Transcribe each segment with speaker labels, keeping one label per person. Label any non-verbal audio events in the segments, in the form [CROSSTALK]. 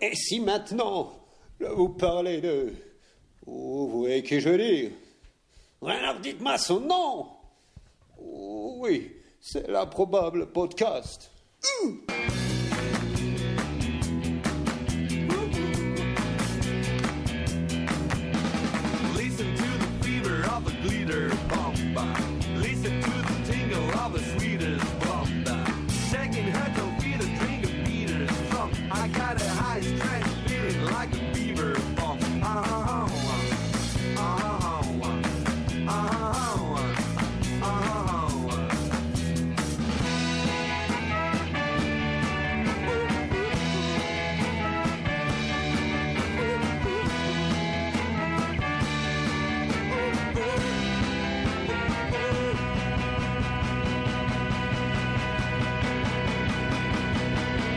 Speaker 1: Et si maintenant, là, vous parlez de. Oh, vous voyez qui je dis Alors dites-moi son nom Oh, Oui, c'est l'improbable podcast.
Speaker 2: Listen to the fever of a glitter bomb. Listen to the tingle of a sweetest bomb. Shaking her toe feet, a drink of Peter's drum. I got a high strength feeling like a fever bomb. Uh-huh. Uh-huh. Uh-huh. Uh-huh.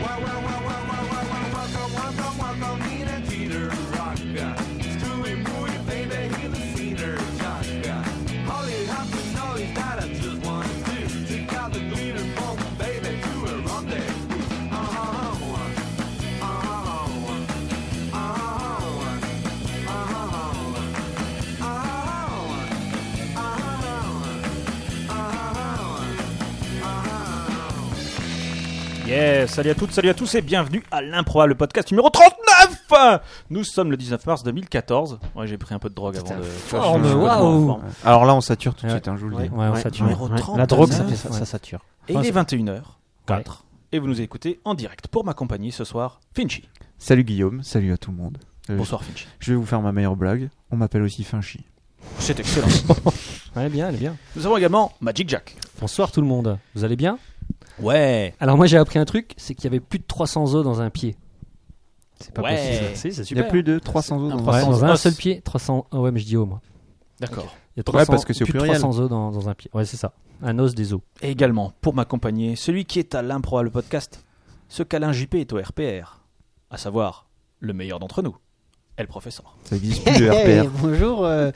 Speaker 2: Wow, wow, wow, wow, wow, wow, wow, welcome, welcome, welcome, Nina Jeter Rock. Stewie Moody, baby, he's a senior jock. Holly Hopkins knows that I just want to take out the glitter bomb, baby, to a rendezvous. Uh-huh, uh-huh, uh-huh, uh-huh, uh-huh, uh-huh, uh-huh, uh-huh.
Speaker 3: Yes, salut à toutes, salut à tous et bienvenue à l'improbable podcast numéro 39 Nous sommes le 19 mars 2014. Ouais, j'ai pris un peu de drogue avant de...
Speaker 4: Oh,
Speaker 5: forme,
Speaker 3: Je suis complètement
Speaker 5: waouh.
Speaker 3: en forme.
Speaker 6: Alors là, on sature tout de
Speaker 5: Ouais.
Speaker 6: suite, hein, je vous le dis.
Speaker 5: Ouais, on sature.
Speaker 3: numéro
Speaker 5: Ouais.
Speaker 3: 39,
Speaker 5: La drogue, ça, fait ça,
Speaker 3: ouais.
Speaker 5: ça sature.
Speaker 3: Et il est 21h04 et vous nous écoutez en direct pour m'accompagner ce soir, Finchy.
Speaker 6: Salut Guillaume, salut à tout le monde. Euh,
Speaker 3: Bonsoir Finchy.
Speaker 6: Je vais vous faire ma meilleure blague. On m'appelle aussi Finchi.
Speaker 5: [LAUGHS]
Speaker 3: C'est excellent.
Speaker 5: Ouais, bien, elle est bien.
Speaker 3: Nous avons également Magic Jack.
Speaker 5: Bonsoir tout le monde. Vous allez bien
Speaker 3: Ouais.
Speaker 5: Alors moi j'ai appris un truc, c'est qu'il y avait plus de 300 os dans un pied. C'est pas
Speaker 3: Ouais.
Speaker 5: possible. Si, c'est
Speaker 6: Il y a
Speaker 5: super.
Speaker 6: plus de 300 autres dans
Speaker 5: Ouais,
Speaker 6: un
Speaker 3: os.
Speaker 5: dans un seul pied, 300. Ah ouais, mais je dis os moi.
Speaker 3: D'accord.
Speaker 5: Il y a
Speaker 6: Ouais, parce que c'est au
Speaker 5: plus de
Speaker 6: pluriel.
Speaker 5: 300 os dans, dans un pied. Ouais, c'est ça. Un os des os.
Speaker 3: Et également, pour m'accompagner, celui qui est à l'improbable podcast, ce qu'Alain JP est au RPR, à savoir le meilleur d'entre nous, est le professeur.
Speaker 6: Ça existe plus de
Speaker 7: Hey,
Speaker 6: RPR.
Speaker 7: bonjour euh,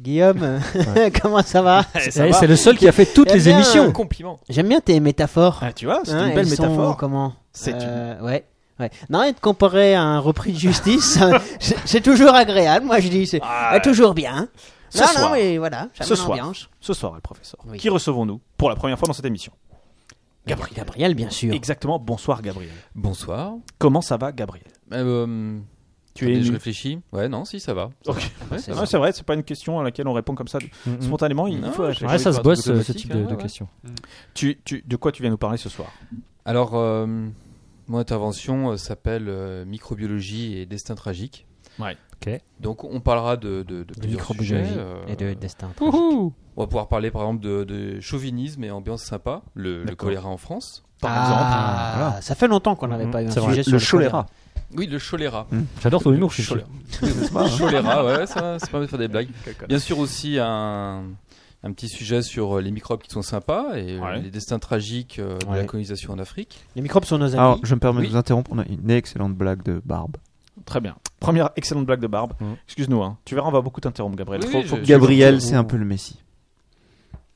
Speaker 7: Guillaume, [LAUGHS] comment ça va
Speaker 5: Eh, c'est le seul qui a fait toutes
Speaker 7: Eh
Speaker 5: les
Speaker 7: bien.
Speaker 5: émissions.
Speaker 3: compliment.
Speaker 7: J'aime bien tes métaphores.
Speaker 3: Ah, tu vois, c'est
Speaker 7: Hein,
Speaker 3: une belle
Speaker 7: elles sont
Speaker 3: métaphore.
Speaker 7: Comment
Speaker 3: C'est
Speaker 7: Euh, ouais, ouais. Non, et de comparer à un repris de justice, [LAUGHS] euh, c'est- c'est toujours agréable. Moi, je dis, c'est
Speaker 3: Ah,
Speaker 7: euh, toujours bien.
Speaker 3: Ce
Speaker 7: non,
Speaker 3: soir.
Speaker 7: non, mais voilà, ça
Speaker 3: Ce
Speaker 7: met
Speaker 3: soir.
Speaker 7: l'ambiance.
Speaker 3: Ce soir, le professeur.
Speaker 7: Oui.
Speaker 3: Qui recevons-nous pour la première fois dans cette émission
Speaker 7: Gabriel, Gabriel, bien sûr.
Speaker 3: Exactement. Bonsoir, Gabriel.
Speaker 4: Bonsoir.
Speaker 3: Comment ça va, Gabriel
Speaker 4: Euh, euh,
Speaker 3: Tu
Speaker 4: attendez,
Speaker 3: es
Speaker 4: Je
Speaker 3: nu.
Speaker 4: réfléchis. Ouais, non, si, ça va.
Speaker 3: Ok.
Speaker 4: Ouais, ça
Speaker 3: Non,
Speaker 4: va.
Speaker 3: C'est vrai, c'est pas une question à laquelle on répond comme ça
Speaker 5: Mhm.
Speaker 3: spontanément. Il
Speaker 4: Non,
Speaker 3: faut
Speaker 4: je-
Speaker 3: réfléchir.
Speaker 5: Ouais, ça se bosse
Speaker 4: Ouais,
Speaker 5: euh,
Speaker 4: ouais.
Speaker 5: ce type de, de
Speaker 4: Ouais.
Speaker 5: questions.
Speaker 3: Tu, tu- de quoi tu viens nous parler ce soir
Speaker 4: Alors, euh, mon intervention euh, s'appelle euh, Microbiologie et destin tragique.
Speaker 3: Ouais.
Speaker 5: Ok.
Speaker 4: Donc, on parlera de, de, de plusieurs
Speaker 5: microbiologie
Speaker 4: sujets, euh,
Speaker 7: Et de destin.
Speaker 4: On va pouvoir parler, par exemple, de, de chauvinisme et ambiance sympa, le, le
Speaker 3: D'accord.
Speaker 4: choléra en France.
Speaker 3: Par
Speaker 7: Ah, Ça fait longtemps qu'on n'avait
Speaker 5: Mhm,
Speaker 7: pas eu un
Speaker 5: c'est
Speaker 7: sujet
Speaker 5: vrai.
Speaker 7: sur le choléra.
Speaker 4: Oui, le choléra.
Speaker 5: J'adore ton humour, je suis sûr.
Speaker 4: Choléra. choléra, ouais, ça, c'est pas de faire des blagues. Bien sûr aussi un, un petit sujet sur euh, les microbes qui sont sympas et euh,
Speaker 3: Ouais.
Speaker 4: les destins tragiques euh, de la
Speaker 7: Ouais.
Speaker 4: colonisation en Afrique.
Speaker 7: Les microbes sont nos amis.
Speaker 6: Alors, je me permets
Speaker 4: Oui.
Speaker 6: de vous interrompre. On a une excellente blague de Barbe.
Speaker 3: Très bien. Première excellente blague de Barbe.
Speaker 5: Mhm.
Speaker 3: Excuse-nous, hein. tu verras, on va beaucoup t'interrompre, Gabriel.
Speaker 4: Mm. Oui,
Speaker 3: Faut-
Speaker 4: je-
Speaker 3: faut que tu-
Speaker 6: Gabriel, c'est un peu le Messi.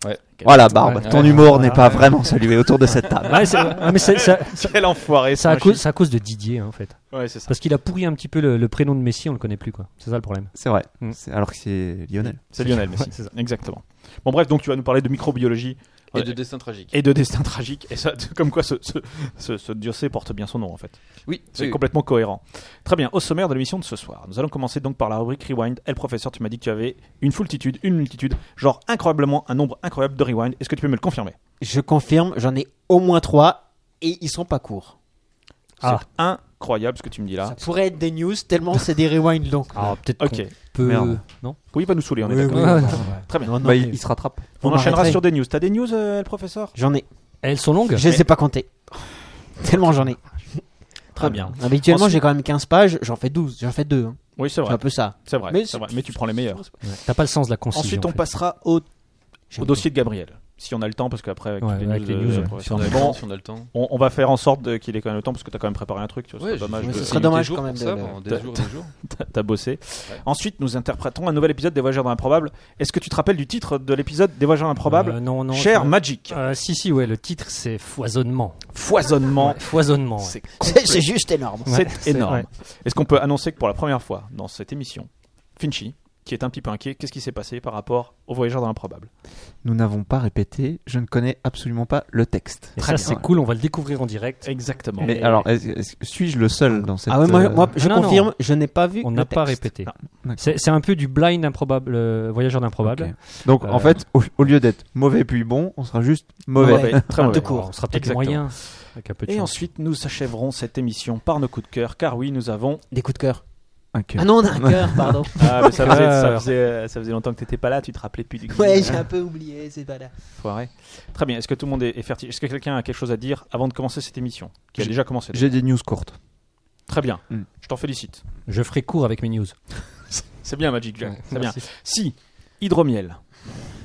Speaker 4: Ouais.
Speaker 6: Oh. Voilà, Barbe,
Speaker 4: Ouais.
Speaker 6: ton
Speaker 4: Ouais.
Speaker 6: humour n'est pas vraiment salué autour de cette table.
Speaker 5: Ouais, c'est- ah, mais c'est- ça- ça-
Speaker 3: Quel enfoiré,
Speaker 5: c'est à
Speaker 3: ça.
Speaker 5: cause- c'est à cause de Didier hein, en fait.
Speaker 3: Ouais, c'est ça.
Speaker 5: Parce qu'il a pourri un petit peu le, le prénom de Messi, on le connaît plus quoi. C'est ça le problème.
Speaker 6: C'est vrai. Mm.
Speaker 5: Mm.
Speaker 6: C'est- Alors que c'est Lionel.
Speaker 3: C'est Lionel Messi.
Speaker 5: Ouais, c'est ça.
Speaker 3: Exactement. Bon, bref, donc tu vas nous parler de microbiologie
Speaker 4: Et
Speaker 3: Ouais.
Speaker 4: de destin tragique.
Speaker 3: et de destin tragique. Et ça, comme quoi ce, ce, ce, ce diocèse porte bien son nom, en fait.
Speaker 4: Oui,
Speaker 3: C'est
Speaker 4: oui, oui.
Speaker 3: complètement cohérent. Très bien, au sommaire de l'émission de ce soir, nous allons commencer donc par la rubrique Rewind. El professeur, tu m'as dit que tu avais une foultitude, une multitude, genre incroyablement un nombre incroyable de rewind. Est-ce que tu peux me le confirmer
Speaker 7: Je confirme, j'en ai au moins trois et ils sont pas courts.
Speaker 5: Ah.
Speaker 3: C'est incroyable ce que tu me dis là.
Speaker 7: Ça pourrait être des news tellement c'est des rewinds donc.
Speaker 5: Ah, peut-être
Speaker 3: Ok.
Speaker 5: peut
Speaker 6: Merde.
Speaker 5: non.
Speaker 3: Oui, pas nous saouler, on est
Speaker 7: Oui,
Speaker 3: d'accord.
Speaker 7: oui,
Speaker 5: Ouais.
Speaker 3: Très bien.
Speaker 7: Non, non,
Speaker 6: Bah,
Speaker 7: mais-
Speaker 6: il, il se rattrape.
Speaker 3: On,
Speaker 7: on
Speaker 3: enchaînera
Speaker 7: arrêterait.
Speaker 3: sur des news. T'as des news, euh, El professeur
Speaker 7: J'en ai.
Speaker 5: Elles sont longues.
Speaker 7: Je les ai pas comptées. Tellement j'en ai. Euh,
Speaker 3: Très bien.
Speaker 7: Habituellement,
Speaker 3: Ensuite-
Speaker 7: j'ai quand même 15 pages, j'en fais 12, j'en fais 2.
Speaker 3: Oui, c'est
Speaker 7: C'est
Speaker 3: vrai.
Speaker 7: un peu ça.
Speaker 3: C'est vrai.
Speaker 7: Ah, Mais
Speaker 3: c'est vrai. Mais tu prends les meilleurs.
Speaker 5: T'as pas le sens de la concision.
Speaker 3: Ensuite,
Speaker 5: en
Speaker 3: on
Speaker 5: fait.
Speaker 3: passera au, au
Speaker 7: J'aime
Speaker 3: dossier de Gabriel. si on a le temps, parce qu'après, avec
Speaker 5: Ouais,
Speaker 3: toutes les
Speaker 5: avec
Speaker 3: news,
Speaker 5: les
Speaker 3: euh,
Speaker 5: news, ouais.
Speaker 3: professeur
Speaker 4: Si on a le
Speaker 3: Bon,
Speaker 4: temps, si on a le temps.
Speaker 3: on, on va faire en sorte de- qu'il ait quand même le temps, parce que t'as quand même préparé un truc, tu vois. c'est
Speaker 4: Ouais,
Speaker 3: pas dommage.
Speaker 4: je-
Speaker 3: de-
Speaker 7: ce
Speaker 4: je-
Speaker 7: serait
Speaker 4: des
Speaker 7: dommage
Speaker 4: jours
Speaker 7: quand même
Speaker 4: pour
Speaker 7: de
Speaker 4: ça,
Speaker 7: le-
Speaker 4: pendant
Speaker 3: T'as-
Speaker 4: Des jours, des jours.
Speaker 3: T'as- T'as bossé. Ensuite, nous interpréterons un nouvel épisode des Voyageurs dans l'improbable. Est-ce que tu te rappelles du titre de l'épisode des Voyageurs dans l'improbable
Speaker 5: Euh, non, non.
Speaker 3: Cher
Speaker 5: je-
Speaker 3: Magic,
Speaker 5: Euh, si, si, ouais, le titre c'est Foisonnement.
Speaker 3: foisonnement.
Speaker 5: Ouais, foisonnement. ouais.
Speaker 3: C'est [LAUGHS]
Speaker 7: [LAUGHS] C'est c'est juste énorme.
Speaker 5: Ouais,
Speaker 3: C'est énorme.
Speaker 5: ouais.
Speaker 3: Est-ce qu'on peut annoncer que pour la première fois dans cette émission, Finchy, qui est un petit peu inquiet, qu'est-ce qui s'est passé par rapport aux voyageurs dans l'improbable
Speaker 6: Nous n'avons pas répété, je ne connais absolument pas le texte.
Speaker 5: Et
Speaker 6: Très
Speaker 5: ça, c'est
Speaker 6: bien.
Speaker 5: cool, on va le découvrir en direct.
Speaker 3: Exactement.
Speaker 6: Mais alors, est-ce- est-ce- suis-je le seul dans cette.
Speaker 7: Ah ouais, moi,
Speaker 6: euh,
Speaker 7: moi, je
Speaker 5: non, non.
Speaker 7: confirme, je n'ai pas vu.
Speaker 5: On
Speaker 7: le
Speaker 5: n'a pas
Speaker 7: texte.
Speaker 5: répété.
Speaker 3: Non,
Speaker 6: d'accord.
Speaker 5: C'est c'est un peu du blind improbable, euh, voyageur d'improbable.
Speaker 6: Ok. Donc,
Speaker 5: Euh,
Speaker 6: en fait, au, au lieu d'être mauvais puis bon, on sera juste mauvais. [LAUGHS]
Speaker 3: Mauvais, très mauvais.
Speaker 5: Alors, On sera peut-être
Speaker 3: Exactement.
Speaker 5: moyen. Avec un peu de
Speaker 3: Et
Speaker 5: chance.
Speaker 3: ensuite, nous achèverons cette émission par nos coups de cœur, car oui, nous avons.
Speaker 7: Des coups de cœur.
Speaker 6: Un cœur.
Speaker 7: Ah non, on a un cœur, pardon.
Speaker 3: Ah, mais [LAUGHS] ça, faisait, ça
Speaker 5: cœur.
Speaker 3: faisait- ça faisait longtemps que t'étais pas là, tu te rappelais plus du
Speaker 7: [LAUGHS] Ouais, j'ai un peu oublié, c'est pas là.
Speaker 3: Foiré. Très bien. Est-ce que tout le monde est, est fertile Est-ce que quelqu'un a quelque chose à dire avant de commencer cette émission Qui a
Speaker 6: J'ai-
Speaker 3: déjà commencé.
Speaker 6: J'ai des news courtes.
Speaker 3: Très bien.
Speaker 6: Mm.
Speaker 3: Je t'en félicite.
Speaker 5: Je ferai court avec mes news.
Speaker 3: C'est bien, Magic Jack.
Speaker 5: Ouais,
Speaker 3: C'est bien.
Speaker 5: merci.
Speaker 3: Si, Hydromiel,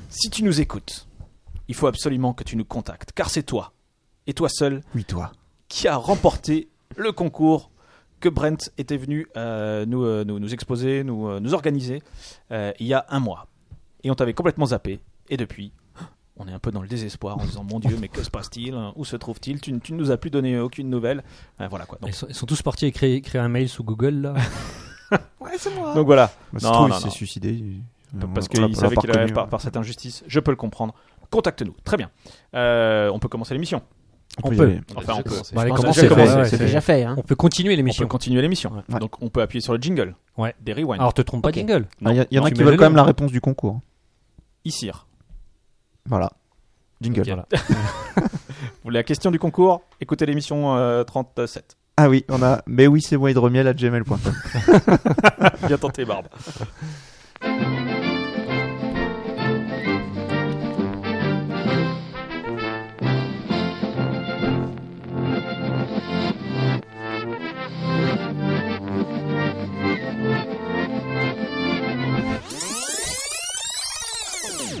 Speaker 3: si tu nous écoutes, il faut absolument que tu nous contactes, car c'est toi, et toi seul,
Speaker 6: Oui, toi.
Speaker 3: qui a remporté le concours que Brent était venu euh, nous, euh, nous, nous exposer, nous, euh, nous organiser euh, il y a un mois. Et on t'avait complètement zappé, et depuis. [GASPS] On est un peu dans le désespoir en disant Mon Dieu, mais que se passe-t-il Où se trouve-t-il tu, ne- tu ne nous as plus donné aucune nouvelle. Euh, voilà quoi.
Speaker 5: Ils
Speaker 3: Donc,
Speaker 5: sont, ils sont tous partis écrire, créer un mail sous Google là.
Speaker 3: donc voilà.
Speaker 6: Bah, ça
Speaker 3: Non,
Speaker 6: se trouve,
Speaker 3: non,
Speaker 6: il s'est
Speaker 3: non.
Speaker 6: suicidé. il- on-
Speaker 3: Parce
Speaker 6: on l'a- on
Speaker 3: qu'il
Speaker 6: l'a
Speaker 3: savait
Speaker 6: pas
Speaker 3: qu'il avait
Speaker 6: reconnu.
Speaker 3: par, par cette injustice. Je peux le comprendre. Contacte-nous. Très bien. Euh, on peut commencer l'émission.
Speaker 6: y
Speaker 5: peut.
Speaker 6: aller.
Speaker 4: a
Speaker 3: Enfin,
Speaker 4: déjà
Speaker 3: on peut-
Speaker 4: commencé.
Speaker 5: Bon, allez,
Speaker 3: pense que
Speaker 5: commencez,
Speaker 3: c'est
Speaker 5: ouais,
Speaker 3: fait,
Speaker 5: ouais,
Speaker 7: C'est
Speaker 5: c'est-
Speaker 7: déjà fait, hein.
Speaker 5: On peut continuer
Speaker 3: On peut
Speaker 5: l'émission.
Speaker 3: continuer l'émission.
Speaker 6: Ouais.
Speaker 3: Donc on peut appuyer sur le jingle.
Speaker 5: Ouais.
Speaker 3: Des rewinds.
Speaker 5: Alors te trompe pas,
Speaker 7: Ok.
Speaker 5: jingle.
Speaker 6: Ah, Il y, a- il y en
Speaker 5: Non,
Speaker 6: a
Speaker 5: tu
Speaker 6: qui
Speaker 5: mets le
Speaker 6: veulent quand
Speaker 5: nom.
Speaker 6: même la réponse du concours.
Speaker 3: Ici.
Speaker 6: Voilà. Jingle.
Speaker 5: Voilà.
Speaker 3: Vous voulez la question du concours Écoutez l'émission euh, 37.
Speaker 6: Ah oui, on a. Mais oui, c'est moi, hydromiel à gmail.com.
Speaker 3: Bien tenté, Barbe.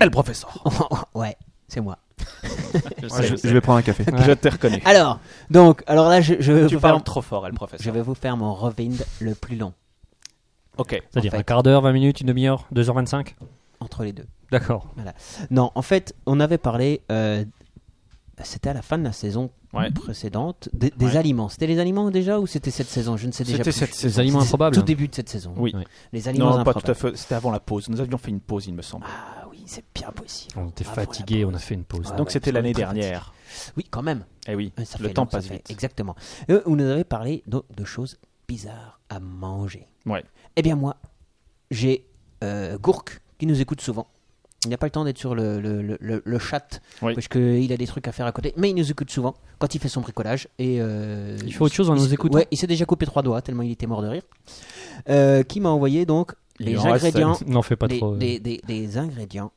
Speaker 3: Et le professeur.
Speaker 7: [LAUGHS] ouais, c'est moi.
Speaker 3: Je,
Speaker 6: Ouais, je, je vais prendre un café.
Speaker 3: te reconnais.
Speaker 7: Alors, donc, alors là, je, je vais
Speaker 3: Tu
Speaker 7: vous faire,
Speaker 3: parles trop fort, elle,
Speaker 7: je
Speaker 3: professeur.
Speaker 7: vais vous faire mon rewind le plus long
Speaker 3: Ok.
Speaker 5: C'est-à-dire
Speaker 7: En fait.
Speaker 5: un quart d'heure, 20 minutes, une demi-heure, 2h25
Speaker 7: entre les deux.
Speaker 5: D'accord.
Speaker 7: Non, en fait, on avait parlé. euh, c'était à la fin de la saison
Speaker 3: Ouais.
Speaker 7: précédente des, des
Speaker 3: Ouais.
Speaker 7: aliments. C'était les aliments déjà ou c'était cette saison Je ne sais déjà
Speaker 3: C'était
Speaker 7: plus.
Speaker 3: cette
Speaker 5: Des
Speaker 3: saison.
Speaker 5: aliments
Speaker 7: C'était
Speaker 5: improbables.
Speaker 7: Tout début de cette saison.
Speaker 3: Oui.
Speaker 7: Les aliments
Speaker 3: Non, pas tout à
Speaker 7: improbables.
Speaker 3: fait. C'était avant la pause. Nous avions fait une pause, il me semble.
Speaker 7: Ah oui, c'est bien possible.
Speaker 5: On était
Speaker 7: Ah, voilà.
Speaker 5: fatigués, on a fait une pause.
Speaker 7: Ah
Speaker 3: Donc
Speaker 7: ouais,
Speaker 3: c'était
Speaker 7: parce qu'on
Speaker 3: l'année
Speaker 7: est très
Speaker 3: dernière.
Speaker 7: Oui, quand même.
Speaker 3: Eh oui,
Speaker 7: Euh, ça
Speaker 3: le
Speaker 7: fait
Speaker 3: temps
Speaker 7: long, ça
Speaker 3: passe
Speaker 7: fait-
Speaker 3: vite.
Speaker 7: Exactement. Euh, vous nous avez parlé de, de choses bizarres à manger.
Speaker 3: Ouais.
Speaker 7: Eh bien, moi, j'ai euh, Gourk qui nous écoute souvent. Il n'a pas le temps d'être sur le, le, le- le- le chat
Speaker 3: Oui.
Speaker 7: parce qu'il a des trucs à faire à côté. Mais il nous écoute souvent quand il fait son bricolage. Et, euh,
Speaker 5: Il fait autre chose en
Speaker 7: il
Speaker 5: nous
Speaker 7: s'est-
Speaker 5: écoutant
Speaker 7: Ouais, il s'est déjà coupé trois doigts tellement il était mort de rire. Euh, qui m'a envoyé donc
Speaker 3: Il
Speaker 7: les
Speaker 3: en reste,
Speaker 7: ingrédients,
Speaker 5: N'en fais pas
Speaker 7: des,
Speaker 5: trop. euh.
Speaker 7: des- des- des ingrédients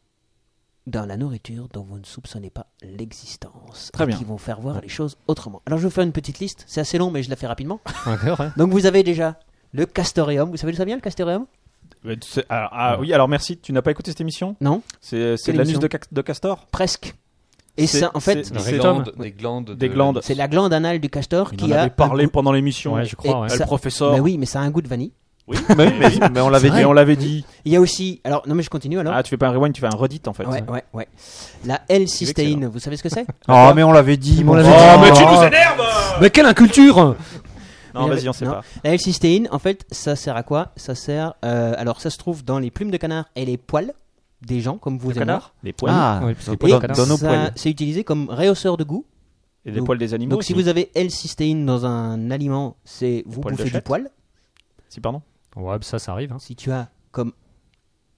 Speaker 7: dans la nourriture dont vous ne soupçonnez pas l'existence.
Speaker 3: Très
Speaker 7: et
Speaker 3: bien.
Speaker 7: Qui vont faire voir les choses autrement. Alors je vais vous faire une petite liste. C'est assez long, mais je la fais rapidement. [LAUGHS]
Speaker 5: D'accord,
Speaker 8: hein.
Speaker 5: ouais.
Speaker 7: Donc vous avez déjà le castoreum. Vous savez d'où ça vient le castoreum
Speaker 3: Mais tu sais- ah, ah, oui, alors merci. Tu n'as pas écouté cette émission
Speaker 7: Non
Speaker 3: C'est c'est
Speaker 7: Quelle
Speaker 3: l'anus
Speaker 7: émission
Speaker 3: de, Cac- de Castor
Speaker 7: Presque. Et
Speaker 3: C'est-
Speaker 7: ça, en fait,
Speaker 3: c'est-
Speaker 5: La
Speaker 4: Des
Speaker 5: rectum.
Speaker 4: glandes, des glandes. euh,
Speaker 3: Des
Speaker 4: de-
Speaker 3: glandes.
Speaker 7: c'est la glande anale du castor
Speaker 3: Il
Speaker 7: qui
Speaker 3: en
Speaker 7: a.
Speaker 3: avait parlé
Speaker 7: un goût-
Speaker 3: pendant l'émission.
Speaker 5: Ouais, je crois. ouais.
Speaker 3: Eh,
Speaker 7: ça-
Speaker 3: Le professeur.
Speaker 7: Bah oui, mais ça a un goût de vanille. [LAUGHS]
Speaker 3: Oui,
Speaker 6: Mais, mais- mais on l'avait dit.
Speaker 3: Et on l'avait dit.
Speaker 7: Il y a aussi. Alors, non, mais je continue alors.
Speaker 3: Ah, tu fais pas un rewind, tu fais un redit en fait.
Speaker 7: ouais, ouais, ouais. La L-cystéine, vous savez ce que c'est
Speaker 6: Oh, mais on l'avait dit. Ah,
Speaker 5: On
Speaker 6: bon
Speaker 5: l'avait
Speaker 6: sang.
Speaker 5: dit.
Speaker 3: Oh, mais tu nous
Speaker 5: Oh.
Speaker 3: énerves
Speaker 5: Mais quelle inculture
Speaker 3: Non,
Speaker 7: Il
Speaker 3: vas-y,
Speaker 7: avait-
Speaker 3: on sait
Speaker 7: non.
Speaker 3: pas.
Speaker 7: La L-cystéine, en fait, ça sert à quoi Ça sert. euh, alors, ça se trouve dans les plumes de canard et les poils des gens, comme vous
Speaker 3: Les
Speaker 7: aimez.
Speaker 3: canards Les poils.
Speaker 6: Ah,
Speaker 5: Ouais, parce que les poils
Speaker 6: dans,
Speaker 5: canards.
Speaker 6: dans nos
Speaker 7: Ça-
Speaker 6: poils.
Speaker 7: C'est utilisé comme réhausseur de goût.
Speaker 3: Et les
Speaker 7: Donc-
Speaker 3: poils des animaux.
Speaker 7: Donc, si
Speaker 3: aussi.
Speaker 7: vous avez L-cystéine dans un aliment, c'est vous
Speaker 3: poils de
Speaker 7: bouffez du
Speaker 3: chatte.
Speaker 7: poil.
Speaker 3: Si, pardon.
Speaker 5: Ouais, ça, ça arrive. hein.
Speaker 7: Si tu as comme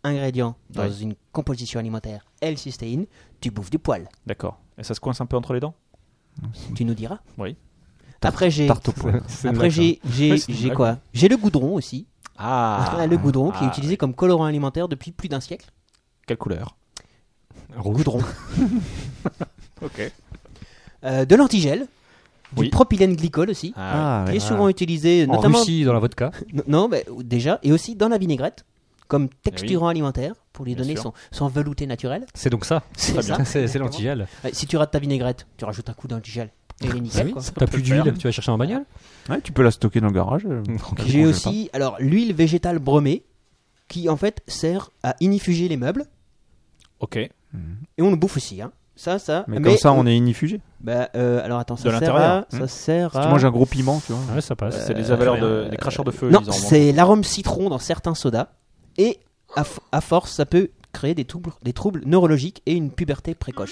Speaker 7: ingrédient dans
Speaker 3: Ouais.
Speaker 7: une composition alimentaire L-cystéine, tu bouffes du poil.
Speaker 3: D'accord. Et ça se coince un peu entre les dents
Speaker 7: Tu nous diras.
Speaker 3: Oui.
Speaker 7: Après j'ai
Speaker 6: Tarte aux
Speaker 7: [LAUGHS]
Speaker 6: poils.
Speaker 7: après j'ai j'ai
Speaker 3: Oui, c'est une
Speaker 7: j'ai
Speaker 3: blague.
Speaker 7: quoi J'ai le goudron aussi.
Speaker 3: Ah
Speaker 7: le goudron qui
Speaker 3: Ah,
Speaker 7: est utilisé comme colorant alimentaire depuis plus d'un siècle.
Speaker 3: Quelle couleur
Speaker 7: Goudron.
Speaker 3: Ok.
Speaker 7: Euh, de l'antigel, du
Speaker 3: Oui.
Speaker 7: propylène glycol aussi,
Speaker 3: Ah,
Speaker 6: Ah,
Speaker 7: qui
Speaker 6: ouais.
Speaker 7: est souvent utilisé
Speaker 5: En
Speaker 7: notamment
Speaker 5: Russie, dans la vodka.
Speaker 7: non mais déjà et aussi dans la vinaigrette. comme
Speaker 4: Eh
Speaker 7: texturant alimentaire pour lui
Speaker 4: Bien
Speaker 7: donner
Speaker 4: sûr.
Speaker 7: son, son velouté naturel.
Speaker 8: C'est donc ça.
Speaker 7: C'est
Speaker 8: Très
Speaker 7: ça,
Speaker 8: bien. C'est c'est
Speaker 7: exactement.
Speaker 8: l'antigel.
Speaker 7: Ouais, si tu rates ta vinaigrette, tu rajoutes un coup dans le gel. Et il est nickel, quoi.
Speaker 8: T'as plus
Speaker 3: le faire.
Speaker 8: d'huile, tu vas chercher en bagnole
Speaker 6: Ouais, tu peux la stocker dans le garage. euh, tranquille,
Speaker 7: J'ai
Speaker 6: on jette
Speaker 7: aussi alors l'huile végétale bromée qui en fait sert à inifuger les meubles
Speaker 3: Ok.
Speaker 7: et on le bouffe aussi. Hein. Ça, ça.
Speaker 6: pas. Mais, comme ça, on est inifugé.
Speaker 7: Bah, euh, alors attends,
Speaker 3: De
Speaker 7: ça sert
Speaker 3: l'intérieur,
Speaker 7: à. Ça sert
Speaker 6: Si tu
Speaker 7: à-
Speaker 6: manges un gros piment, tu vois.
Speaker 8: Ouais, ça passe.
Speaker 3: C'est des avaleurs de, des cracheurs de feu.
Speaker 7: Non,
Speaker 3: ils en vendent.
Speaker 7: c'est l'arôme citron dans certains sodas et à, f- à force, ça peut créer des troubles, des troubles neurologiques et une puberté précoce.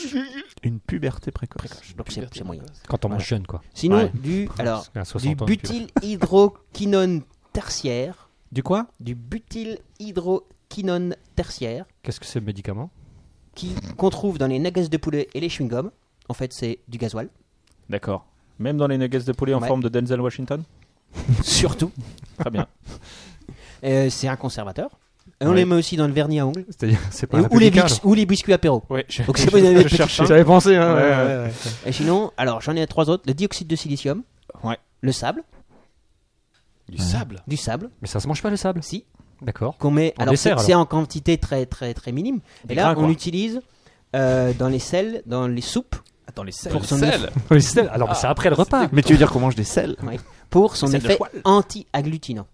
Speaker 6: Une puberté précoce.
Speaker 7: Donc c'est c'est moyen.
Speaker 8: Quand on mange
Speaker 7: Voilà.
Speaker 8: jeune, quoi.
Speaker 7: Sinon,
Speaker 8: Ouais.
Speaker 7: du alors
Speaker 8: À 60
Speaker 7: du
Speaker 8: ans, tu [LAUGHS]
Speaker 7: butylhydroquinone tertiaire,
Speaker 8: Du quoi
Speaker 7: du butylhydroquinone tertiaire
Speaker 8: Qu'est-ce que c'est le médicament
Speaker 7: qui qu'on trouve dans les nuggets de poulet et les chewing-gums. En fait, c'est du gasoil. [LAUGHS]
Speaker 3: D'accord. Même dans les nuggets de poulet en
Speaker 7: Ouais.
Speaker 3: forme de Denzel Washington
Speaker 7: Surtout.
Speaker 3: Très bien.
Speaker 7: Euh, c'est un conservateur. Et on
Speaker 8: Ouais.
Speaker 7: les met aussi dans le vernis à ongles.
Speaker 8: C'est-à-dire, c'est
Speaker 7: Et-
Speaker 8: pas.
Speaker 7: ou, les
Speaker 8: républicain,
Speaker 7: bis-
Speaker 8: alors.
Speaker 7: ou les biscuits apéro.
Speaker 3: [LAUGHS] Ouais, je-
Speaker 8: [LAUGHS]
Speaker 7: Donc si vous avez des petites
Speaker 8: cherchais.
Speaker 7: faim.
Speaker 8: J'avais pensé, hein.
Speaker 7: Ouais,
Speaker 8: ouais,
Speaker 7: ouais,
Speaker 8: ouais, ouais.
Speaker 7: Et sinon, alors j'en ai trois autres. Le dioxyde de silicium.
Speaker 3: Ouais.
Speaker 7: Le sable.
Speaker 4: Du sable
Speaker 7: Du sable.
Speaker 8: Mais ça se mange pas le sable
Speaker 7: Si.
Speaker 8: D'accord.
Speaker 7: Qu'on met.
Speaker 8: En
Speaker 7: alors c'est
Speaker 8: dessert,
Speaker 7: c'est en quantité très très très minime.
Speaker 3: Des
Speaker 7: et là,
Speaker 3: grains,
Speaker 7: on
Speaker 3: quoi.
Speaker 7: l'utilise euh, dans les sels, dans les soupes,
Speaker 3: Attends, les selles.
Speaker 7: pour son
Speaker 4: Sel
Speaker 8: [LAUGHS] Oui, c'est- Alors, mais Ah. c'est après le repas.
Speaker 6: Mais tu veux dire qu'on mange des sels
Speaker 7: pour son
Speaker 3: Sel de
Speaker 7: effet
Speaker 3: poil.
Speaker 7: anti-agglutinant.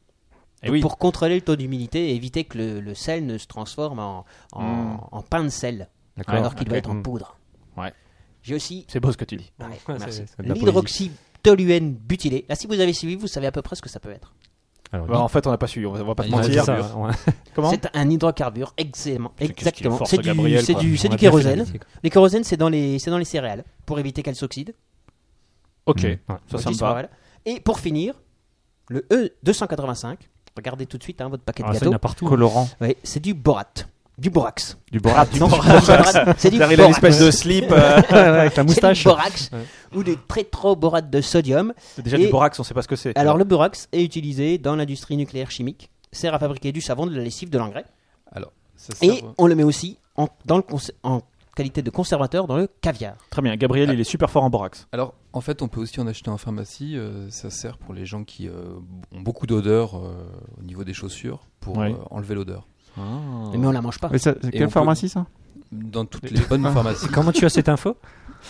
Speaker 3: Eh oui.
Speaker 7: Pour contrôler le taux d'humidité et éviter que le, le sel ne se transforme en, en,
Speaker 3: Mm.
Speaker 7: en pain de sel,
Speaker 8: D'accord.
Speaker 7: alors qu'il doit
Speaker 8: ok.
Speaker 7: être en poudre.
Speaker 3: Hmm. Ouais.
Speaker 7: J'ai aussi
Speaker 3: C'est beau ce que tu dis.
Speaker 7: ouais,
Speaker 8: c'est-
Speaker 7: merci.
Speaker 8: c'est de la
Speaker 7: l'hydroxytoluène butylé. Là, si vous avez suivi, vous savez à peu près ce que ça peut être.
Speaker 8: Alors,
Speaker 3: Bah, en fait, on n'a pas su. On va, on va pas te
Speaker 8: dis- dis
Speaker 3: mentir.
Speaker 8: ça, ouais.
Speaker 3: Comment
Speaker 7: C'est un hydrocarbure, exactement.
Speaker 3: Putain, qu'est-ce qu'il est
Speaker 7: exactement.
Speaker 3: fort,
Speaker 7: C'est
Speaker 3: ce
Speaker 7: du,
Speaker 3: Gabriel,
Speaker 7: c'est
Speaker 3: quoi.
Speaker 7: du, c'est
Speaker 8: On
Speaker 7: du
Speaker 8: a bien fait
Speaker 7: kérosène.
Speaker 8: d'analyser, quoi.
Speaker 7: Les kérosène, c'est dans les, c'est dans les céréales pour éviter qu'elles s'oxydent. Mm.
Speaker 3: Ok.
Speaker 8: Ouais.
Speaker 3: Ça,
Speaker 7: Petit
Speaker 3: ça me
Speaker 7: soir,
Speaker 3: va.
Speaker 7: voilà. Et pour finir, le E E285. Regardez tout de suite hein, votre paquet de
Speaker 8: Ah, ça, il y en
Speaker 7: gâteaux.
Speaker 8: a partout.
Speaker 6: Colorant.
Speaker 7: Ouais, c'est du borate, du borax. Ah,
Speaker 6: Du borate.
Speaker 7: Non, c'est pas du borate, c'est du
Speaker 3: Il a une
Speaker 7: borax.
Speaker 3: espèce de
Speaker 7: [LAUGHS]
Speaker 3: slip. euh, [LAUGHS]
Speaker 8: avec ta
Speaker 7: C'est du
Speaker 8: moustache.
Speaker 7: borax ou du tétroborate de sodium.
Speaker 3: C'est déjà
Speaker 7: Et-
Speaker 3: du borax, on sait pas ce que c'est.
Speaker 7: Alors le borax est utilisé dans l'industrie nucléaire chimique, sert à fabriquer du savon, de la lessive, de l'engrais.
Speaker 4: Alors, ça sert.
Speaker 7: Et on le met aussi en, dans le cons- en qualité de conservateur dans le caviar.
Speaker 3: Très bien.
Speaker 7: Ah.
Speaker 3: Gabriel, il est super fort en borax.
Speaker 4: Alors, en fait, on peut aussi en acheter en pharmacie. euh, ça sert pour les gens qui euh, ont beaucoup d'odeur euh, au niveau des chaussures pour
Speaker 3: Ouais.
Speaker 4: euh, enlever l'odeur.
Speaker 8: hein.
Speaker 7: Mais on la mange pas.
Speaker 6: Mais ça-
Speaker 4: on
Speaker 6: Quelle
Speaker 4: peut-
Speaker 6: pharmacie ça
Speaker 4: Dans toutes les [LAUGHS] bonnes pharmacies.
Speaker 8: Comment tu as cette info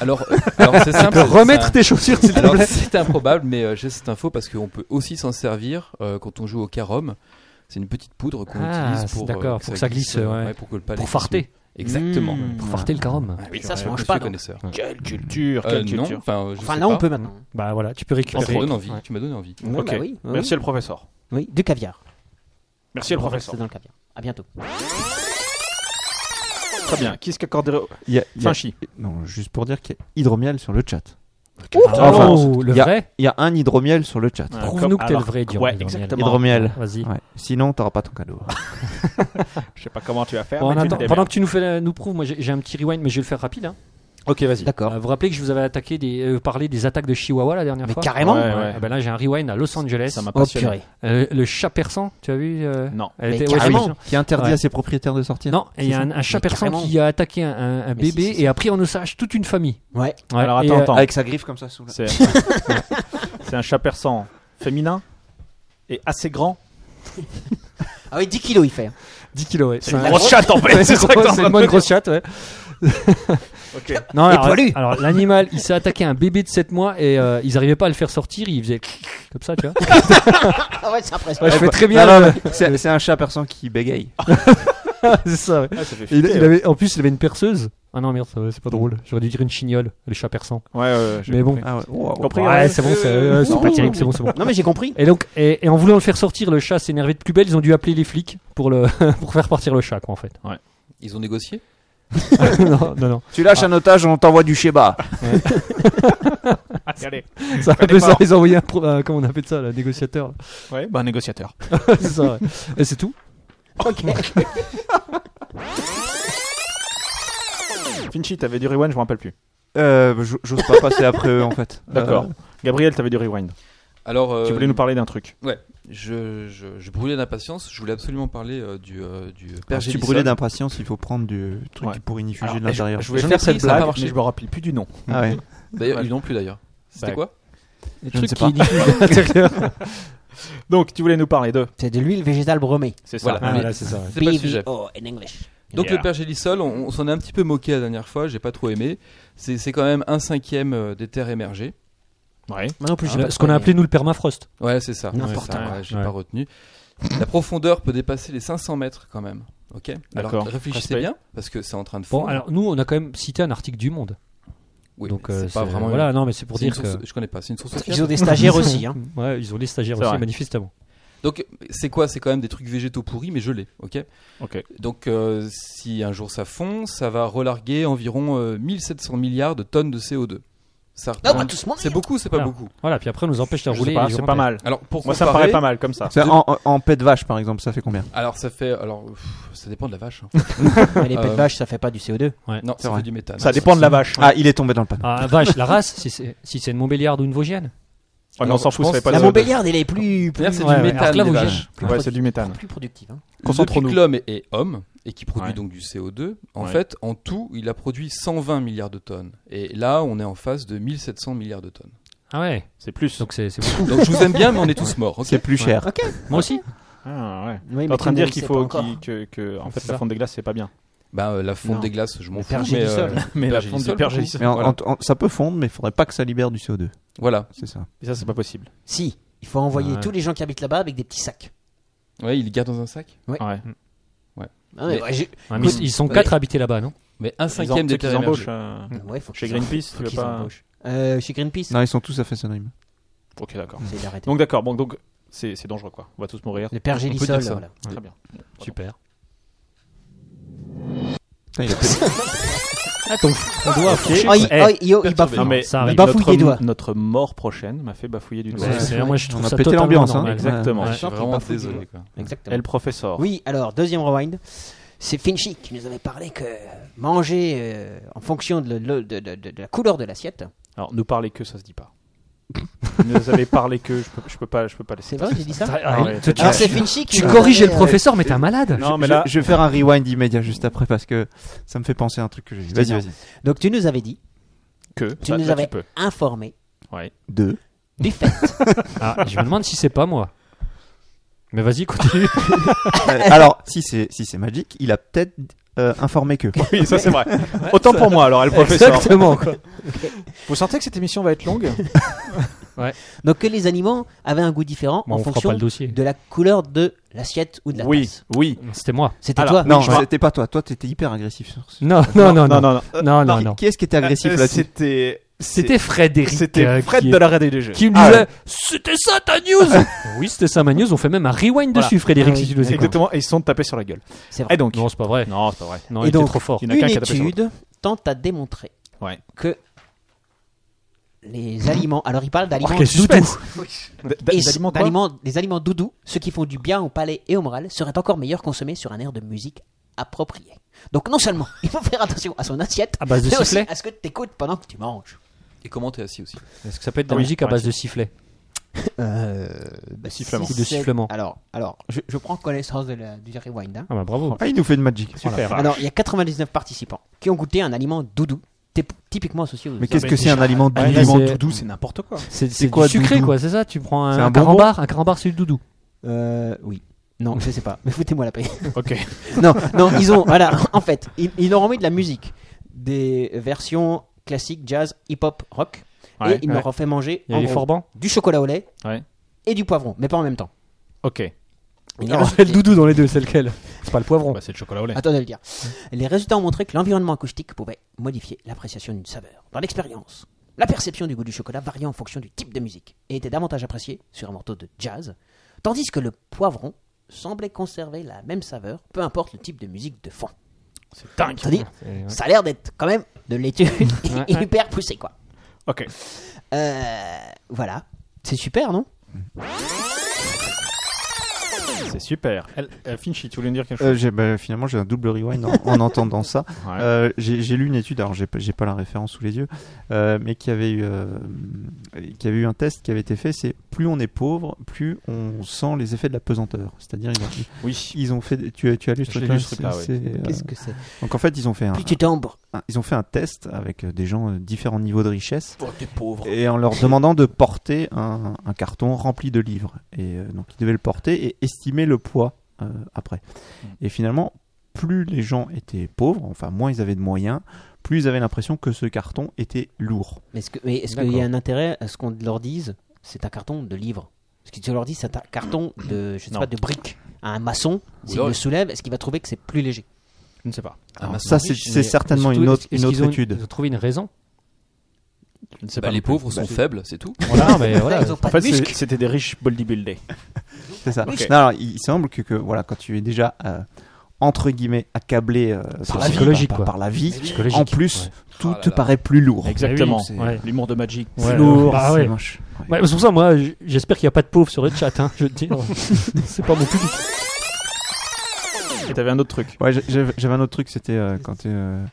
Speaker 4: Alors, euh, alors,
Speaker 7: [LAUGHS]
Speaker 4: c'est simple. c'est- c'est un-
Speaker 8: tes chaussures, s'il
Speaker 4: Alors, c'est improbable, mais euh, j'ai cette info parce qu'on peut aussi s'en servir euh, quand on joue au carom. C'est une petite poudre qu'on
Speaker 8: Ah,
Speaker 4: utilise
Speaker 8: c'est
Speaker 4: pour,
Speaker 8: d'accord, pour que ça glisse,
Speaker 4: euh,
Speaker 8: ouais.
Speaker 4: pour que le palais
Speaker 8: Pour
Speaker 4: glisse
Speaker 8: farter.
Speaker 4: mieux. Exactement.
Speaker 7: Mmh.
Speaker 8: Pour farter le carom.
Speaker 4: Ah
Speaker 3: euh,
Speaker 7: Ça se
Speaker 4: ouais,
Speaker 7: mange
Speaker 4: monsieur
Speaker 7: pas, donc.
Speaker 4: connaisseur.
Speaker 3: Quelle culture,
Speaker 4: Euh,
Speaker 3: quelle
Speaker 4: non,
Speaker 3: culture.
Speaker 4: enfin, euh, je
Speaker 7: Enfin
Speaker 4: sais
Speaker 7: là on
Speaker 4: pas.
Speaker 7: peut maintenant.
Speaker 8: Bah voilà, tu peux
Speaker 4: Tu
Speaker 8: récupérer.
Speaker 4: me donnes envie.
Speaker 8: Ouais.
Speaker 4: Tu m'as donné envie.
Speaker 7: Ouais,
Speaker 3: Ok.
Speaker 7: bah oui, oui,
Speaker 3: Merci le professeur.
Speaker 7: oui, du caviar.
Speaker 3: Merci le
Speaker 7: On va rester
Speaker 3: professeur.
Speaker 7: dans le caviar. À bientôt.
Speaker 3: Très bien. Qui se accorderait au-
Speaker 6: Il y a- il y a-
Speaker 3: Fin chi.
Speaker 6: Non, juste pour dire qu'il y a hydromiel sur le chat.
Speaker 8: Ah,
Speaker 6: Enfin,
Speaker 8: oh, le
Speaker 6: y a-
Speaker 8: vrai
Speaker 6: Il y a un hydromiel sur le chat.
Speaker 3: Ouais, comme-
Speaker 8: Prouve-nous que t'es le
Speaker 3: alors-
Speaker 8: vrai, Dion.
Speaker 3: Ouais,
Speaker 8: Hydromiel.
Speaker 3: exactement.
Speaker 6: Hydromiel.
Speaker 8: Vas-y.
Speaker 6: Ouais. Ah Sinon, t'auras pas ton cadeau.
Speaker 3: Je sais pas comment tu vas faire.
Speaker 8: Bon,
Speaker 3: mais Ah,
Speaker 8: en
Speaker 3: tu
Speaker 8: attendant-
Speaker 3: te démerdes.
Speaker 8: pendant que tu nous, fais la- nous prouves, moi j'ai j'ai un petit rewind, mais je vais le faire rapide. hein.
Speaker 3: Ok, vas-y.
Speaker 7: D'accord.
Speaker 8: Euh, vous vous rappelez que je vous avais attaqué des, euh, parlé des attaques de Chihuahua la dernière
Speaker 7: Mais
Speaker 8: fois
Speaker 7: carrément.
Speaker 3: Ouais, ouais.
Speaker 8: Ah ben là j'ai un rewind à Los Angeles.
Speaker 3: Ça m'a
Speaker 7: Oh
Speaker 3: passionné.
Speaker 7: purée.
Speaker 8: Euh, le chat persan, tu as vu euh,
Speaker 3: non.
Speaker 8: elle
Speaker 7: Mais
Speaker 8: était-
Speaker 7: carrément.
Speaker 8: je-
Speaker 6: Qui interdit
Speaker 8: Ouais.
Speaker 6: à ses propriétaires de sortir.
Speaker 8: Non, et il y a
Speaker 6: C'est
Speaker 8: un, un chat
Speaker 7: Mais
Speaker 8: persan
Speaker 7: carrément.
Speaker 8: qui a attaqué un, un- un
Speaker 7: Mais si,
Speaker 8: bébé
Speaker 7: si, si.
Speaker 8: et a pris en ossage toute une famille.
Speaker 7: Ouais.
Speaker 8: Ouais,
Speaker 3: Alors
Speaker 8: et,
Speaker 3: attends,
Speaker 8: euh,
Speaker 3: attends.
Speaker 6: Avec sa griffe comme ça sous la.
Speaker 3: C'est [LAUGHS] c'est un chat persan féminin et assez grand.
Speaker 7: Ah oui, 10 kilos il fait.
Speaker 8: 10 kilos, ouais. C'est un-
Speaker 3: Grosse chatte en fait, c'est ça que t'es en
Speaker 8: C'est
Speaker 3: train
Speaker 8: une
Speaker 3: de me
Speaker 8: bonne
Speaker 3: dire.
Speaker 8: grosse chatte, ouais.
Speaker 3: [LAUGHS] Ok.
Speaker 8: [LAUGHS] Non,
Speaker 7: Et
Speaker 8: alors,
Speaker 7: poilu.
Speaker 8: alors, l'animal, il s'est attaqué à un bébé de 7 mois et euh, ils arrivaient pas à le faire sortir, il faisait comme ça, tu vois.
Speaker 7: Ah ouais, c'est impressionnant.
Speaker 8: Ouais, je fais
Speaker 3: bah,
Speaker 8: très bien.
Speaker 6: Non,
Speaker 8: le-
Speaker 6: non, mais [LAUGHS] c'est c'est un chat persan qui bégaye.
Speaker 8: [LAUGHS] c'est ça, ouais.
Speaker 3: Ah, ça fait
Speaker 8: Il,
Speaker 3: flipper,
Speaker 8: il avait, en plus, il avait une perceuse. Ah non, merde, ça va, c'est pas drôle. J'aurais dû dire une chignole, le chat persan.
Speaker 3: Ouais, ouais, ouais, j'ai
Speaker 8: Mais bon.
Speaker 3: compris.
Speaker 6: Ah ouais.
Speaker 3: Compris, hein.
Speaker 8: ouais, c'est bon, c'est euh, c'est pas terrible, c'est bon, c'est bon.
Speaker 7: Non mais j'ai compris.
Speaker 8: Et donc, et, et en voulant le faire sortir, le chat s'est énervé de plus belle. Ils ont dû appeler les flics pour, le, [LAUGHS] pour faire partir le chat, quoi, en fait.
Speaker 4: Ils ont négocié
Speaker 8: [LAUGHS] non, non, non.
Speaker 6: Tu lâches un otage, on t'envoie du Sheba.
Speaker 3: Ah, allez.
Speaker 8: Ça
Speaker 3: Fallait
Speaker 8: appelle ça,
Speaker 3: pas.
Speaker 8: ils ont envoyé un, pro- un- comment on appelle ça, le négociateur. là.
Speaker 3: Ouais, bah négociateur.
Speaker 8: [LAUGHS] c'est ça, ouais. Et c'est tout.
Speaker 3: Finchi, t'avais du rewind, je me rappelle plus.
Speaker 6: Euh, bah, j- J'ose pas passer après eux en [LAUGHS] fait.
Speaker 3: D'accord.
Speaker 6: Euh,
Speaker 3: Gabriel, t'avais du rewind.
Speaker 4: Alors, euh,
Speaker 3: Tu voulais nous parler d'un truc.
Speaker 4: je, je, je brûlais d'impatience. Je voulais absolument parler euh, du, euh, du père
Speaker 6: Quand tu
Speaker 4: Jellison.
Speaker 6: brûlais d'impatience, il faut prendre du truc
Speaker 3: Ouais.
Speaker 6: pour iniffuger
Speaker 3: Alors,
Speaker 6: de l'intérieur.
Speaker 4: ah, je voulais
Speaker 3: J'en ai
Speaker 4: faire
Speaker 3: pris,
Speaker 4: cette
Speaker 3: ça a pas
Speaker 4: blague,
Speaker 3: marché.
Speaker 4: mais
Speaker 3: je me rappelle plus du nom.
Speaker 6: Ah ouais.
Speaker 4: D'ailleurs,
Speaker 3: Ouais.
Speaker 4: ils non plus d'ailleurs. C'était
Speaker 3: Bah,
Speaker 4: quoi
Speaker 8: Les
Speaker 6: Je ne
Speaker 8: trucs
Speaker 6: sais
Speaker 8: qui diffusent à l'intérieur.
Speaker 3: Donc, tu voulais nous parler de.
Speaker 7: C'est de l'huile végétale bromée.
Speaker 3: C'est
Speaker 4: ça.
Speaker 9: Ah,
Speaker 4: Mais-
Speaker 9: là, c'est ça. ouais.
Speaker 4: C'est pas le sujet.
Speaker 7: Oh, in English.
Speaker 4: Donc
Speaker 3: Yeah.
Speaker 4: le pergélisol, on, on s'en est un petit peu moqué la dernière fois, j'ai pas trop aimé. C'est c'est quand même un cinquième euh, des terres émergées.
Speaker 3: Ouais.
Speaker 7: Moi non plus, j'ai
Speaker 3: Bah,
Speaker 8: Le-
Speaker 7: pas
Speaker 8: ce qu'on a
Speaker 7: trouvé.
Speaker 8: appelé nous le permafrost.
Speaker 4: Ouais, c'est ça.
Speaker 7: N'importe
Speaker 4: Ouais, ça,
Speaker 7: quoi.
Speaker 4: ouais, j'ai
Speaker 8: Ouais.
Speaker 4: pas retenu. La profondeur peut dépasser les 500 mètres quand même. Ok. Alors
Speaker 3: D'accord.
Speaker 4: réfléchissez
Speaker 3: Respect.
Speaker 4: bien parce que c'est en train de
Speaker 8: Bon,
Speaker 4: fondre.
Speaker 8: alors nous, on a quand même cité un article du Monde.
Speaker 4: Oui,
Speaker 8: donc
Speaker 4: mais
Speaker 8: euh,
Speaker 4: c'est pas
Speaker 8: c'est-
Speaker 4: vraiment.
Speaker 8: Voilà, non, mais c'est pour
Speaker 4: c'est une
Speaker 8: dire
Speaker 4: source-
Speaker 8: que.
Speaker 4: Je connais pas. C'est une source.
Speaker 7: Ils
Speaker 4: fiable.
Speaker 7: ont des stagiaires
Speaker 3: [LAUGHS]
Speaker 7: aussi. Hein.
Speaker 8: [LAUGHS] Ouais, ils ont des stagiaires
Speaker 3: C'est
Speaker 8: aussi,
Speaker 3: vrai.
Speaker 8: manifestement.
Speaker 4: Donc c'est quoi C'est quand même des trucs végétaux pourris, mais gelés. Ok.
Speaker 3: Ok.
Speaker 4: Donc euh, si un jour ça fond, ça va relarguer environ euh, 1700 milliards de tonnes de CO2. Ça
Speaker 7: Non,
Speaker 4: représente-
Speaker 7: pas tous mon
Speaker 4: c'est beaucoup, c'est pas
Speaker 8: Voilà.
Speaker 4: beaucoup.
Speaker 8: Voilà, puis après, on nous empêche de
Speaker 3: Je sais
Speaker 8: rouler.
Speaker 3: pas,
Speaker 8: les
Speaker 3: c'est
Speaker 8: gens
Speaker 3: pas
Speaker 8: en
Speaker 3: mal.
Speaker 4: Alors pour
Speaker 3: Moi, ça me
Speaker 4: comparer-
Speaker 3: paraît pas mal comme ça.
Speaker 6: Ça, En, en, en paix de vache, par exemple, ça fait combien
Speaker 4: Alors ça fait alors pff, ça dépend de la vache. hein.
Speaker 7: Mais les pets
Speaker 4: Euh,
Speaker 7: de vache, ça fait pas du CO2.
Speaker 4: Non, ça
Speaker 6: vrai.
Speaker 4: fait du méthane.
Speaker 3: Ça dépend de la vache.
Speaker 6: Ah, il est tombé dans le panneau.
Speaker 8: Ah, vache, la race, si c'est si c'est une Montbéliarde ou une Vosgienne.
Speaker 3: Oh, mais on s'en fout, ça fait pas
Speaker 7: La
Speaker 3: de-
Speaker 7: Montbéliarde, elle est plus. plus
Speaker 4: D'ailleurs, c'est
Speaker 8: Ouais,
Speaker 4: du
Speaker 8: ouais.
Speaker 4: méthane
Speaker 8: Alors que là,
Speaker 4: les
Speaker 8: vous
Speaker 4: vaches.
Speaker 8: gérez.
Speaker 7: plus
Speaker 3: Ouais, c'est du méthane.
Speaker 7: Plus productive. hein.
Speaker 3: Concentrons-nous.
Speaker 4: Depuis que l'homme est homme et qui produit
Speaker 3: Ouais.
Speaker 4: donc du CO2, en
Speaker 3: Ouais.
Speaker 4: fait, en tout, il a produit 120 milliards de tonnes. Et là, on est en face de 1700 milliards de tonnes.
Speaker 8: Ah ouais,
Speaker 3: C'est plus.
Speaker 8: donc c'est c'est beaucoup.
Speaker 4: Donc je vous aime bien, mais on est tous morts. ok
Speaker 6: C'est plus cher.
Speaker 8: Moi aussi.
Speaker 3: Ah ouais.
Speaker 7: Oui,
Speaker 3: T'es
Speaker 7: mais
Speaker 3: en train de
Speaker 7: tu
Speaker 3: dire
Speaker 7: ne le
Speaker 3: qu'il
Speaker 7: sais
Speaker 3: faut
Speaker 7: pas encore.
Speaker 3: qu'il- que, que en fait
Speaker 8: C'est
Speaker 3: la
Speaker 8: ça.
Speaker 3: fonte des glaces c'est pas bien.
Speaker 4: Bah, euh, la fonte
Speaker 7: Non.
Speaker 4: des glaces, je m'en
Speaker 7: Le
Speaker 4: fous. Mais,
Speaker 7: pergélisol.
Speaker 4: euh, [LAUGHS] mais la
Speaker 3: Pergélisol,
Speaker 4: fonte du
Speaker 3: du
Speaker 4: pergélisol.
Speaker 3: pergélisol.
Speaker 6: Mais en-
Speaker 4: Voilà.
Speaker 6: en- en- ça peut fondre, mais il faudrait pas que ça libère du CO2.
Speaker 4: Voilà.
Speaker 6: C'est ça.
Speaker 3: Et ça c'est pas possible.
Speaker 7: Si, il faut envoyer
Speaker 8: Ouais.
Speaker 7: tous les gens qui habitent là-bas avec des petits sacs.
Speaker 4: Ouais, il le garde dans un sac.
Speaker 3: Ouais.
Speaker 7: Ah ouais,
Speaker 4: Mais-
Speaker 7: ouais, j'ai-
Speaker 8: Ouais, mais ils- ils sont quatre à habiter là-bas, non
Speaker 4: Mais
Speaker 3: Ils
Speaker 4: un
Speaker 3: en-
Speaker 4: cinquième des
Speaker 3: ceux qu'ils
Speaker 4: terres
Speaker 3: embauchent
Speaker 4: émergées.
Speaker 3: euh,
Speaker 7: ouais, faut
Speaker 3: chez
Speaker 7: qu'ils en-
Speaker 3: Greenpeace,
Speaker 7: faut
Speaker 3: tu veux
Speaker 7: qu'ils
Speaker 3: pas
Speaker 7: embauchent. Euh, Chez Greenpeace
Speaker 6: Non, ils sont tous à Fessenheim.
Speaker 3: OK, d'accord.
Speaker 7: C'est d'arrêter.
Speaker 3: Donc d'accord, bon donc c'est c'est dangereux quoi. On va tous mourir.
Speaker 7: Le
Speaker 4: on peut
Speaker 7: pergélisol,
Speaker 4: dire ça.
Speaker 7: voilà.
Speaker 3: Très bien.
Speaker 8: Super.
Speaker 3: [LAUGHS]
Speaker 6: Putain, il a pété.
Speaker 8: Ah, On doit
Speaker 3: Eh,
Speaker 7: Oh, il,
Speaker 3: eh,
Speaker 7: oh, il- oh, il bafouille.
Speaker 3: Non mais
Speaker 8: Ça arrive.
Speaker 7: Bafouille
Speaker 3: notre,
Speaker 7: des doigts.
Speaker 3: notre mort prochaine m'a fait bafouiller du doigt.
Speaker 8: Ouais, c'est- Moi, je
Speaker 6: On
Speaker 8: trouve
Speaker 6: a
Speaker 8: ça
Speaker 6: pété
Speaker 8: totalement
Speaker 6: l'ambiance, hein.
Speaker 8: normal.
Speaker 3: Exactement.
Speaker 8: Ouais.
Speaker 4: Je suis
Speaker 7: Sort qui
Speaker 4: vraiment
Speaker 7: bafouille.
Speaker 4: désolé. quoi.
Speaker 7: Exactement.
Speaker 3: Et le professeur.
Speaker 7: Oui, alors, deuxième rewind. C'est Finchy qui nous avait parlé que manger euh, en fonction de, le- de- de- de- de la couleur de l'assiette,
Speaker 3: Alors ne parlez que ça se dit pas. Vous avez parlé que je peux, je peux pas je peux pas laisser.
Speaker 7: c'est vrai, j'ai dit ça
Speaker 8: Ah,
Speaker 3: Ouais.
Speaker 8: tu- tu-
Speaker 7: Alors c'est Finchy qui
Speaker 8: Tu
Speaker 7: nous
Speaker 8: corriges
Speaker 7: avait,
Speaker 8: le
Speaker 7: euh,
Speaker 8: professeur, mais t'es un [LAUGHS] malade.
Speaker 3: Non mais
Speaker 6: Je-
Speaker 3: là
Speaker 6: je vais faire un rewind immédiat juste après parce que ça me fait penser à un truc que j'ai. vu. Vas-y,
Speaker 7: bien.
Speaker 6: vas-y.
Speaker 7: Donc tu nous avais dit,
Speaker 3: que
Speaker 7: tu
Speaker 3: là-
Speaker 7: nous
Speaker 3: là,
Speaker 7: avais
Speaker 3: Bah, peux.
Speaker 7: informé
Speaker 3: Ouais.
Speaker 6: Deux.
Speaker 7: du fait
Speaker 8: Ah, je me demande si c'est pas moi. Mais vas-y, continue.
Speaker 6: Euh, Alors, si c'est si c'est Magic, il a peut-être euh, informé que.
Speaker 3: Oui, ça c'est vrai. Autant pour moi alors, et le professeur.
Speaker 8: Exactement. Quoi.
Speaker 3: Vous sentez que cette émission va être longue
Speaker 7: donc que les aliments avaient un goût différent
Speaker 8: Bon,
Speaker 7: en
Speaker 8: on fera pas
Speaker 7: fonction
Speaker 8: le dossier.
Speaker 7: de la couleur de l'assiette ou de la
Speaker 3: Oui,
Speaker 7: tasse.
Speaker 3: oui.
Speaker 8: C'était moi.
Speaker 7: C'était
Speaker 3: Alors,
Speaker 7: toi
Speaker 6: Non,
Speaker 3: je crois-
Speaker 6: c'était pas toi. Toi, t'étais hyper agressif sur ce.
Speaker 8: Non, non, non, non, non,
Speaker 3: non.
Speaker 8: Ah, non,
Speaker 6: Qui-
Speaker 8: non.
Speaker 6: Qui est-ce qui était agressif
Speaker 3: Euh,
Speaker 6: là-dessus
Speaker 3: C'était
Speaker 8: C'était Frédéric. euh,
Speaker 3: c'était Fred
Speaker 8: qui-
Speaker 3: de la rédaction.
Speaker 8: Qui nous
Speaker 3: Ah,
Speaker 8: disait C'était ça ta news Oui, c'était ça ma news. On fait même un
Speaker 3: Voilà.
Speaker 8: rewind dessus, Frédéric,
Speaker 7: Ah oui.
Speaker 8: si tu le sais.
Speaker 3: Exactement, et ils se sont tapés sur la gueule.
Speaker 7: C'est vrai.
Speaker 3: Et donc
Speaker 8: Non, c'est pas vrai.
Speaker 3: Non, c'est pas vrai.
Speaker 8: Non,
Speaker 7: Et
Speaker 8: il était
Speaker 7: donc,
Speaker 8: trop fort.
Speaker 3: Il y en a
Speaker 7: Une
Speaker 3: qu'un qui a tapé sur
Speaker 7: étude tente à démontrer
Speaker 3: Ouais.
Speaker 7: que les aliments. Alors, il parle
Speaker 8: Oh,
Speaker 7: d'aliments
Speaker 3: quel suspense.
Speaker 7: doudous.
Speaker 3: l'autre. D-
Speaker 7: Et
Speaker 3: d-
Speaker 7: ce-
Speaker 3: d'aliments quoi
Speaker 7: d'aliments- les aliments doudous, ceux qui font du bien au palais et au moral, seraient encore meilleurs consommés sur un air de musique approprié. Donc, non seulement [LAUGHS] il faut faire attention à son assiette,
Speaker 8: À base de
Speaker 7: mais aussi
Speaker 8: sifflet
Speaker 7: à ce que tu écoutes pendant que tu manges.
Speaker 4: Et comment t'es assis aussi
Speaker 8: Est-ce que ça peut être de
Speaker 3: Ah
Speaker 8: la
Speaker 3: oui,
Speaker 8: musique à
Speaker 3: ouais,
Speaker 8: base de sifflet
Speaker 7: Euh, bah,
Speaker 3: sifflement.
Speaker 7: si
Speaker 8: Ou de
Speaker 7: c'est-
Speaker 8: sifflement.
Speaker 7: Alors, alors je, je prends connaissance de la- du rewind. hein.
Speaker 8: Ah bah bravo.
Speaker 6: Ah, il nous fait de Magic.
Speaker 3: Super. Ah
Speaker 7: Alors, il y a 99 participants qui ont goûté un aliment doudou, typ- typiquement associé aux
Speaker 6: Mais qu'est-ce
Speaker 3: mais
Speaker 6: que c'est un aliment
Speaker 8: Ah, là,
Speaker 6: doudou
Speaker 8: c'est-
Speaker 3: doudou, c'est n'importe quoi.
Speaker 8: C'est c'est
Speaker 6: quoi,
Speaker 8: du sucré
Speaker 6: doudou
Speaker 8: quoi, c'est ça Tu prends un,
Speaker 6: C'est un
Speaker 8: un
Speaker 6: bonbon
Speaker 8: carambar, un carambar c'est du doudou.
Speaker 7: Euh, oui. Non, je sais pas.
Speaker 8: [LAUGHS]
Speaker 7: Mais foutez-moi la paix. [LAUGHS]
Speaker 3: OK.
Speaker 7: Non, non, ils ont. Voilà, en fait, ils, ils leur ont mis de la musique. Des versions classiques, jazz, hip-hop, rock.
Speaker 3: Ouais,
Speaker 7: et ils leur ont fait manger
Speaker 8: Il y a
Speaker 7: en
Speaker 8: les
Speaker 7: gros,
Speaker 8: forbans
Speaker 7: du chocolat au lait
Speaker 3: Ouais.
Speaker 7: et du poivron, mais pas en même temps.
Speaker 3: OK.
Speaker 7: Et les
Speaker 8: Non, [LAUGHS]
Speaker 7: résultats-
Speaker 8: doudou dans les deux, c'est lequel C'est pas le poivron.
Speaker 3: Bah, c'est le chocolat au lait.
Speaker 7: Attendez de le dire. Les résultats ont montré que l'environnement acoustique pouvait modifier l'appréciation d'une saveur. Dans l'expérience, la perception du goût du chocolat variait en fonction du type de musique et était davantage appréciée sur un morceau de jazz, tandis que le poivron semblait conserver la même saveur, peu importe le type de musique de fond.
Speaker 3: C'est dingue.
Speaker 7: C'est-à-dire, ça a l'air d'être quand même de l'étude [LAUGHS] hyper poussée, quoi.
Speaker 3: OK.
Speaker 7: Euh, voilà. C'est super, non
Speaker 3: C'est super. Elle, elle, Finchy, tu voulais me dire quelque
Speaker 6: Euh,
Speaker 3: chose
Speaker 6: j'ai- bah, finalement, j'ai un double rewind en, en [LAUGHS] entendant ça.
Speaker 3: Ouais.
Speaker 6: Euh, j'ai j'ai lu une étude, alors j'ai pas- j'ai pas la référence sous les yeux, euh, mais qui avait, eu, euh, qui avait eu un test qui avait été fait. C'est plus on est pauvre, plus on sent les effets de la pesanteur. C'est-à-dire ils, ont-
Speaker 3: Oui.
Speaker 6: ils ont fait. Tu, as- tu as lu
Speaker 3: Je l'ai
Speaker 6: truc-là,
Speaker 3: lu, ce truc-là,
Speaker 6: c'est- c'est, euh,
Speaker 7: Qu'est-ce que c'est
Speaker 6: Donc en fait, ils ont fait un,
Speaker 7: Plus tu tombes,
Speaker 6: un- ils ont fait un test avec euh, des gens euh, différents niveaux de richesse
Speaker 4: Oh, t'es pauvre.
Speaker 6: et en leur demandant de porter un, un carton rempli de livres. Et euh, donc ils devaient le porter et estimer le poids euh, après.
Speaker 8: Mm.
Speaker 6: Et finalement, plus les gens étaient pauvres, enfin moins ils avaient de moyens, plus ils avaient l'impression que ce carton était lourd.
Speaker 7: mais est-ce que- mais est-ce qu'il y a un intérêt à ce qu'on leur dise c'est un carton de livres Parce que tu leur dis c'est un carton de, je sais
Speaker 3: Non.
Speaker 7: pas, de briques à un maçon,
Speaker 4: Ou
Speaker 7: s'il
Speaker 4: d'or.
Speaker 7: le soulève, est-ce qu'il va trouver que c'est plus léger
Speaker 3: Je ne sais pas.
Speaker 8: Ah,
Speaker 4: Ah,
Speaker 6: Alors, ça, c'est c'est certainement
Speaker 8: Surtout,
Speaker 6: une autre,
Speaker 8: est-ce- est-ce
Speaker 6: une autre
Speaker 8: qu'ils ont
Speaker 6: étude.
Speaker 8: Ils ont trouvé une raison.
Speaker 3: Je ne sais
Speaker 4: Bah,
Speaker 3: pas.
Speaker 4: les
Speaker 3: non plus.
Speaker 4: pauvres sont faibles, c'est tout.
Speaker 8: Voilà, mais voilà.
Speaker 7: Ils ont
Speaker 3: En
Speaker 7: pas
Speaker 3: fait,
Speaker 7: de
Speaker 3: c'est-
Speaker 7: muscles.
Speaker 3: c'était des riches bodybuilders.
Speaker 6: C'est ça.
Speaker 3: Ok.
Speaker 6: Non, alors, il il semble que, que, voilà, quand tu es déjà euh, entre guillemets accablé euh,
Speaker 8: la vie.
Speaker 6: psychologique,
Speaker 8: Par-
Speaker 6: par la vie,
Speaker 8: Psychologique.
Speaker 6: en plus,
Speaker 8: Ouais. Eh
Speaker 6: tout
Speaker 4: Ah là
Speaker 6: te
Speaker 4: là.
Speaker 6: paraît plus lourd.
Speaker 3: Exactement.
Speaker 6: c'est-
Speaker 8: Ouais.
Speaker 3: L'humour de Magic.
Speaker 8: Ouais.
Speaker 6: C'est lourd,
Speaker 8: Bah
Speaker 6: c'est
Speaker 8: ouais.
Speaker 6: moche. Ouais.
Speaker 8: Ouais, c'est pour ça, moi, j- j'espère qu'il n'y a pas de pauvres sur le chat, hein, je veux dire. c'est pas mon public.
Speaker 3: Et t'avais un autre truc.
Speaker 6: Ouais, j'a- j'avais j'avais un autre truc, c'était euh, quand, euh,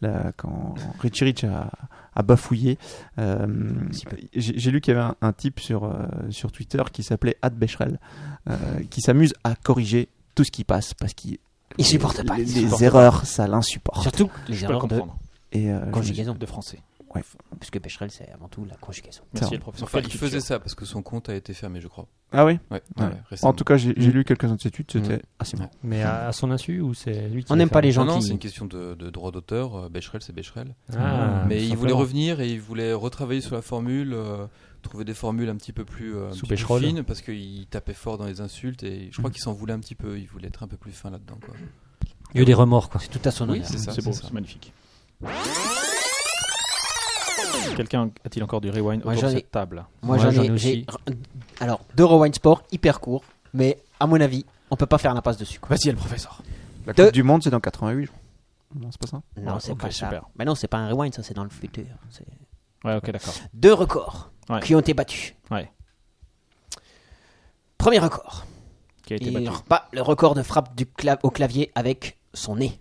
Speaker 6: la- quand Richie Rich a, a bafouillé. euh, J'ai j'ai lu qu'il y avait un, un type sur, euh, sur Twitter qui s'appelait Ad Becherel, euh, qui s'amuse à corriger tout ce qui passe parce qu'il
Speaker 7: Ils supportent pas.
Speaker 6: les,
Speaker 7: ils
Speaker 6: les
Speaker 7: supportent
Speaker 6: erreurs, ça l'insupporte.
Speaker 7: Surtout les
Speaker 3: Je peux le
Speaker 7: erreurs de
Speaker 3: comprendre.
Speaker 6: Et euh, je me suis-
Speaker 7: conjugaison.
Speaker 3: De français.
Speaker 7: Parce que Becherel, c'est avant tout la conjugaison.
Speaker 3: Merci, le professeur.
Speaker 4: Enfin,
Speaker 3: Quelle
Speaker 4: il
Speaker 3: culture.
Speaker 4: faisait ça parce que son compte a été fermé, je crois.
Speaker 6: Ah oui.
Speaker 4: Ouais,
Speaker 6: Ouais.
Speaker 4: ouais, récemment.
Speaker 6: En tout cas, j'ai j'ai lu quelques-uns de ses tweets, c'était assez bon.
Speaker 8: Mais à, à son insu, ou c'est lui qui.
Speaker 7: Mm. On
Speaker 8: l'a
Speaker 7: n'aime
Speaker 8: fait
Speaker 7: pas les gens
Speaker 4: Non, non, c'est
Speaker 7: qui.
Speaker 4: une question de, de droit d'auteur. Euh, Becherel, c'est Becherel.
Speaker 8: Ah,
Speaker 4: mais
Speaker 8: tout
Speaker 4: il voulait
Speaker 8: simplement.
Speaker 4: revenir et il voulait retravailler sur la formule, euh, trouver des formules un petit peu plus, euh, un
Speaker 8: Sous
Speaker 4: petit peu plus
Speaker 8: Becherel.
Speaker 4: fines parce qu'il tapait fort dans les insultes et je crois qu'il s'en voulait un petit peu. Il voulait être un peu plus fin là-dedans. quoi.
Speaker 8: Il y a eu des remords, quoi.
Speaker 7: C'est tout à son
Speaker 4: Oui,
Speaker 7: honneur.
Speaker 4: c'est ça.
Speaker 3: C'est beau,
Speaker 4: ça.
Speaker 3: c'est magnifique. Quelqu'un a-t-il encore du rewind autour
Speaker 7: Moi,
Speaker 3: de
Speaker 7: j'en ai-
Speaker 3: cette table
Speaker 7: Moi,
Speaker 8: Ouais,
Speaker 7: j'en ai. j'ai- Alors, deux rewind sport hyper court, mais à mon avis, on peut pas faire l'impasse dessus. quoi.
Speaker 3: Vas-y, le professeur.
Speaker 6: La
Speaker 7: De-
Speaker 6: Coupe du Monde, c'est dans 88. je crois. Non, c'est pas ça
Speaker 7: Non,
Speaker 3: Ouais,
Speaker 7: c'est
Speaker 3: ok,
Speaker 7: pas
Speaker 3: super.
Speaker 7: ça. Mais non, c'est pas un rewind, ça, c'est dans le futur. C'est-
Speaker 3: Ouais, ok, d'accord.
Speaker 7: Deux records
Speaker 3: Ouais.
Speaker 7: qui ont été battus.
Speaker 3: Ouais.
Speaker 7: Premier record.
Speaker 3: Qui a été
Speaker 7: Il [LAUGHS]
Speaker 3: battu.
Speaker 7: bat le record de frappe du cla- au clavier avec son nez.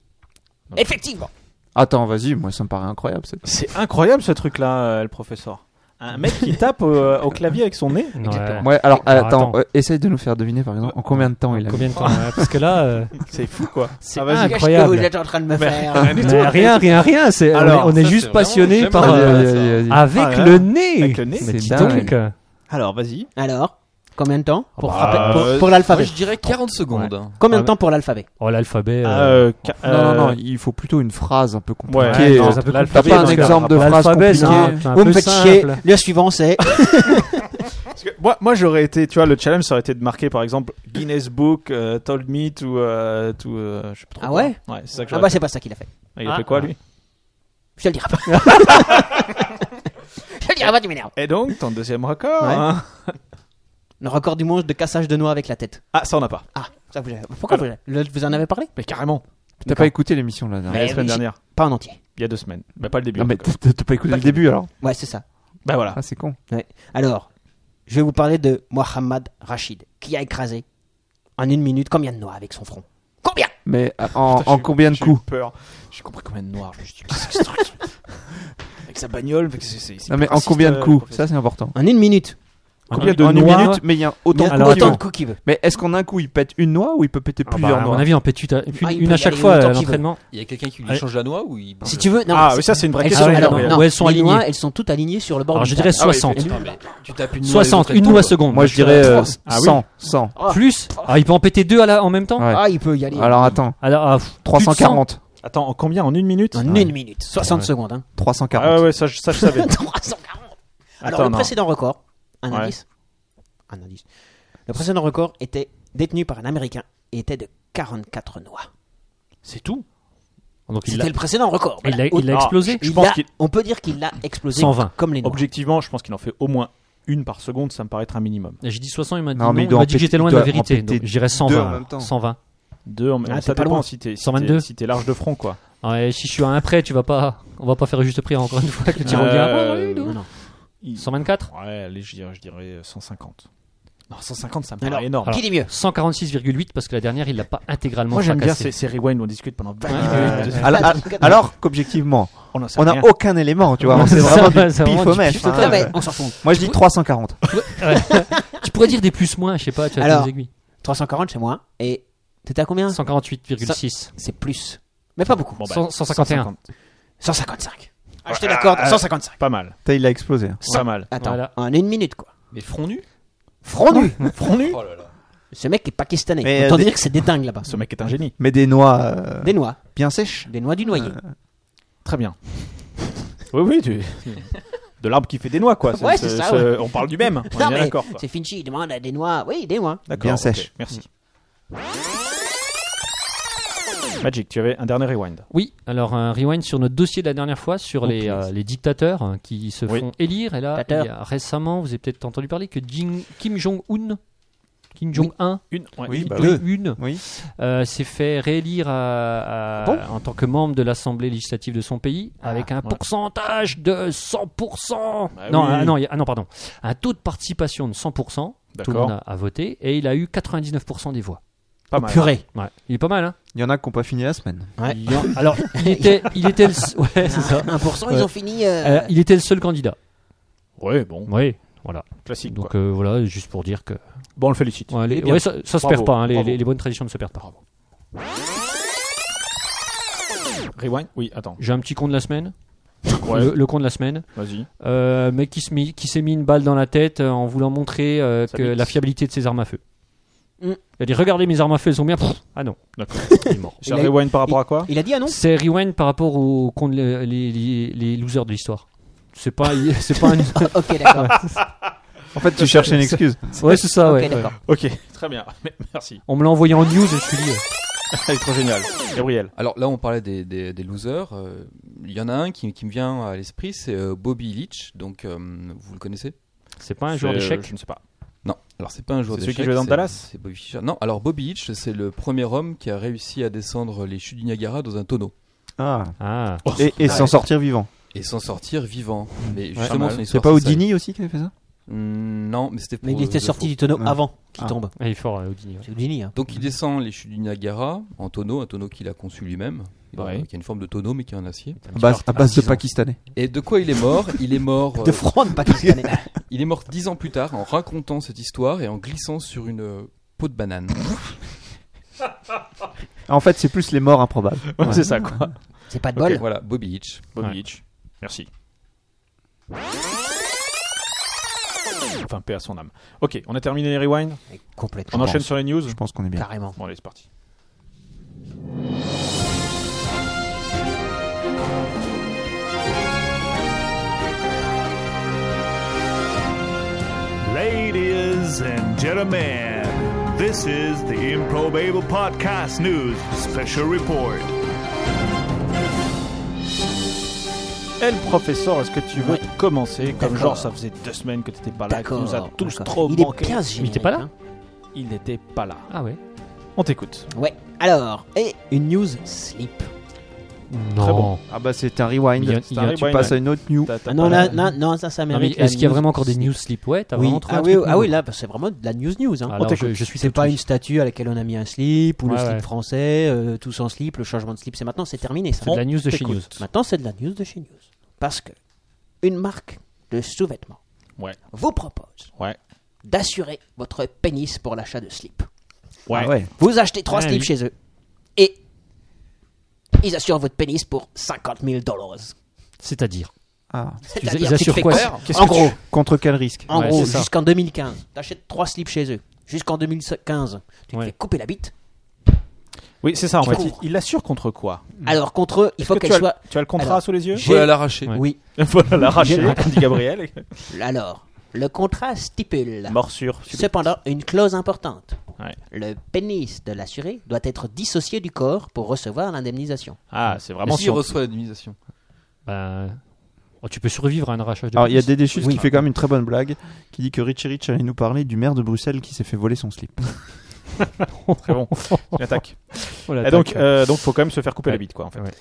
Speaker 3: Non.
Speaker 7: Effectivement.
Speaker 6: Attends, vas-y, moi ça me paraît incroyable. cette-
Speaker 3: C'est incroyable ce truc-là, euh, le professeur. Un mec qui tape euh, au clavier avec son nez.
Speaker 8: Ouais.
Speaker 6: Ouais, alors
Speaker 8: Alors,
Speaker 6: attends,
Speaker 8: attends.
Speaker 6: euh, essaye de nous faire deviner par exemple en combien de temps il a mis.
Speaker 8: Combien de temps ouais, Parce que là, euh,
Speaker 3: C'est fou, quoi.
Speaker 7: C'est
Speaker 3: Ah, vas-y.
Speaker 8: Incroyable.
Speaker 7: incroyable. Vous êtes en train de me faire.
Speaker 3: [LAUGHS] Rien du tout.
Speaker 8: mais rien, rien, rien. c'est- on est-
Speaker 3: Alors,
Speaker 8: on est
Speaker 4: ça,
Speaker 8: juste
Speaker 4: c'est
Speaker 8: passionné
Speaker 4: vraiment-
Speaker 8: par.
Speaker 4: j'aime
Speaker 8: euh,
Speaker 4: bien.
Speaker 6: Aïe, aïe, aïe, aïe.
Speaker 8: avec
Speaker 3: Ah,
Speaker 8: le nez
Speaker 3: Avec le nez.
Speaker 8: Mais
Speaker 6: C'est
Speaker 8: dis
Speaker 6: dingue.
Speaker 8: donc
Speaker 3: Alors, vas-y.
Speaker 7: Alors, combien de temps pour,
Speaker 3: bah,
Speaker 7: frapper- pour-
Speaker 3: euh,
Speaker 7: pour
Speaker 4: Moi,
Speaker 7: l'alphabet
Speaker 4: je dirais 40 secondes. hein.
Speaker 7: Combien
Speaker 8: Ah,
Speaker 7: de temps pour l'alphabet
Speaker 8: Oh, l'alphabet. euh,
Speaker 3: Euh, ca-
Speaker 6: Non, non, non,
Speaker 3: euh,
Speaker 6: il faut plutôt une phrase un peu compliquée.
Speaker 3: Ouais,
Speaker 8: ouais,
Speaker 6: euh,
Speaker 8: non, ça peut
Speaker 6: T'as
Speaker 3: l'alphabet,
Speaker 6: pas un
Speaker 3: donc,
Speaker 6: exemple de phrase
Speaker 8: L'alphabet, c'est
Speaker 6: compliquée
Speaker 8: un,
Speaker 7: compliquée.
Speaker 8: c'est un
Speaker 7: Vous
Speaker 8: peu
Speaker 7: me faites chier.
Speaker 8: simple.
Speaker 7: Le suivant, c'est.
Speaker 3: parce que moi, moi, j'aurais été, tu vois, le challenge, ça aurait été de marquer, par exemple, Guinness Book, euh, Told Me, tout, euh, tout, euh, je sais pas trop
Speaker 7: Ah
Speaker 3: quoi.
Speaker 7: ouais
Speaker 3: Ouais, c'est ça que
Speaker 7: Ah
Speaker 3: j'aurais
Speaker 7: bah, c'est pas ça qu'il a fait.
Speaker 3: fait. Il a
Speaker 8: Ah.
Speaker 3: fait quoi, lui
Speaker 7: Je te le
Speaker 3: [LAUGHS]
Speaker 7: dirai pas. je te le dirai pas, tu m'énerves.
Speaker 3: Et donc, ton deuxième record
Speaker 7: Ouais.
Speaker 3: hein
Speaker 7: Le record du monde de cassage de noix avec la tête.
Speaker 3: Ah, ça, on n'a pas.
Speaker 7: Ah, ça vous avez... Pourquoi vous, le- vous en avez parlé
Speaker 3: Mais carrément.
Speaker 6: T'as pas écouté l'émission là
Speaker 3: Mais
Speaker 6: dernière.
Speaker 3: la
Speaker 7: Mais
Speaker 3: semaine
Speaker 7: oui,
Speaker 3: dernière.
Speaker 7: Pas en entier.
Speaker 3: Il y a deux semaines. Bah, pas le début.
Speaker 6: Non
Speaker 3: en
Speaker 6: Ah, mais
Speaker 3: tout cas.
Speaker 6: t'as t'as pas écouté le début alors
Speaker 7: Ouais, c'est ça.
Speaker 3: Bah voilà.
Speaker 6: Ah c'est con.
Speaker 7: Alors, je vais vous parler de Mohamed Rachid, qui a écrasé en une minute combien de noix avec son front Combien
Speaker 6: Mais euh, en,
Speaker 3: Putain,
Speaker 6: en
Speaker 3: j'ai-
Speaker 6: combien de
Speaker 3: j'ai eu
Speaker 6: coups
Speaker 3: peur. J'ai compris combien de noirs. Je me suis dit, qu'est-ce que c'est que
Speaker 7: [LAUGHS]
Speaker 3: ce truc Avec sa bagnole, avec ses- ses- ses
Speaker 6: Non mais en
Speaker 3: raciste,
Speaker 6: combien de
Speaker 3: euh,
Speaker 6: coups
Speaker 3: professeur.
Speaker 6: Ça c'est important.
Speaker 7: En une minute.
Speaker 6: En
Speaker 8: combien de
Speaker 6: en une
Speaker 8: noix
Speaker 6: minute, mais il y a autant
Speaker 7: Il y a
Speaker 6: de
Speaker 8: alors,
Speaker 6: coups.
Speaker 7: autant
Speaker 8: attends.
Speaker 7: de coups qui veut.
Speaker 6: Mais est-ce qu'en un coup il pète une noix ou il peut péter
Speaker 8: Ah bah,
Speaker 6: plusieurs
Speaker 8: à mon
Speaker 6: noix
Speaker 8: avis, en pétue, t'as- une,
Speaker 7: Ah, il
Speaker 8: une
Speaker 7: peut
Speaker 8: à
Speaker 7: y
Speaker 8: chaque
Speaker 7: aller
Speaker 8: fois
Speaker 7: autant
Speaker 8: à
Speaker 7: qu'il veut.
Speaker 8: l'entraînement.
Speaker 4: Il y a quelqu'un qui lui
Speaker 8: Allez.
Speaker 4: change la noix ou il.
Speaker 7: Si tu veux, non,
Speaker 3: Ah,
Speaker 7: mais
Speaker 3: oui, ça, c'est une vraie
Speaker 7: elles
Speaker 3: question.
Speaker 7: sont, alors,
Speaker 3: ouais.
Speaker 7: non,
Speaker 8: Où elles sont
Speaker 7: les
Speaker 8: alignées.
Speaker 7: noix, elles sont toutes alignées sur le bord
Speaker 8: Alors,
Speaker 7: du Ah
Speaker 8: je
Speaker 7: table.
Speaker 8: dirais
Speaker 4: ouais,
Speaker 8: 60.
Speaker 4: effectivement, mais tu tapes une noix. les
Speaker 8: 60,
Speaker 4: autres, elles
Speaker 8: une noix
Speaker 4: tombent.
Speaker 8: seconde.
Speaker 6: Moi je dirais euh,
Speaker 3: Ah oui.
Speaker 6: 100, 100.
Speaker 7: Ah,
Speaker 8: Plus. Ah, il peut en péter deux à la- en même temps
Speaker 6: Ouais.
Speaker 7: ah, il peut y aller.
Speaker 6: Alors attends,
Speaker 8: Alors, ah, pff, plus de
Speaker 6: 340.
Speaker 3: Attends, en combien En une minute
Speaker 7: en une minute. 60 secondes. Hein.
Speaker 6: 340.
Speaker 3: Ah ouais, ouais, ça, je- ça je
Speaker 7: [LAUGHS]
Speaker 3: savais.
Speaker 7: 340. Alors,
Speaker 3: Attends,
Speaker 7: le
Speaker 3: non.
Speaker 7: précédent record, un
Speaker 3: Ouais.
Speaker 7: indice. Un indice. Le précédent record était détenu par un Américain et était de 44 noix.
Speaker 3: C'est tout
Speaker 8: cent. Donc, il
Speaker 7: C'était
Speaker 8: l'a-
Speaker 7: le précédent record.
Speaker 8: il l'a
Speaker 7: Voilà.
Speaker 8: il l'a explosé.
Speaker 3: Je
Speaker 7: Il
Speaker 3: pense
Speaker 7: a-
Speaker 3: qu'il-
Speaker 7: On peut dire qu'il l'a explosé
Speaker 8: 120.
Speaker 7: comme les noix.
Speaker 3: Objectivement, je pense qu'il en fait au moins une par seconde, ça me paraît être un minimum.
Speaker 8: J'ai dit 60, il m'a dit
Speaker 6: Non,
Speaker 8: non,
Speaker 6: mais il
Speaker 8: il
Speaker 6: doit
Speaker 8: m'a
Speaker 6: en
Speaker 8: dit que
Speaker 6: péter-
Speaker 8: j'étais
Speaker 6: il
Speaker 8: loin de
Speaker 6: doit
Speaker 8: la
Speaker 6: en
Speaker 8: vérité.
Speaker 6: péter
Speaker 8: Donc, j'irais
Speaker 6: deux en
Speaker 8: 120.
Speaker 6: même temps.
Speaker 8: 120.
Speaker 3: Deux, en-
Speaker 7: Ah, t'es
Speaker 3: ça
Speaker 7: pas
Speaker 3: dépend
Speaker 7: loin.
Speaker 3: si t'es si
Speaker 8: 122.
Speaker 3: t'es- si t'es large de front, quoi.
Speaker 8: Ouais, si je suis à un prêt, tu vas pas. On va pas faire juste prix encore une fois que tu
Speaker 3: Euh,
Speaker 8: reviens. Ah, ouais,
Speaker 3: non,
Speaker 8: non.
Speaker 3: non. Il-
Speaker 8: 124
Speaker 3: Ouais, allez, je dirais, je dirais 150. Non, 150, ça me
Speaker 7: Alors,
Speaker 3: paraît énorme.
Speaker 7: Qui dit mieux
Speaker 8: 146,8 parce que la dernière, il l'a pas intégralement
Speaker 3: Moi, j'aime bien
Speaker 8: fracassé.
Speaker 3: ces, ces rewinds où on discute pendant 20
Speaker 6: Euh,
Speaker 3: minutes. Oh
Speaker 6: alors- alors-
Speaker 7: [LAUGHS]
Speaker 6: alors qu'objectivement,
Speaker 3: On en sait
Speaker 6: on n'a
Speaker 3: rien.
Speaker 6: aucun élément, tu vois. C'est
Speaker 8: Ça
Speaker 6: vraiment
Speaker 8: va,
Speaker 6: du
Speaker 8: c'est
Speaker 6: pif
Speaker 8: vraiment
Speaker 6: au
Speaker 8: du
Speaker 6: mèche.
Speaker 8: pif
Speaker 6: hein.
Speaker 8: total.
Speaker 7: Non, mais on s'en fout.
Speaker 6: Moi je dis 340.
Speaker 8: Tu pourrais dire des plus-moins, je sais pas, tu as
Speaker 7: Alors,
Speaker 8: des aiguilles.
Speaker 7: 340 chez moi. Et t'étais à
Speaker 3: hein.
Speaker 7: combien
Speaker 8: 148,6.
Speaker 7: C'est plus. Mais pas beaucoup.
Speaker 3: Bon, bah,
Speaker 8: 100 151.
Speaker 7: 155. Ah, je te l'accorde, 155.
Speaker 3: Pas mal,
Speaker 6: Putain, Il a explosé.
Speaker 3: pas mal.
Speaker 7: Attends,
Speaker 8: Voilà.
Speaker 7: en une minute quoi.
Speaker 4: Mais front nu
Speaker 7: Frondu
Speaker 3: Front nu
Speaker 4: Oh là là.
Speaker 7: Ce mec est pakistanais.
Speaker 6: Mais,
Speaker 7: Autant
Speaker 6: euh, des-
Speaker 7: dire que c'est des dingues là-bas.
Speaker 3: Ce mec est un génie.
Speaker 6: Mais des noix euh,
Speaker 7: Des noix.
Speaker 6: bien sèches.
Speaker 7: Des noix du noyer.
Speaker 6: Euh,
Speaker 3: Très bien. Oui, oui, tu... de l'arbre qui fait des noix, quoi.
Speaker 7: Ouais, c'est ça, ouais.
Speaker 3: On parle du même. On est
Speaker 7: Non,
Speaker 3: bien
Speaker 7: mais
Speaker 3: d'accord. quoi.
Speaker 7: C'est Finchi, il demande à des noix. Oui, des noix.
Speaker 3: D'accord,
Speaker 6: Bien
Speaker 3: ok,
Speaker 6: sèche.
Speaker 3: Merci. Magic, tu avais un dernier rewind.
Speaker 8: Oui, alors un rewind sur notre dossier de la dernière fois sur
Speaker 3: Oh,
Speaker 8: les,
Speaker 3: punaise.
Speaker 8: euh, les dictateurs hein, qui se
Speaker 3: Oui.
Speaker 8: font élire. Et là, il
Speaker 7: Dictateur.
Speaker 8: y a récemment, vous avez peut-être entendu parler que Jing- Kim Jong-un, Kim Jong-un,
Speaker 3: Une. ouais.
Speaker 6: Oui, bah
Speaker 8: Kim Jong-un,
Speaker 6: Oui.
Speaker 8: euh, s'est fait réélire à- à- en tant que membre de l'Assemblée législative de son pays avec un
Speaker 3: Ah, ouais.
Speaker 8: pourcentage de 100%.
Speaker 3: Bah
Speaker 8: non,
Speaker 3: oui.
Speaker 8: ah, non, il y a- ah non, pardon. Un taux de participation de 100%. Tout le monde
Speaker 3: D'accord.
Speaker 8: a, a voté et il a eu 99% des voix.
Speaker 3: Pas mal.
Speaker 7: Purée.
Speaker 8: Ouais. Il est pas mal, hein
Speaker 6: Il y en a qui n'ont pas fini la semaine.
Speaker 7: Ouais. Ah,
Speaker 8: Il y a- [LAUGHS] Alors, il était, il était le, s- ouais, c'est ça.
Speaker 7: 1%, ils
Speaker 8: Ouais.
Speaker 7: ont fini.
Speaker 8: Euh,
Speaker 7: euh,
Speaker 8: il était le seul candidat.
Speaker 3: Ouais, bon,
Speaker 8: Oui, voilà.
Speaker 3: classique. quoi.
Speaker 8: Donc euh, voilà, juste pour dire que
Speaker 3: Bon, on le félicite.
Speaker 8: Ouais, les-
Speaker 3: Eh bien,
Speaker 8: ouais, ça, ça se
Speaker 3: Bravo,
Speaker 8: perd pas. hein, les,
Speaker 3: bravo.
Speaker 8: les- les bonnes traditions ne se perdent pas.
Speaker 3: Rewind Oui, attends.
Speaker 8: J'ai un petit con de la semaine.
Speaker 3: Ouais,
Speaker 8: Le, le con de la semaine,
Speaker 3: vas-y.
Speaker 8: euh, mec qui se mit- qui s'est mis une balle dans la tête euh, en voulant montrer euh,
Speaker 3: Sa
Speaker 8: que
Speaker 3: bite.
Speaker 8: la fiabilité de ses armes à feu.
Speaker 7: Mm.
Speaker 8: Il a dit regardez mes armes à feu, elles sont bien. Pff,
Speaker 3: [COUGHS]
Speaker 8: ah non,
Speaker 3: D'accord.
Speaker 8: il est mort.
Speaker 3: C'est
Speaker 7: Il
Speaker 3: un
Speaker 7: a-
Speaker 3: rewind par rapport à quoi
Speaker 7: Il a dit ah non
Speaker 8: C'est rewind par rapport aux con de- les, les- les losers de l'histoire. C'est pas,
Speaker 3: [LAUGHS]
Speaker 8: c'est pas un.
Speaker 7: Ah, Ok, d'accord.
Speaker 6: En fait, tu cherches une excuse.
Speaker 8: Ouais, [LAUGHS] c'est ça, ouais.
Speaker 7: Ok, d'accord.
Speaker 3: Ok, très bien. [LAUGHS] Merci.
Speaker 8: On me l'a envoyé en news et je suis dit. euh,
Speaker 3: Elle est trop géniale. Gabriel.
Speaker 4: Alors là, on parlait des, des, des losers. euh, Il y en a un qui, qui me vient à l'esprit, c'est euh, Bobby Leach. Donc, euh, vous le connaissez
Speaker 8: C'est pas un joueur
Speaker 3: C'est,
Speaker 8: d'échecs.
Speaker 3: euh, Je ne sais pas.
Speaker 4: Non. Alors, c'est pas un joueur
Speaker 3: C'est
Speaker 4: de
Speaker 3: celui qui jouait dans Dallas
Speaker 4: C'est Bobby Fischer. Non, alors Bobby Leach, c'est le premier homme qui a réussi à descendre les chutes du Niagara dans un tonneau
Speaker 6: Ah.
Speaker 8: Ah.
Speaker 6: Et, et s'en sortir vivant.
Speaker 4: et s'en sortir vivant. Mais
Speaker 6: Pas
Speaker 4: justement,
Speaker 3: mal.
Speaker 4: son
Speaker 6: C'est
Speaker 4: histoire.
Speaker 6: pas
Speaker 4: ça.
Speaker 6: Houdini aussi qui avait fait ça
Speaker 4: Mm, Non, mais c'était pour.
Speaker 7: Mais il
Speaker 4: euh,
Speaker 7: était
Speaker 4: The
Speaker 7: sorti
Speaker 4: Faux.
Speaker 7: du tonneau
Speaker 6: Ouais.
Speaker 7: avant qu'il
Speaker 6: Ah.
Speaker 7: tombe.
Speaker 8: Il est fort, euh, Houdini. ouais.
Speaker 7: C'est Houdini. Hein.
Speaker 4: Donc il descend les chutes du Niagara en tonneau, un tonneau qu'il a conçu lui-même,
Speaker 3: Ouais.
Speaker 4: euh, qui a une forme de tonneau mais qui est en acier.
Speaker 6: à base, à base de
Speaker 4: artisan.
Speaker 6: Pakistanais.
Speaker 4: Et de quoi il est mort Il est mort,
Speaker 7: De
Speaker 4: euh,
Speaker 7: Franck pakistanais.
Speaker 4: il est mort dix ans plus tard en racontant cette histoire et en glissant sur une euh, peau de banane.
Speaker 6: En fait, c'est plus les morts improbables. Ouais.
Speaker 3: [LAUGHS] C'est ça, quoi.
Speaker 7: C'est pas de bol.
Speaker 4: Voilà, Bobby Hitch.
Speaker 3: Bobby
Speaker 8: Ouais.
Speaker 3: Leach. Merci. Enfin, paix à son âme. Ok, on a terminé les rewinds.
Speaker 7: Mais
Speaker 3: On
Speaker 7: Complètement.
Speaker 3: enchaîne sur les news.
Speaker 6: Je pense qu'on est bien.
Speaker 7: Carrément.
Speaker 3: Bon, allez, c'est parti.
Speaker 9: Ladies and gentlemen, this is the Improbable Podcast News Special Report.
Speaker 3: El professeur, est-ce que tu veux
Speaker 7: Ouais.
Speaker 3: commencer Comme
Speaker 7: D'accord.
Speaker 3: genre, ça faisait deux semaines que t'étais pas là, que tu
Speaker 7: D'accord.
Speaker 3: nous a tous
Speaker 7: d'accord.
Speaker 3: trop
Speaker 7: il est
Speaker 3: manqué.
Speaker 7: bien ce générique,
Speaker 8: était pas là
Speaker 7: hein.
Speaker 3: Il n'était pas là.
Speaker 8: Ah ouais.
Speaker 3: On t'écoute.
Speaker 7: Ouais. Alors, et une news slip.
Speaker 8: Non.
Speaker 3: Très bon.
Speaker 6: Ah bah c'est un
Speaker 8: Il y a-
Speaker 6: rewind.
Speaker 8: il y a-
Speaker 6: Tu passes à une autre news.
Speaker 3: T'as- t'as
Speaker 7: Ah non,
Speaker 3: pas-
Speaker 7: là, non, non, ça, ça
Speaker 8: Non, mais
Speaker 7: mérite. la
Speaker 8: Est-ce qu'il y a
Speaker 7: news
Speaker 8: vraiment encore des
Speaker 7: slip.
Speaker 8: news slip Ouais, t'as
Speaker 7: Oui.
Speaker 8: vraiment trouvé
Speaker 7: Ah,
Speaker 8: un
Speaker 7: oui,
Speaker 8: truc
Speaker 7: ah
Speaker 8: nouveau.
Speaker 7: oui, là, parce que c'est vraiment de la news news. Hein.
Speaker 8: Alors,
Speaker 3: t'écoute.
Speaker 8: je, je suis
Speaker 7: C'est pas une
Speaker 8: sceptique.
Speaker 7: statue à laquelle on a mis un slip ou le
Speaker 8: Ouais,
Speaker 7: slip
Speaker 8: ouais.
Speaker 7: français, euh, tous en slip, le changement de slip, c'est maintenant, c'est terminé ça.
Speaker 8: C'est de la news de chez
Speaker 3: t'écoute.
Speaker 8: News.
Speaker 7: Maintenant, c'est de la news de chez News. Parce que une marque de sous-vêtements
Speaker 3: Ouais.
Speaker 7: vous propose
Speaker 3: Ouais.
Speaker 7: d'assurer votre pénis pour l'achat de slips.
Speaker 3: Ouais.
Speaker 6: Ah ouais.
Speaker 7: Vous achetez trois
Speaker 8: Ah,
Speaker 7: slips
Speaker 8: oui.
Speaker 7: chez eux et ils assurent votre pénis pour 50 000 dollars.
Speaker 8: C'est-à-dire.
Speaker 6: Ah.
Speaker 8: ils
Speaker 7: C'est-à-dire, tu te
Speaker 8: assurent
Speaker 7: fais
Speaker 8: quoi
Speaker 7: quoi
Speaker 3: Qu'est-ce
Speaker 7: En
Speaker 3: que
Speaker 7: gros,
Speaker 3: tu-
Speaker 6: Contre quel risque
Speaker 7: en
Speaker 8: Ouais,
Speaker 7: gros,
Speaker 8: c'est ça.
Speaker 7: jusqu'en 2015, t'achètes trois slips chez eux. Jusqu'en 2015, tu
Speaker 8: Ouais.
Speaker 7: te fais couper la bite.
Speaker 3: Oui, c'est ça, en
Speaker 7: Il
Speaker 3: fait. Il,
Speaker 7: court.
Speaker 3: il assure contre quoi
Speaker 6: Hmm.
Speaker 7: Alors contre eux, il faut
Speaker 3: Est-ce que
Speaker 7: qu'elle
Speaker 3: tu as,
Speaker 7: soit.
Speaker 3: tu as le contrat
Speaker 7: Alors,
Speaker 3: sous les yeux
Speaker 7: j'ai-
Speaker 4: Voilà l'arracher.
Speaker 3: Ah,
Speaker 8: Ouais.
Speaker 7: Oui.
Speaker 3: [LAUGHS] Voilà, l'arracher, comme dit Gabriel.
Speaker 7: Alors, le contrat stipule.
Speaker 3: [LAUGHS] Morsure.
Speaker 7: Cependant, une clause importante.
Speaker 3: Ouais.
Speaker 7: Le pénis de l'assuré doit être dissocié du corps pour recevoir l'indemnisation.
Speaker 3: Ah, c'est
Speaker 4: Vraiment,
Speaker 3: vraiment
Speaker 4: si il
Speaker 3: sur
Speaker 4: reçoit l'indemnisation.
Speaker 8: Bah, oh, tu peux survivre à un arrachage de
Speaker 6: Alors il y a
Speaker 8: pénis.
Speaker 6: des déchus
Speaker 8: Oui.
Speaker 6: qui fait quand même une très bonne blague qui dit que Richie Rich allait nous parler du maire de Bruxelles qui s'est fait voler son slip.
Speaker 3: Très bon. Une attaque.
Speaker 8: Oh, la
Speaker 3: Et donc,
Speaker 8: tac. Eh,
Speaker 7: [LAUGHS]
Speaker 3: euh, donc, faut quand même se faire couper la bite, quoi, en fait.
Speaker 8: Ouais.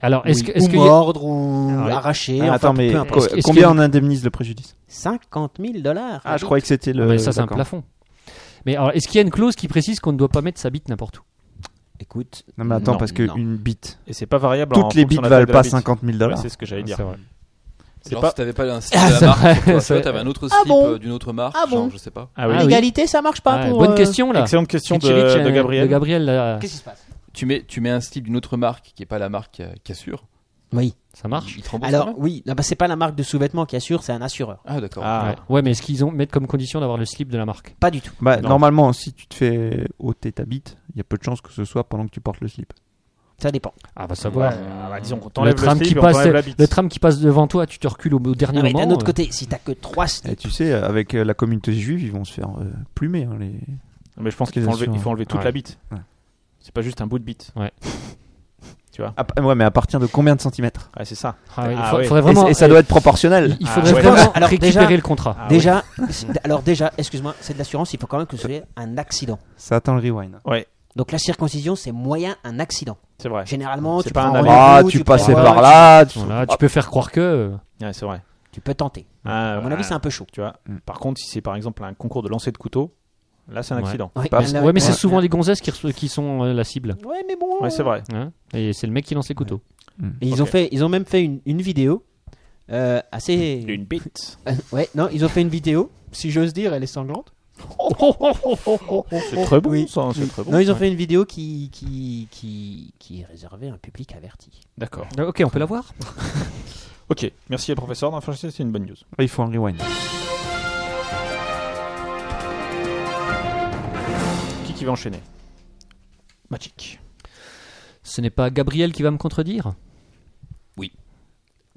Speaker 8: Alors, est-ce que.
Speaker 7: Oui.
Speaker 8: Est-ce
Speaker 7: ou
Speaker 8: que y a-
Speaker 7: mordre ou
Speaker 8: Ah ouais.
Speaker 7: arracher.
Speaker 6: Ah,
Speaker 7: enfin,
Speaker 6: attends, mais
Speaker 7: peu
Speaker 6: co-
Speaker 7: importe.
Speaker 8: Est-ce- est-ce
Speaker 6: combien on
Speaker 8: qu'il-
Speaker 6: indemnise le préjudice
Speaker 7: 50 000 dollars.
Speaker 6: Ah, je croyais que c'était le.
Speaker 8: mais ça, c'est un
Speaker 6: d'accord.
Speaker 8: plafond. Mais alors, est-ce qu'il y a une clause qui précise qu'on ne doit pas mettre sa bite n'importe où
Speaker 7: Écoute,
Speaker 6: Non, mais attends,
Speaker 7: Non,
Speaker 6: parce que
Speaker 7: non.
Speaker 6: une bite.
Speaker 3: Et c'est pas variable en
Speaker 6: Toutes les
Speaker 3: fonction
Speaker 6: bites
Speaker 3: de la taille
Speaker 6: valent
Speaker 3: de la
Speaker 6: pas
Speaker 3: bite.
Speaker 6: 50 000
Speaker 3: Ouais,
Speaker 6: dollars.
Speaker 3: C'est ce que j'allais dire.
Speaker 8: C'est vrai.
Speaker 3: C'est
Speaker 4: Genre,
Speaker 3: pas-
Speaker 4: si t'avais pas
Speaker 3: [LAUGHS]
Speaker 4: un slip
Speaker 7: Ah,
Speaker 4: de la
Speaker 8: Ah, c'est vrai, [LAUGHS]
Speaker 4: marque, toi,
Speaker 8: c'est
Speaker 4: soit
Speaker 8: vrai.
Speaker 4: t'avais un autre
Speaker 7: Ah
Speaker 4: slip
Speaker 7: bon
Speaker 4: euh, d'une autre marque,
Speaker 7: Ah bon
Speaker 4: genre, je sais pas.
Speaker 3: Ah oui.
Speaker 8: Ah oui.
Speaker 7: l'égalité, ça marche pas
Speaker 8: Ouais,
Speaker 7: pour.
Speaker 8: Bonne
Speaker 7: euh,
Speaker 8: question,
Speaker 6: Ah.
Speaker 8: là.
Speaker 3: Excellente question de,
Speaker 8: Etchevich,
Speaker 3: hein, de
Speaker 8: euh,
Speaker 3: Gabriel.
Speaker 8: De Gabriel, là,
Speaker 7: Qu'est-ce qui se passe
Speaker 4: Tu mets, tu mets un slip d'une autre marque qui est pas la marque euh, qui assure.
Speaker 7: Oui.
Speaker 8: ça marche.
Speaker 4: Il te rembourse quand
Speaker 7: Alors,
Speaker 4: même
Speaker 7: oui, non, bah, c'est pas la marque de sous-vêtements qui assure, c'est un assureur.
Speaker 4: Ah d'accord.
Speaker 3: Ah.
Speaker 8: Ouais. Ouais, mais est-ce qu'ils ont mettent comme condition d'avoir le slip de la marque
Speaker 7: Pas du tout.
Speaker 6: Bah,
Speaker 3: Non.
Speaker 6: normalement, si tu te fais ôter ta bite, il y a peu de chances que ce soit pendant que tu portes le slip.
Speaker 7: Ça dépend.
Speaker 8: Ah, va savoir.
Speaker 3: Ouais, ah, bah, disons qu'on
Speaker 8: Le
Speaker 3: t'enlève le,
Speaker 8: tram,
Speaker 3: slip
Speaker 8: qui
Speaker 3: et on
Speaker 8: passe,
Speaker 3: t'enlève la bite.
Speaker 8: le tram qui passe devant toi, tu te recules au, au dernier
Speaker 7: Non, mais
Speaker 8: moment.
Speaker 7: Ah d'un autre
Speaker 8: euh,
Speaker 7: côté, si t'as que 3
Speaker 6: Et eh, tu sais, avec euh, la communauté juive, ils vont se faire euh, plumer. hein, les...
Speaker 3: Mais je pense qu'il
Speaker 6: Bien
Speaker 3: faut enlever,
Speaker 6: sûr.
Speaker 3: il faut enlever toute
Speaker 8: Ouais.
Speaker 3: la bite.
Speaker 6: Ouais.
Speaker 3: C'est pas juste un bout de bite.
Speaker 6: Ah, ouais, mais à partir de combien de centimètres
Speaker 3: Ouais, c'est ça.
Speaker 8: ah ouais, il
Speaker 3: Ah
Speaker 8: fa-
Speaker 3: ouais.
Speaker 8: faudrait
Speaker 6: Et
Speaker 8: vraiment.
Speaker 6: c- et, ça
Speaker 8: euh,
Speaker 6: doit être proportionnel.
Speaker 8: Il
Speaker 3: Ah
Speaker 8: faudrait
Speaker 3: ouais.
Speaker 8: vraiment
Speaker 7: Alors, déjà-
Speaker 8: récupérer le contrat.
Speaker 3: Ah
Speaker 7: [LAUGHS] déjà, alors déjà, excuse-moi, c'est de l'assurance, il faut quand même que ce soit un accident.
Speaker 6: Ça attend le rewind.
Speaker 7: Donc la circoncision, c'est moyen un accident.
Speaker 3: C'est vrai.
Speaker 7: Généralement,
Speaker 3: C'est
Speaker 7: tu
Speaker 3: pas
Speaker 7: prends
Speaker 3: un
Speaker 7: rendez-vous,
Speaker 6: Ah, tu passais
Speaker 7: prévois,
Speaker 6: par là. tu-
Speaker 8: Voilà, tu peux faire croire que.
Speaker 3: Ouais, c'est vrai.
Speaker 7: Tu peux tenter.
Speaker 3: Ah,
Speaker 7: À mon
Speaker 3: ouais.
Speaker 7: avis, c'est un peu chaud.
Speaker 3: Tu vois.
Speaker 6: Mm.
Speaker 3: Par contre, si c'est par exemple un concours de lancer de couteau, là c'est un
Speaker 8: Ouais.
Speaker 3: accident.
Speaker 7: Ouais,
Speaker 6: Pas-
Speaker 8: Ouais, mais c'est souvent les gonzesses qui, reço- qui sont euh, la cible.
Speaker 7: Ouais, mais bon.
Speaker 3: Ouais, c'est vrai.
Speaker 8: hein. Et c'est le mec qui lance les couteaux.
Speaker 7: Et ils, ont
Speaker 3: Ok.
Speaker 7: fait, ils ont même fait une, une vidéo euh, assez. [LAUGHS] euh,
Speaker 3: Une bite.
Speaker 7: Ouais, non, ils ont fait une vidéo, si j'ose dire, elle est sanglante.
Speaker 3: C'est très bon
Speaker 7: Oui.
Speaker 3: ça, c'est très bon.
Speaker 7: non, ils ont
Speaker 3: Ouais.
Speaker 7: fait une vidéo qui, qui, qui, qui est réservée à un public averti.
Speaker 3: D'accord.
Speaker 8: Ok, on peut la voir
Speaker 3: Ok, merci professeur. Enfin, c'est une bonne news.
Speaker 6: Il faut un rewind.
Speaker 3: Qui qui va enchaîner Magic.
Speaker 8: Ce n'est pas Gabriel qui va me contredire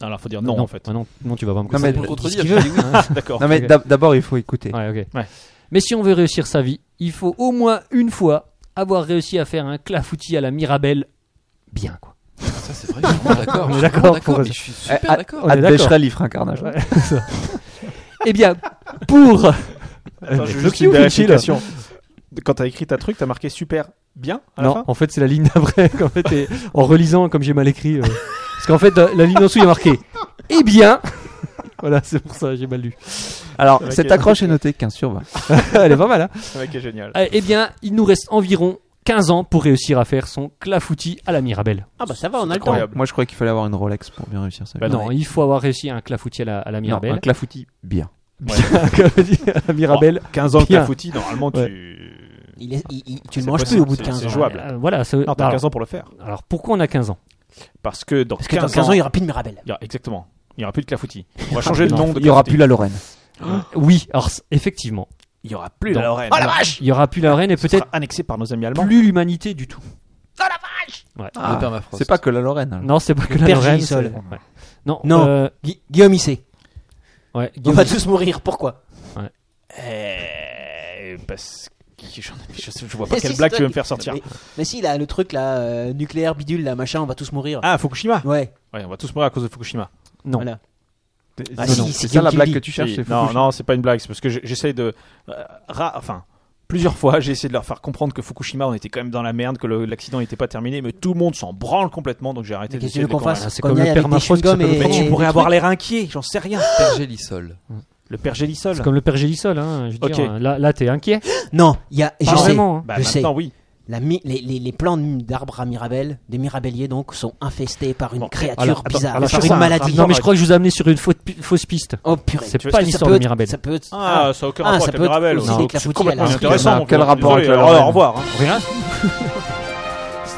Speaker 3: Alors, faut dire Euh, non, en fait. [LAUGHS]
Speaker 8: Ah non, non, tu vas pas me
Speaker 6: Non, mais-
Speaker 8: contredire.
Speaker 4: Pour
Speaker 6: dis
Speaker 4: le
Speaker 6: ce
Speaker 4: contredire,
Speaker 8: qu'il
Speaker 4: je dis oui.
Speaker 3: D'accord.
Speaker 6: Non, mais
Speaker 8: Ok.
Speaker 6: d'ab- d'abord, il faut écouter.
Speaker 3: Ah,
Speaker 8: Ouais, ok.
Speaker 3: Ouais.
Speaker 8: Mais si on veut réussir sa vie, il faut au moins une fois avoir réussi à faire un clafoutis à la Mirabelle bien, quoi.
Speaker 4: Ça c'est vrai. Je suis vraiment d'accord.
Speaker 8: On est
Speaker 4: je suis
Speaker 8: d'accord,
Speaker 4: vraiment
Speaker 8: pour
Speaker 4: D'accord. mais
Speaker 8: raison.
Speaker 4: Je suis
Speaker 6: Eh,
Speaker 4: super
Speaker 6: Ad-
Speaker 4: d'accord.
Speaker 8: on est
Speaker 6: Ad
Speaker 8: d'accord.
Speaker 6: Becherel, il fera un carnage.
Speaker 8: Eh bien, pour.
Speaker 3: Attends, j'ai
Speaker 8: Le
Speaker 3: juste
Speaker 8: Q
Speaker 3: une
Speaker 8: ou le Chill
Speaker 3: vérification. Quand t'as écrit ta truc, t'as marqué super bien à la
Speaker 8: Non,
Speaker 3: fin
Speaker 8: en fait, c'est la ligne [LAUGHS] d'après. qu'en fait, et en relisant, comme j'ai mal écrit. euh, parce qu'en fait, la ligne en dessous, il y a marqué Eh bien [LAUGHS] Voilà, c'est pour ça, j'ai mal lu.
Speaker 6: Alors,
Speaker 3: Ok.
Speaker 6: cette accroche est notée 15 sur 20.
Speaker 3: [LAUGHS]
Speaker 8: Elle est pas mal, hein
Speaker 3: Ok, génial.
Speaker 8: Euh, Eh bien, il nous reste environ 15 ans pour réussir à faire son clafoutis à la Mirabelle.
Speaker 7: Ah bah ça va, on a le temps.
Speaker 3: incroyable.
Speaker 6: Moi, je croyais qu'il fallait avoir une Rolex pour bien réussir ça.
Speaker 3: Bah
Speaker 8: non, il faut avoir réussi à un clafoutis à la, à
Speaker 6: Non,
Speaker 8: la
Speaker 6: un
Speaker 8: Mirabelle.
Speaker 6: clafoutis bien.
Speaker 8: Un clafoutis à la Mirabelle.
Speaker 3: 15 ans que
Speaker 8: Bien.
Speaker 3: t'as fouti, normalement
Speaker 8: Ouais.
Speaker 3: tu.
Speaker 7: Il est- il- il- tu le
Speaker 3: C'est
Speaker 7: manges
Speaker 3: possible,
Speaker 7: plus au bout de
Speaker 3: c'est-
Speaker 7: 15
Speaker 3: c'est
Speaker 7: ans.
Speaker 3: jouable.
Speaker 8: Euh, voilà, ça,
Speaker 3: Non, t'as
Speaker 8: alors,
Speaker 3: 15 ans pour le faire.
Speaker 8: alors, pourquoi on a 15 ans
Speaker 3: Parce que dans
Speaker 7: Parce que
Speaker 3: 15,
Speaker 7: dans 15 ans, il n'y aura plus de Mirabelle.
Speaker 3: il y aura- Exactement. Il n'y aura plus de clafoutis. On va
Speaker 7: [LAUGHS]
Speaker 3: changer le
Speaker 8: Non,
Speaker 3: nom de
Speaker 6: Il n'y aura plus
Speaker 3: clafoutis.
Speaker 6: la Lorraine.
Speaker 8: Oui, alors c- effectivement,
Speaker 3: Il n'y aura plus de
Speaker 8: Dans-
Speaker 3: la reine.
Speaker 7: Oh la vache
Speaker 8: il y aura plus la reine et
Speaker 3: Ce sera
Speaker 8: peut-être
Speaker 3: annexé par nos amis allemands.
Speaker 8: plus l'humanité du tout.
Speaker 6: Ah,
Speaker 4: Le permafrost.
Speaker 6: C'est pas que la Lorraine. hein. alors.
Speaker 8: Non, c'est pas que la
Speaker 7: père
Speaker 8: reine.
Speaker 7: Gisol.
Speaker 8: c'est- ouais. Non,
Speaker 7: Non.
Speaker 8: euh,
Speaker 7: Gui- Guillaume Issé.
Speaker 8: ouais,
Speaker 7: On
Speaker 8: Guillaume-
Speaker 7: va tous mourir, pourquoi
Speaker 3: Euh, parce que j'en ai- je, sais- je vois pas
Speaker 7: Mais
Speaker 3: quelle
Speaker 7: si,
Speaker 3: blague
Speaker 7: c'est
Speaker 3: tu veux
Speaker 7: toi
Speaker 3: me faire sortir.
Speaker 7: Mais, mais si, là, le truc, là, euh, nucléaire, bidule, là, machin, on va tous mourir.
Speaker 3: Ah, Fukushima
Speaker 7: Ouais,
Speaker 3: Ouais, on va tous mourir à cause de Fukushima.
Speaker 8: Non.
Speaker 7: voilà. Ah,
Speaker 6: Non,
Speaker 7: si,
Speaker 6: non,
Speaker 7: si,
Speaker 6: c'est ça
Speaker 7: Guillaume
Speaker 6: la
Speaker 7: qui le
Speaker 6: blague
Speaker 7: dit.
Speaker 6: que tu cherches.
Speaker 3: Oui.
Speaker 6: c'est
Speaker 3: non,
Speaker 6: Fukushima.
Speaker 3: non, c'est pas une blague. C'est parce que j'ai- j'essaye de. euh, ra- enfin, plusieurs fois, [LAUGHS] j'ai essayé de leur faire comprendre que Fukushima, on était quand même dans la merde, que le- l'accident n'était pas terminé, mais tout le monde s'en branle complètement, donc j'ai arrêté
Speaker 7: Mais
Speaker 3: de
Speaker 7: qu'est-ce que
Speaker 3: d'essayer
Speaker 7: tu veux
Speaker 3: de les
Speaker 7: qu'on
Speaker 3: convaincre.
Speaker 7: fasse
Speaker 8: c'est
Speaker 7: Qu'on
Speaker 8: comme
Speaker 7: y
Speaker 8: le
Speaker 7: aille avec des
Speaker 8: permafrost qui
Speaker 7: chewing-gums
Speaker 8: s'appelle le
Speaker 7: et-
Speaker 3: Mais
Speaker 8: Et
Speaker 3: tu
Speaker 7: des
Speaker 3: pourrais
Speaker 7: trucs.
Speaker 3: avoir l'air inquiet, j'en sais rien.
Speaker 4: Pergélisol.
Speaker 3: Le père Gélisol.
Speaker 8: C'est comme le père Gélisol, hein, je veux
Speaker 3: Ok.
Speaker 8: dire, là, là t'es inquiet.
Speaker 7: Non, il y a, je
Speaker 8: Pas
Speaker 7: sais,
Speaker 8: vraiment, hein.
Speaker 3: Bah,
Speaker 7: je
Speaker 3: maintenant,
Speaker 7: sais.
Speaker 3: oui.
Speaker 7: La mi- les, les- les plants de- d'arbres à Mirabelle, des Mirabelliers donc, sont infestés par une
Speaker 3: Bon,
Speaker 7: créature
Speaker 8: alors, attends,
Speaker 7: bizarre,
Speaker 8: alors,
Speaker 7: par
Speaker 8: sur
Speaker 7: une
Speaker 8: ça, hein.
Speaker 7: maladie.
Speaker 8: non, mais je crois que je vous ai amené sur une faute- fausse piste.
Speaker 7: Oh purée.
Speaker 8: C'est
Speaker 7: Tu veux-
Speaker 8: pas
Speaker 7: ça
Speaker 8: une
Speaker 7: peut
Speaker 8: histoire de
Speaker 7: être-
Speaker 8: Mirabelle.
Speaker 7: Ça peut être-
Speaker 3: Ah, ça n'a aucun
Speaker 7: Ah,
Speaker 3: rapport
Speaker 7: ça
Speaker 3: avec
Speaker 7: peut
Speaker 3: la
Speaker 7: être
Speaker 3: Mirabelle.
Speaker 7: aussi
Speaker 3: Non,
Speaker 7: des clafoutis
Speaker 3: C'est complètement
Speaker 7: à la
Speaker 3: intéressant.
Speaker 6: Quel rapport avec la
Speaker 3: Au
Speaker 6: Lorraine
Speaker 3: revoir. hein.
Speaker 8: Rien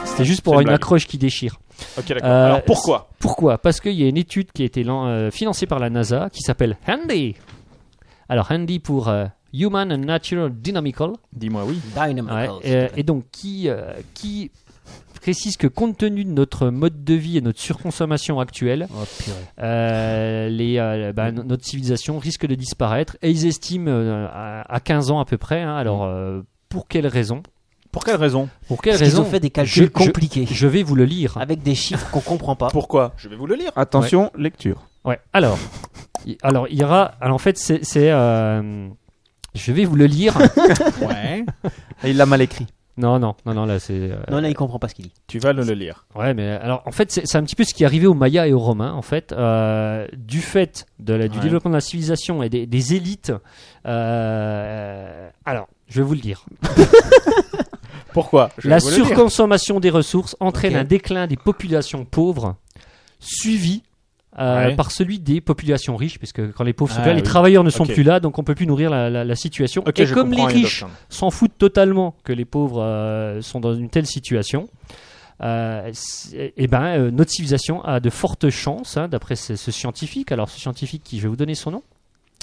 Speaker 8: C'était juste pour
Speaker 3: C'est une
Speaker 8: avoir une
Speaker 3: blague.
Speaker 8: accroche qui déchire.
Speaker 3: Ok, d'accord.
Speaker 8: Euh,
Speaker 3: Alors pourquoi
Speaker 8: Pourquoi Parce qu'il y a une étude qui a été lan- euh, financée par la NASA qui s'appelle HANDY. Alors HANDY pour euh, Human and Natural Dynamical.
Speaker 3: Dis-moi oui.
Speaker 8: Ouais,
Speaker 7: Dynamical.
Speaker 8: euh, et, donc qui, euh, qui précise que compte tenu de notre mode de vie et notre surconsommation actuelle,
Speaker 7: Oh purée.
Speaker 8: euh, les, euh, bah, no- notre civilisation risque de disparaître. Et ils estiment euh, à, à 15 ans à peu près. hein, alors euh, pour quelles raisons
Speaker 3: Pour quelle raison
Speaker 8: Pour quelles
Speaker 7: Mm. Parce qu'ils
Speaker 8: raisons
Speaker 7: ont fait des calculs
Speaker 8: Je- je-
Speaker 7: compliqués,
Speaker 8: Je vais vous le lire.
Speaker 7: avec des chiffres qu'on comprend pas.
Speaker 3: Pourquoi Je vais vous le lire.
Speaker 6: Attention, lecture.
Speaker 8: Ouais. Alors, il- alors il y aura. Alors en fait, c'est. c'est, euh, je vais vous le lire.
Speaker 3: [LAUGHS] Ouais.
Speaker 6: Et il l'a mal écrit.
Speaker 8: Non, non, non, non, là c'est. euh,
Speaker 7: Non, là, il comprend pas ce qu'il dit.
Speaker 3: Tu vas le, le lire.
Speaker 8: Ouais, mais alors en fait, c'est c'est un petit peu ce qui est arrivé aux Mayas et aux Romains, en fait, euh, du fait de la- du
Speaker 3: Ouais.
Speaker 8: développement de la civilisation et des, des élites. euh, alors, je vais vous le dire.
Speaker 3: Pourquoi Je
Speaker 8: la
Speaker 3: vais vous le lire.
Speaker 8: surconsommation des ressources entraîne
Speaker 7: Ok.
Speaker 8: un déclin des populations pauvres, suivi euh,
Speaker 3: Ouais.
Speaker 8: par celui des populations riches, puisque quand les pauvres sont
Speaker 3: Ah,
Speaker 8: plus là, les
Speaker 3: oui.
Speaker 8: travailleurs ne sont
Speaker 3: Ok.
Speaker 8: plus là, donc on peut plus nourrir la, la- la situation.
Speaker 3: Ok,
Speaker 8: et
Speaker 3: je
Speaker 8: comme les
Speaker 3: comprends,
Speaker 8: riches
Speaker 3: Yann
Speaker 8: s'en foutent totalement que les pauvres euh, sont dans une telle situation, euh, c'est- eh ben, euh, notre civilisation a de fortes chances, hein, d'après ce, ce scientifique. Alors, ce scientifique qui, je vais vous donner son nom,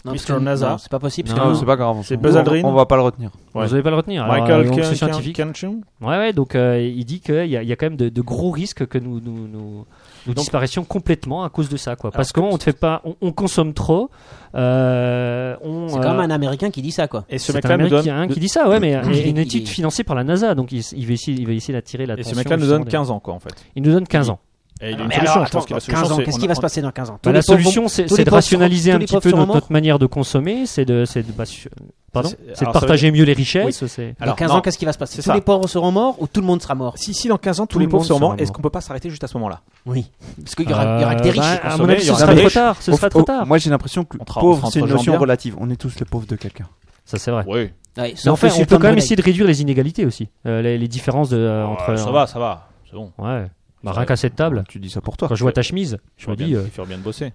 Speaker 7: Non, parce
Speaker 3: Mr.
Speaker 7: que-
Speaker 3: Nazar.
Speaker 7: non, C'est pas possible. parce que
Speaker 6: Non,
Speaker 7: nous-
Speaker 6: c'est pas grave. on
Speaker 3: C'est
Speaker 6: s'en-
Speaker 3: Buzz Aldrin
Speaker 6: on, on va pas le retenir.
Speaker 3: Ouais.
Speaker 8: vous n'allez pas le retenir.
Speaker 6: Ah,
Speaker 8: Alors, euh,
Speaker 3: Michael
Speaker 8: donc, ce
Speaker 3: Ken- Ken-
Speaker 8: scientifique.
Speaker 3: Kenchung
Speaker 8: Ouais, ouais, donc euh, il dit qu'il y, a- il y a quand même de, de gros risques que nous, nous, nous, nous disparaissions complètement à cause de ça. Quoi. Parce qu'on on te fait pas, on, on consomme trop. euh, on,
Speaker 7: C'est quand
Speaker 8: euh,
Speaker 7: même un Américain qui dit ça, quoi.
Speaker 3: Et ce
Speaker 8: C'est
Speaker 3: mec-là
Speaker 8: un
Speaker 3: nous
Speaker 8: Américain hein,
Speaker 3: donne.
Speaker 8: qui dit ça,
Speaker 3: [COUGHS]
Speaker 8: ouais, mais
Speaker 7: Il-
Speaker 8: et une
Speaker 7: il-
Speaker 8: étude financée par la NASA, donc il, il va essayer, il va essayer d'attirer
Speaker 3: Et Ah, ce
Speaker 8: l'attention.
Speaker 3: mec-là nous
Speaker 8: justement,
Speaker 3: donne
Speaker 8: des-
Speaker 3: 15 ans, quoi, en fait.
Speaker 8: Il nous donne 15 ans.
Speaker 3: Et il a
Speaker 7: Non,
Speaker 3: une
Speaker 7: mais
Speaker 3: solution,
Speaker 7: alors,
Speaker 3: je pense
Speaker 7: attends,
Speaker 3: qu'il a
Speaker 7: dans
Speaker 3: une solution.
Speaker 7: 15 ans,
Speaker 3: c'est-
Speaker 7: qu'est-ce
Speaker 3: on-
Speaker 7: qui va se
Speaker 3: on-
Speaker 7: passer dans 15 ans Tous
Speaker 8: Bah,
Speaker 7: les
Speaker 8: la
Speaker 7: pauvres vont-
Speaker 8: solution, c'est
Speaker 7: tous
Speaker 8: c'est
Speaker 7: les
Speaker 8: de
Speaker 7: pauvres
Speaker 8: rationaliser
Speaker 7: seront-
Speaker 8: un
Speaker 7: tous les
Speaker 8: petit peu
Speaker 7: pauvres
Speaker 8: notre,
Speaker 7: seront
Speaker 8: notre manière de consommer, c'est de, c'est de bah, su- pardon,
Speaker 3: C'est-
Speaker 8: c'est de
Speaker 3: alors, ça veut
Speaker 8: partager mieux les richesses. c'est-
Speaker 7: Dans
Speaker 3: Alors,
Speaker 7: 15
Speaker 3: non.
Speaker 7: ans, qu'est-ce qui va se passer
Speaker 3: C'est
Speaker 7: Tous
Speaker 3: ça.
Speaker 7: les pauvres seront morts ou tout le monde sera mort
Speaker 3: Si, si, dans 15 ans, tous
Speaker 8: Tout
Speaker 3: les
Speaker 8: le
Speaker 3: pauvres
Speaker 8: monde
Speaker 3: seront morts,
Speaker 8: sera
Speaker 3: est-ce
Speaker 8: mort.
Speaker 3: qu'on peut pas s'arrêter juste à ce moment-là
Speaker 7: Oui. Parce qu'il y aura, il y aura que des
Speaker 8: Euh,
Speaker 7: riches.
Speaker 8: bah,
Speaker 7: qui
Speaker 8: à mon
Speaker 7: seront morts.
Speaker 8: avis,
Speaker 3: il y
Speaker 8: ce
Speaker 3: aura
Speaker 8: sera
Speaker 3: des
Speaker 8: trop
Speaker 3: riches.
Speaker 8: tard. Ce
Speaker 6: Au-
Speaker 8: sera trop
Speaker 6: au-
Speaker 8: tard.
Speaker 6: Moi, j'ai l'impression que
Speaker 3: On tra- on
Speaker 6: pauvre,
Speaker 3: tra-
Speaker 6: c'est une
Speaker 3: entre gens
Speaker 6: notion
Speaker 3: bien.
Speaker 6: relative. On est tous le pauvre de quelqu'un.
Speaker 8: Ça, c'est vrai.
Speaker 3: Oui.
Speaker 7: Ouais,
Speaker 8: Mais
Speaker 7: sauf
Speaker 8: enfin,
Speaker 7: le
Speaker 8: on
Speaker 7: sultan
Speaker 8: peut quand
Speaker 7: de
Speaker 8: même
Speaker 7: Brunei.
Speaker 8: essayer de réduire les inégalités aussi, Euh, les, les différences de, euh, entre.
Speaker 3: Bah, Ça va, ça va. C'est bon.
Speaker 8: Ouais. Bah,
Speaker 3: Ça-
Speaker 8: rien qu'à cette table,
Speaker 6: Tu dis ça pour toi.
Speaker 8: quand je vois ta chemise, je
Speaker 3: Faut
Speaker 8: me dis.
Speaker 3: bien-
Speaker 8: euh,
Speaker 3: Il faut bien de bosser.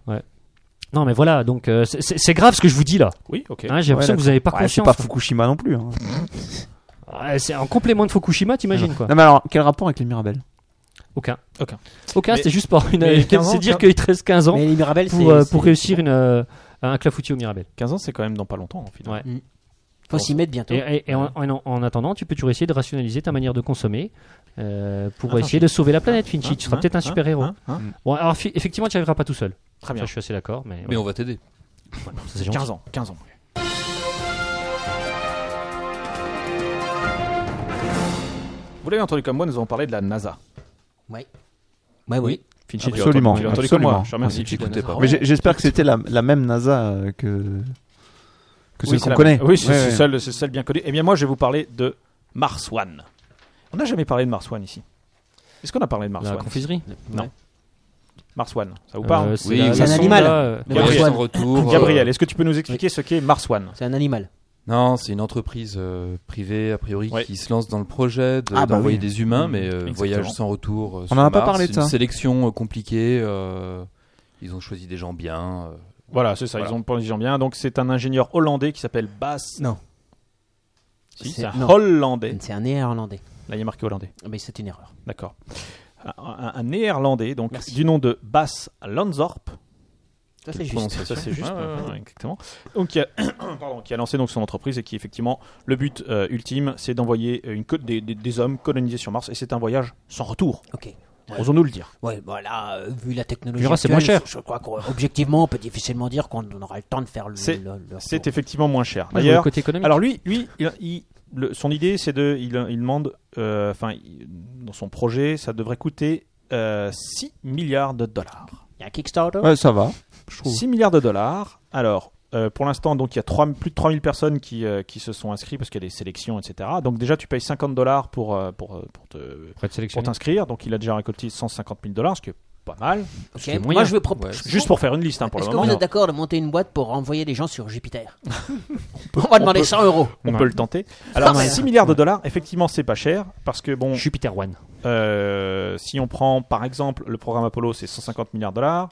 Speaker 8: Non, mais voilà, donc euh, c'est- c'est c'est grave ce que je vous dis là.
Speaker 3: Oui, ok.
Speaker 8: Hein, J'ai l'impression
Speaker 6: Ouais,
Speaker 8: que vous n'avez pas
Speaker 6: Ouais, c'est
Speaker 8: conscience.
Speaker 6: pas Fukushima non plus. hein.
Speaker 8: Ouais, c'est en complément de Fukushima, t'imagines quoi
Speaker 6: Non, mais alors, quel rapport avec les Mirabelles
Speaker 8: Aucun.
Speaker 3: Aucun.
Speaker 8: Aucun,
Speaker 3: Mais-
Speaker 8: c'était juste pour une. [LAUGHS]
Speaker 3: mais 15 ans,
Speaker 8: C'est dire
Speaker 3: quin-
Speaker 8: qu'il te reste 15 ans
Speaker 7: Mais les Mirabelles,
Speaker 8: pour,
Speaker 7: c'est-
Speaker 8: euh,
Speaker 7: c'est-
Speaker 8: pour réussir une, euh, un clafoutis au Mirabel.
Speaker 3: 15 ans, c'est quand même dans pas longtemps, en final.
Speaker 8: Ouais.
Speaker 7: Faut s'y mettre bientôt.
Speaker 8: Et, et- et en, en- en attendant, tu peux toujours essayer de rationaliser ta manière de consommer euh, pour
Speaker 3: Attends,
Speaker 8: essayer
Speaker 3: j'ai-
Speaker 8: de sauver la planète, Finchi.
Speaker 3: Hein,
Speaker 8: tu seras
Speaker 3: hein,
Speaker 8: peut-être un
Speaker 3: hein,
Speaker 8: super héros.
Speaker 3: hein, hein.
Speaker 8: Bon, alors fi- effectivement, tu n'y arriveras pas tout seul.
Speaker 3: Très bien.
Speaker 8: Ça, je suis assez d'accord, mais.
Speaker 4: Mais on va t'aider.
Speaker 8: voilà, ça, c'est gentil.
Speaker 3: 15 ans, 15 ans. Vous l'avez entendu comme moi, nous avons parlé de la NASA.
Speaker 7: Ouais, oui.
Speaker 3: Finchi, tu l'as
Speaker 6: Absolument,
Speaker 3: entendu- tu l'as entendu comme moi.
Speaker 6: absolument.
Speaker 3: Je te remercie.
Speaker 4: Je l'écoutais pas.
Speaker 6: Mais j'ai- j'espère que c'était la, la même NASA euh, que, que
Speaker 3: Oui,
Speaker 6: celle
Speaker 3: c'est
Speaker 6: qu'on
Speaker 3: la-
Speaker 6: connaît.
Speaker 3: Oui, c'est
Speaker 6: Ouais,
Speaker 3: c'est
Speaker 6: ouais.
Speaker 3: celle, c'est celle bien connue. Eh bien, moi, je vais vous parler de Mars One. On n'a jamais parlé de Mars One ici. Est-ce qu'on a parlé de Mars
Speaker 8: La
Speaker 3: One
Speaker 8: confiserie
Speaker 3: Mars One, ça vous parle
Speaker 8: Euh,
Speaker 4: Oui,
Speaker 8: la-
Speaker 4: c'est
Speaker 8: la
Speaker 4: un
Speaker 8: sonde,
Speaker 7: animal.
Speaker 8: là, euh,
Speaker 7: Le
Speaker 4: Gabriel,
Speaker 7: Mars One.
Speaker 4: sans retour. euh,
Speaker 3: Gabriel, est-ce que tu peux nous expliquer ce qu'est Mars One
Speaker 7: C'est un animal.
Speaker 4: Non, c'est une entreprise euh, privée, a priori,
Speaker 3: Ouais. Mmh,
Speaker 4: qui se lance dans le projet de-
Speaker 6: Ah, bah
Speaker 4: d'envoyer
Speaker 6: oui.
Speaker 4: des humains, mais euh,
Speaker 3: Exactement.
Speaker 4: voyage sans retour. euh, sur
Speaker 6: en a pas
Speaker 4: Mars.
Speaker 6: parlé de
Speaker 4: C'est Une
Speaker 6: ça.
Speaker 4: sélection euh, compliquée. euh, ils ont choisi des gens bien. euh,
Speaker 3: Voilà, c'est ça,
Speaker 4: Voilà.
Speaker 3: ils ont pas dit bien. Donc, c'est un ingénieur hollandais qui s'appelle Bas.
Speaker 7: Non.
Speaker 3: Si, Oh,
Speaker 7: C'est-
Speaker 3: c'est un
Speaker 7: non.
Speaker 3: hollandais.
Speaker 7: C'est un néerlandais. Ah,
Speaker 3: Là, il y a marqué hollandais.
Speaker 7: Mais c'est une erreur.
Speaker 3: D'accord. Un, un- un néerlandais, donc
Speaker 7: Merci.
Speaker 3: du nom de Bas Lanzorp.
Speaker 7: Ça,
Speaker 4: quelle
Speaker 7: c'est juste.
Speaker 4: prononciation.
Speaker 3: Ça, c'est juste.
Speaker 4: Ouais, ouais, ouais.
Speaker 3: ouais, ouais, exactement. Donc, qui a, [COUGHS] pardon, qui a lancé donc son entreprise et qui, effectivement, le but euh, ultime, c'est d'envoyer euh, une co- des, des- des hommes colonisés sur Mars et c'est un voyage sans retour.
Speaker 7: Ok.
Speaker 3: Osons-nous le dire.
Speaker 7: Ouais, voilà, euh, vu la technologie.
Speaker 8: Jura, c'est
Speaker 7: actuelle,
Speaker 8: moins cher.
Speaker 7: Je crois qu'objectivement, on peut difficilement dire qu'on on aura le temps de faire le.
Speaker 3: C'est-
Speaker 7: le- le-
Speaker 3: C'est effectivement moins cher.
Speaker 8: Moi, je vois le
Speaker 3: D'ailleurs,
Speaker 8: côté économique.
Speaker 3: alors lui, lui il- il- le- son idée, c'est de. Il, il demande. euh, Enfin, il- dans son projet, ça devrait coûter euh, 6 milliards de dollars.
Speaker 7: Il y a un Kickstarter
Speaker 6: Ouais, ça va. Je trouve.
Speaker 3: 6 milliards de dollars. Alors, euh, pour l'instant, donc il y a trois- plus de 3000 personnes qui, euh, qui se sont inscrites parce qu'il y a des sélections, etc. Donc déjà, tu payes 50 dollars pour, euh, pour, euh, pour te-
Speaker 8: Pour être
Speaker 3: pour
Speaker 8: sélectionné.
Speaker 3: t'inscrire. Donc il a déjà récolté 150 000 dollars, ce qui est pas mal.
Speaker 7: Ok.
Speaker 8: c'est moyen.
Speaker 7: Moi, je veux
Speaker 4: Ouais.
Speaker 7: proposer.
Speaker 3: Juste pour faire une liste hein, pour le
Speaker 7: Est-ce que
Speaker 3: moment.
Speaker 7: vous êtes
Speaker 3: Alors,
Speaker 7: d'accord de monter une boîte pour envoyer des gens sur Jupiter On va demander 100 euros.
Speaker 3: On
Speaker 8: Ouais.
Speaker 3: peut le tenter. Alors,
Speaker 7: mal.
Speaker 3: 6 milliards de dollars, effectivement, c'est pas cher parce que bon,
Speaker 8: Jupiter One.
Speaker 3: euh, si on prend par exemple le programme Apollo, c'est 150 milliards de dollars.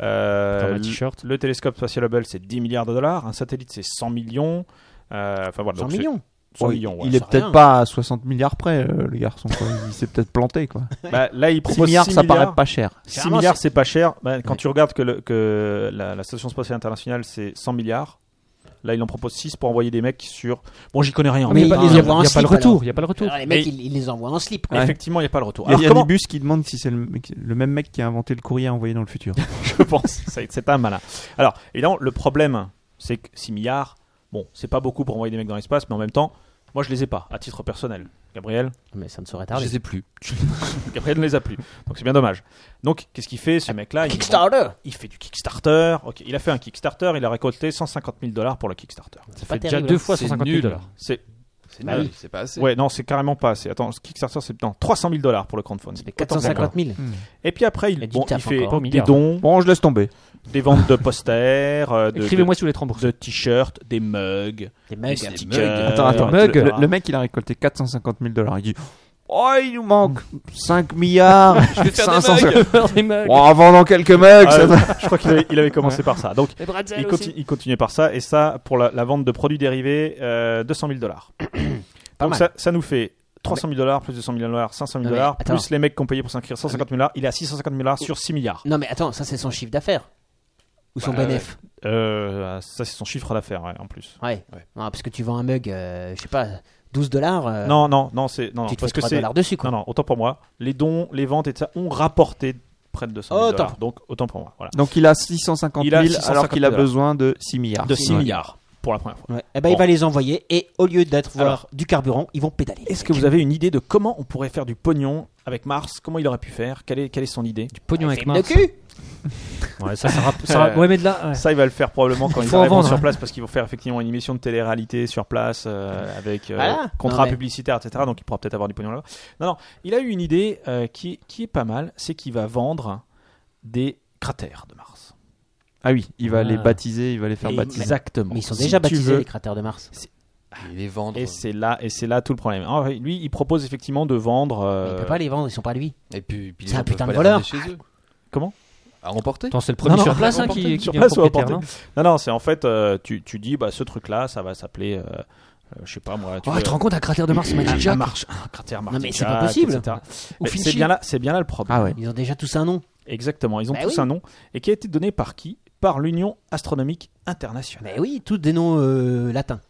Speaker 3: Euh,
Speaker 8: Comme un t-shirt.
Speaker 3: le télescope spatial Hubble, c'est 10 milliards de dollars. Un satellite, c'est 100 millions. Euh, Enfin voilà,
Speaker 7: 100
Speaker 3: donc c'est-
Speaker 7: millions
Speaker 3: 100
Speaker 6: Ouais,
Speaker 3: millions. ouais.
Speaker 6: il est
Speaker 7: c'est rien.
Speaker 6: peut-être pas à 60 milliards près, euh, le garçon. quoi. Il s'est peut-être planté. Quoi.
Speaker 3: Bah, là, il
Speaker 6: 6
Speaker 3: propose
Speaker 6: milliards,
Speaker 3: 6
Speaker 6: ça paraît pas cher.
Speaker 3: 6
Speaker 7: Carrément,
Speaker 3: milliards, c'est pas cher. Bah, quand
Speaker 7: Ouais.
Speaker 3: tu regardes que, le- que la, la station spatiale internationale, c'est 100 milliards. Là, il en propose 6 pour envoyer des mecs sur. Bon, j'y connais rien.
Speaker 7: Mais
Speaker 8: il n'y a,
Speaker 7: il les
Speaker 8: il y a
Speaker 7: envoie en
Speaker 8: pas le
Speaker 7: slip,
Speaker 8: retour.
Speaker 7: alors.
Speaker 8: Il y a pas le retour.
Speaker 7: Alors, les mecs,
Speaker 3: Mais-
Speaker 7: ils, ils les envoient en slip. quoi.
Speaker 6: Ouais.
Speaker 3: Effectivement, il n'y a pas le retour.
Speaker 6: Il y a
Speaker 3: Alors, comment
Speaker 6: Yannibus qui demande si c'est le, mec- le même mec qui a inventé le courrier envoyé dans le futur.
Speaker 3: je pense C'est c'est un malin. Alors, évidemment, le problème, c'est que 6 milliards, bon, c'est pas beaucoup pour envoyer des mecs dans l'espace, mais en même temps, moi, je les ai pas, à titre personnel. Gabriel
Speaker 7: Mais ça ne saurait
Speaker 4: Je
Speaker 7: tarder.
Speaker 4: sais plus.
Speaker 3: Gabriel ne les a plus. Donc, c'est bien dommage. Donc, qu'est-ce qu'il fait, ce mec-là il,
Speaker 7: Kickstarter
Speaker 3: il fait du Kickstarter. Ok, il a fait un Kickstarter, il a récolté 150 000 dollars pour le Kickstarter.
Speaker 7: C'est
Speaker 8: Fait
Speaker 7: pas
Speaker 8: déjà
Speaker 7: terrible.
Speaker 8: deux fois
Speaker 4: C'est
Speaker 8: 150 000
Speaker 4: nul.
Speaker 8: dollars.
Speaker 3: C'est
Speaker 4: C'est
Speaker 3: Bah
Speaker 4: nul,
Speaker 3: oui.
Speaker 4: c'est pas assez.
Speaker 3: Ouais, non, c'est carrément pas assez. Attends, ce Kickstarter, c'est non, 300 000 dollars pour le crowdfunding.
Speaker 7: Mais 450 000.
Speaker 3: Et puis après, il,
Speaker 7: Et du
Speaker 3: bon, il
Speaker 7: taf
Speaker 3: fait
Speaker 7: encore.
Speaker 8: Pas
Speaker 3: des
Speaker 8: milliard.
Speaker 3: dons,
Speaker 6: Bon, je laisse tomber.
Speaker 3: des ventes de posters, euh, de,
Speaker 8: Écrivez-moi sous
Speaker 3: [LAUGHS]
Speaker 8: les tremblements.
Speaker 3: de, de t-shirts, des mugs, des
Speaker 7: Des mecs, un petit
Speaker 3: stickers.
Speaker 6: Attends, attends.
Speaker 8: mug.
Speaker 6: Le,
Speaker 3: hein.
Speaker 6: le mec, il a récolté 450 000 dollars. Il dit Oh, il nous manque 5 milliards.
Speaker 4: Je vais te faire des
Speaker 6: 500
Speaker 4: mugs.
Speaker 8: des mugs.
Speaker 6: Bon, Oh, en vendant quelques mugs.
Speaker 3: Ah,
Speaker 6: ça va.
Speaker 3: je crois qu'il avait, il avait commencé par ça. Donc,
Speaker 8: Des
Speaker 3: il,
Speaker 8: bretzels
Speaker 3: conti-
Speaker 8: aussi.
Speaker 3: il continuait par ça. Et ça, pour la, la vente de produits dérivés, euh, 200 000 dollars. Donc,
Speaker 7: mal.
Speaker 3: ça, ça nous fait 300 000 dollars, plus 200 000 dollars, 500 000
Speaker 7: Non, mais
Speaker 3: dollars,
Speaker 7: attends.
Speaker 3: plus les mecs qui ont payé pour s'inscrire 150 000 dollars. Il est à 650 000 dollars sur 6 milliards.
Speaker 7: Non, mais attends, ça c'est son chiffre d'affaires. Ou son
Speaker 4: Bah,
Speaker 7: bénéf.
Speaker 3: Euh, ça, c'est son chiffre d'affaires, ouais, en plus.
Speaker 7: Ouais.
Speaker 4: Ouais.
Speaker 7: Non, parce que tu vends un mug, euh, je sais pas, 12 dollars. euh,
Speaker 3: Non, non, non, c'est. Non, non,
Speaker 7: tu te
Speaker 3: parce
Speaker 7: fais
Speaker 3: que
Speaker 7: 3
Speaker 3: c'est.
Speaker 7: dollars dessus, quoi.
Speaker 3: Non, non, autant pour moi. Les dons, les ventes et tout ça ont rapporté près de 200 000
Speaker 7: Autant.
Speaker 3: dollars. Donc, autant pour moi. Voilà.
Speaker 6: Donc il a 650 000
Speaker 3: Il a 650
Speaker 6: alors qu'il a
Speaker 3: 000.
Speaker 6: besoin de 6 milliards.
Speaker 3: De 6
Speaker 6: Ouais.
Speaker 3: milliards pour la première fois.
Speaker 7: Ouais. Eh ben,
Speaker 3: Bon.
Speaker 7: il va les envoyer et au lieu d'être
Speaker 3: Alors.
Speaker 7: voir du carburant, ils vont pédaler.
Speaker 3: Est-ce que vous avez une idée de comment on pourrait faire du pognon avec Mars Comment il aurait pu faire quelle est, quelle est son idée
Speaker 8: Pognon avec
Speaker 7: Le
Speaker 8: Mars.
Speaker 7: cul
Speaker 8: Ouais, ça, ça, rapp- ça rapp- ouais, mais de là. ouais.
Speaker 3: Euh, Ça, il va le faire probablement quand
Speaker 8: Il
Speaker 3: ils
Speaker 8: faut en
Speaker 3: arriveront
Speaker 8: vendre,
Speaker 3: sur
Speaker 8: hein.
Speaker 3: place parce qu'ils vont faire effectivement une émission de télé-réalité sur place euh, avec euh,
Speaker 7: Voilà.
Speaker 3: contrat
Speaker 7: Non, mais-
Speaker 3: publicitaire, etc. Donc il pourra peut-être avoir du pognon là-bas. Non, non, il a eu une idée euh, qui, qui est pas mal c'est qu'il va vendre des cratères de Mars.
Speaker 6: Ah oui, il va
Speaker 8: Ah.
Speaker 6: les baptiser, il va les faire
Speaker 7: Et-
Speaker 6: baptiser.
Speaker 3: Exactement.
Speaker 7: Mais ils sont
Speaker 3: Si
Speaker 7: déjà
Speaker 3: tu
Speaker 7: baptisés,
Speaker 3: veux-
Speaker 7: les cratères de Mars.
Speaker 4: Et les vendre.
Speaker 3: Et c'est là, et c'est là tout le problème. Alors, lui, il propose effectivement de vendre.
Speaker 7: Mais
Speaker 3: euh,
Speaker 7: Il peut pas les vendre, ils sont pas à lui.
Speaker 4: Et puis, puis les
Speaker 7: C'est
Speaker 4: gens
Speaker 7: un
Speaker 4: peuvent
Speaker 7: putain
Speaker 4: pas
Speaker 7: de
Speaker 4: les ramener
Speaker 7: voleur.
Speaker 4: chez eux.
Speaker 3: Comment
Speaker 4: À remporter
Speaker 8: Attends, c'est le premier
Speaker 3: Non, non,
Speaker 8: sur place hein,
Speaker 4: remporté,
Speaker 8: qui, qui
Speaker 3: sur
Speaker 8: vient
Speaker 3: place ou
Speaker 8: propriétaire.
Speaker 3: emporté. Non, non, c'est en fait, euh, tu, tu dis, bah, ce truc-là, ça va s'appeler, euh, euh, je sais pas moi, tu
Speaker 5: Oh,
Speaker 3: veux- Ah,
Speaker 5: tu te rends compte, un cratère de Mars, c'est Magic
Speaker 3: un,
Speaker 5: Jack
Speaker 3: marche, un cratère
Speaker 7: mais
Speaker 3: Martin
Speaker 7: c'est
Speaker 3: Jack,
Speaker 7: pas possible.
Speaker 3: etc.
Speaker 7: Ou
Speaker 3: Mais C'est
Speaker 7: Finchy.
Speaker 3: bien là, c'est bien là le problème.
Speaker 6: Ah ouais.
Speaker 7: Ils ont déjà tous un nom.
Speaker 3: Exactement, ils ont
Speaker 7: Bah
Speaker 3: tous
Speaker 7: oui.
Speaker 3: un nom et qui a été donné par qui Par l'Union astronomique internationale.
Speaker 7: Ah, Mais oui, tous des noms euh, latins.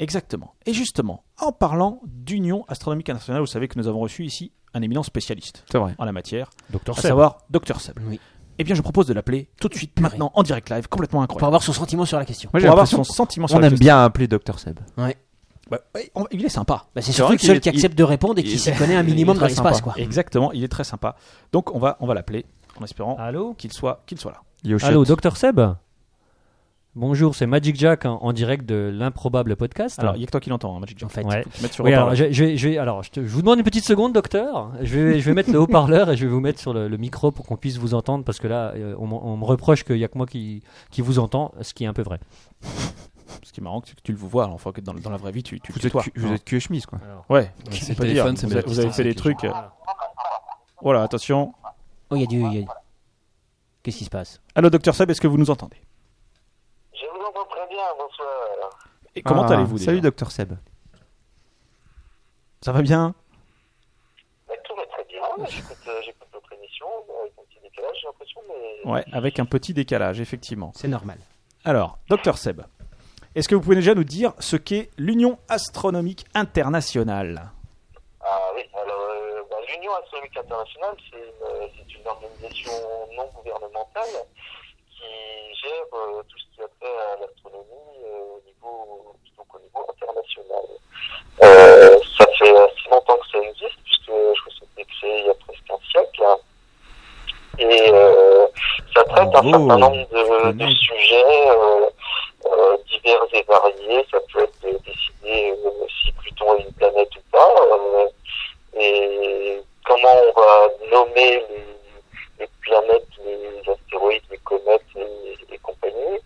Speaker 3: Exactement. Et justement, en parlant d'Union astronomique internationale, vous savez que nous avons reçu ici un éminent spécialiste
Speaker 6: C'est vrai.
Speaker 3: en la matière,
Speaker 8: Docteur
Speaker 3: à savoir Dr Seb.
Speaker 7: Oui.
Speaker 3: Eh bien, je propose de l'appeler tout de suite, maintenant, en direct live, complètement
Speaker 7: Pour
Speaker 3: incroyable.
Speaker 7: avoir son sentiment sur la question.
Speaker 6: Moi j'ai
Speaker 3: Pour avoir
Speaker 6: l'impression
Speaker 3: son sentiment sur
Speaker 6: qu'on
Speaker 3: la
Speaker 6: aime
Speaker 3: question.
Speaker 6: bien appeler Dr Seb.
Speaker 3: Bah, ouais, on- il est sympa.
Speaker 7: Bah,
Speaker 6: vrai
Speaker 7: c'est surtout le
Speaker 6: qu'il est-
Speaker 7: seul qui
Speaker 6: il-
Speaker 7: accepte de répondre et
Speaker 3: il-
Speaker 7: qui s'y connaît un minimum
Speaker 6: il est
Speaker 7: dans
Speaker 6: très
Speaker 7: l'espace,
Speaker 6: sympa.
Speaker 7: quoi.
Speaker 3: Exactement, il est très sympa. Donc, on va, on va l'appeler en
Speaker 7: Ah.
Speaker 3: espérant
Speaker 8: Allô
Speaker 3: qu'il soit, qu'il soit là.
Speaker 6: Yoshette.
Speaker 8: Allô, docteur Seb Bonjour, c'est Magic Jack hein, en, en direct de l'improbable podcast.
Speaker 3: Alors, il n'y a que toi qui l'entends, hein, Magic John.
Speaker 7: Ah. En fait.
Speaker 8: Ouais.
Speaker 3: Faut que tu mettes sur
Speaker 8: Oui, alors,
Speaker 3: haut-parleur.
Speaker 8: je, je vais- je vais- alors je, te- je vous demande une petite seconde, docteur. Je vais, je vais mettre le haut-parleur et je vais vous mettre sur le, le micro pour qu'on puisse vous entendre parce que là, euh, on, m'en- on me reproche qu'il n'y a que moi qui, qui vous entend, ce qui est un peu vrai.
Speaker 3: Ce qui est marrant, c'est que tu le vois, alors, faut que dans, dans la vraie vie, tu, tu
Speaker 6: Vous
Speaker 3: le
Speaker 6: êtes,
Speaker 3: tutoies.
Speaker 6: cu- vous êtes cul et chemise quoi.
Speaker 3: Ouais,
Speaker 4: C'est le
Speaker 3: pas dire.
Speaker 4: téléphone, c'est
Speaker 3: Vous,
Speaker 4: mieux
Speaker 3: avez-
Speaker 4: à
Speaker 3: vous avez fait
Speaker 4: distance,
Speaker 3: des
Speaker 4: avec les
Speaker 3: trucs. euh, Voilà, attention.
Speaker 7: Oh, il y a du. il y a- Qu'est-ce qui se passe
Speaker 3: Allô, docteur Seb, est-ce que vous nous entendez Je vous entends très bien, bonsoir. Et comment
Speaker 6: Ah,
Speaker 3: allez-vous déjà
Speaker 6: Salut Dr Seb.
Speaker 3: Ça va bien
Speaker 10: Tout va très bien, j'écoute euh, j'écoute votre émission avec un petit décalage, j'ai l'impression, mais
Speaker 3: Ouais, avec un petit décalage, effectivement.
Speaker 7: C'est normal.
Speaker 3: Alors, docteur Seb, est-ce que vous pouvez déjà nous dire ce qu'est l'Union astronomique internationale
Speaker 10: Ah oui, alors euh, bah, l'Union astronomique internationale, c'est une, euh, c'est une organisation non gouvernementale qui gère euh, tout ce qui a trait à l'astronomie euh, au niveau donc au niveau international. Euh, ça fait assez longtemps que ça existe, puisque je crois que c'était créé il y a presque un siècle. Et euh, ça traite un certain nombre de, de sujets euh, euh, divers et variés. Ça peut être de décider euh, si Pluton est une planète ou pas. euh, et comment on va nommer les, les planètes, les astéroïdes, les comètes et, et compagnie.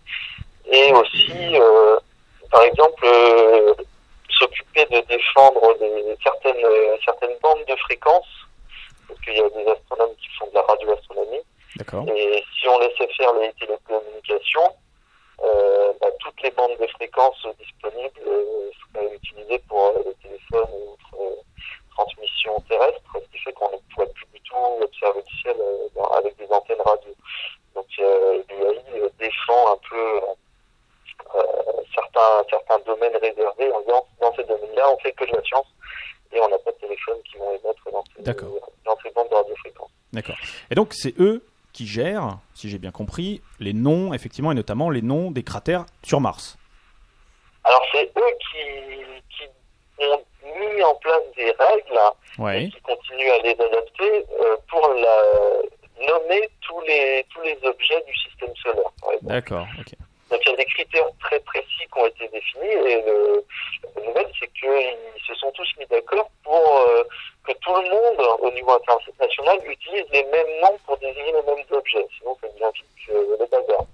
Speaker 10: Et aussi, euh, par exemple, euh, s'occuper de défendre des, certaines, certaines bandes de fréquences, parce qu'il y a des astronomes qui font de la radioastronomie.
Speaker 3: D'accord.
Speaker 10: Et si on laissait faire les télécommunications, euh, bah, toutes les bandes de fréquences disponibles euh, seraient utilisées pour euh, les téléphones et autres euh, transmissions terrestres, ce qui fait qu'on ne pourrait plus du tout observer le ciel euh, dans- avec des antennes radio. Donc euh, l'UAI euh, défend un peu euh, euh, certains, certains domaines réservés en disant dans ces domaines-là, on fait que de la science et on n'a pas de téléphone qui vont émettre dans ces,
Speaker 3: D'accord.
Speaker 10: dans ces bandes de radiofréquences.
Speaker 3: D'accord. Et donc, c'est eux qui gèrent, si j'ai bien compris, les noms, effectivement, et notamment les noms des cratères sur Mars.
Speaker 10: Alors c'est eux qui, qui ont mis en place des règles et
Speaker 3: Ouais.
Speaker 10: qui continuent à les adapter euh, pour la, nommer tous les tous les objets du système solaire. par exemple.
Speaker 3: D'accord. ok.
Speaker 10: Donc il y a des critères très précis qui ont été définis et le, la bonne nouvelle c'est que qu'ils se sont tous mis d'accord pour euh, que tout le monde, au niveau international, utilise les mêmes noms pour désigner les mêmes objets. Sinon, ça devient vite euh, le bazar.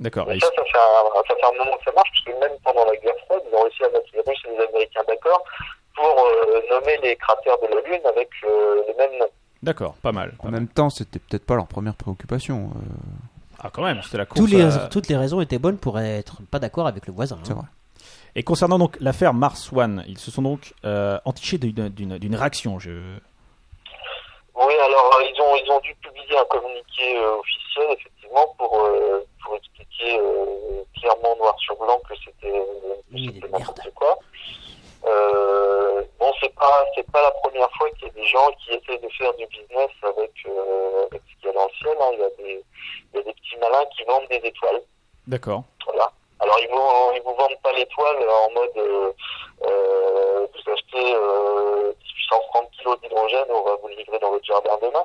Speaker 3: D'accord.
Speaker 10: Et ça, ça fait, un, ça fait un moment que ça marche, parce que même pendant la guerre froide, ils ont réussi à mettre les Russes et les Américains d'accord pour euh, nommer les cratères de la Lune avec euh, les mêmes noms.
Speaker 3: D'accord, pas mal.
Speaker 6: En même temps, c'était peut-être pas leur première préoccupation. euh.
Speaker 3: Ah, quand même, c'était la course.
Speaker 7: Tous les,
Speaker 3: à-
Speaker 7: Toutes les raisons étaient bonnes pour être pas d'accord avec le voisin. hein.
Speaker 3: Et concernant donc l'affaire Mars One, ils se sont donc euh, entichés d'une- d'une d'une réaction. Je...
Speaker 10: Oui, alors euh, ils ont ils ont dû publier un communiqué euh, officiel effectivement pour euh, pour expliquer euh, clairement noir sur blanc que c'était euh, c'était n'importe quoi. Euh, bon, c'est pas c'est pas la première fois qu'il y a des gens qui essaient de faire du business avec euh, avec ce qu'il y a dans le ciel. hein. Il y a des il y a des petits malins qui vendent des étoiles.
Speaker 3: D'accord.
Speaker 10: Voilà. Alors ils vous ils vous vendent pas l'étoile en mode euh, euh, vous achetez euh, 130 kilos d'hydrogène, on va vous le livrer dans votre jardin demain,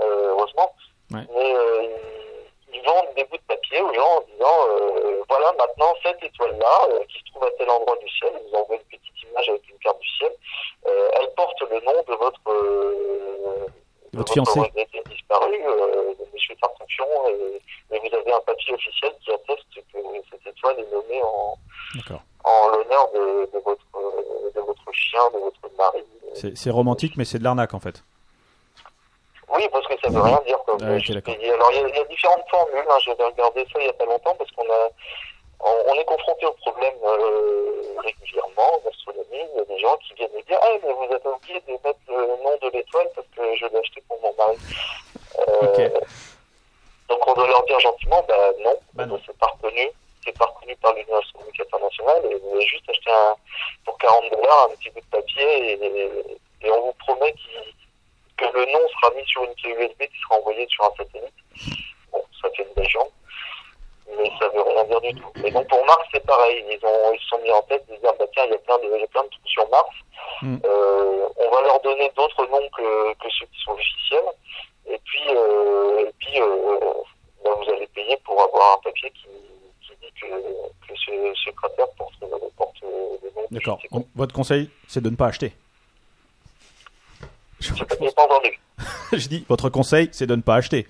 Speaker 10: euh, heureusement. Mais euh, ils- ils vendent des bouts de papier aux gens en disant euh, voilà maintenant cette étoile là qui se trouve à tel endroit du ciel, ils vous envoient une petite image avec une carte du ciel, euh, elle porte le nom de votre euh,
Speaker 3: Votre fiancé.
Speaker 10: regretté disparu, euh, de Monsieur Tartampion, et, et vous avez un papier officiel qui atteste que cette étoile est nommée en,
Speaker 3: D'accord.
Speaker 10: en l'honneur de, de votre, euh, de votre chien, de votre mari.
Speaker 3: C'est c'est romantique, mais c'est de l'arnaque en fait.
Speaker 10: Oui, parce que ça veut rien dire. Comme
Speaker 3: Ah, ok, d'accord.
Speaker 10: Alors, il y, a- il y a différentes formules. hein. J'avais regardé ça il n'y a pas longtemps parce qu'on a, on, on est confronté au problème euh, régulièrement en astronomie. Il y a des gens qui viennent nous dire Ah, mais vous avez oublié de mettre le nom de l'étoile parce que je l'ai acheté pour mon mari. Euh, Donc, on doit leur dire gentiment Bah non, c'est pas reconnu. C'est pas reconnu par l'Union astronomique internationale et vous avez juste acheté un, pour 40 dollars un petit bout de papier et, et on vous promet qu'il que le nom sera mis sur une clé USB qui sera envoyée sur un satellite. Bon, ça fait une légende, mais ça veut rien dire du tout. Et donc pour Mars, c'est pareil. Ils ont, ils se sont mis en tête de se dire, bah tiens, il y a plein de, il y a plein de trucs sur Mars. Euh, on va leur donner d'autres noms que, que ceux qui sont officiels. Et puis, euh, et puis euh, bah, vous allez payer pour avoir un papier qui, qui dit que, que ce, ce cratère porte, porte le nom.
Speaker 3: D'accord. On- Votre conseil, c'est de ne pas acheter. [LAUGHS]
Speaker 10: Je n'ai pas entendu.
Speaker 3: Je dis, votre conseil, c'est de ne pas acheter.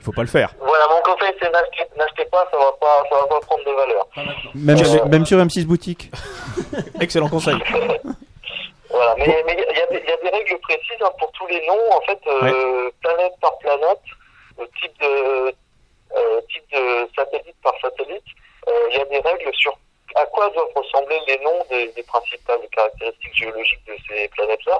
Speaker 3: Il faut pas le faire.
Speaker 10: Voilà, mon conseil, c'est n'achetez n'achetez pas, ça va pas, ça va pas prendre de valeur.
Speaker 6: Même,
Speaker 10: Euh,
Speaker 6: sur, même sur M6 Boutique.
Speaker 3: Excellent conseil.
Speaker 10: Voilà, mais mais il y, a des- il y a des règles précises hein, pour tous les noms, en fait, euh, planète par planète, euh, type de euh, type de satellite par satellite. Euh, Il y a des règles sur à quoi doivent ressembler les noms des, des principales caractéristiques géologiques de ces planètes-là,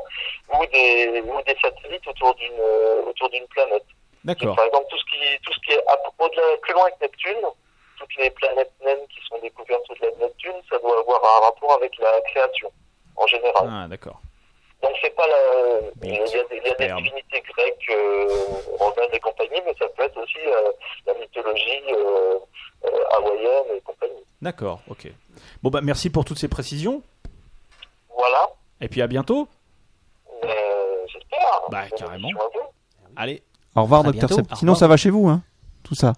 Speaker 10: ou des ou des satellites autour d'une euh, autour d'une planète.
Speaker 3: D'accord.
Speaker 10: Par exemple, tout ce qui, tout ce qui est à- au-delà, plus loin que Neptune, toutes les planètes naines qui sont découvertes au-delà de Neptune, ça doit avoir un rapport avec la création, en général.
Speaker 3: Ah, d'accord.
Speaker 10: Donc, c'est pas la. Il y a des, il y a des divinités grecques, euh, romaines et compagnie, mais ça peut être aussi euh, la mythologie euh, euh, hawaïenne et compagnie.
Speaker 3: D'accord, ok. Bon, bah merci pour toutes ces précisions.
Speaker 10: Voilà,
Speaker 3: Et puis à bientôt.
Speaker 10: euh, j'espère.
Speaker 3: Bah, carrément. Allez.
Speaker 6: Au revoir,
Speaker 3: À
Speaker 6: docteur
Speaker 3: bientôt.
Speaker 6: Sepp.
Speaker 3: Au
Speaker 6: Sinon,
Speaker 3: revoir.
Speaker 6: ça va chez vous, hein, tout ça.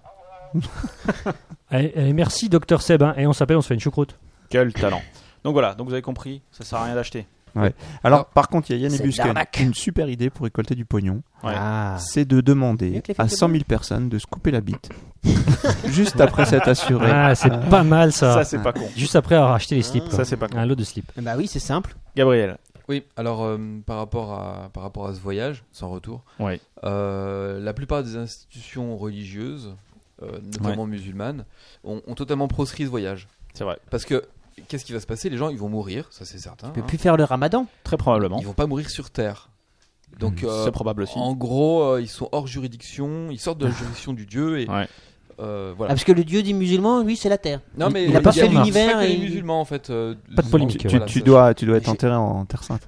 Speaker 8: Allez, allez, Eh, merci, docteur Seb. hein. Et on s'appelle, on se fait une choucroute.
Speaker 3: Quel talent. Donc voilà, donc vous avez compris, ça sert à rien d'acheter.
Speaker 6: Ouais. Alors, par contre, il y a Yannick
Speaker 3: C'est de
Speaker 6: Busquet,
Speaker 3: l'arnaque.
Speaker 6: une super idée pour récolter du pognon.
Speaker 3: Ouais.
Speaker 8: Ah,
Speaker 7: Ah.
Speaker 6: C'est de demander
Speaker 3: Mieux que les fêtes
Speaker 6: à
Speaker 3: de
Speaker 6: 100 000 personnes de se couper la bite. [LAUGHS] Juste après s'être assuré.
Speaker 8: Ah, c'est
Speaker 6: Euh,
Speaker 8: pas mal ça.
Speaker 6: Ça, c'est pas
Speaker 3: con.
Speaker 8: Juste après avoir acheté les slips.
Speaker 4: Ah.
Speaker 8: quoi.
Speaker 4: Ça, c'est pas con.
Speaker 8: Un lot de slips.
Speaker 7: Bah oui, c'est simple.
Speaker 3: Gabriel.
Speaker 4: Oui, alors euh, par, rapport à, par rapport à ce voyage, sans retour,
Speaker 3: Oui.
Speaker 4: euh, la plupart des institutions religieuses, euh, notamment musulmanes, ont, ont totalement proscrit ce voyage.
Speaker 3: C'est vrai.
Speaker 4: Parce que qu'est-ce qui va se passer Les gens, ils vont mourir, ça c'est certain.
Speaker 7: Tu peux
Speaker 4: hein.
Speaker 7: plus faire le ramadan.
Speaker 3: Très probablement.
Speaker 4: Ils vont pas mourir sur Terre. Donc,
Speaker 6: Hmm.
Speaker 3: Mmh.
Speaker 4: euh,
Speaker 3: C'est probable aussi.
Speaker 4: En gros, euh, ils sont hors juridiction, ils sortent
Speaker 6: [LAUGHS]
Speaker 4: de la juridiction du Dieu et euh, voilà.
Speaker 7: Ah, parce que le dieu des musulmans, lui, c'est la terre.
Speaker 4: Non,
Speaker 7: Ah, Il-
Speaker 4: mais
Speaker 7: il a pas fait
Speaker 4: y a- c'est
Speaker 7: l'univers
Speaker 4: pas que
Speaker 7: et.
Speaker 4: les musulmans en fait. euh,
Speaker 6: Pas de polémique. Tu,
Speaker 4: Voilà,
Speaker 6: tu
Speaker 4: ça-
Speaker 6: dois, tu dois être enterré en Terre Sainte.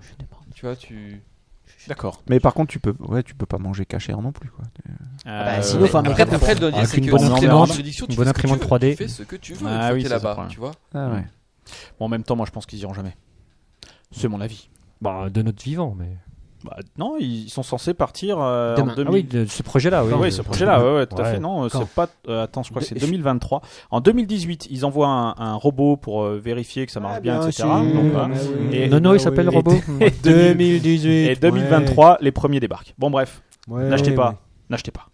Speaker 4: Tu vois, tu.
Speaker 3: D'accord.
Speaker 6: Mais par contre, tu peux, ouais, tu peux pas manger cachère non plus. Quoi.
Speaker 3: Ah
Speaker 4: bah, sinon, enfin, mais
Speaker 6: Après,
Speaker 4: après, après, le dernier,
Speaker 6: Avec
Speaker 4: c'est
Speaker 6: une
Speaker 4: que
Speaker 6: bonne
Speaker 4: c'est la
Speaker 6: imprimante,
Speaker 4: juridiction, tu
Speaker 6: une bonne
Speaker 4: fais ce que tu
Speaker 6: imprimante
Speaker 4: veux,
Speaker 6: 3D.
Speaker 4: Tu fais ce que tu veux
Speaker 3: Ah
Speaker 4: une
Speaker 3: oui,
Speaker 4: fois
Speaker 3: c'est
Speaker 4: que
Speaker 3: ça
Speaker 4: t'es
Speaker 3: le
Speaker 4: là-bas,
Speaker 3: problème.
Speaker 4: tu vois.
Speaker 6: Ah ouais.
Speaker 3: Bon, en même temps, moi je pense qu'ils iront jamais.
Speaker 8: Bah, de notre vivant, mais.
Speaker 3: Bah, non, ils sont censés partir euh,
Speaker 8: Demain.
Speaker 3: en 2000.
Speaker 8: Ah oui, de ce projet-là, oui.
Speaker 3: Ah
Speaker 8: De-
Speaker 3: ce projet-là, ouais, ouais, tout à
Speaker 8: Ouais.
Speaker 3: fait. Non, euh,
Speaker 8: Quand
Speaker 3: c'est pas. euh, attends, je crois que c'est
Speaker 8: De-
Speaker 3: 2023. En 2018, ils envoient un, un robot pour euh, vérifier que ça marche bien,
Speaker 8: Ah, bien
Speaker 3: etc.
Speaker 8: sûr.
Speaker 3: Donc, voilà.
Speaker 6: Ah,
Speaker 8: Mmh, oui. Nono, il s'appelle le
Speaker 3: et-
Speaker 8: robot
Speaker 3: et
Speaker 8: 2018,
Speaker 3: Et 2023, les premiers débarquent. Bon, bref,
Speaker 8: Ouais,
Speaker 3: n'achetez pas,
Speaker 8: ouais.
Speaker 3: n'achetez pas.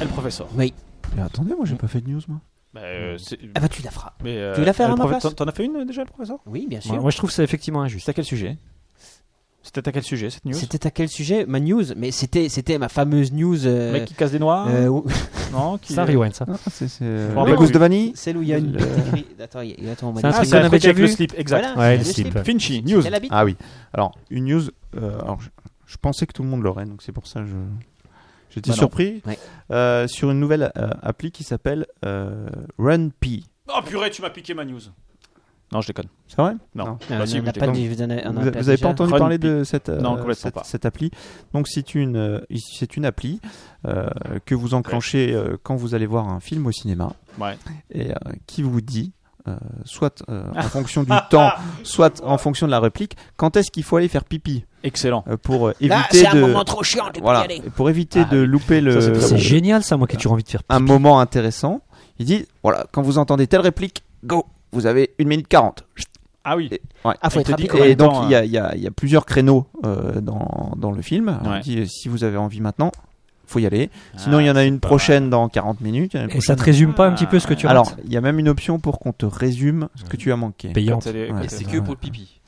Speaker 3: Et le professeur. euh,
Speaker 7: Oui.
Speaker 6: Mais attendez, moi j'ai pas fait de news, moi.
Speaker 7: Ah bah, tu la feras.
Speaker 3: Mais,
Speaker 7: Tu veux la faire
Speaker 3: euh,
Speaker 7: à ma
Speaker 3: prof-
Speaker 7: place
Speaker 3: t'en- T'en as fait une euh, déjà, le professeur
Speaker 7: Oui, bien sûr.
Speaker 3: Moi,
Speaker 8: Moi, je trouve ça effectivement injuste.
Speaker 3: C'était à quel sujet C'était à quel sujet cette news
Speaker 7: C'était à quel sujet Ma news Mais c'était c'était ma fameuse news. euh,
Speaker 3: Le mec qui casse des noix
Speaker 7: euh, où- [LAUGHS]
Speaker 3: Non, qui...
Speaker 8: Ça, rewind, ça.
Speaker 6: Ah, c'est c'est,
Speaker 3: Je
Speaker 6: euh,
Speaker 3: m'en
Speaker 6: la
Speaker 3: rappelle
Speaker 6: gousse
Speaker 3: plus.
Speaker 6: de vanille.
Speaker 7: Celle où il y a une. Attends, il y a- attends, on m'a
Speaker 8: C'est un
Speaker 7: dit-
Speaker 3: Ah,
Speaker 8: truc
Speaker 3: c'est
Speaker 8: qu'on
Speaker 3: un
Speaker 8: avait
Speaker 3: truc
Speaker 8: déjà
Speaker 3: avec le
Speaker 8: vu.
Speaker 3: slip, exact.
Speaker 7: Voilà,
Speaker 8: Ouais, le
Speaker 7: le slip.
Speaker 8: slip.
Speaker 3: Finchi, news.
Speaker 7: C'est la bite.
Speaker 6: Ah oui. Alors, une news. euh, alors, je, je pensais que tout le monde l'aurait, donc c'est pour ça que je. J'étais
Speaker 3: Bah non.
Speaker 6: surpris
Speaker 7: Ouais.
Speaker 6: Euh, sur une nouvelle euh, appli qui s'appelle euh, Run P.
Speaker 3: Oh purée, tu m'as piqué ma news. Non, je déconne.
Speaker 6: C'est vrai
Speaker 3: Non.
Speaker 7: Ah,
Speaker 3: Bah,
Speaker 7: on
Speaker 3: si,
Speaker 7: en
Speaker 3: mais
Speaker 7: a
Speaker 3: t'es
Speaker 7: pas
Speaker 6: con.
Speaker 7: dit- on en a
Speaker 6: Vous,
Speaker 7: pas
Speaker 6: vous avez
Speaker 7: déjà.
Speaker 6: pas entendu
Speaker 3: Run
Speaker 6: parler
Speaker 3: P.
Speaker 6: de cette, euh,
Speaker 3: Non, complètement
Speaker 6: cette,
Speaker 3: pas.
Speaker 6: cette appli. Donc c'est une, euh, c'est une appli euh, que vous enclenchez euh, quand vous allez voir un film au cinéma
Speaker 3: Ouais.
Speaker 6: et euh, qui vous dit, euh, soit euh, en fonction du [LAUGHS] temps, soit en fonction de la réplique, quand est-ce qu'il faut aller faire pipi
Speaker 3: Excellent.
Speaker 6: euh, pour euh,
Speaker 7: Là,
Speaker 6: éviter
Speaker 7: c'est un moment
Speaker 6: de
Speaker 7: trop chiant, tu peux y
Speaker 6: voilà,
Speaker 7: aller.
Speaker 6: pour éviter
Speaker 3: Ah,
Speaker 6: de louper le
Speaker 3: c'est très
Speaker 8: C'est génial, ça, moi, qui ai toujours envie de faire.
Speaker 6: Euh, un moment intéressant. Il dit voilà, quand vous entendez telle réplique, go, vous avez 1 minute 40.
Speaker 3: Ah oui.
Speaker 6: Ouais.
Speaker 7: Ah, faut
Speaker 3: Et
Speaker 7: être
Speaker 3: te
Speaker 7: rapide.
Speaker 3: dit combien de
Speaker 6: Et
Speaker 3: temps, hein.
Speaker 6: donc, il y, a- il y a- il y a plusieurs créneaux euh, dans, dans le film. Alors,
Speaker 3: Ouais.
Speaker 6: on dit, euh, si vous avez envie maintenant, faut y aller.
Speaker 3: Ah,
Speaker 6: Sinon, il y en a une
Speaker 3: pas
Speaker 6: prochaine dans 40 minutes. il y en a une
Speaker 8: Et ça te
Speaker 6: prochaine
Speaker 8: résume pas un petit peu ce que tu
Speaker 6: dans-
Speaker 8: rates
Speaker 6: Alors, il y a même une option pour qu'on te résume ce que tu as manqué.
Speaker 3: Quand
Speaker 8: payante.
Speaker 3: elle est- quand
Speaker 6: Ouais.
Speaker 4: Et c'est
Speaker 3: elle-
Speaker 4: que pour le pipi.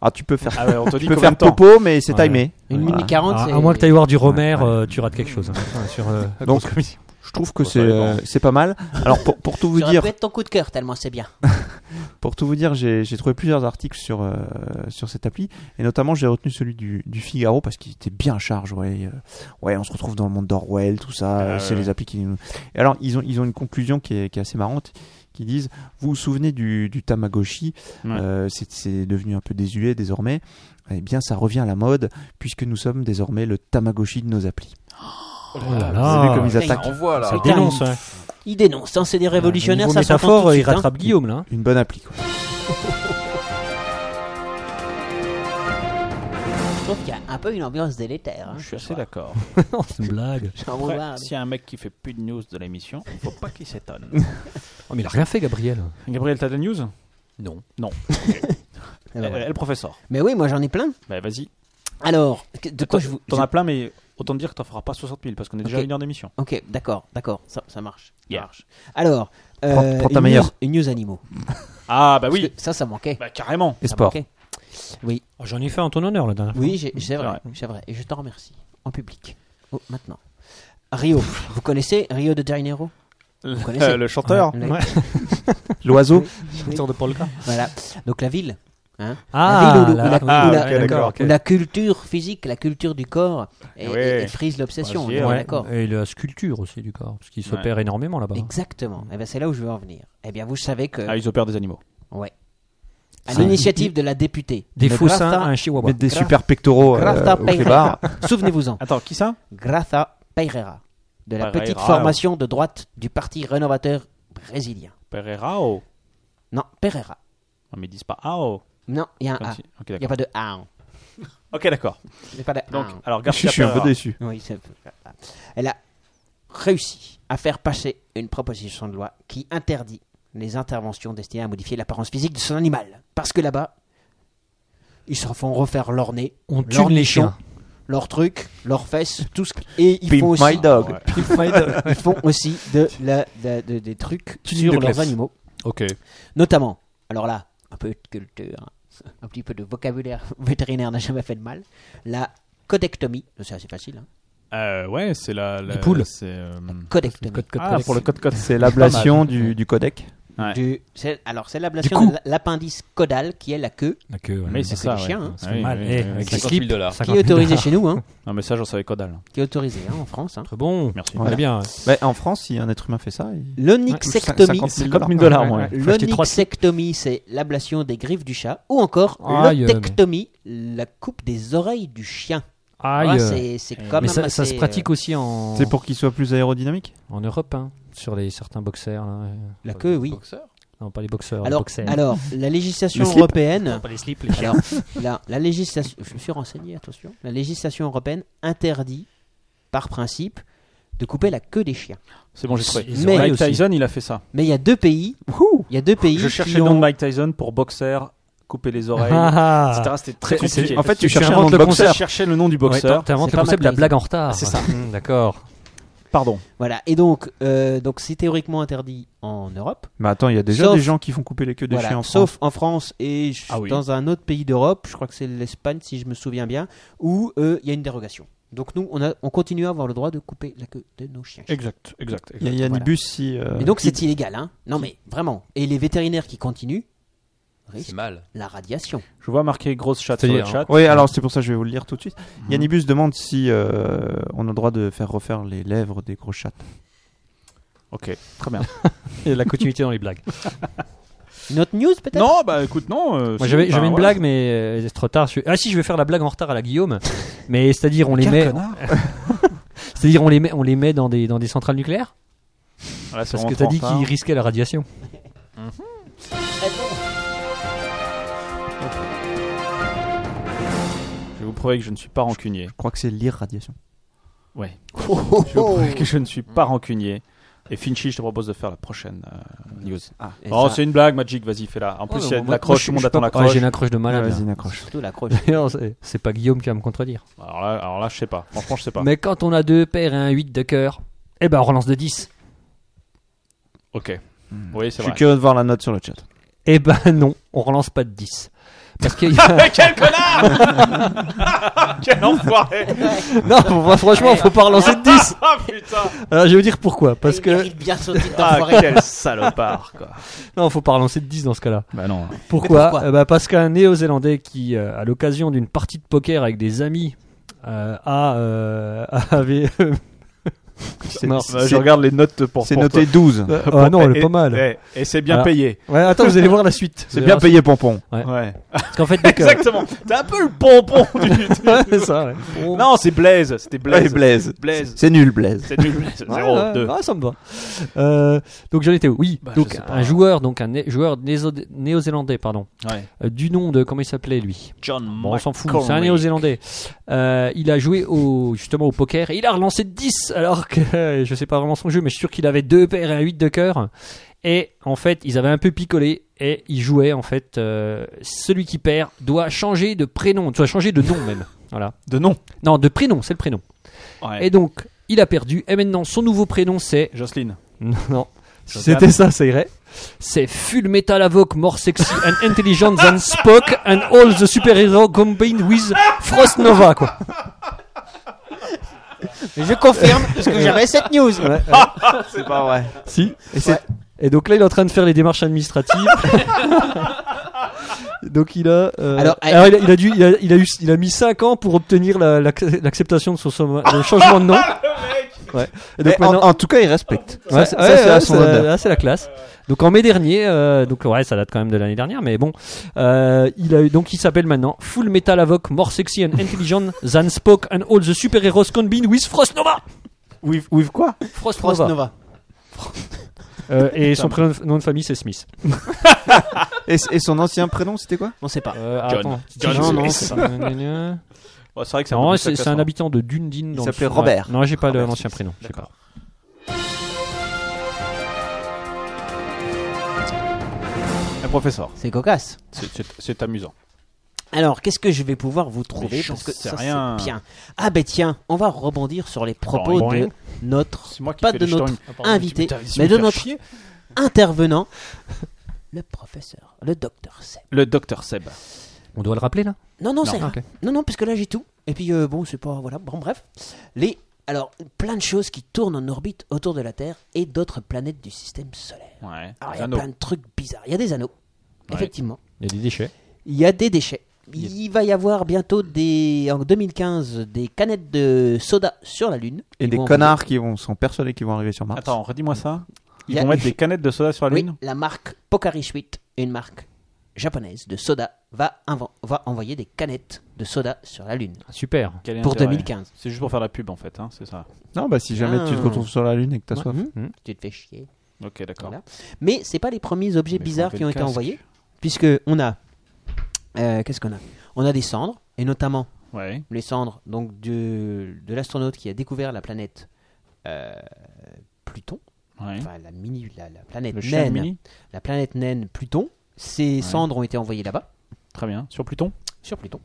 Speaker 6: Ah, [LAUGHS] tu peux faire,
Speaker 3: Ah ouais, on te dit
Speaker 6: tu peux
Speaker 3: combien de
Speaker 6: faire
Speaker 3: temps
Speaker 6: popo, mais c'est
Speaker 8: Ouais.
Speaker 6: timé.
Speaker 7: Une
Speaker 6: Voilà.
Speaker 7: minute 40,
Speaker 8: Ah,
Speaker 7: c'est.
Speaker 8: à moins que tu ailles voir du Romer,
Speaker 6: Ouais.
Speaker 8: euh, tu rates quelque chose. hein. Enfin, sur, euh,
Speaker 3: Ah,
Speaker 6: Donc,
Speaker 8: grosse comédie.
Speaker 6: Je trouve que
Speaker 3: Ça
Speaker 6: c'est
Speaker 3: dépend.
Speaker 6: euh, c'est
Speaker 3: [LAUGHS]
Speaker 6: pas mal. Alors, pour, pour tout vous
Speaker 7: Ça aurait
Speaker 6: dire,
Speaker 7: pu être ton coup de cœur, tellement c'est bien.
Speaker 6: Pour tout vous dire, j'ai j'ai trouvé plusieurs articles sur, euh, sur cette appli, et notamment j'ai retenu celui du, du Figaro parce qu'il était bien à charge. Ouais, euh, ouais, on se retrouve dans le monde d'Orwell, tout ça. euh, c'est
Speaker 3: Ah, ouais.
Speaker 6: les applis qui nous. Et alors, ils ont, ils ont une conclusion qui est, qui est assez marrante qui disent Vous vous souvenez du, du Tamagotchi
Speaker 3: Ouais.
Speaker 6: euh, c'est- C'est devenu un peu désuet désormais. Eh bien, ça revient à la mode puisque nous sommes désormais le Tamagotchi de nos applis.
Speaker 8: Oh là
Speaker 6: Vous avez vu
Speaker 3: Ah.
Speaker 6: comme
Speaker 8: là.
Speaker 6: ils
Speaker 7: putain,
Speaker 6: attaquent
Speaker 4: On voit là.
Speaker 8: Ça dénonce. hein.
Speaker 7: Il dénonce, hein, c'est des révolutionnaires,
Speaker 8: Niveau
Speaker 7: ça s'entend tout
Speaker 8: métaphore, il
Speaker 7: de suite, hein.
Speaker 8: rattrape Guillaume, là.
Speaker 6: une bonne appli. quoi.
Speaker 7: Je trouve qu'il y a un peu une ambiance délétère. hein.
Speaker 3: Je suis assez d'accord.
Speaker 8: C'est une blague.
Speaker 7: J'ai envie de
Speaker 3: Après,
Speaker 7: voir.
Speaker 3: s'il y a un mec qui fait plus de news de l'émission, faut pas qu'il s'étonne.
Speaker 8: Oh, mais il a rien fait, Gabriel.
Speaker 3: Gabriel, t'as des news
Speaker 4: Non. [LAUGHS]
Speaker 3: Non.
Speaker 7: Ah, bah,
Speaker 4: Eh ben
Speaker 3: Elle,
Speaker 7: voilà.
Speaker 3: elle, professeur.
Speaker 7: Mais oui, moi j'en ai plein.
Speaker 3: Bah vas-y.
Speaker 7: Alors, que- de quoi je vous.
Speaker 3: T'en
Speaker 7: je-
Speaker 3: as plein, mais autant te dire que t'en feras pas 60 000 parce qu'on est déjà
Speaker 7: Ok.
Speaker 3: à une heure d'émission.
Speaker 7: Ok, d'accord, d'accord, ça, ça marche. ça
Speaker 3: Yeah.
Speaker 7: marche. Alors, euh,
Speaker 6: Prends- prends ta
Speaker 7: une
Speaker 6: meilleure.
Speaker 7: news- Une news animaux.
Speaker 3: Ah bah oui.
Speaker 7: Parce que Ça, ça manquait.
Speaker 3: Bah carrément.
Speaker 6: Et
Speaker 7: Ça
Speaker 6: sport.
Speaker 7: manquait.
Speaker 8: Oh, J'en ai fait en ton honneur, la dernière fois.
Speaker 7: Oui, j'ai- c'est vrai,
Speaker 3: vrai.
Speaker 7: c'est vrai. Et je t'en remercie. En public. Oh, maintenant. Rio. vous connaissez Rio de Janeiro Vous connaissez
Speaker 3: Euh, le chanteur.
Speaker 7: Ouais.
Speaker 6: L'oiseau.
Speaker 8: Victor de Polka.
Speaker 7: Voilà. Donc la ville. hein.
Speaker 8: Ah,
Speaker 7: la ville où,
Speaker 8: la-
Speaker 7: où la,
Speaker 3: Ah,
Speaker 7: où la-
Speaker 3: ok,
Speaker 7: où la-
Speaker 3: d'accord, ok.
Speaker 7: où la culture physique, la culture du corps est,
Speaker 3: Ouais.
Speaker 7: est- est frise l'obsession. on est
Speaker 3: Ouais.
Speaker 7: bien
Speaker 8: Ouais,
Speaker 7: d'accord.
Speaker 8: Et la sculpture aussi du corps, parce qu'il s'opère énormément là-bas.
Speaker 7: Exactement. Et ben c'est là où je veux en venir. Eh bien, vous savez que,
Speaker 3: Ah, ils opèrent des animaux.
Speaker 7: ouais, à
Speaker 8: C'est-
Speaker 7: l'initiative de la députée
Speaker 8: Des
Speaker 7: de
Speaker 8: faux seins
Speaker 7: Grafta-
Speaker 8: à un chihuahua.
Speaker 6: Mettre des super pectoraux euh,
Speaker 7: Grafta
Speaker 6: au clébard.
Speaker 7: Pereira. Souvenez-vous-en.
Speaker 3: Attends, qui ça
Speaker 7: Grafta Pereira, de la
Speaker 3: Pereira,
Speaker 7: petite
Speaker 3: ouais.
Speaker 7: formation de droite du Parti rénovateur brésilien.
Speaker 3: Pereira ou
Speaker 7: Non, Pereira.
Speaker 3: Non, mais ils disent pas Ao.
Speaker 7: Non, il y a un
Speaker 3: comme
Speaker 7: A.
Speaker 3: si- Ok,
Speaker 7: Il n'y a
Speaker 3: d'accord.
Speaker 7: pas de A. hein.
Speaker 3: Ok, d'accord.
Speaker 7: Il n'y a pas de A. hein.
Speaker 3: Donc, alors,
Speaker 6: Je suis- je suis un peu
Speaker 3: Garcia
Speaker 6: déçu.
Speaker 7: Oui, c'est- Elle a réussi à faire passer une proposition de loi qui interdit les interventions destinées à modifier l'apparence physique de son animal. Parce que là-bas, ils s'en font refaire leur nez,
Speaker 8: On
Speaker 7: leur
Speaker 8: tue les
Speaker 7: nichon,
Speaker 8: chiens.
Speaker 7: leurs trucs, leurs fesses, tout ce qui... Et ils
Speaker 6: Pimp
Speaker 7: font,
Speaker 6: my
Speaker 7: aussi,
Speaker 6: dog. [LAUGHS]
Speaker 7: ils font aussi de la, de- de- des trucs sur
Speaker 4: de
Speaker 7: leurs
Speaker 4: Clef.
Speaker 7: animaux.
Speaker 4: Ok.
Speaker 7: Notamment, alors là, un peu de culture, hein, un petit peu de vocabulaire [LAUGHS] vétérinaire n'a jamais fait de mal, la codectomie, c'est assez facile, hein,
Speaker 4: Euh, ouais, c'est la.
Speaker 8: Des poules.
Speaker 4: C'est.
Speaker 7: codectomie.
Speaker 3: euh, Ah, pour le code-code.
Speaker 6: C'est l'ablation du, du codec.
Speaker 3: Ouais.
Speaker 7: Du- c'est- alors, c'est l'ablation de la- l'appendice caudal qui est la queue,
Speaker 8: La queue, euh, ouais.
Speaker 3: Mais c'est
Speaker 7: c'est
Speaker 3: ça.
Speaker 7: des
Speaker 3: ouais.
Speaker 7: chiens, hein.
Speaker 3: Ah
Speaker 8: C'est
Speaker 3: oui,
Speaker 8: mal.
Speaker 3: oui,
Speaker 8: Eh,
Speaker 3: oui,
Speaker 8: avec
Speaker 3: oui.
Speaker 8: les
Speaker 4: 50 000
Speaker 8: slips,
Speaker 4: dollars.
Speaker 7: qui est autorisée chez nous, hein,
Speaker 3: Non, mais ça, j'en savais Codal.
Speaker 7: qui est autorisée hein, en France. hein.
Speaker 8: Très bon.
Speaker 3: Merci.
Speaker 6: Ouais.
Speaker 8: Très bien.
Speaker 6: Ouais, Bah, en France, si un être humain fait ça, il...
Speaker 7: L'onyxectomie,
Speaker 6: 50 000
Speaker 3: dollars,
Speaker 6: Ouais,
Speaker 3: moi.
Speaker 6: ouais.
Speaker 8: Faut acheter trois
Speaker 7: l'onyxectomie, c'est l'ablation des griffes du chat, ou encore
Speaker 8: Aïe,
Speaker 7: l'otectomie, la coupe des oreilles du chien.
Speaker 8: Aïe. euh,
Speaker 7: Voilà, Ah, c'est, c'est
Speaker 8: Mais
Speaker 7: quand même
Speaker 8: ça, ça
Speaker 7: assez,
Speaker 8: se pratique aussi en,
Speaker 6: C'est pour qu'il soit plus aérodynamique
Speaker 8: en Europe, hein, sur les certains boxeurs. là.
Speaker 7: euh, la queue, oui.
Speaker 8: Non, pas les boxeurs.
Speaker 7: Alors,
Speaker 8: boxeurs.
Speaker 7: alors la législation
Speaker 8: Les slips.
Speaker 7: européenne.
Speaker 8: Non, pas les slips, les chiens.
Speaker 7: alors, [LAUGHS] la, la législation. Je me suis renseigné, attention. La législation européenne interdit, par principe, de couper la queue des chiens.
Speaker 3: C'est bon, j'ai trouvé.
Speaker 7: Mais-
Speaker 3: Mike Tyson, il a fait ça.
Speaker 7: Mais il y a deux pays. Il y a deux pays.
Speaker 3: Je
Speaker 7: qui
Speaker 3: cherchais le
Speaker 7: ont-
Speaker 3: nom de Mike Tyson pour boxer, couper les oreilles,
Speaker 8: Ah.
Speaker 3: etc. C'était très
Speaker 8: Tu sais,
Speaker 3: compliqué.
Speaker 8: en fait, tu cherches
Speaker 3: inventes
Speaker 8: un nom de
Speaker 3: le
Speaker 8: boxeur.
Speaker 3: Je cherchais le nom du
Speaker 8: Ouais, t'in-
Speaker 3: boxeur.
Speaker 8: t'inventes
Speaker 7: C'est
Speaker 8: le
Speaker 7: pas
Speaker 8: concept de
Speaker 7: Mike
Speaker 8: la blague
Speaker 7: Tyson.
Speaker 8: en retard.
Speaker 3: C'est ça.
Speaker 8: Hmm, D'accord.
Speaker 3: Pardon.
Speaker 7: Voilà. Et donc, euh, donc c'est théoriquement interdit en Europe.
Speaker 6: Mais attends, il y a déjà
Speaker 7: Sauf-
Speaker 6: des gens qui font couper les queues des
Speaker 7: Voilà,
Speaker 6: chiens en
Speaker 7: sauf
Speaker 6: France.
Speaker 7: en France et je-
Speaker 3: Ah oui.
Speaker 7: dans un autre pays d'Europe, je crois que c'est l'Espagne si je me souviens bien, où euh, il y a une dérogation. Donc nous, on, a, on continue à avoir le droit de couper la queue de nos chiens.
Speaker 3: Exact, exact.
Speaker 6: Il y a Yannibus si. euh,
Speaker 7: Mais donc
Speaker 6: il-
Speaker 7: c'est illégal, hein Non mais vraiment. Et les vétérinaires qui continuent
Speaker 4: C'est
Speaker 7: risquent
Speaker 4: mal.
Speaker 7: la radiation.
Speaker 3: Je vois marqué grosse chatte sur
Speaker 4: C'est-à-dire,
Speaker 3: le
Speaker 8: hein.
Speaker 3: chat.
Speaker 6: Oui, alors c'est pour ça que je vais vous le lire tout de suite. Yannibus demande si euh, on a le droit de faire refaire les lèvres des gros chats.
Speaker 3: Ok, très bien.
Speaker 8: Il y a de la continuité dans les blagues.
Speaker 7: Notre news peut-être
Speaker 3: Non, bah écoute, non. euh,
Speaker 8: Moi
Speaker 3: si,
Speaker 8: j'avais
Speaker 3: bah,
Speaker 8: j'avais une
Speaker 3: voilà.
Speaker 8: blague, mais euh, c'est trop tard. Je suis- Ah si, je vais faire la blague en retard à la Guillaume. mais c'est-à-dire on les
Speaker 3: Quel
Speaker 8: met,
Speaker 3: connard.
Speaker 8: [LAUGHS] c'est-à-dire on les met, on les met dans des dans des centrales nucléaires.
Speaker 3: Voilà, c'est
Speaker 8: Parce
Speaker 3: vraiment
Speaker 8: que t'as
Speaker 3: trop
Speaker 8: dit
Speaker 3: en retard.
Speaker 8: qu'ils risquaient la radiation.
Speaker 3: Je vais vous prouver que je ne suis pas rancunier.
Speaker 6: Je crois que c'est l'irradiation.
Speaker 3: Ouais. Je
Speaker 7: Oh,
Speaker 3: vais vous
Speaker 7: oh.
Speaker 3: prouver que je ne suis pas rancunier. Et Finchy, je te propose de faire la prochaine euh, news.
Speaker 7: Et
Speaker 3: Oh,
Speaker 7: ça,
Speaker 3: c'est une blague, Magic, vas-y, fais-la. En plus, il y a de l'accroche, tout le monde attend
Speaker 8: Ouais,
Speaker 3: l'accroche.
Speaker 8: J'ai une accroche de malade.
Speaker 6: Vas-y, accroche.
Speaker 7: surtout la croche.
Speaker 8: D'ailleurs, c'est- [LAUGHS] c'est pas Guillaume qui va me contredire.
Speaker 3: alors, là, alors là, je sais pas. Franchement, je sais pas.
Speaker 8: Mais quand on a deux paires et un 8 de cœur, eh ben on relance de 10.
Speaker 3: Ok.
Speaker 8: Hmm.
Speaker 3: Oui,
Speaker 6: Je
Speaker 3: c'est
Speaker 6: suis
Speaker 3: vrai.
Speaker 6: curieux de voir la note sur le chat.
Speaker 8: Eh ben [LAUGHS] non, on relance pas de 10. Parce qu'il
Speaker 3: [LAUGHS]
Speaker 8: y a...
Speaker 3: Quel
Speaker 8: [LAUGHS]
Speaker 3: enfoiré
Speaker 8: non, bon, franchement, faut pas relancer de 10.
Speaker 3: Eh. [LAUGHS] Ah putain
Speaker 8: Alors, je vais vous dire pourquoi. Parce
Speaker 7: Il
Speaker 8: que
Speaker 7: mérite bien son titre
Speaker 3: Ah,
Speaker 7: d'enfoiré.
Speaker 3: quel salopard, quoi.
Speaker 8: non, faut pas relancer de 10 dans ce cas-là.
Speaker 3: Bah non.
Speaker 8: Pourquoi,
Speaker 7: Mais pourquoi
Speaker 8: Eh ben, Parce qu'un néo-zélandais qui, euh, à l'occasion d'une partie de poker avec des amis, euh, a, euh, [LAUGHS] avait.
Speaker 6: C'est-
Speaker 8: Mort.
Speaker 6: c'est-
Speaker 3: bah, je regarde les notes pour.
Speaker 6: C'est
Speaker 3: pour
Speaker 6: noté 12.
Speaker 8: Ah non, elle est pas mal.
Speaker 3: Et, et c'est bien
Speaker 8: Alors-
Speaker 3: payé.
Speaker 8: Ouais, attends, vous allez voir la suite.
Speaker 6: C'est bien payé, Pompon.
Speaker 3: Ouais.
Speaker 8: Parce qu'en fait, dès que-
Speaker 6: [LAUGHS]
Speaker 3: Exactement. T'es un peu le pompon du.
Speaker 8: Ouais, [LAUGHS] c'est ça, ouais.
Speaker 3: Non, c'est Blaise. C'était Blaise.
Speaker 6: Ouais, Blaise.
Speaker 3: Blaise.
Speaker 6: C'est nul, Blaise.
Speaker 3: C'est nul, Blaise. 0,
Speaker 8: Ouais, ouais, Bah,
Speaker 3: 2.
Speaker 8: ouais, ça me va. Euh, donc j'en étais où Oui.
Speaker 3: Bah, je
Speaker 8: donc
Speaker 3: sais pas.
Speaker 8: un joueur, donc un né- joueur néo- néo-zélandais, pardon,
Speaker 3: Ouais.
Speaker 8: Euh, du nom de comment il s'appelait lui.
Speaker 3: John
Speaker 8: Bon, on s'en fout. C'est un néo-zélandais. Euh, il a joué au justement au poker et il a relancé 10 alors que [LAUGHS] euh, je sais pas vraiment son jeu, mais je suis sûr qu'il avait deux paires et un 8 de cœur. Et en fait, ils avaient un peu picolé et ils jouaient en fait. euh, celui qui perd doit changer de prénom, doit changer de nom même. Voilà.
Speaker 3: De nom.
Speaker 8: [LAUGHS] Non, de prénom, c'est le prénom.
Speaker 3: Ouais.
Speaker 8: Et donc, il a perdu. Et maintenant, son nouveau prénom, c'est.
Speaker 3: Jocelyne.
Speaker 8: [LAUGHS] Non, non. Si
Speaker 3: Jordan.
Speaker 8: c'était ça, ça irait. C'est Full Metal Avoc More Sexy and Intelligent Than Spock and All the Super Hero Combined with Frost Nova, quoi.
Speaker 7: Je confirme parce que j'avais cette news.
Speaker 6: C'est pas vrai.
Speaker 8: Si.
Speaker 6: Et c'est-
Speaker 8: Et donc là, il est en train de faire les démarches [LAUGHS] administratives. donc il a. euh,
Speaker 7: Alors,
Speaker 8: alors, il, a, il a dû, il, a, il a eu, il a mis 5 ans pour obtenir la- l'ac- l'acceptation de son somma- de changement de nom. Ouais. Et donc
Speaker 6: Mais en,
Speaker 8: maintenant-
Speaker 6: en tout cas, il respecte.
Speaker 8: Ouais,
Speaker 6: ça,
Speaker 8: ouais,
Speaker 6: ça, c'est à
Speaker 8: ouais,
Speaker 6: son
Speaker 8: c'est la-
Speaker 6: honneur.
Speaker 8: là, Ah, c'est la classe. Donc en mai dernier, euh, donc ouais, ça date quand même de l'année dernière, mais bon, euh, il a eu donc il s'appelle maintenant Full Metal Avoc More Sexy and Intelligent Than Spock and All the Super Heroes Combined with Frost Nova.
Speaker 6: With, with quoi
Speaker 8: Frost
Speaker 7: Frost
Speaker 8: Nova.
Speaker 7: Nova.
Speaker 8: Euh, et son prénom nom de famille c'est Smith.
Speaker 6: et, et son ancien prénom, c'était quoi
Speaker 7: On sait pas.
Speaker 8: Euh,
Speaker 3: John.
Speaker 8: attends.
Speaker 3: John
Speaker 8: Non, non,
Speaker 3: Smith.
Speaker 8: c'est pas- [LAUGHS] gna, gna, gna.
Speaker 3: Ouais, c'est vrai que c'est
Speaker 8: Non,
Speaker 3: peu
Speaker 8: c'est
Speaker 3: ça,
Speaker 8: c'est un
Speaker 3: ça.
Speaker 8: habitant de Dundin. dans le
Speaker 6: s'appelait
Speaker 8: sud.
Speaker 6: Robert.
Speaker 8: Ouais. Non, j'ai pas le-
Speaker 6: Robert
Speaker 8: l'ancien
Speaker 6: Smith.
Speaker 8: prénom. je sais pas.
Speaker 3: Un professeur.
Speaker 7: C'est cocasse.
Speaker 3: C'est- C'est c'est amusant.
Speaker 7: Alors, qu'est-ce que je vais pouvoir vous
Speaker 3: Mais
Speaker 7: trouver
Speaker 3: j'en
Speaker 7: Parce que
Speaker 3: sais
Speaker 7: ça,
Speaker 3: rien.
Speaker 7: c'est bien. Ah, ben tiens, on va rebondir sur les propos
Speaker 3: Boing,
Speaker 7: de
Speaker 3: boing.
Speaker 7: notre,
Speaker 3: C'est moi qui
Speaker 7: pas
Speaker 3: fais
Speaker 7: de
Speaker 3: les
Speaker 7: notre
Speaker 3: ch'torings.
Speaker 7: invité,
Speaker 3: Putain, vas-y,
Speaker 7: mais
Speaker 3: me
Speaker 7: de
Speaker 3: faire
Speaker 7: notre
Speaker 3: chier.
Speaker 7: intervenant, [LAUGHS] le professeur, le docteur Seb.
Speaker 3: Le docteur Seb.
Speaker 8: On doit le rappeler là.
Speaker 7: Non, non,
Speaker 3: Non,
Speaker 7: c'est
Speaker 8: ok.
Speaker 7: Non, non, parce que là, j'ai tout. Et puis, euh, bon, c'est pas. Voilà, bon, bref. Les. Alors, plein de choses qui tournent en orbite autour de la Terre et d'autres planètes du système solaire.
Speaker 3: Ouais.
Speaker 7: Alors, il
Speaker 3: Les
Speaker 7: y a
Speaker 3: anneaux.
Speaker 7: plein Ah, de trucs bizarres. Il y a des anneaux,
Speaker 3: Ouais.
Speaker 7: effectivement.
Speaker 8: Il y a des déchets.
Speaker 7: Il y a des déchets. Il va y avoir bientôt, des, en 2015, des canettes de soda sur la Lune.
Speaker 6: Et
Speaker 7: Ils
Speaker 6: des
Speaker 7: vont
Speaker 6: connards qui vont, sont persuadés qu'ils vont arriver sur Mars.
Speaker 3: Attends, redis-moi ça.
Speaker 7: Il
Speaker 3: Ils
Speaker 7: y a-
Speaker 3: vont mettre des canettes de soda sur la
Speaker 7: Oui,
Speaker 3: lune
Speaker 7: la marque Pocari Sweet, une marque japonaise de soda, va, inven- va envoyer des canettes de soda sur la Lune
Speaker 8: Super.
Speaker 3: Quel est
Speaker 7: pour
Speaker 3: l'intérêt
Speaker 7: 2015.
Speaker 3: C'est juste pour faire la pub en fait, hein, c'est ça.
Speaker 6: Non, bah si jamais tu te
Speaker 7: Ah.
Speaker 6: Mmh. retrouves sur la Lune et que t'as soif.
Speaker 7: Tu te fais chier.
Speaker 3: Ok, d'accord.
Speaker 7: Voilà. Mais c'est pas les premiers objets
Speaker 3: Mais faut
Speaker 7: bizarres
Speaker 3: enlever
Speaker 7: qui
Speaker 3: le
Speaker 7: ont été
Speaker 3: casque.
Speaker 7: envoyés, puisque on a euh, qu'est-ce qu'on a On a des cendres et notamment les cendres donc de, de l'astronaute qui a découvert la planète euh, Pluton,
Speaker 3: Ouais.
Speaker 7: enfin la mini la, la planète
Speaker 3: Mmh. Le chien
Speaker 7: naine,
Speaker 3: mini
Speaker 7: la planète naine Pluton. Ces
Speaker 3: Ouais.
Speaker 7: cendres ont été envoyées là-bas.
Speaker 3: Très bien. Sur Pluton
Speaker 7: Sur Pluton.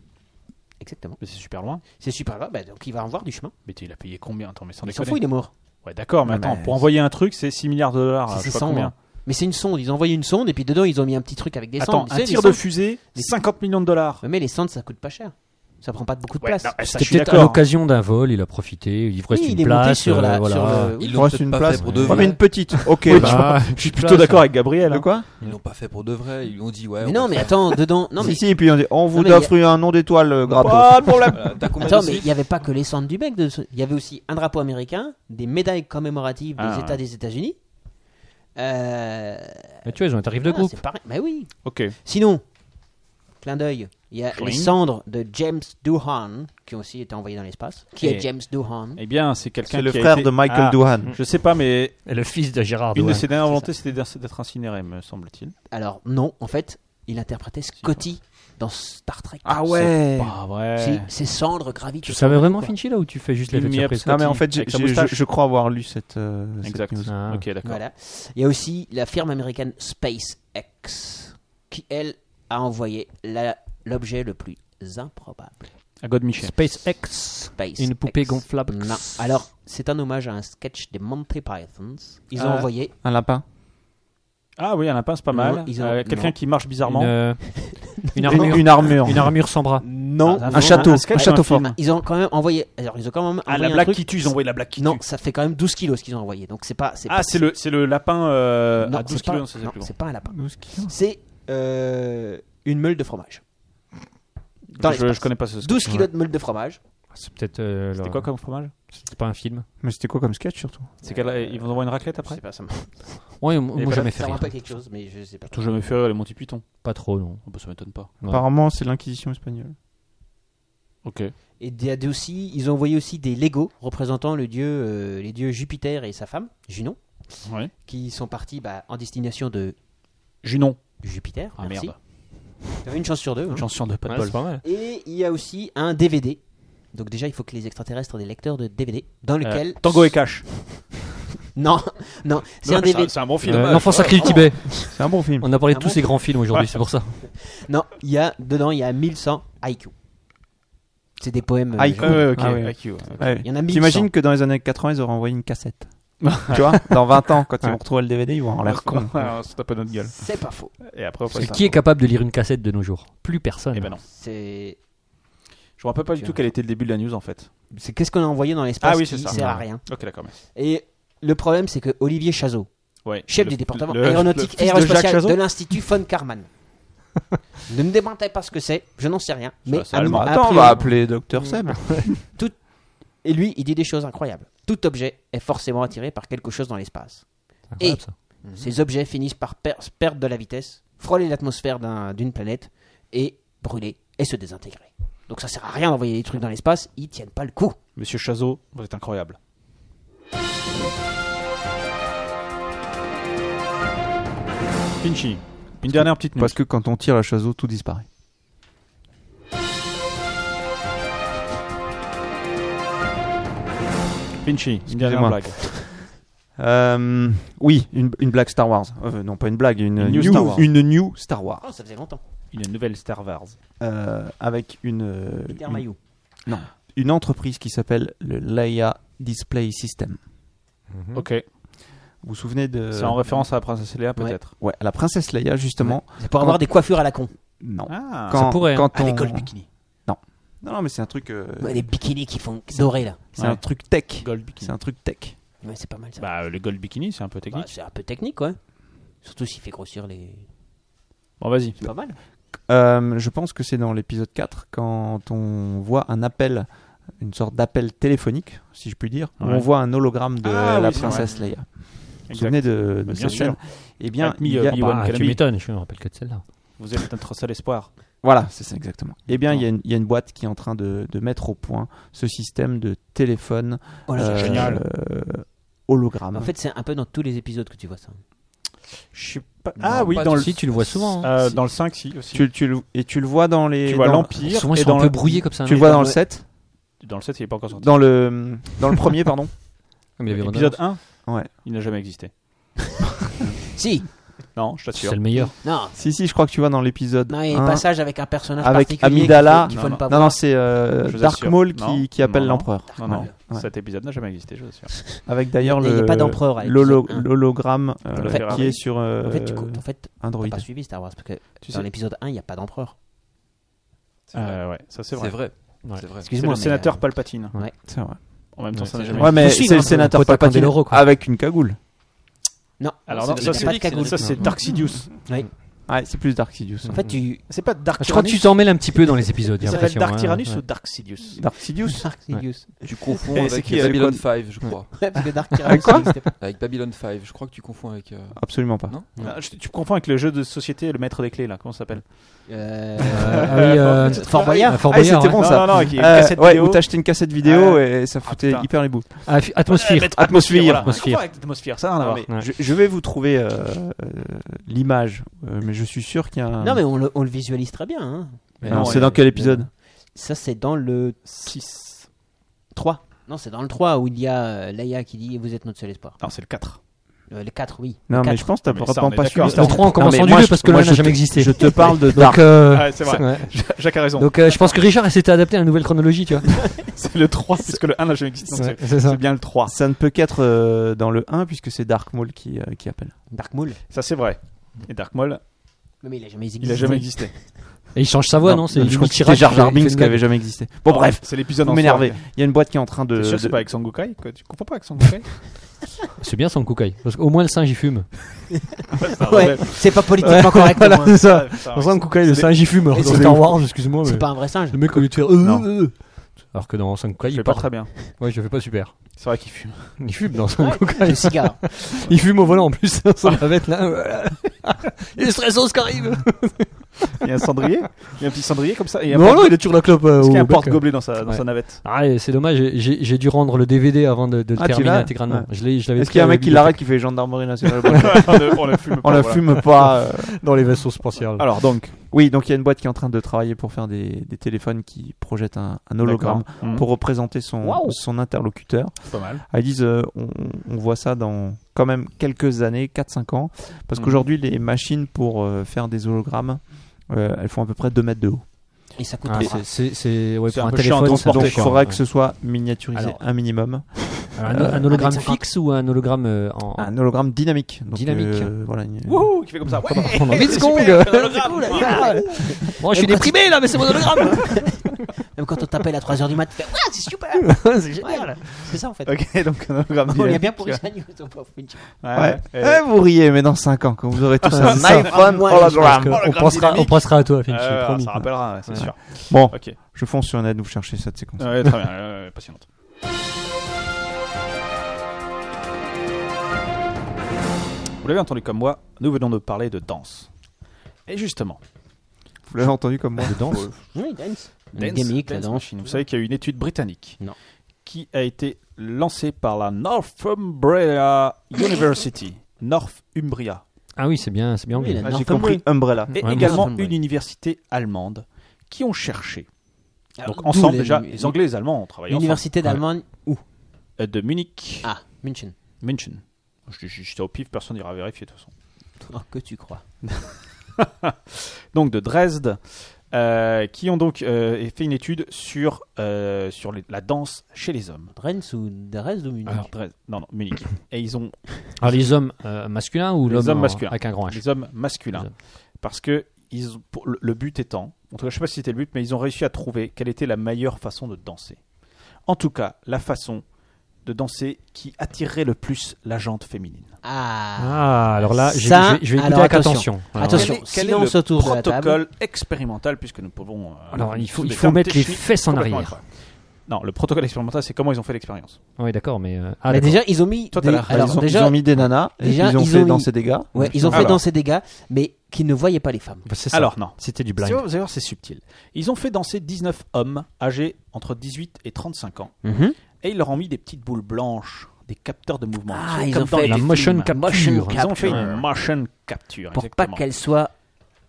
Speaker 7: Exactement.
Speaker 3: Mais c'est super loin.
Speaker 7: C'est super loin, bah, donc il va en voir du chemin.
Speaker 3: Mais il a payé combien Attends, mais sans
Speaker 7: Il s'en
Speaker 3: déconner.
Speaker 7: fout, il est mort.
Speaker 3: Ouais, d'accord, mais
Speaker 7: Non,
Speaker 3: attends,
Speaker 7: mais
Speaker 3: pour envoyer un truc, c'est 6 milliards de dollars.
Speaker 7: C'est
Speaker 3: Ah,
Speaker 7: hein.
Speaker 3: je sais
Speaker 7: ses
Speaker 3: pas
Speaker 7: cendres.
Speaker 3: combien.
Speaker 7: Mais c'est une sonde, ils ont envoyé une sonde et puis dedans ils ont mis un petit truc avec des
Speaker 3: Attends,
Speaker 7: cendres.
Speaker 3: un tir de fusée, 50 millions de dollars.
Speaker 7: Mais les cendres ça coûte pas cher. Ça prend pas beaucoup de
Speaker 3: Ouais,
Speaker 7: place.
Speaker 3: non, ça,
Speaker 8: C'était peut-être à
Speaker 3: hein.
Speaker 8: l'occasion d'un vol, il a profité, il reste
Speaker 7: Oui, il
Speaker 8: une
Speaker 7: est monté
Speaker 8: place.
Speaker 7: sur la-
Speaker 8: euh, voilà.
Speaker 7: sur le-
Speaker 4: Ils
Speaker 6: Il
Speaker 4: l'ont
Speaker 6: reste
Speaker 4: peut-être
Speaker 6: une
Speaker 4: pas
Speaker 6: place.
Speaker 4: fait pour de
Speaker 6: Ouais,
Speaker 4: vrai.
Speaker 6: mais une [LAUGHS] petite. Ok,
Speaker 3: Oui,
Speaker 6: bah,
Speaker 3: je-
Speaker 6: une
Speaker 3: je suis
Speaker 6: petite
Speaker 3: plutôt
Speaker 6: place.
Speaker 3: d'accord avec Gabriel.
Speaker 6: De
Speaker 3: hein.
Speaker 6: quoi
Speaker 4: Ils l'ont pas fait pour de vrai. Ils lui ont dit ouais.
Speaker 7: Mais non, mais attends, dedans.
Speaker 6: [LAUGHS]
Speaker 7: Non,
Speaker 6: si,
Speaker 7: mais,
Speaker 6: si, et puis on, dit, on vous
Speaker 7: Non, mais
Speaker 6: offre un nom d'étoile euh, gratos.
Speaker 4: T'as combien
Speaker 7: attends,
Speaker 4: de
Speaker 7: mais il
Speaker 4: suites
Speaker 7: n'y avait pas que les cendres du bec. de ce- Il y avait aussi un drapeau américain, des médailles commémoratives des
Speaker 3: Ah,
Speaker 7: États
Speaker 3: ouais.
Speaker 7: des États-Unis. Euh...
Speaker 8: Mais tu vois, ils ont un tarif de
Speaker 7: ah,
Speaker 8: groupe.
Speaker 7: c'est pareil. Bah oui.
Speaker 3: Ok.
Speaker 7: Sinon, clin d'œil, il y a
Speaker 3: Cling.
Speaker 7: les cendres de James Doohan qui ont aussi été envoyées dans l'espace. Qui
Speaker 3: Et-
Speaker 7: est James Doohan
Speaker 3: Eh bien, c'est quelqu'un
Speaker 6: C'est le
Speaker 3: qui a
Speaker 6: frère
Speaker 3: été-
Speaker 6: de Michael
Speaker 3: Ah,
Speaker 6: Doohan.
Speaker 3: Je sais pas, mais
Speaker 8: Et le fils de Gérard
Speaker 3: une de
Speaker 8: Douin.
Speaker 3: ses dernières volontés, c'était d'être incinéré, me semble-t-il.
Speaker 7: Alors non, en fait, il interprétait Scotty dans Star Trek.
Speaker 3: Ah ouais. Pas vrai.
Speaker 7: Si, Ses cendres gravitent.
Speaker 8: Tu
Speaker 7: autour
Speaker 8: savais
Speaker 7: de lui,
Speaker 8: vraiment
Speaker 7: quoi.
Speaker 8: Finchy là ou tu fais juste
Speaker 3: Give
Speaker 8: l'effet de
Speaker 3: me up,
Speaker 8: surprise
Speaker 6: Non, mais en
Speaker 3: Scotty,
Speaker 6: fait, j'ai-
Speaker 3: avec sa
Speaker 6: j'ai- je,
Speaker 3: moustache.
Speaker 6: je crois avoir lu cette. euh, cette
Speaker 3: Exact.
Speaker 6: news.
Speaker 8: Ah.
Speaker 3: Ok, d'accord.
Speaker 7: Voilà. Il y a aussi la firme américaine SpaceX qui, elle, a envoyé la- l'objet le plus improbable.
Speaker 3: À God Michel.
Speaker 8: SpaceX.
Speaker 7: SpaceX.
Speaker 8: Une poupée gonflable.
Speaker 7: Non. Alors, c'est un hommage à un sketch des Monty Pythons. Ils ont
Speaker 3: Ah.
Speaker 7: envoyé
Speaker 6: Un lapin.
Speaker 3: Ah oui, un lapin, c'est pas mal.
Speaker 7: Non, ils ont-
Speaker 3: Euh, quelqu'un
Speaker 7: non.
Speaker 3: qui marche bizarrement.
Speaker 8: Une, euh,
Speaker 3: [LAUGHS]
Speaker 8: une
Speaker 6: Une
Speaker 8: armure.
Speaker 6: une armure.
Speaker 8: Une armure sans bras.
Speaker 6: Non,
Speaker 7: Ah,
Speaker 6: un,
Speaker 7: vraiment,
Speaker 6: château.
Speaker 3: un
Speaker 6: Un,
Speaker 3: sketch, un
Speaker 6: château fort.
Speaker 3: film.
Speaker 7: ils ont quand même envoyé alors ils ont quand même
Speaker 3: Ah,
Speaker 7: envoyé
Speaker 3: la
Speaker 7: un
Speaker 3: blague
Speaker 7: truc-
Speaker 3: qui tue, ils ont envoyé la blague qui
Speaker 7: non
Speaker 3: tue.
Speaker 7: ça fait quand même 12 kilos ce qu'ils ont envoyé donc c'est pas c'est
Speaker 3: Ah,
Speaker 7: pas-
Speaker 3: c'est le, c'est le lapin euh,
Speaker 7: non,
Speaker 3: à 12
Speaker 7: c'est pas-
Speaker 3: kilos, ça, c'est
Speaker 7: non,
Speaker 3: plus
Speaker 7: c'est pas un lapin
Speaker 6: 12 kilos.
Speaker 7: c'est euh, une meule de fromage dans
Speaker 3: grand. Je,
Speaker 7: l'espace.
Speaker 3: je connais pas ce sketch.
Speaker 7: 12 kilos de meule de fromage
Speaker 8: C'est peut-être. euh,
Speaker 3: C'était
Speaker 8: leur-
Speaker 3: quoi comme fromage
Speaker 8: C'était pas un film.
Speaker 6: Mais c'était quoi comme sketch surtout
Speaker 3: C'est qu'elle a- Ils vont envoyer une raclette après
Speaker 7: pas ça
Speaker 8: Ouais, ils
Speaker 3: Et
Speaker 8: m'ont
Speaker 3: voilà,
Speaker 8: jamais fait
Speaker 7: Euh, ça
Speaker 8: rire.
Speaker 7: pas quelque chose mais je sais pas
Speaker 3: Tout jamais fait rire les Monty Python.
Speaker 8: Pas trop, non.
Speaker 3: Oh, bah, ça m'étonne pas.
Speaker 8: Ouais.
Speaker 6: Apparemment, c'est l'inquisition espagnole.
Speaker 3: Ok.
Speaker 7: Et il y a des aussi, ils ont envoyé aussi des Lego représentant le dieu, euh, les dieux Jupiter et sa femme, Junon,
Speaker 3: Ouais.
Speaker 7: qui sont partis bah, en destination de
Speaker 3: Junon.
Speaker 7: Jupiter.
Speaker 3: Ah
Speaker 7: merci.
Speaker 3: merde.
Speaker 7: Il y a Une chance sur deux. hein.
Speaker 3: Chanson de pas de
Speaker 8: Ouais,
Speaker 3: bol.
Speaker 8: c'est pas mal.
Speaker 7: Et il y a aussi un DVD. Donc déjà, il faut que les extraterrestres aient des lecteurs de DVD dans lequel
Speaker 3: Euh, Tango et Cash.
Speaker 7: non, non, c'est un DVD.
Speaker 3: C'est un bon film.
Speaker 8: Euh, L'enfant sacré du Tibet.
Speaker 6: C'est un bon film.
Speaker 8: On a parlé de
Speaker 7: Ah
Speaker 8: tous
Speaker 7: bon
Speaker 8: ces grands films aujourd'hui, c'est pour ça.
Speaker 7: Non, il y a dedans, il y a 1100 IQ. C'est des poèmes. euh,
Speaker 6: Haïku.
Speaker 7: genre-
Speaker 6: Ah ouais.
Speaker 3: IQ, ouais.
Speaker 6: Ouais.
Speaker 7: Il y en a 1100.
Speaker 6: T'imagines que dans les années 80, ils auraient envoyé une cassette. tu
Speaker 3: [LAUGHS]
Speaker 6: vois, dans 20 ans, quand ils vont retrouver le DVD, ils vont en l'air con.
Speaker 3: Ouais, C'est pas notre gueule.
Speaker 7: C'est pas faux.
Speaker 3: Et après, on
Speaker 8: Parce
Speaker 3: fait
Speaker 8: que
Speaker 3: ça.
Speaker 8: qui est capable de lire une cassette de nos jours Plus personne.
Speaker 3: Eh ben non.
Speaker 7: C'est
Speaker 3: Je me rappelle pas du tout quel était le début de la news en fait.
Speaker 7: c'est qu'est-ce qu'on a envoyé dans l'espace
Speaker 3: Ah oui, c'est
Speaker 7: qui
Speaker 3: ça.
Speaker 7: sert à rien.
Speaker 3: Ok, d'accord. merci.
Speaker 7: Et le problème, c'est que Olivier Chazot,
Speaker 3: Ouais.
Speaker 7: chef
Speaker 3: Le-
Speaker 7: du département
Speaker 3: le-
Speaker 7: aéronautique
Speaker 3: le fils de
Speaker 7: et
Speaker 3: Jacques
Speaker 7: aérospatial de,
Speaker 3: Chazot
Speaker 7: l'Institut von
Speaker 3: [LAUGHS]
Speaker 7: Karman. ne me demandez pas ce que c'est, je n'en sais rien. Mais
Speaker 3: c'est
Speaker 7: à
Speaker 3: allemand.
Speaker 7: mon- à
Speaker 6: Attends, on
Speaker 7: priori-
Speaker 6: va appeler Docteur Seb.
Speaker 7: Et lui, il dit des choses incroyables. Tout objet est forcément attiré par quelque chose dans l'espace. Et
Speaker 8: Incroyable, ça.
Speaker 7: ces objets finissent par per- perdre de la vitesse, frôler l'atmosphère d'un- d'une planète et brûler et se désintégrer. Donc ça sert à rien d'envoyer des trucs dans l'espace, ils tiennent pas le coup.
Speaker 3: Monsieur Chazot, vous êtes incroyable. Pinchy, une dernière petite news.
Speaker 6: Parce que quand on tire la chaseau, tout disparaît.
Speaker 3: Pinchy, une dernière
Speaker 6: Excusez-moi.
Speaker 3: blague.
Speaker 6: Euh, oui, une, une blague Star Wars. Euh, non, pas une blague, une,
Speaker 3: Une new Star Wars.
Speaker 6: une new Star Wars.
Speaker 7: Oh, ça faisait longtemps.
Speaker 3: Une nouvelle Star Wars.
Speaker 6: Euh, avec une, euh,
Speaker 7: Peter
Speaker 6: une,
Speaker 7: Mayou.
Speaker 6: une entreprise qui s'appelle le Leia Display System.
Speaker 3: Ok,
Speaker 6: Vous vous souvenez de.
Speaker 3: c'est en référence à la princesse Léa peut-être.
Speaker 6: Ouais, à la princesse Leia, justement.
Speaker 7: C'est pour avoir des coiffures à la con.
Speaker 6: Non.
Speaker 3: Ah,
Speaker 6: Quand,
Speaker 8: Ça pourrait, hein.
Speaker 6: Quand
Speaker 7: À
Speaker 6: on-
Speaker 7: l'école bikini.
Speaker 6: Non, non, mais c'est un truc. euh,
Speaker 7: Ouais, les bikinis qui font dorés là.
Speaker 6: c'est
Speaker 3: ouais.
Speaker 6: un truc tech.
Speaker 3: Gold
Speaker 6: C'est
Speaker 3: Bikini.
Speaker 6: un truc tech.
Speaker 7: Ouais, c'est pas mal ça.
Speaker 3: Bah, le Gold Bikini, c'est un peu technique.
Speaker 7: Bah, c'est un peu technique, ouais. Surtout s'il fait grossir les.
Speaker 3: Bon, vas-y.
Speaker 7: C'est pas mal.
Speaker 6: Euh, je pense que c'est dans l'épisode 4 quand on voit un appel, une sorte d'appel téléphonique, si je puis dire, où
Speaker 3: Ouais.
Speaker 6: on voit un hologramme de
Speaker 3: Ah
Speaker 6: la
Speaker 3: oui, c'est
Speaker 6: princesse Leia. Vous vous
Speaker 3: Exact.
Speaker 6: souvenez de, de
Speaker 3: Bah, bien
Speaker 6: cette
Speaker 3: sûr.
Speaker 6: scène Eh bien,
Speaker 3: Avec
Speaker 6: il y a-
Speaker 3: Mia Obi-Wan
Speaker 8: Ah, tu
Speaker 3: Kenobi.
Speaker 8: m'étonnes, je me rappelle que de celle-là.
Speaker 3: Vous êtes notre seul espoir.
Speaker 6: voilà, c'est ça exactement. Eh bien, il y, a une- il y a une boîte qui est en train de, de mettre au point ce système de téléphone
Speaker 7: Oh là là.
Speaker 6: euh,
Speaker 3: génial.
Speaker 6: euh, hologramme.
Speaker 7: En fait, c'est un peu dans tous les épisodes que tu vois ça.
Speaker 3: Je sais pas. Ah oui, dans le Euh, dans le 5, si aussi.
Speaker 6: Tu, tu le- et tu le vois dans les.
Speaker 3: Tu vois
Speaker 6: dans-
Speaker 3: l'Empire Souvent, ils et sont dans un peu le- brouillés comme ça,
Speaker 6: Tu
Speaker 3: hein.
Speaker 6: le vois
Speaker 3: Et
Speaker 6: dans
Speaker 3: dans
Speaker 6: le
Speaker 3: le-
Speaker 6: 7
Speaker 3: Dans le 7, il est pas encore sorti.
Speaker 6: Dans le, dans le premier,
Speaker 7: [LAUGHS]
Speaker 6: pardon.
Speaker 3: Épisode 1
Speaker 6: Ouais.
Speaker 3: Il n'a jamais existé.
Speaker 7: Si.
Speaker 3: Non, je t'assure.
Speaker 7: Non.
Speaker 6: Si, si, je crois que tu vois dans l'épisode.
Speaker 7: Non, il y a un
Speaker 6: 1,
Speaker 7: passage avec un personnage
Speaker 6: Hein? Avec
Speaker 7: particulier qu'il
Speaker 6: Amidala.
Speaker 7: faut- qu'il faut ne
Speaker 6: non,
Speaker 7: pas
Speaker 6: non,
Speaker 7: voir.
Speaker 6: c'est euh,
Speaker 7: Je vous
Speaker 6: Dark
Speaker 7: assure.
Speaker 6: Maul
Speaker 7: Non,
Speaker 6: qui, qui appelle
Speaker 3: non,
Speaker 6: l'empereur.
Speaker 3: Non,
Speaker 6: Ouais.
Speaker 3: non.
Speaker 6: Ouais.
Speaker 3: Cet épisode n'a jamais existé, je vous assure.
Speaker 6: Avec d'ailleurs
Speaker 7: Il y a- il y a
Speaker 6: le-
Speaker 7: pas d'empereur à l'épisode
Speaker 6: l'holo-
Speaker 7: un.
Speaker 6: l'hologramme euh,
Speaker 7: En fait,
Speaker 6: qui est sur euh,
Speaker 7: en fait, tu cou- en fait, t'as
Speaker 6: Android.
Speaker 7: pas suivi Star Wars parce que
Speaker 6: Tu
Speaker 7: dans
Speaker 6: sais-
Speaker 7: l'épisode 1, il n'y a pas d'empereur.
Speaker 3: Euh, ouais, ça c'est vrai.
Speaker 4: C'est vrai.
Speaker 3: Ouais.
Speaker 4: C'est vrai.
Speaker 7: Excuse-moi,
Speaker 3: C'est le
Speaker 7: mais,
Speaker 3: sénateur
Speaker 7: euh,
Speaker 3: Palpatine.
Speaker 7: ouais.
Speaker 6: C'est vrai.
Speaker 3: En même temps,
Speaker 6: Ouais,
Speaker 3: ça n'a
Speaker 6: c'est
Speaker 3: jamais
Speaker 6: vrai. Ouais, mais
Speaker 3: existé.
Speaker 6: c'est le sénateur Palpatine avec une cagoule.
Speaker 7: Non.
Speaker 3: Alors,
Speaker 7: C'est
Speaker 3: non,
Speaker 7: de-
Speaker 3: ça,
Speaker 7: c'est
Speaker 3: c'est-
Speaker 7: pas de cagoule.
Speaker 3: ça, c'est
Speaker 7: Non.
Speaker 3: Dark Sidious.
Speaker 7: Oui.
Speaker 6: Ouais, c'est plus Dark Sidious.
Speaker 7: En fait, tu.
Speaker 3: C'est pas Dark
Speaker 8: Je crois que tu t'en mêles un petit peu dans les épisodes.
Speaker 3: Il
Speaker 8: j'ai
Speaker 3: s'appelle
Speaker 8: l'impression,
Speaker 3: Dark
Speaker 8: hein,
Speaker 3: Tyrannus
Speaker 8: ouais.
Speaker 3: ou Dark Sidious
Speaker 6: Dark Sidious.
Speaker 7: Dark Sidious.
Speaker 4: Tu confonds
Speaker 6: Et c'est
Speaker 4: avec
Speaker 6: qui, euh,
Speaker 4: Babylon
Speaker 6: quoi
Speaker 4: 5, je crois.
Speaker 7: Ouais, [LAUGHS] parce que Dark
Speaker 6: Avec
Speaker 7: Tyrannus,
Speaker 6: quoi
Speaker 7: c'était pas-
Speaker 4: Avec Babylon 5, je crois que tu confonds avec. euh,
Speaker 6: Absolument pas.
Speaker 4: Non
Speaker 3: Ah, je- Tu confonds avec le jeu de société, le maître des clés, là. Comment ça s'appelle
Speaker 7: Euh,
Speaker 3: Ah
Speaker 8: oui, euh,
Speaker 7: Fort Boyard.
Speaker 8: Fort
Speaker 6: Ah,
Speaker 8: Boyard,
Speaker 6: c'était
Speaker 8: ouais.
Speaker 7: hein.
Speaker 6: bon
Speaker 3: Non,
Speaker 6: ça.
Speaker 3: non, non, avec une
Speaker 6: Euh,
Speaker 3: cassette
Speaker 6: ouais,
Speaker 3: vidéo.
Speaker 6: où t'achetais une cassette vidéo
Speaker 3: Ah.
Speaker 6: et ça foutait
Speaker 3: putain.
Speaker 6: hyper les bouts.
Speaker 8: Ah, fi- Atmosphère.
Speaker 3: Euh, Maître
Speaker 6: Atmosphère,
Speaker 3: voilà.
Speaker 8: atmosphère.
Speaker 3: On confond avec l'atmosphère, ça n'a
Speaker 7: Ah,
Speaker 3: rien à voir.
Speaker 6: Mais
Speaker 8: Ouais.
Speaker 6: je, je vais vous trouver euh, euh, l'image, euh, mais je suis sûr qu'il y a un.
Speaker 7: Non, mais on le, on le visualise très bien. hein.
Speaker 6: Alors,
Speaker 3: non,
Speaker 6: c'est
Speaker 3: ouais.
Speaker 6: dans quel épisode
Speaker 7: Ça, c'est dans le
Speaker 3: 6.
Speaker 7: 3. Non, c'est dans le 3 où il y a euh, Leia qui dit Vous êtes notre seul espoir.
Speaker 3: Non, c'est le 4.
Speaker 7: Euh, le 4, oui.
Speaker 6: Non,
Speaker 7: Le
Speaker 6: mais
Speaker 7: 4.
Speaker 6: je pense que t'as
Speaker 3: Mais ça, on
Speaker 6: probablement
Speaker 3: est
Speaker 6: pas
Speaker 3: d'accord.
Speaker 6: suivi.
Speaker 3: Le
Speaker 6: ça.
Speaker 8: 3 en
Speaker 6: Non, mais
Speaker 8: commençant du
Speaker 6: moi,
Speaker 8: 2
Speaker 6: je-
Speaker 8: parce que le
Speaker 6: moi,
Speaker 8: 1 n'a
Speaker 6: je
Speaker 8: jamais
Speaker 6: te-
Speaker 8: existé.
Speaker 6: Je te parle
Speaker 8: [LAUGHS]
Speaker 6: de Dark.
Speaker 8: Donc, euh,
Speaker 3: Ah, c'est vrai.
Speaker 8: ouais.
Speaker 3: Jacques a raison.
Speaker 8: Donc euh, je pense que Richard s'était adapté à la nouvelle chronologie, tu vois.
Speaker 3: c'est le 3, puisque le 1 n'a jamais existé. donc
Speaker 8: Ouais,
Speaker 3: c'est-
Speaker 8: c'est ça.
Speaker 3: C'est bien le 3.
Speaker 6: Ça ne peut qu'être euh, dans le 1 puisque c'est Dark Maul qui, euh, qui appelle.
Speaker 7: Dark Maul.
Speaker 3: Ça, c'est vrai. Et Dark Maul,
Speaker 7: Non, mais il a jamais existé.
Speaker 3: il n'a jamais existé.
Speaker 8: Et il change sa voix, Ah non, C'est
Speaker 6: je
Speaker 8: Luke
Speaker 6: crois que c'était
Speaker 8: Chirac
Speaker 6: Jar
Speaker 8: qui
Speaker 6: Jar
Speaker 8: fait- fait
Speaker 6: Binks
Speaker 8: une
Speaker 6: qui avait
Speaker 8: blague.
Speaker 6: jamais existé. Bon,
Speaker 3: Oh,
Speaker 6: bref,
Speaker 3: c'est l'épisode
Speaker 6: vous
Speaker 3: en
Speaker 6: m'énervez.
Speaker 3: soi.
Speaker 6: Il y a une boîte qui est en train de.
Speaker 3: T'es sûr que c'est
Speaker 6: de-
Speaker 3: pas avec Son Gokai quoi Tu confonds pas avec Son Gokai
Speaker 8: C'est bien son Kukai. Parce qu'au moins le singe il fume.
Speaker 7: Ouais, c'est pas politiquement correct. au moins.
Speaker 8: c'est ça.
Speaker 3: Putain,
Speaker 8: Dans un Kukai, le
Speaker 3: c'est-
Speaker 8: singe il fume. Alors,
Speaker 7: Et
Speaker 8: Dans
Speaker 7: c'est-
Speaker 8: Star Wars, excuse-moi, mais
Speaker 7: C'est pas un vrai singe.
Speaker 8: le mec au lieu de faire.
Speaker 6: Non.
Speaker 8: euh, euh, Alors que dans Son Kukai,
Speaker 3: Il
Speaker 8: il
Speaker 3: fait pas
Speaker 8: parle.
Speaker 3: très bien.
Speaker 8: Ouais, je fais pas super.
Speaker 3: C'est vrai qu'il fume.
Speaker 8: Il fume dans Son [LAUGHS]
Speaker 7: Le
Speaker 8: Kukai.
Speaker 7: cigare.
Speaker 8: Il fume au volant en plus. Dans Son navette là. Ah. [LAUGHS] Il est stressant ce qui arrive.
Speaker 3: Il y a un cendrier Il y a un petit cendrier comme ça. Et un
Speaker 8: Non,
Speaker 3: porte-
Speaker 8: non, il a toujours la clope. euh,
Speaker 3: Est-ce qu'il y a
Speaker 8: au
Speaker 3: un
Speaker 8: bec.
Speaker 3: porte-gobelet dans sa dans sa
Speaker 8: Ouais. [LAUGHS]
Speaker 3: navette
Speaker 8: Ah, et c'est dommage, j'ai- j'ai j'ai dû rendre le DVD avant de, de le
Speaker 6: Ah, tu
Speaker 8: terminer
Speaker 6: l'as
Speaker 8: intégralement.
Speaker 6: Ouais.
Speaker 8: Je l'ai- je l'avais
Speaker 6: Est-ce qu'il y a un
Speaker 8: pris à la
Speaker 6: mec qui l'arrête qui fait gendarmerie [LAUGHS] nationale
Speaker 3: On le- On le fume pas.
Speaker 6: On la
Speaker 3: voilà. [LAUGHS]
Speaker 6: fume pas. euh.
Speaker 8: bibliothèque, dans les vaisseaux spatials.
Speaker 6: Alors donc, oui, donc il y a une boîte qui est en train de travailler pour faire des, des téléphones qui projettent un, un hologramme
Speaker 3: D'accord. Mhm.
Speaker 6: pour représenter son,
Speaker 3: Waouh.
Speaker 6: son interlocuteur.
Speaker 3: C'est Pas mal.
Speaker 6: Ah, Ils disent, euh, on, on voit ça dans quand même quelques années, 4-5 ans, parce
Speaker 3: Mhm.
Speaker 6: qu'aujourd'hui les machines pour euh, faire des hologrammes, euh, elles font à peu près 2 mètres de haut.
Speaker 7: Et ça coûte
Speaker 8: Ah,
Speaker 7: un bras.
Speaker 8: c'est- c'est c'est- ouais,
Speaker 3: C'est
Speaker 8: pour
Speaker 3: un
Speaker 8: un
Speaker 3: peu chiant à
Speaker 8: téléphone, c'est un peu
Speaker 6: Donc il
Speaker 8: chiant,
Speaker 6: faudra
Speaker 8: ouais.
Speaker 6: que ce soit miniaturisé
Speaker 8: Alors,
Speaker 6: un minimum.
Speaker 8: un, un hologramme
Speaker 7: 1m50.
Speaker 8: fixe ou un hologramme euh, en, en-
Speaker 6: Un hologramme dynamique. Donc,
Speaker 8: Dynamique.
Speaker 6: euh, voilà, une- [LAUGHS]
Speaker 3: Wouhou Qui fait comme ça. Ouais,
Speaker 8: en- [LAUGHS] en 8 secondes Moi je suis déprimé là, mais c'est mon hologramme
Speaker 7: [LAUGHS] Même quand on t'appelle à 3h du mat, tu fais [LAUGHS] Ouais, c'est super C'est génial C'est ça en fait.
Speaker 3: Ok, donc un hologramme
Speaker 7: On
Speaker 3: direct.
Speaker 7: a bien pourri sa news, au pauvre Finch.
Speaker 3: Ouais,
Speaker 6: Ouais.
Speaker 3: ouais.
Speaker 6: Eh, vous riez, mais dans 5 ans, quand vous
Speaker 7: [LAUGHS]
Speaker 6: aurez tous un
Speaker 7: ça.
Speaker 6: iPhone
Speaker 7: Moi, je pense
Speaker 6: hologramme.
Speaker 8: On pensera, on pensera à toi, Finch,
Speaker 3: Ah ouais,
Speaker 8: promis.
Speaker 3: ça rappellera, ouais, c'est sûr.
Speaker 6: Bon,
Speaker 3: Ok. Ouais,
Speaker 6: je fonce sur un ad, vous cherchez ça de séquence.
Speaker 3: très bien, ouais, ouais, passionnante. Vous l'avez entendu comme moi, nous venons de parler de danse. Et justement,
Speaker 6: Vous l'avez entendu comme moi.
Speaker 7: Oui, dance.
Speaker 3: Dance,
Speaker 7: gimmick, la
Speaker 3: Dance
Speaker 7: danse.
Speaker 3: Machine. Vous savez qu'il y a eu une étude britannique
Speaker 7: Non.
Speaker 3: qui a été lancée par la Northumbria
Speaker 7: [COUGHS]
Speaker 3: University. Northumbria.
Speaker 8: Ah oui, c'est bien, c'est bien
Speaker 7: Oui,
Speaker 8: anglais.
Speaker 7: la-
Speaker 6: Ah, J'ai
Speaker 7: Northumbria.
Speaker 6: compris Umbrella.
Speaker 3: Et
Speaker 8: Ouais,
Speaker 3: également
Speaker 7: Northumbria.
Speaker 3: une université allemande qui ont cherché.
Speaker 7: Alors,
Speaker 3: Donc
Speaker 7: Ah, d'où
Speaker 3: ensemble
Speaker 7: les-
Speaker 3: déjà, les Anglais et les Allemands ont travaillé ensemble.
Speaker 7: L'université d'Allemagne.
Speaker 3: Euh, De Munich,
Speaker 7: Ah, München.
Speaker 3: München. Je- je- J'étais au pif, personne n'ira vérifier de toute façon.
Speaker 7: Toi, que tu crois.
Speaker 3: donc de Dresde, euh, qui ont donc euh, fait une étude sur, euh, sur les- la danse chez les hommes.
Speaker 7: Drenz ou Dresde ou Munich
Speaker 3: Alors, Dresde, non, non,
Speaker 7: [COUGHS]
Speaker 3: Munich. Et ils ont
Speaker 8: Alors les hommes euh, masculins ou
Speaker 3: Les
Speaker 8: l'homme
Speaker 3: hommes
Speaker 8: en-
Speaker 3: masculins.
Speaker 8: avec un grand H
Speaker 3: les hommes
Speaker 8: Les
Speaker 3: masculins.
Speaker 8: hommes.
Speaker 3: Parce que ils, ont- pour- le- le but étant, en tout cas, je sais pas si c'était le but, mais ils ont réussi à trouver quelle était la meilleure façon de danser. En tout cas, la façon de danser qui attirerait le plus la jante féminine.
Speaker 7: Ah,
Speaker 8: Ah, alors là, j'ai- je
Speaker 7: Ça,
Speaker 8: vais- je vais écouter
Speaker 7: alors,
Speaker 8: avec
Speaker 7: attention.
Speaker 8: Ah, attention. Alors,
Speaker 7: Attention,
Speaker 3: Quel est- quel est
Speaker 7: silence
Speaker 3: le
Speaker 7: autour de la table.
Speaker 3: protocole expérimental, puisque nous pouvons. euh,
Speaker 8: Alors, il faut-
Speaker 3: des
Speaker 8: il faut
Speaker 3: termes
Speaker 8: mettre les
Speaker 3: techniques
Speaker 8: fesses en
Speaker 3: complètement
Speaker 8: arrière.
Speaker 3: incroyables. Non, le protocole expérimental, c'est comment ils ont fait l'expérience.
Speaker 8: Oui, d'accord, mais. euh, ah, d'accord.
Speaker 7: Mais Bah, déjà, ils ont mis.
Speaker 3: Toi,
Speaker 7: des...
Speaker 3: t'as la-
Speaker 7: Alors,
Speaker 6: ils, ont,
Speaker 7: déjà,
Speaker 6: ils ont mis des nanas, et
Speaker 7: déjà,
Speaker 6: ils ont
Speaker 7: ils
Speaker 6: fait
Speaker 7: ont mis-
Speaker 6: danser des gars.
Speaker 7: ouais, ils ont fait
Speaker 3: Alors.
Speaker 7: danser des gars, mais qui ne voyaient pas les femmes.
Speaker 8: Bah, c'est ça.
Speaker 3: Alors, non.
Speaker 8: c'était du
Speaker 3: C'est-
Speaker 8: blind.
Speaker 3: Vous allez voir, c'est subtil. Ils ont fait danser Mhm. 19 hommes âgés entre 18 et 35 ans. Et ils leur ont mis des petites boules blanches, des capteurs de mouvement.
Speaker 7: Ah,
Speaker 3: C'est
Speaker 7: ils
Speaker 3: comme
Speaker 7: ont
Speaker 3: dans
Speaker 7: fait
Speaker 3: les
Speaker 7: la
Speaker 3: films.
Speaker 7: motion capture.
Speaker 3: Ils ont fait une
Speaker 7: Capture.
Speaker 3: motion capture.
Speaker 7: pour pas
Speaker 3: exactement.
Speaker 7: qu'elles soient.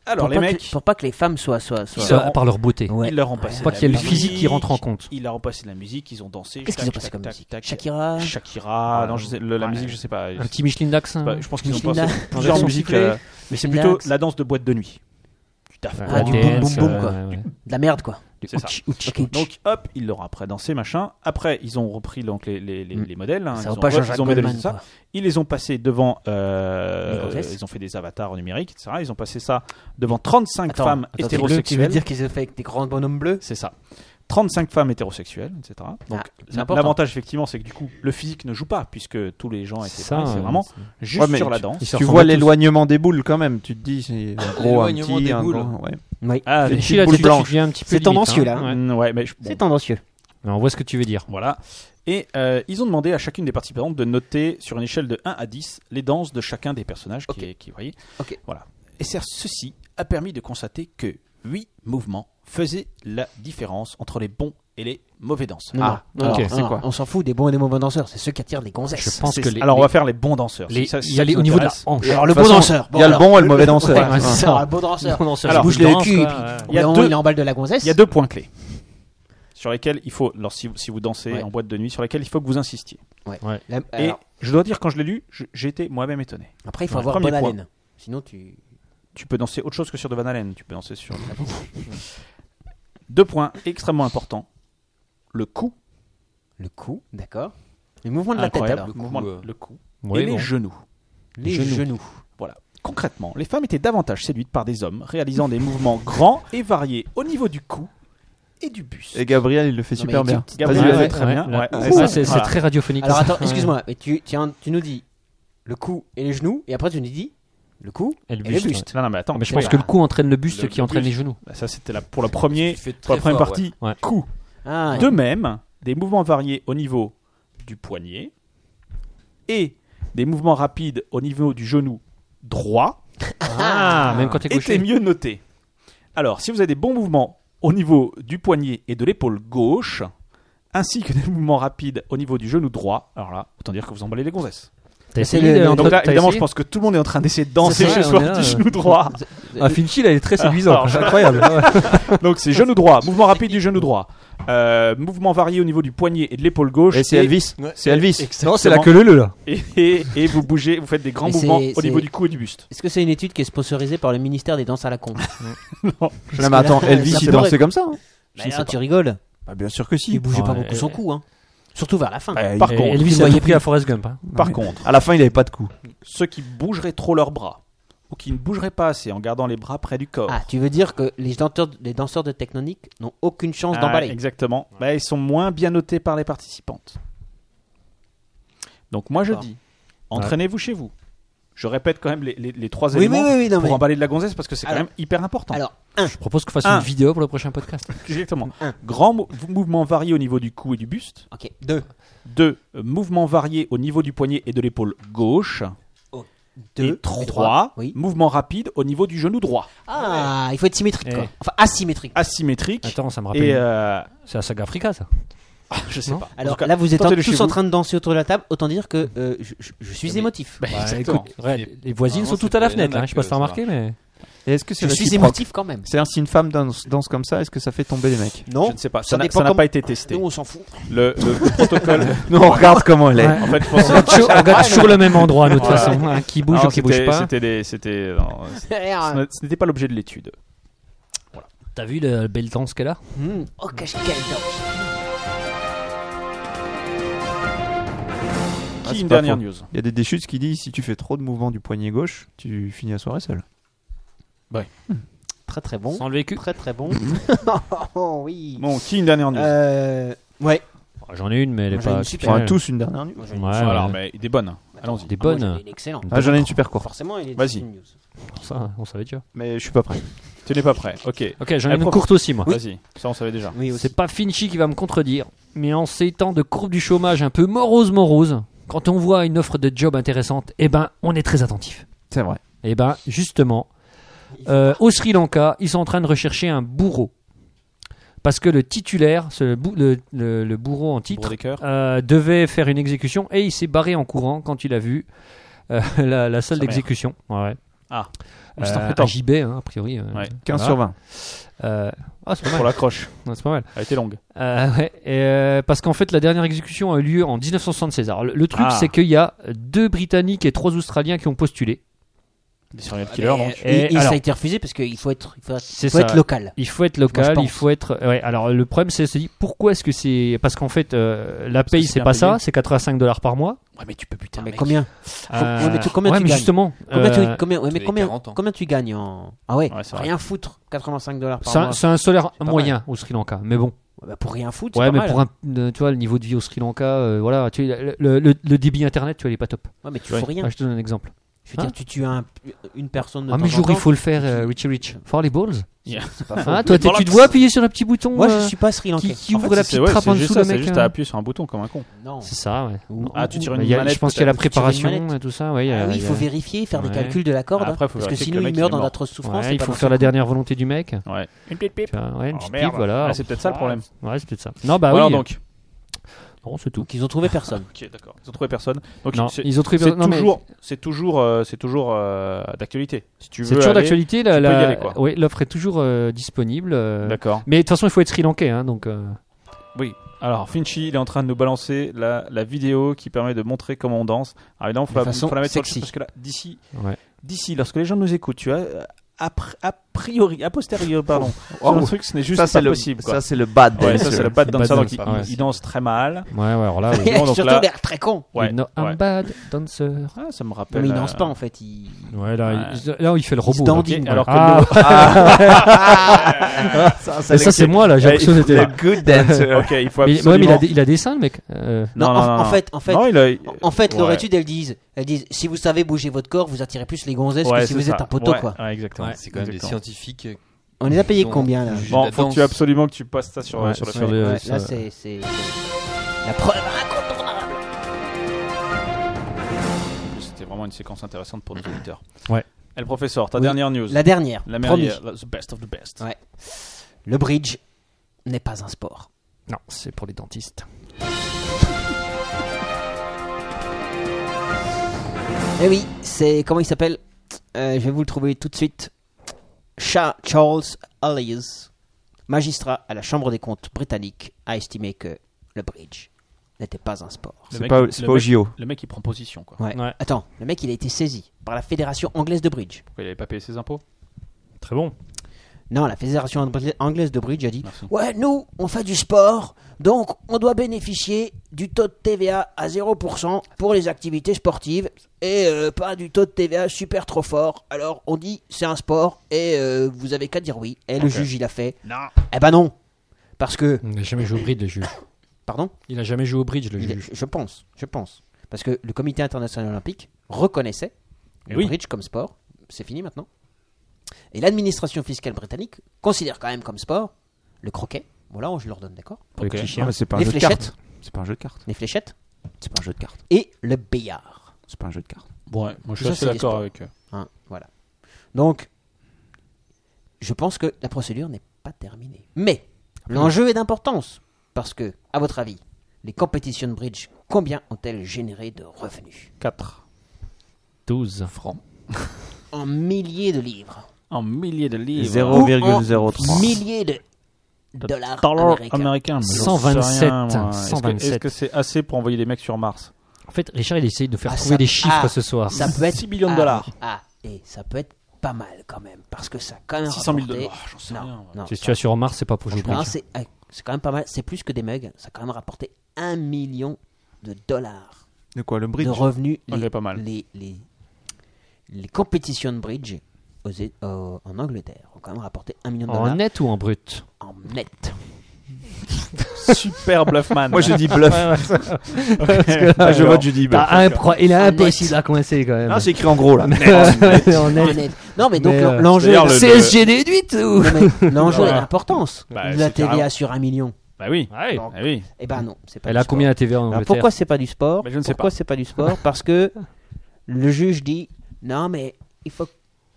Speaker 3: Alors,
Speaker 7: pour
Speaker 3: les
Speaker 7: pas
Speaker 3: mecs-
Speaker 7: que- pour pas que les femmes soient soient. soient-
Speaker 3: Ils leur ont-
Speaker 8: par leur beauté.
Speaker 7: Ouais.
Speaker 3: Ils leur ont
Speaker 7: Ouais.
Speaker 3: passé
Speaker 8: Pas
Speaker 3: de la
Speaker 8: qu'il y ait le physique qui
Speaker 3: musique,
Speaker 8: rentre en compte.
Speaker 3: Ils leur ont passé de la musique, ils ont dansé.
Speaker 7: Qu'est-ce
Speaker 3: tac,
Speaker 7: qu'ils ont passé
Speaker 3: tac,
Speaker 7: comme
Speaker 3: tac,
Speaker 7: musique
Speaker 3: tac.
Speaker 7: Shakira.
Speaker 3: Shakira. Non, je sais- le- la
Speaker 7: Ouais.
Speaker 3: musique, je sais pas.
Speaker 8: Un petit Micheline d'accent.
Speaker 3: Bah, je pense qu'ils ont
Speaker 7: Michelin
Speaker 3: pas
Speaker 7: d'axe.
Speaker 3: plusieurs
Speaker 7: Version
Speaker 3: musiques,
Speaker 7: sifflée.
Speaker 3: euh, mais c'est
Speaker 7: Michelin
Speaker 3: plutôt
Speaker 7: d'axe.
Speaker 3: la danse de boîte de nuit. Du taf.
Speaker 7: Ah,
Speaker 3: quoi.
Speaker 7: du boum, boum, boum, quoi. De la merde quoi.
Speaker 3: C'est ça.
Speaker 7: Ouch, ouch,
Speaker 3: Ok.
Speaker 7: ouch.
Speaker 3: Donc hop, ils l'auront après dansé machin. Après, ils ont repris donc les, les, les,
Speaker 7: Mm.
Speaker 3: les modèles. hein.
Speaker 7: Ça
Speaker 3: Ils
Speaker 7: va
Speaker 3: ont
Speaker 7: pas
Speaker 3: re-
Speaker 7: Jean-Jacques
Speaker 3: ils ont modélisé
Speaker 7: Goldman,
Speaker 3: ça.
Speaker 7: quoi.
Speaker 3: Ils les ont passés devant. euh,
Speaker 7: Les grossesses.
Speaker 3: ils ont fait des avatars numériques, etc. Ils ont passé ça devant 35
Speaker 7: Attends,
Speaker 3: femmes
Speaker 7: attends, tu veux- Tu veux
Speaker 3: hétérosexuelles.
Speaker 7: dire qu'ils ont fait avec des grands bonhommes bleus
Speaker 3: C'est ça. 35 femmes hétérosexuelles, etc. Donc
Speaker 7: Ah, c'est
Speaker 3: la-
Speaker 7: important.
Speaker 3: l'avantage effectivement, c'est que du coup, le physique ne joue pas puisque tous les gens étaient
Speaker 8: Ça,
Speaker 3: pareils. C'est
Speaker 8: euh,
Speaker 3: vraiment juste
Speaker 6: Ouais, mais
Speaker 3: sur la
Speaker 6: tu-
Speaker 3: danse.
Speaker 8: Ils se
Speaker 6: Tu
Speaker 8: ressemblent
Speaker 6: vois
Speaker 8: tous.
Speaker 6: l'éloignement des boules quand même. Tu te dis, c'est un gros, un
Speaker 4: L'éloignement
Speaker 6: petit,
Speaker 4: des
Speaker 6: un
Speaker 4: boules.
Speaker 6: grand, ouais.
Speaker 7: Oui.
Speaker 3: Ah,
Speaker 8: Les
Speaker 3: des-
Speaker 8: chiens, là,
Speaker 6: boules
Speaker 8: tu- tu
Speaker 6: blanches.
Speaker 8: viens un petit peu
Speaker 7: C'est
Speaker 8: limite, hein.
Speaker 7: tendancieux, là, hein.
Speaker 8: Ouais.
Speaker 3: Mm, ouais, mais je-
Speaker 7: C'est
Speaker 3: bon,
Speaker 7: tendancieux.
Speaker 8: Mais On voit ce que tu veux dire.
Speaker 3: Voilà. Et euh, ils ont demandé à chacune des participantes de noter sur une échelle de 1 à 10 les danses de chacun des personnages qui- qui, vous voyez.
Speaker 7: Ok.
Speaker 3: Voilà. Et c'est- ceci a permis de constater que 8 mouvements faisaient la différence entre les bons et les mauvais danseurs.
Speaker 7: Non,
Speaker 6: Ah,
Speaker 7: non, non,
Speaker 6: ok,
Speaker 7: non,
Speaker 6: c'est
Speaker 7: non,
Speaker 6: quoi
Speaker 7: On s'en fout des bons et des mauvais danseurs, c'est ceux qui attirent les gonzesses.
Speaker 8: Je pense
Speaker 3: C'est-
Speaker 8: que les-
Speaker 3: alors on
Speaker 8: les-
Speaker 3: va faire les bons danseurs.
Speaker 8: les-
Speaker 3: C'est ça-
Speaker 8: il y
Speaker 3: ça
Speaker 8: a les-
Speaker 3: qui
Speaker 8: au niveau de la
Speaker 3: m'intéresse.
Speaker 8: hanche.
Speaker 7: Alors
Speaker 6: De
Speaker 7: le
Speaker 6: toute
Speaker 7: beau
Speaker 6: façon,
Speaker 7: danseur.
Speaker 6: Il y a le bon et le mauvais
Speaker 7: Ouais,
Speaker 6: danseur.
Speaker 8: ouais,
Speaker 6: Hein.
Speaker 8: c'est
Speaker 7: c'est
Speaker 8: ça.
Speaker 7: un beau danseur.
Speaker 8: Non, non, c'est-
Speaker 3: Alors,
Speaker 7: il bouge
Speaker 8: je
Speaker 7: le
Speaker 8: danse,
Speaker 7: cul,
Speaker 8: quoi,
Speaker 7: et puis-
Speaker 8: ouais.
Speaker 3: Il y a
Speaker 7: Au bout d'un
Speaker 3: deux-
Speaker 7: moment, il est en balle de la gonzesse.
Speaker 3: Il y a deux points clés sur lesquels il faut, alors, si, vous- si vous dansez
Speaker 7: Ouais.
Speaker 3: en boîte de nuit, sur lesquels il faut que vous insistiez.
Speaker 7: La-
Speaker 3: Et
Speaker 7: alors,
Speaker 3: je dois dire, quand je l'ai lu, je- j'ai été moi-même étonné.
Speaker 7: après, il faut
Speaker 3: Ouais.
Speaker 7: avoir
Speaker 3: Premier
Speaker 7: bonne
Speaker 3: point.
Speaker 7: haleine. Sinon, tu.
Speaker 3: tu peux danser autre chose que sur de Van Halen. Tu peux danser sur. Deux points extrêmement importants. Le cou,
Speaker 7: Le cou, d'accord. Le mouvement de la tête,
Speaker 3: incroyable, le,
Speaker 7: alors.
Speaker 3: mouvement-
Speaker 4: Le cou, euh.
Speaker 3: le cou.
Speaker 8: Ouais,
Speaker 3: et les
Speaker 8: bon.
Speaker 3: genoux.
Speaker 7: Les
Speaker 8: genoux.
Speaker 7: genoux.
Speaker 3: Voilà. Concrètement, les femmes étaient davantage séduites par des hommes réalisant des mouvements grands et variés au niveau du cou et du buste.
Speaker 6: Et Gabriel, il le fait
Speaker 7: Non, mais
Speaker 6: super
Speaker 7: il
Speaker 6: bien.
Speaker 7: dit-
Speaker 3: Gabriel
Speaker 6: Vas-y,
Speaker 3: le
Speaker 6: vas-y.
Speaker 3: fait très bien.
Speaker 8: là,
Speaker 3: Ouais.
Speaker 8: ça,
Speaker 6: Ouais,
Speaker 8: c'est-
Speaker 6: ouais.
Speaker 8: c'est
Speaker 3: Voilà.
Speaker 8: très radiophonique.
Speaker 7: Alors
Speaker 8: ça.
Speaker 7: attends, excuse-moi, mais tu, tu, tu nous dis le cou et les genoux, et après tu nous dis le cou
Speaker 8: Et le
Speaker 7: et le
Speaker 8: buste.
Speaker 7: buste.
Speaker 3: Non, non, mais attends,
Speaker 8: Ah, mais je
Speaker 3: mais
Speaker 8: pense que le cou entraîne le buste
Speaker 4: Le-
Speaker 8: qui
Speaker 4: le
Speaker 8: entraîne les
Speaker 4: buste.
Speaker 8: genoux.
Speaker 3: ça c'était là pour la première,
Speaker 4: fait
Speaker 3: pour la
Speaker 4: très
Speaker 3: première
Speaker 4: fort,
Speaker 3: partie.
Speaker 8: ouais. Ouais.
Speaker 3: Cou.
Speaker 7: Ah,
Speaker 3: De même, des mouvements variés au niveau du poignet et des mouvements rapides au niveau du genou droit.
Speaker 8: Ah, même quand t'es
Speaker 3: était
Speaker 8: gaucher.
Speaker 3: mieux noté. Alors, si vous avez des bons mouvements au niveau du poignet et de l'épaule gauche, ainsi que des mouvements rapides au niveau du genou droit, alors là, autant dire que vous emballez les gonzesses.
Speaker 8: T'as
Speaker 7: c'est
Speaker 8: essayé
Speaker 7: le-
Speaker 8: de-
Speaker 7: le-
Speaker 8: entre-
Speaker 3: Donc là,
Speaker 8: t'as
Speaker 3: évidemment,
Speaker 8: essayé
Speaker 3: je pense que tout le monde est en train d'essayer de danser
Speaker 8: C'est
Speaker 3: ce
Speaker 8: vrai, on est
Speaker 3: soir
Speaker 8: là,
Speaker 3: du
Speaker 8: euh.
Speaker 3: genou
Speaker 8: [LAUGHS]
Speaker 3: droit.
Speaker 8: Ah, Finchi, là, il est très séduisant. C'est incroyable.
Speaker 3: Donc c'est genou droit, mouvement rapide du genou droit, euh, mouvement varié au niveau du poignet et de l'épaule gauche.
Speaker 6: Et c'est Elvis. C'est Elvis.
Speaker 3: Non, c'est la queue
Speaker 6: leu là.
Speaker 3: Et, et- et vous bougez, vous faites des grands
Speaker 7: Mais
Speaker 3: mouvements
Speaker 7: c'est-
Speaker 3: au niveau
Speaker 7: c'est-
Speaker 3: du cou et du buste.
Speaker 7: Est-ce que c'est une étude qui est sponsorisée par le ministère des danses à
Speaker 3: [LAUGHS]
Speaker 7: la con
Speaker 6: Non, mais attends,
Speaker 7: Parce que là,
Speaker 6: Elvis,
Speaker 7: ça
Speaker 6: il
Speaker 7: pourrait-
Speaker 6: dansait comme ça. hein.
Speaker 7: Je tu rigoles.
Speaker 6: Bah, bien sûr que si.
Speaker 7: Il bougeait pas
Speaker 8: Ouais.
Speaker 7: beaucoup son cou, hein. Surtout vers la fin.
Speaker 3: Euh, par
Speaker 8: Et
Speaker 3: contre,
Speaker 8: Elvis
Speaker 7: il
Speaker 8: a
Speaker 7: voyait
Speaker 8: pris à Forrest Gump. hein.
Speaker 6: Non,
Speaker 3: par
Speaker 6: mais
Speaker 3: contre,
Speaker 6: À la fin, il avait pas de coup.
Speaker 3: ceux qui bougeraient trop leurs bras ou qui ne bougeraient pas assez en gardant les bras près du corps.
Speaker 7: Ah, tu veux dire que les danseurs, les danseurs de technonique n'ont aucune chance
Speaker 3: Ah,
Speaker 7: d'emballer
Speaker 3: Exactement. Bah, ils sont moins bien notés par les participantes. Donc moi je dis, entraînez-vous chez vous. Je répète quand même les, les- les trois
Speaker 7: Oui, oui,
Speaker 3: éléments
Speaker 7: oui, oui, non,
Speaker 3: pour
Speaker 7: mais-
Speaker 3: emballer de la gonzesse parce que c'est quand
Speaker 7: Alors-
Speaker 3: même hyper important.
Speaker 7: Alors,
Speaker 8: Je propose qu'on fasse
Speaker 3: Un.
Speaker 8: une vidéo pour le prochain podcast.
Speaker 3: Exactement.
Speaker 7: Un.
Speaker 3: Grand mou- mouvement varié au niveau du cou et du buste.
Speaker 7: ok, deux.
Speaker 3: Deux, euh, mouvement varié au niveau du poignet et de l'épaule gauche.
Speaker 7: Deux.
Speaker 3: et trois,
Speaker 7: et Oui.
Speaker 3: mouvement rapide au niveau du genou droit.
Speaker 7: Ah, il faut être symétrique, quoi.
Speaker 8: Eh.
Speaker 7: Enfin, asymétrique.
Speaker 3: Asymétrique.
Speaker 8: Attends, ça me rappelle.
Speaker 3: et euh,
Speaker 8: C'est la saga Africa, ça.
Speaker 3: je sais
Speaker 8: Non.
Speaker 3: pas. En
Speaker 7: Alors
Speaker 3: tout cas,
Speaker 7: là, vous êtes en-
Speaker 3: tentez-le chez
Speaker 7: tous
Speaker 3: vous.
Speaker 7: en train de danser autour de la table. Autant dire que euh, je, je- je suis émotif.
Speaker 3: Bah,
Speaker 8: Bah,
Speaker 3: exactement.
Speaker 8: écoute, regarde,
Speaker 4: Et-
Speaker 8: les voisines
Speaker 4: Normalement,
Speaker 8: sont
Speaker 4: c'est
Speaker 8: toutes à la
Speaker 4: pour les
Speaker 8: fenêtre.
Speaker 4: nanas
Speaker 8: hein, Je sais pas si t'as
Speaker 4: que ça
Speaker 8: remarqué, mais.
Speaker 6: Et est-ce que c'est
Speaker 7: Je suis
Speaker 6: réciproque
Speaker 7: émotif quand même.
Speaker 6: C'est un si une femme danse, danse comme ça, est-ce que ça fait tomber les mecs
Speaker 7: Non,
Speaker 3: Je ne sais pas. Ça
Speaker 7: Ça
Speaker 3: n'a
Speaker 7: dépend
Speaker 3: ça n'a
Speaker 7: comment-
Speaker 3: pas été testé.
Speaker 7: Nous, on s'en fout.
Speaker 3: Le- le- le protocole.
Speaker 6: Non, on regarde comment elle est.
Speaker 8: Ouais.
Speaker 3: En fait, je pense
Speaker 8: On regarde toujours- on regarde toujours le même endroit, de toute
Speaker 3: Voilà.
Speaker 8: façon. hein, Qui bouge
Speaker 3: Non,
Speaker 8: ou qui bouge
Speaker 3: c'était-
Speaker 8: pas.
Speaker 3: C'était des- [LAUGHS] c'était- euh, non, c'est- ce
Speaker 7: Hmm,
Speaker 3: n'est- ce n'était pas l'objet de l'étude.
Speaker 8: T'as vu la belle danse qu'elle a
Speaker 7: [LAUGHS] Oh, cache quelle danse.
Speaker 3: Qui
Speaker 6: c'est
Speaker 3: une
Speaker 6: pas
Speaker 3: dernière
Speaker 6: faux.
Speaker 3: news
Speaker 6: Il y a des déchutes qui disent si tu fais trop de mouvements du poignet gauche, tu finis la soirée seul.
Speaker 7: Très très bon.
Speaker 8: Sans le vécu.
Speaker 3: [LAUGHS]
Speaker 7: Très très bon. [LAUGHS] oh oui.
Speaker 3: Bon, qui une dernière news
Speaker 7: Euh, ouais.
Speaker 8: Ah, J'en ai une, mais elle est
Speaker 7: J'en ai
Speaker 8: pas.
Speaker 7: une super.
Speaker 6: Enfin,
Speaker 8: exceptionnelle.
Speaker 6: tous une dernière nuit.
Speaker 7: Moi, j'ai une-
Speaker 8: Ouais,
Speaker 3: Alors,
Speaker 8: ouais.
Speaker 3: mais des bonnes. Allons-y.
Speaker 8: Des
Speaker 7: Ah, moi,
Speaker 8: bonnes.
Speaker 7: j'ai une excellente.
Speaker 6: Ah, j'en ai une super courte,
Speaker 7: Forcément, il est
Speaker 3: Vas-y.
Speaker 7: une news.
Speaker 8: Ça, on savait déjà.
Speaker 6: mais je suis pas prêt.
Speaker 3: Tu n'es pas prêt. Ok.
Speaker 8: Ok, j'en ai
Speaker 3: Eh,
Speaker 8: une
Speaker 3: prof-
Speaker 8: courte aussi, moi.
Speaker 3: Vas-y. Ça, on savait déjà.
Speaker 7: Oui, aussi.
Speaker 8: C'est pas Finchi qui va me contredire, mais en ces temps de courbe du chômage un peu morose morose, quand on voit une offre de job intéressante, eh ben on est très attentif.
Speaker 6: C'est vrai.
Speaker 8: Eh ben justement, euh, au Sri Lanka, ils sont en train de rechercher un bourreau parce que le titulaire, ce- le, bou- le- le- le bourreau en titre, euh, devait faire une exécution et il s'est barré en courant quand il a vu euh, [LAUGHS] la, la salle
Speaker 3: Sa mère.
Speaker 8: d'exécution. Ouais.
Speaker 3: Ah.
Speaker 8: Euh,
Speaker 3: C'est embêtant.
Speaker 8: à JB, hein, a priori. euh,
Speaker 3: Ouais.
Speaker 6: 15 sur 20.
Speaker 8: Euh, ah, c'est pas mal.
Speaker 3: Pour l'accroche.
Speaker 8: Ouais, c'est pas mal.
Speaker 3: Elle était longue.
Speaker 8: Euh, [LAUGHS] ouais, et, euh, parce qu'en fait, la dernière exécution a eu lieu en 1976. Alors, le, le truc,
Speaker 3: Ah.
Speaker 8: c'est qu'il y a deux Britanniques et trois Australiens qui ont postulé.
Speaker 3: Des serial
Speaker 7: Ah,
Speaker 3: killers,
Speaker 7: mais,
Speaker 3: donc.
Speaker 7: euh, et,
Speaker 8: hein. Et
Speaker 7: et
Speaker 8: alors-
Speaker 7: ça a été refusé parce qu'il faut être, il faut,
Speaker 8: C'est
Speaker 7: il faut
Speaker 8: ça.
Speaker 7: être local.
Speaker 8: Il faut être
Speaker 7: Moi,
Speaker 8: local,
Speaker 7: je pense.
Speaker 8: il faut être. euh, ouais, alors le problème, c'est se dit pourquoi est-ce que c'est parce qu'en fait euh, la paye
Speaker 3: que c'est
Speaker 8: c'est
Speaker 3: bien
Speaker 8: pas
Speaker 3: payé.
Speaker 8: ça, c'est 85 dollars par mois. Euh,
Speaker 3: Ouais, mais tu peux putain.
Speaker 7: Mais
Speaker 3: mec.
Speaker 7: combien Faut- ouais, mais tu- combien
Speaker 8: ouais,
Speaker 7: tu
Speaker 8: mais
Speaker 7: gagnes
Speaker 8: justement,
Speaker 7: Combien,
Speaker 8: euh,
Speaker 7: tu, combien, ouais,
Speaker 4: tous
Speaker 7: mais
Speaker 4: les
Speaker 7: combien,
Speaker 4: 40 ans.
Speaker 7: combien tu gagnes en. Ah ouais,
Speaker 3: Ouais, c'est vrai.
Speaker 7: rien foutre, 85 dollars par
Speaker 8: c'est un-
Speaker 7: mois.
Speaker 8: c'est un solaire
Speaker 7: pas
Speaker 8: moyen au Sri Lanka, mais bon.
Speaker 7: Ouais, bah, pour rien foutre,
Speaker 8: Ouais,
Speaker 7: c'est pas
Speaker 8: mais
Speaker 7: mal.
Speaker 8: pour un, euh, tu vois le niveau de vie au Sri Lanka, euh, voilà, tu le, le- le- le débit internet, tu vois, il est pas top.
Speaker 7: Ouais, mais tu fous rien.
Speaker 8: Ah, je te donne un exemple.
Speaker 7: Je veux dire, tu tues un- une personne de
Speaker 8: Ah,
Speaker 7: temps
Speaker 8: mais
Speaker 7: en
Speaker 8: jour,
Speaker 7: temps,
Speaker 8: il faut le faire, euh, Richie Rich. For les balls.
Speaker 7: c'est pas faux.
Speaker 8: Ah, toi, t'es- tu te vois appuyer sur le petit bouton
Speaker 7: Moi, je
Speaker 8: euh,
Speaker 7: suis pas Sri Lankais.
Speaker 8: qui, qui
Speaker 3: En
Speaker 8: ouvre
Speaker 3: fait,
Speaker 8: la
Speaker 3: c'est-
Speaker 8: petite
Speaker 3: ouais,
Speaker 8: trappe en
Speaker 3: C'est juste
Speaker 8: dessous,
Speaker 3: ça,
Speaker 8: le
Speaker 3: c'est
Speaker 8: mec.
Speaker 3: juste à
Speaker 8: hein.
Speaker 3: appuyer sur un bouton comme un con.
Speaker 7: Non.
Speaker 8: C'est ça, ouais.
Speaker 3: Ah, tu tires une
Speaker 8: Il y a-
Speaker 3: manette.
Speaker 8: je pense qu'il y a la
Speaker 3: peut-être.
Speaker 7: tu tires une
Speaker 8: préparation
Speaker 7: manette.
Speaker 8: et tout ça. Ouais, il y a-
Speaker 7: Ah oui,
Speaker 8: il
Speaker 7: il
Speaker 8: y a-
Speaker 7: faut vérifier, faire
Speaker 8: Ouais.
Speaker 7: des calculs de la corde.
Speaker 3: Après, faut
Speaker 7: parce que
Speaker 3: vérifier que
Speaker 7: sinon,
Speaker 3: le
Speaker 7: il
Speaker 3: mec, il est
Speaker 7: meurt dans
Speaker 3: mort.
Speaker 7: d'atroces souffrances.
Speaker 8: Ouais,
Speaker 7: c'est
Speaker 8: il
Speaker 7: pas
Speaker 8: faut
Speaker 7: dans
Speaker 8: faire
Speaker 7: sa
Speaker 8: la
Speaker 7: cour.
Speaker 8: dernière volonté du mec.
Speaker 3: Ouais. Une petite
Speaker 8: Tu vois, ouais, une
Speaker 3: Oh,
Speaker 8: petite
Speaker 3: merde.
Speaker 8: pipe, voilà.
Speaker 3: Ah, c'est peut-être ça le problème.
Speaker 8: Ouais, c'est peut-être ça. Non, bah
Speaker 3: Alors
Speaker 8: oui.
Speaker 3: donc.
Speaker 8: Bon, c'est tout.
Speaker 7: Donc, ils ont trouvé personne.
Speaker 3: Ok, d'accord. Ils ont trouvé personne. Donc
Speaker 8: Non,
Speaker 3: c'est
Speaker 8: ils ont trouvé.
Speaker 3: c'est
Speaker 8: non, mais
Speaker 3: toujours, c'est toujours, euh, c'est toujours euh, d'actualité. Si tu veux.
Speaker 8: C'est toujours
Speaker 3: aller-
Speaker 8: d'actualité. la-
Speaker 3: tu peux y
Speaker 8: la-
Speaker 3: aller, quoi.
Speaker 8: Oui, l'offre est toujours euh, disponible. euh,
Speaker 3: D'accord.
Speaker 8: Mais de toute façon, il faut être Sri Lankais, hein, donc. euh,
Speaker 3: Oui. Alors Finchy, il est en train de nous balancer la, la vidéo qui permet de montrer comment on danse. Alors là, on faut,
Speaker 7: De
Speaker 3: la,
Speaker 7: façon
Speaker 3: faut la mettre sur le
Speaker 7: sexy.
Speaker 3: parce que là, d'ici,
Speaker 8: Ouais.
Speaker 3: d'ici, lorsque les gens nous écoutent, tu as euh, a, pr- a priori, a posteriori, pardon, sur un truc, ce n'est juste
Speaker 6: ça,
Speaker 3: pas
Speaker 6: c'est le,
Speaker 3: possible. quoi.
Speaker 6: ça, c'est le bad
Speaker 3: Ouais,
Speaker 6: dance. euh.
Speaker 3: ça, c'est le bad
Speaker 8: le bad
Speaker 3: dancer, donc
Speaker 8: dance,
Speaker 3: il,
Speaker 8: ouais.
Speaker 3: il- il danse très mal.
Speaker 8: Ouais, ouais.
Speaker 3: [LAUGHS]
Speaker 8: Alors là, oui.
Speaker 3: Bon,
Speaker 7: [LAUGHS]
Speaker 3: donc
Speaker 7: Surtout
Speaker 3: là-
Speaker 7: l'air très con.
Speaker 3: Ouais,
Speaker 8: You know I'm
Speaker 3: ouais.
Speaker 8: bad dancer.
Speaker 3: Ah, ça me
Speaker 7: Non,
Speaker 3: rappelle.
Speaker 7: mais il
Speaker 3: euh,
Speaker 7: danse pas en fait. Il...
Speaker 8: Ouais, là,
Speaker 3: Ouais.
Speaker 8: il, là, il fait le robot. là.
Speaker 7: dandine,
Speaker 8: Ouais.
Speaker 3: alors que
Speaker 8: ah,
Speaker 3: [LAUGHS]
Speaker 6: ça,
Speaker 8: mais ça, c'est moi là. J'ai l'impression que
Speaker 7: Eh,
Speaker 8: j'étais là.
Speaker 6: good dancer.
Speaker 3: [LAUGHS] Ok, il faut
Speaker 8: Mais, ouais, mais il
Speaker 3: absolument.
Speaker 8: a, des- il a des seins, le mec. Euh,
Speaker 7: Non, en- en fait- en fait-
Speaker 3: Non, il a-
Speaker 7: En fait,
Speaker 3: Ouais.
Speaker 7: leur étude, elles disent, elles disent, si vous savez bouger votre corps, vous attirez plus les gonzesses
Speaker 3: Ouais,
Speaker 7: que si
Speaker 3: c'est
Speaker 7: vous
Speaker 3: ça.
Speaker 7: êtes un poteau,
Speaker 3: Ouais,
Speaker 7: quoi.
Speaker 3: ouais, exactement.
Speaker 4: C'est quand même des
Speaker 3: Exactement.
Speaker 4: scientifiques.
Speaker 7: On les a payés
Speaker 4: Non.
Speaker 7: combien là
Speaker 4: Juge
Speaker 3: Bon,
Speaker 4: la
Speaker 3: faut que tu
Speaker 4: danse.
Speaker 3: absolument que tu passes ça sur,
Speaker 8: Ouais,
Speaker 3: sur la
Speaker 8: sur
Speaker 3: feuille.
Speaker 8: le-
Speaker 7: Ouais,
Speaker 8: ça-
Speaker 7: Là, c'est c'est- c'est la preuve incontournable.
Speaker 3: C'était vraiment une séquence intéressante pour nos auditeurs.
Speaker 8: Ouais.
Speaker 3: Et le professeur, ta
Speaker 7: Oui.
Speaker 3: dernière news.
Speaker 7: La dernière.
Speaker 3: La
Speaker 7: promis.
Speaker 3: meilleure, la- the best of the best.
Speaker 7: Ouais. Le bridge n'est pas un sport.
Speaker 8: Non, c'est pour les dentistes.
Speaker 7: Eh oui, c'est comment il s'appelle Euh, Je vais vous le trouver tout de suite. Cha- Charles Hayes, magistrat à la Chambre des comptes britannique, a estimé que le bridge n'était pas un sport.
Speaker 3: Le
Speaker 6: C'est
Speaker 3: mec-
Speaker 6: pas,
Speaker 3: le
Speaker 6: c'est pas au E.
Speaker 3: mec-
Speaker 6: JO.
Speaker 3: Le mec, il prend position, quoi.
Speaker 7: Ouais.
Speaker 8: Ouais.
Speaker 7: Attends, le mec il a été saisi par la Fédération anglaise de bridge.
Speaker 3: Pourquoi il avait pas payé ses impôts
Speaker 8: Très bon.
Speaker 7: Non, la Fédération anglaise de bridge a dit
Speaker 3: Merci.
Speaker 7: Ouais, nous on fait du sport, donc on doit bénéficier du taux de TVA à 0% pour les activités sportives et euh, pas du taux de TVA super trop fort. Alors on dit c'est un sport et euh, vous avez qu'à dire oui. Et le juge il a fait
Speaker 3: Non.
Speaker 7: Eh ben non Parce que.
Speaker 8: Il n'a jamais joué au bridge, le juge.
Speaker 7: Pardon
Speaker 8: Il n'a jamais joué au bridge, le
Speaker 7: Il est-
Speaker 8: juge.
Speaker 7: Je pense, je pense. Parce que le Comité international olympique reconnaissait
Speaker 6: Eh
Speaker 7: le
Speaker 8: oui.
Speaker 7: bridge comme sport. C'est fini maintenant. Et l'administration fiscale britannique considère quand même comme sport le croquet. Voilà, je leur donne d'accord.
Speaker 8: Pour les petits chiens.
Speaker 6: Non, mais c'est pas un
Speaker 7: Les
Speaker 6: jeu de
Speaker 7: fléchettes.
Speaker 6: cartes. C'est pas un jeu de cartes.
Speaker 7: Les fléchettes
Speaker 6: C'est pas un jeu de cartes.
Speaker 7: et le billard.
Speaker 6: C'est pas un jeu de cartes.
Speaker 3: Bon, ouais, moi je suis
Speaker 7: Ça,
Speaker 3: assez
Speaker 7: c'est des
Speaker 3: d'accord
Speaker 7: sports.
Speaker 3: avec. euh, eux.
Speaker 7: Hein, voilà. Donc, je pense que la procédure n'est pas terminée. Mais
Speaker 6: Ah
Speaker 7: l'enjeu est d'importance. Parce que, à votre avis, les compétitions de bridge, combien ont-elles généré de revenus
Speaker 3: 4
Speaker 8: 12 francs.
Speaker 7: En milliers de livres.
Speaker 3: en milliers de livres.
Speaker 7: en
Speaker 6: 0,03.
Speaker 7: milliers de dollars
Speaker 3: Dollars
Speaker 7: américains.
Speaker 3: américains. mais j'en
Speaker 8: 127,
Speaker 3: sais rien, moi. Est-ce que-
Speaker 8: 127.
Speaker 3: Est-ce que c'est assez pour envoyer des mecs sur Mars
Speaker 8: En fait, Richard, il essaye de faire
Speaker 7: Ah,
Speaker 8: trouver
Speaker 7: ça-
Speaker 8: des chiffres
Speaker 7: ah,
Speaker 8: ce soir.
Speaker 7: Ça peut être
Speaker 3: 6 millions de
Speaker 7: ah,
Speaker 3: dollars.
Speaker 7: Ah, et ça peut être pas mal quand même, parce que ça a quand même
Speaker 3: 600 000
Speaker 7: rapporté-
Speaker 3: dollars, j'en sais rien,
Speaker 7: Non,
Speaker 3: moi.
Speaker 7: non,
Speaker 8: Si tu
Speaker 7: ça-
Speaker 8: as sur Mars, c'est pas pour jouer au
Speaker 7: non,
Speaker 8: bridge.
Speaker 7: c'est ah, c'est quand même pas mal. C'est plus que des mugs. Ça a quand même rapporté 1 million de dollars
Speaker 6: De quoi Le bridge
Speaker 7: de revenus.
Speaker 3: Ah, c'est pas mal.
Speaker 7: Les, les, les compétitions de bridge aux É- euh, en Angleterre ont quand même rapporté 1 million de
Speaker 8: En
Speaker 7: dollars
Speaker 8: net ou en brut
Speaker 7: en net.
Speaker 3: Super bluffman.
Speaker 6: [LAUGHS] Moi je dis bluff. Là, je vote, je dis
Speaker 7: Bah,
Speaker 6: bluff.
Speaker 8: Il est
Speaker 7: En net.
Speaker 8: impossible à commencer quand même.
Speaker 6: Ah, c'est écrit en gros là.
Speaker 8: en
Speaker 7: En
Speaker 8: net.
Speaker 7: net. Non, mais donc
Speaker 8: Mais, euh,
Speaker 7: l'en- l'enjeu
Speaker 3: c'est-à-dire
Speaker 7: est-
Speaker 3: le-
Speaker 8: CSG déduite ou
Speaker 7: Non,
Speaker 8: [LAUGHS]
Speaker 7: mais l'enjeu est
Speaker 3: Ouais.
Speaker 7: d'importance.
Speaker 3: Bah,
Speaker 7: la
Speaker 3: c'est carrément-
Speaker 7: TVA sur 1 million.
Speaker 3: Bah oui.
Speaker 8: Ouais.
Speaker 3: Bah oui.
Speaker 7: Eh ben non, c'est pas
Speaker 8: Elle
Speaker 7: du
Speaker 8: a
Speaker 7: sport.
Speaker 8: combien la TVA en
Speaker 7: Alors
Speaker 8: Angleterre
Speaker 7: pourquoi c'est pas du sport
Speaker 3: Mais je ne sais
Speaker 7: Pourquoi
Speaker 3: pas.
Speaker 7: c'est pas
Speaker 8: [LAUGHS]
Speaker 7: du sport Parce que le juge dit non, mais il faut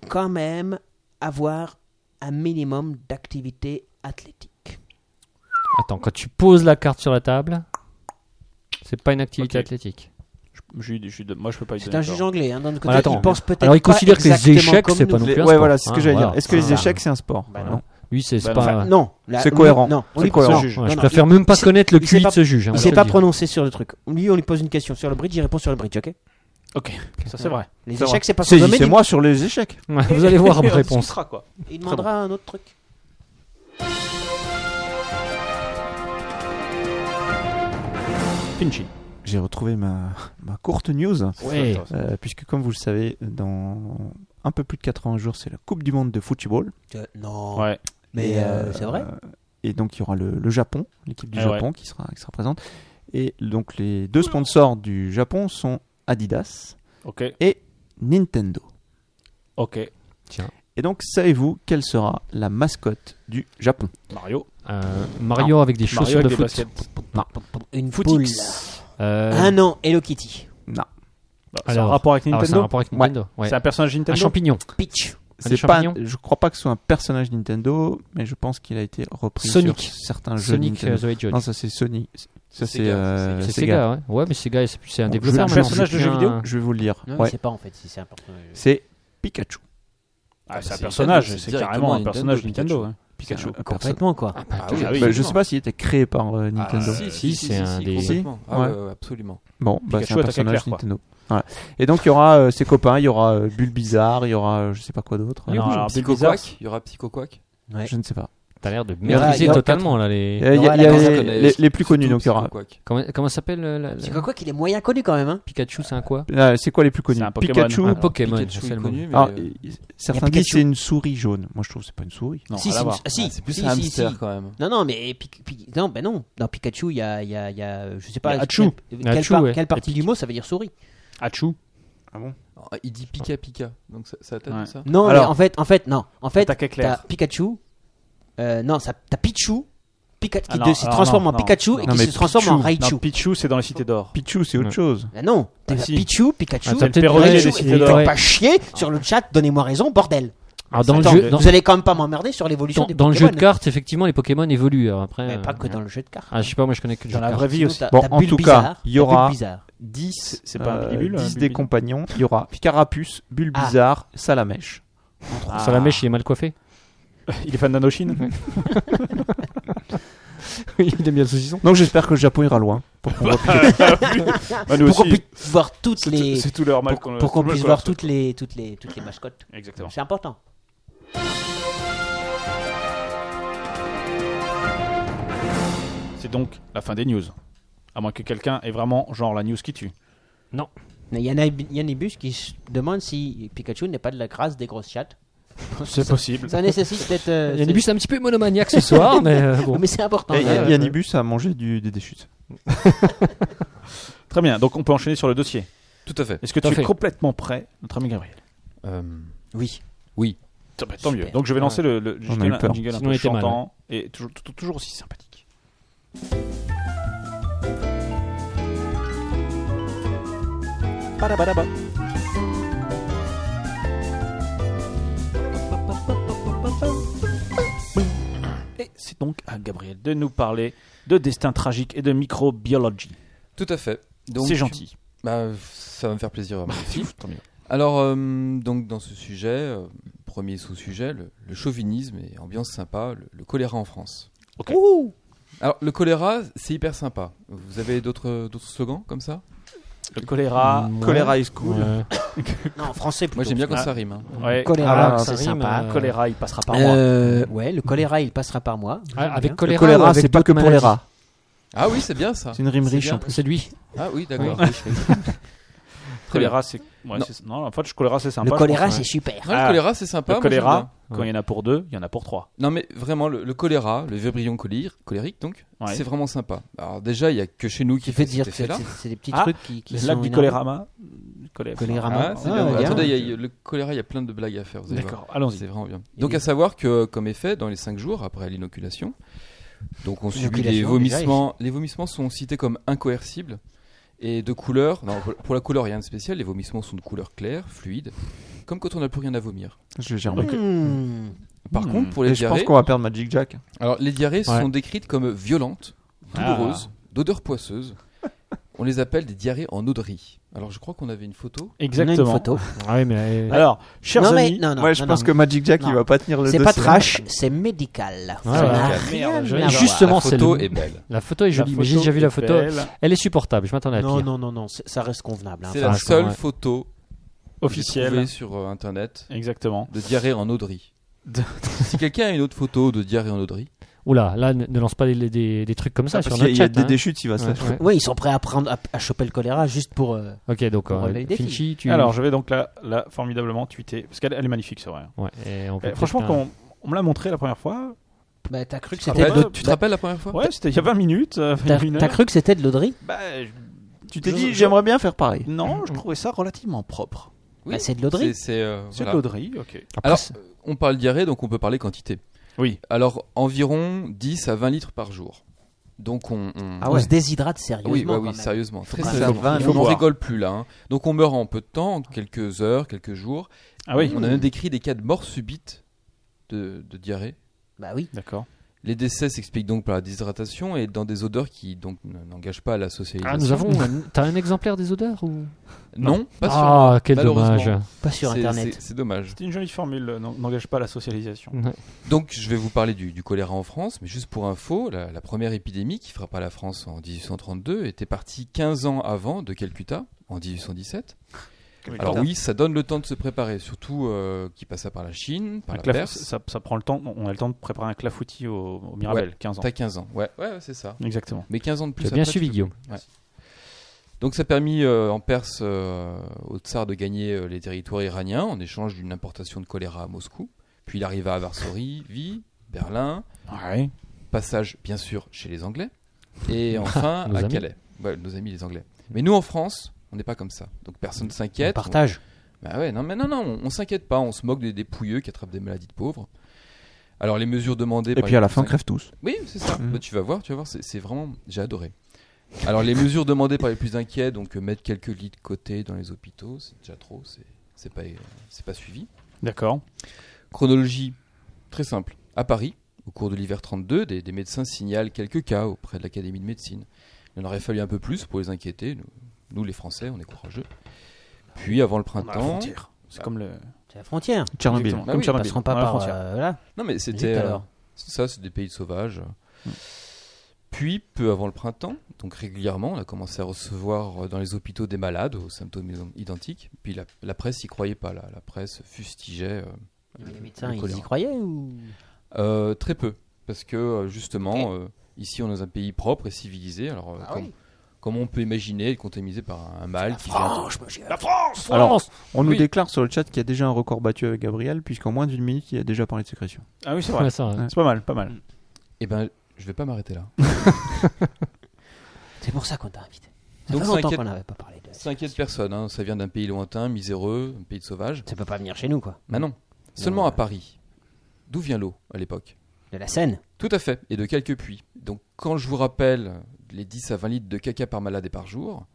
Speaker 7: quand même avoir un minimum d'activité athlétique.
Speaker 8: Attends, quand tu poses la carte sur la table, c'est pas une activité athlétique.
Speaker 3: Je lui- je lui donne- moi, je peux pas lui
Speaker 7: C'est
Speaker 3: donner
Speaker 7: un
Speaker 3: tort.
Speaker 7: juge anglais, hein, d'un autre côté.
Speaker 3: Ouais, attends.
Speaker 7: il pense peut-être
Speaker 8: Alors, il
Speaker 7: pas
Speaker 8: considère que les
Speaker 7: exactement
Speaker 8: échecs,
Speaker 7: comme
Speaker 8: c'est pas
Speaker 7: nous.
Speaker 8: non plus un
Speaker 6: Ouais,
Speaker 8: sport.
Speaker 6: voilà, c'est ce que
Speaker 8: Hein,
Speaker 6: j'allais dire.
Speaker 8: voilà.
Speaker 6: Est-ce que les
Speaker 8: Voilà.
Speaker 6: échecs, c'est un sport
Speaker 7: Bah
Speaker 6: Non.
Speaker 7: non.
Speaker 8: Lui, c'est c'est
Speaker 3: Bah,
Speaker 8: pas.
Speaker 3: enfin,
Speaker 7: Non, là,
Speaker 6: C'est
Speaker 7: lui-
Speaker 6: cohérent.
Speaker 7: Non, on
Speaker 6: C'est
Speaker 7: lui pose-
Speaker 6: cohérent.
Speaker 7: non,
Speaker 6: Je
Speaker 8: Ouais,
Speaker 7: non,
Speaker 8: je
Speaker 7: non,
Speaker 8: préfère
Speaker 7: il-
Speaker 8: même pas
Speaker 7: il-
Speaker 8: connaître le
Speaker 7: il s'est
Speaker 8: QI de
Speaker 7: pas-
Speaker 8: ce juge. hein,
Speaker 7: Il
Speaker 8: je
Speaker 7: s'est
Speaker 8: te
Speaker 7: pas
Speaker 8: le dis.
Speaker 7: prononcé sur le truc. Lui, on lui pose une question sur le bridge, il répond sur le bridge, ok
Speaker 3: Ok, ça c'est vrai.
Speaker 7: Les
Speaker 3: C'est vrai.
Speaker 7: échecs, c'est pas son domaine.
Speaker 6: Saisissez-moi sur les échecs.
Speaker 8: Ouais, Vous allez voir ma
Speaker 3: Et on
Speaker 8: réponse.
Speaker 3: discutera, quoi.
Speaker 7: il- Il demandera un autre truc.
Speaker 3: Finchy.
Speaker 6: J'ai retrouvé ma, ma courte news,
Speaker 8: Ouais.
Speaker 6: euh, puisque comme vous le savez, dans un peu plus de 80 jours, c'est la Coupe du Monde de football.
Speaker 7: Euh, Non.
Speaker 3: Ouais.
Speaker 7: Mais
Speaker 6: Et,
Speaker 7: euh, c'est vrai.
Speaker 6: euh, Et donc il y aura le, le Japon, l'équipe du
Speaker 3: Ah
Speaker 6: Japon qui, sera, qui sera présente. Et donc les deux sponsors du Japon sont Adidas
Speaker 3: Ok,
Speaker 6: et Nintendo.
Speaker 3: ok.
Speaker 6: Et donc savez-vous quelle sera la mascotte du Japon
Speaker 3: Mario.
Speaker 8: Euh, Mario avec des
Speaker 3: Mario
Speaker 8: chaussures
Speaker 3: avec
Speaker 8: de
Speaker 3: des
Speaker 8: foot.
Speaker 3: baskets.
Speaker 7: Une poule.
Speaker 3: Footix.
Speaker 8: Euh,
Speaker 7: Un an, Hello Kitty.
Speaker 3: Bah, c'est
Speaker 8: Alors,
Speaker 3: un rapport avec
Speaker 8: alors, c'est
Speaker 3: Nintendo.
Speaker 8: un rapport avec Nintendo. ouais.
Speaker 3: C'est un personnage
Speaker 8: Un
Speaker 3: Nintendo.
Speaker 8: champignon.
Speaker 7: Peach.
Speaker 8: des
Speaker 6: C'est pas,
Speaker 8: champignons
Speaker 6: je crois pas que ce soit un personnage Nintendo, mais je pense qu'il a été repris
Speaker 8: Sonic.
Speaker 6: sur certains jeux
Speaker 8: Sonic euh,
Speaker 6: Nintendo.
Speaker 8: The Hedgehog.
Speaker 6: non, ça c'est Sony. Ça c'est
Speaker 4: Sega,
Speaker 6: euh,
Speaker 8: C'est
Speaker 6: Sega.
Speaker 8: Sega, ouais. Ouais, mais Sega, c'est c'est un
Speaker 6: Bon,
Speaker 8: développeur.
Speaker 6: je-
Speaker 8: maintenant,
Speaker 3: personnage
Speaker 8: c'est
Speaker 3: de jeu
Speaker 8: plus
Speaker 3: vidéo
Speaker 8: un-
Speaker 6: Je vais vous le lire.
Speaker 7: Non,
Speaker 6: Ouais.
Speaker 7: je sais pas en fait si c'est important.
Speaker 6: C'est Pikachu.
Speaker 3: Ah, c'est
Speaker 4: Bah,
Speaker 3: un
Speaker 4: c'est
Speaker 3: personnage,
Speaker 4: Nintendo,
Speaker 3: c'est
Speaker 4: c'est
Speaker 3: carrément un
Speaker 4: directement
Speaker 3: personnage
Speaker 4: Nintendo,
Speaker 3: Nintendo. hein. Pikachu.
Speaker 6: C'est un perso-
Speaker 7: Complètement quoi.
Speaker 4: Ah oui,
Speaker 6: Bah,
Speaker 4: ah oui,
Speaker 6: je sais pas s'il était créé par euh,
Speaker 4: Ah,
Speaker 6: Nintendo.
Speaker 4: si,
Speaker 8: Si,
Speaker 4: si, si,
Speaker 8: c'est
Speaker 4: si,
Speaker 8: un
Speaker 4: si,
Speaker 8: des-
Speaker 4: complètement. Ah
Speaker 6: Ouais.
Speaker 4: ouais, ouais, absolument.
Speaker 6: Bon, bah,
Speaker 3: Pikachu
Speaker 6: c'est un
Speaker 3: attaque la
Speaker 6: personnage
Speaker 3: claire, quoi.
Speaker 6: Nintendo. Voilà. Et donc il y aura euh, ses copains, il y aura euh, Bulbizarre, il y aura euh, je sais pas quoi d'autre. Euh,
Speaker 3: Non, alors,
Speaker 4: Psycho
Speaker 3: Bizarre,
Speaker 4: Quack, il y aura Psycho Quack.
Speaker 6: Je ne sais pas.
Speaker 8: T'as l'air de
Speaker 6: y a- il
Speaker 8: maîtriser
Speaker 6: y a-
Speaker 8: totalement là les.
Speaker 6: Il y a, il y a-
Speaker 7: Ouais,
Speaker 6: il y a
Speaker 7: d'accord,
Speaker 6: les,
Speaker 7: ça
Speaker 4: connaît,
Speaker 6: les-
Speaker 4: je-
Speaker 6: les plus connus,
Speaker 4: Surtout
Speaker 6: donc il y aura.
Speaker 4: Psycho Quack.
Speaker 8: Comment, comment s'appelle euh, la- la-
Speaker 7: C'est quoi quoi qu'il est moyen connu quand même hein.
Speaker 8: Pikachu, c'est un quoi
Speaker 6: Ah, c'est quoi les plus connus
Speaker 3: C'est un Pokémon.
Speaker 6: Pikachu.
Speaker 8: Un Pokémon. Ah,
Speaker 4: Pikachu
Speaker 8: c'est
Speaker 4: est
Speaker 8: le mot.
Speaker 4: connu, mais
Speaker 6: Alors,
Speaker 4: euh,
Speaker 6: il- il- certains disent
Speaker 7: Pikachu.
Speaker 6: c'est une souris jaune. Moi je trouve que c'est pas une souris.
Speaker 3: Non,
Speaker 7: si,
Speaker 3: rien à
Speaker 7: c'est une-
Speaker 3: voir.
Speaker 7: ah, si,
Speaker 4: c'est plus
Speaker 7: si,
Speaker 4: un
Speaker 7: si,
Speaker 4: hamster
Speaker 7: si.
Speaker 4: quand même.
Speaker 7: Non, non, mais Pic- Pic- non, ben non. Dans Pikachu, il y a, il y, a, il y a, euh, je sais
Speaker 3: Il
Speaker 7: pas,
Speaker 3: y a Achou.
Speaker 7: quelle- quelle,
Speaker 8: Achou,
Speaker 7: par-
Speaker 8: ouais.
Speaker 7: quelle partie du mot ça veut dire souris.
Speaker 3: Achou.
Speaker 4: Ah, Il dit Pika Pika, donc ça, ça
Speaker 3: Ouais.
Speaker 4: date de ça
Speaker 7: Non,
Speaker 6: Alors-
Speaker 7: mais en fait, en fait, non, en fait,
Speaker 3: Attaque
Speaker 7: t'as
Speaker 3: éclair.
Speaker 7: Pikachu, euh, non, ça- t'as Pichu, Pika- qui
Speaker 3: Ah non,
Speaker 7: de- se
Speaker 3: alors
Speaker 7: transforme
Speaker 3: non,
Speaker 7: en
Speaker 3: non,
Speaker 7: Pikachu et
Speaker 6: non,
Speaker 7: qui
Speaker 6: mais
Speaker 7: se transforme en
Speaker 6: Pichu,
Speaker 7: Raichu.
Speaker 3: Non, Pichu, c'est dans les cités d'or.
Speaker 6: Pichu c'est autre
Speaker 8: Ouais.
Speaker 6: chose.
Speaker 7: Ah non, t'as
Speaker 3: Ah, si.
Speaker 7: Pichu, Pikachu,
Speaker 8: Attends,
Speaker 7: Raichu,
Speaker 8: peut-être
Speaker 3: Perroquet
Speaker 7: et
Speaker 3: des
Speaker 7: vous
Speaker 3: Cités
Speaker 7: faites
Speaker 3: d'Or.
Speaker 7: pas chier sur le chat, donnez-moi raison, bordel.
Speaker 8: Alors, dans le
Speaker 7: Attends,
Speaker 8: jeu, dans,
Speaker 7: vous allez quand même pas m'emmerder sur l'évolution
Speaker 8: dans-
Speaker 7: des
Speaker 8: dans le jeu
Speaker 7: Pokémon.
Speaker 8: de cartes, effectivement, les Pokémon évoluent. alors après,
Speaker 7: Mais
Speaker 8: euh,
Speaker 7: pas que dans le jeu de cartes.
Speaker 8: Ah, je sais pas, moi je connais que le jeu
Speaker 3: Dans
Speaker 8: de
Speaker 3: la
Speaker 8: cartes.
Speaker 3: vraie vie
Speaker 7: Sinon,
Speaker 3: aussi.
Speaker 7: t'as-
Speaker 6: Bon,
Speaker 7: t'as
Speaker 6: en tout
Speaker 7: Bulbizarre,
Speaker 6: cas,
Speaker 7: t'as
Speaker 6: il y aura-
Speaker 7: Bulbizarre.
Speaker 6: 10,
Speaker 3: C'est pas un Bulbibule, un
Speaker 6: 10 euh, des
Speaker 3: Bulbibule
Speaker 6: compagnons. Il y aura Carapuce, Bulbizarre, Salamèche.
Speaker 3: Ah.
Speaker 8: Ça la mèche, il est mal coiffé.
Speaker 3: Il est fan d'Indochine
Speaker 8: il aime bien le saucisson.
Speaker 6: Donc j'espère que le Japon ira loin. Pour qu'on voit Pikachu.
Speaker 3: Bah, nous
Speaker 7: Pour qu'on
Speaker 3: aussi.
Speaker 7: puisse voir toutes les,
Speaker 3: C'est c'est tout leur mal
Speaker 7: pour, pour qu'on puisse voir toutes les, toutes les, toutes les mascottes.
Speaker 3: Exactement.
Speaker 7: C'est important.
Speaker 3: C'est donc la fin des news. À moins que quelqu'un ait vraiment genre la news qui tue.
Speaker 7: Il y en a Yannibus qui se demande si Pikachu n'est pas de la grâce des grosses chattes.
Speaker 3: C'est possible.
Speaker 7: Ça nécessite d'être.
Speaker 8: [LAUGHS]
Speaker 7: euh,
Speaker 8: Il
Speaker 7: c'est-
Speaker 8: est un petit peu monomaniaque ce soir, mais euh, bon.
Speaker 7: Mais c'est important.
Speaker 6: Et
Speaker 7: hein.
Speaker 6: Eh, Y- Yannibus a mangé du, des déchutes.
Speaker 3: Très bien, donc on peut enchaîner sur le dossier.
Speaker 4: Tout à fait.
Speaker 3: Est-ce que
Speaker 8: Tout à
Speaker 3: tu es
Speaker 8: fait.
Speaker 3: complètement prêt, notre ami Gabriel
Speaker 4: Euh,
Speaker 7: Oui.
Speaker 3: Tant- bah, Tant
Speaker 7: Super. Ah
Speaker 3: mieux. Donc je vais lancer le, le
Speaker 6: On a eu
Speaker 3: jingle, un
Speaker 6: peur.
Speaker 3: jingle un
Speaker 8: Sinon,
Speaker 3: peu
Speaker 8: il était mal,
Speaker 3: chantant et toujours, tout- toujours aussi sympathique. Badabadaba. Et c'est donc à Gabriel de nous parler de destin tragique et de microbiologie.
Speaker 4: Tout à fait. Donc,
Speaker 3: C'est gentil.
Speaker 4: Bah, ça va me faire plaisir. à moi aussi. Alors, euh, donc, dans ce sujet, euh, premier sous-sujet, le, le chauvinisme et ambiance sympa, le, le choléra en France.
Speaker 3: Ok.
Speaker 4: Alors, le choléra, c'est hyper sympa. Vous avez d'autres d'autres slogans comme ça
Speaker 3: Le choléra.
Speaker 7: Mmh.
Speaker 8: Ouais.
Speaker 6: Choléra is cool.
Speaker 8: Ouais.
Speaker 7: Non, en français plutôt.
Speaker 4: Moi, j'aime bien quand
Speaker 3: Ah.
Speaker 4: ça rime. hein.
Speaker 3: Ouais.
Speaker 7: choléra,
Speaker 6: Ah,
Speaker 7: c'est
Speaker 8: ça rime,
Speaker 7: sympa.
Speaker 8: euh,
Speaker 3: Choléra, il passera par moi.
Speaker 7: Euh, ouais, le choléra, il passera par moi.
Speaker 8: Ah, avec
Speaker 6: Le
Speaker 8: choléra, ou
Speaker 6: choléra,
Speaker 8: avec
Speaker 6: c'est pas
Speaker 8: d'autres
Speaker 6: que pour les
Speaker 8: maladies
Speaker 6: rats.
Speaker 4: Ah oui, c'est bien ça.
Speaker 6: C'est une rime
Speaker 4: C'est
Speaker 6: riche
Speaker 4: bien.
Speaker 6: en plus.
Speaker 8: C'est lui.
Speaker 4: Ah oui, d'accord.
Speaker 3: Choléra, c'est. ouais,
Speaker 4: Non.
Speaker 3: c'est- non, en fait, le choléra, c'est sympa.
Speaker 7: Le
Speaker 3: je
Speaker 7: choléra,
Speaker 3: pense, ouais.
Speaker 7: c'est super.
Speaker 4: Non, le
Speaker 3: Ah.
Speaker 4: choléra, c'est sympa.
Speaker 3: Le
Speaker 4: moi, j'aime bien.
Speaker 3: choléra, quand
Speaker 8: Ouais.
Speaker 3: il y en a pour deux, il y en a pour trois.
Speaker 4: Non mais vraiment le, le choléra, le vibrion cholir- colérique donc,
Speaker 3: Ouais.
Speaker 4: c'est vraiment sympa. Alors déjà il y a que chez nous qui
Speaker 7: Tu
Speaker 4: fait
Speaker 7: fais
Speaker 4: cet
Speaker 7: dire que c'est
Speaker 4: effet-là.
Speaker 7: c'est des petits
Speaker 3: Ah,
Speaker 7: trucs qui, qui
Speaker 3: Le
Speaker 7: sont.
Speaker 3: lac du
Speaker 7: énormes.
Speaker 3: cholérama. Cholé-
Speaker 7: Cholérama.
Speaker 4: Ah, c'est
Speaker 7: Ah,
Speaker 4: bien.
Speaker 7: ouais,
Speaker 4: Attendez, il
Speaker 7: bien.
Speaker 4: y a- il y a- le choléra, il y a plein de blagues à faire. vous allez voir.
Speaker 3: D'accord, allons-y.
Speaker 4: C'est vraiment bien.
Speaker 7: Il y a
Speaker 4: Donc
Speaker 7: des-
Speaker 4: à savoir que comme effet, dans les 5 jours après l'inoculation, donc on subit
Speaker 7: Inoculation,
Speaker 4: les
Speaker 7: déjà,
Speaker 4: vomissements. les vomissements sont cités comme incoercibles et de couleur. Non, pour- pour la couleur, rien de spécial. Les vomissements sont de couleur claire, fluide, comme quand on n'a plus rien à vomir.
Speaker 6: Je germe.
Speaker 7: Hmm.
Speaker 4: Par
Speaker 6: Hmm.
Speaker 4: contre, pour les
Speaker 6: Et je pense
Speaker 4: diarrhées-
Speaker 6: qu'on va perdre Magic Jack.
Speaker 4: Alors, les diarrhées
Speaker 6: Ouais.
Speaker 4: sont décrites comme violentes, douloureuses, d'odeur poisseuse. On les appelle des diarrhées en eau de riz. Alors, je crois qu'on avait une photo.
Speaker 3: Exactement.
Speaker 4: On a une photo.
Speaker 3: Ah oui, mais- Alors, chers
Speaker 4: Non,
Speaker 3: amis,
Speaker 4: mais-
Speaker 7: Ah
Speaker 4: non, non, Ouais, je non, pense non. que
Speaker 6: Magic Jack, il va pas tenir le
Speaker 7: C'est pas
Speaker 6: dossier.
Speaker 7: trash, c'est médical.
Speaker 3: Ah,
Speaker 8: Ouais,
Speaker 7: Ça
Speaker 8: ouais.
Speaker 7: n'a
Speaker 8: Merde,
Speaker 7: Ah, rien
Speaker 8: joli.
Speaker 7: à voir.
Speaker 8: Justement, c'est
Speaker 4: photo
Speaker 8: le-
Speaker 4: est belle.
Speaker 8: La photo est
Speaker 7: La
Speaker 8: jolie, mais j'ai
Speaker 7: photo
Speaker 8: déjà vu
Speaker 7: est
Speaker 8: la photo.
Speaker 7: belle.
Speaker 8: Elle est supportable, je m'attendais à
Speaker 7: Non,
Speaker 8: pire.
Speaker 7: non, non, non, c'est- ça reste convenable. hein.
Speaker 4: C'est
Speaker 8: Enfin,
Speaker 4: la
Speaker 8: je
Speaker 4: seule
Speaker 8: comprends.
Speaker 4: photo
Speaker 3: Officielle.
Speaker 4: trouvée sur euh, internet.
Speaker 3: Exactement.
Speaker 4: De diarrhée en eau de riz. si quelqu'un a une autre photo de diarrhée en eau de riz,
Speaker 8: Oula, là, ne, ne lance pas des, des- des trucs comme ça
Speaker 4: Ah,
Speaker 8: sur
Speaker 4: parce
Speaker 8: notre
Speaker 4: qu'il y a-
Speaker 8: chat.
Speaker 4: il y a
Speaker 8: hein.
Speaker 4: des déchutes, il va se
Speaker 8: Ouais,
Speaker 4: faire.
Speaker 8: ouais.
Speaker 7: Oui, ils sont prêts à, prendre, à, à choper le choléra juste pour. euh,
Speaker 8: Ok, donc,
Speaker 7: pour
Speaker 8: euh,
Speaker 7: relever les défis.
Speaker 8: Finchi, tu-
Speaker 3: Alors, je vais donc la, la formidablement tweeter, parce qu'elle elle est magnifique, c'est vrai.
Speaker 8: Ouais, et on peut
Speaker 3: Eh, franchement,
Speaker 8: peut-être,
Speaker 3: quand
Speaker 8: euh,
Speaker 3: on, on me l'a montré la première fois.
Speaker 7: Bah, t'as cru que
Speaker 3: tu te
Speaker 7: c'était
Speaker 3: rappelles-
Speaker 7: de-
Speaker 4: tu te rappelles la première fois
Speaker 3: Ouais, c'était il y a 20 minutes. euh,
Speaker 7: T'as
Speaker 3: une
Speaker 7: t'as
Speaker 3: heure.
Speaker 7: cru que c'était de l'auderie
Speaker 3: Bah, je-
Speaker 6: Tu t'es
Speaker 3: je- Hmm.
Speaker 6: dit,
Speaker 3: je-
Speaker 6: j'aimerais bien faire pareil.
Speaker 3: Non, je trouvais ça relativement propre.
Speaker 4: Oui,
Speaker 7: Bah, c'est de l'auderie.
Speaker 4: C'est c'est, euh,
Speaker 3: C'est de
Speaker 4: voilà.
Speaker 3: l'auderie, ok.
Speaker 4: Alors, euh, on parle diarrhée, donc on peut parler quantité.
Speaker 3: Oui.
Speaker 4: Alors, environ 10 à 20 litres par jour. Donc, on. on-
Speaker 7: Ah, on se déshydrate sérieusement.
Speaker 4: Oui, bah
Speaker 7: quand
Speaker 4: oui,
Speaker 7: même.
Speaker 4: sérieusement.
Speaker 7: Faut
Speaker 4: Très
Speaker 7: quand même
Speaker 4: sérieusement.
Speaker 7: faire
Speaker 4: on n'en
Speaker 7: boire.
Speaker 4: rigole plus là. hein. Donc on meurt en peu de temps, en quelques heures, quelques jours.
Speaker 3: Ah oui.
Speaker 4: On a même décrit des cas de mort subite de, de diarrhée.
Speaker 7: Bah oui.
Speaker 3: D'accord.
Speaker 4: Les décès s'expliquent donc par la déshydratation et dans des odeurs qui donc n- n'engagent pas la socialisation.
Speaker 8: Ah, nous avons. un- T'as un exemplaire des odeurs ou
Speaker 4: Non, pas sur.
Speaker 8: Ah, quel
Speaker 4: malheureusement.
Speaker 8: dommage.
Speaker 4: C'est- c'est- C'est dommage.
Speaker 3: C'est une jolie formule, euh, n'en- n'engage pas la socialisation.
Speaker 4: Donc, je vais vous parler du, du choléra en France, mais juste pour info, la, la première épidémie qui frappa la France en 1832 était partie 15 ans avant de Calcutta, en 1817.
Speaker 3: Calcutta.
Speaker 4: Alors oui, ça donne le temps de se préparer, surtout euh, qui passa par la Chine, par
Speaker 3: Un
Speaker 4: la
Speaker 3: claf-
Speaker 4: Perse.
Speaker 3: ça, ça prend le temps, on a le temps de préparer un clafoutis au, au Mirabel,
Speaker 4: Ouais,
Speaker 3: 15 ans.
Speaker 4: T'as 15 ans, ouais, ouais, ouais, c'est ça.
Speaker 3: Exactement.
Speaker 4: Mais 15 ans de
Speaker 8: Tu
Speaker 4: plus.
Speaker 8: as bien
Speaker 4: après,
Speaker 8: suivi,
Speaker 4: tu peux-
Speaker 8: Guillaume.
Speaker 4: Ouais. Donc ça a permis euh, en Perse euh, au tsar de gagner euh, les territoires iraniens en échange d'une importation de choléra à Moscou. Puis il arriva à Varsovie, Vie, Berlin.
Speaker 3: Ouais.
Speaker 4: Passage bien sûr chez les Anglais. Et enfin
Speaker 8: Nos
Speaker 4: à
Speaker 8: amis.
Speaker 4: Calais. Ouais, nos amis les Anglais. Mais nous en France, on n'est pas comme ça. Donc personne ne s'inquiète.
Speaker 7: On partage.
Speaker 4: On- Bah ouais, non, mais non, non, on, on s'inquiète pas. On se moque des, des pouilleux qui attrapent des maladies de pauvres. Alors les mesures demandées.
Speaker 6: Et puis à la fin, crève tous.
Speaker 4: Oui, c'est ça.
Speaker 6: Mm.
Speaker 4: Bah, tu vas voir, tu vas voir, c'est c'est vraiment. J'ai adoré. Alors, les mesures demandées par les plus inquiets, donc euh, mettre quelques lits de côté dans les hôpitaux, c'est déjà trop, c'est- c'est pas, euh, c'est pas suivi.
Speaker 3: D'accord.
Speaker 4: Chronologie très simple. À Paris, au cours de l'hiver 32, des, des médecins signalent quelques cas auprès de l'Académie de médecine. Il en aurait fallu un peu plus pour les inquiéter. Nous, nous, les Français, on est courageux. Puis, avant le
Speaker 3: On a la
Speaker 4: printemps.
Speaker 3: frontière. C'est comme le.
Speaker 7: C'est la frontière.
Speaker 6: Tchernobyl.
Speaker 3: Exactement,
Speaker 4: Bah
Speaker 3: comme
Speaker 4: oui,
Speaker 3: Tchernobyl.
Speaker 7: passeront pas
Speaker 3: On a la
Speaker 7: par,
Speaker 3: frontière.
Speaker 7: euh, voilà.
Speaker 4: Non, mais c'était.
Speaker 7: Zut,
Speaker 4: euh,
Speaker 7: alors.
Speaker 4: c'est ça, c'est des pays sauvages. Puis, peu avant le printemps, donc régulièrement, on a commencé à recevoir euh, dans les hôpitaux des malades aux symptômes ident- identiques. Puis la, la presse y croyait pas, la, la presse fustigeait. euh,
Speaker 7: Mais les
Speaker 4: le
Speaker 7: médecins, ils
Speaker 4: choléra.
Speaker 7: y croyaient ou
Speaker 4: Euh, Très peu, parce que euh, justement, euh, ici, on est dans un pays propre et civilisé. Alors, euh, comme, comme on peut imaginer, être contaminé par un mal qui vient de-
Speaker 3: La France
Speaker 6: Alors, on nous
Speaker 4: Oui.
Speaker 6: déclare sur le chat qu'il y a déjà un record battu avec Gabriel, puisqu'en moins d'une minute, il a déjà parlé de sécrétion.
Speaker 3: Ah oui, c'est vrai.
Speaker 8: Ouais, [LAUGHS] ça, hein. ouais.
Speaker 3: C'est pas mal, pas mal.
Speaker 4: Eh ben, je vais pas m'arrêter là.
Speaker 7: C'est pour ça qu'on t'a invité. Ça
Speaker 4: Donc,
Speaker 7: fait
Speaker 4: ça
Speaker 7: longtemps
Speaker 4: inquiète-
Speaker 7: qu'on n'avait pas parlé de.
Speaker 4: Ça inquiète personne, hein, ça vient d'un pays lointain, miséreux, un pays de sauvages.
Speaker 7: Ça peut pas venir chez nous, quoi.
Speaker 4: Bah non. Seulement à Paris. D'où vient l'eau à l'époque
Speaker 7: De la Seine.
Speaker 4: Tout à fait, et de quelques puits. Donc quand je vous rappelle les 10 à 20 litres de caca par malade et par jour,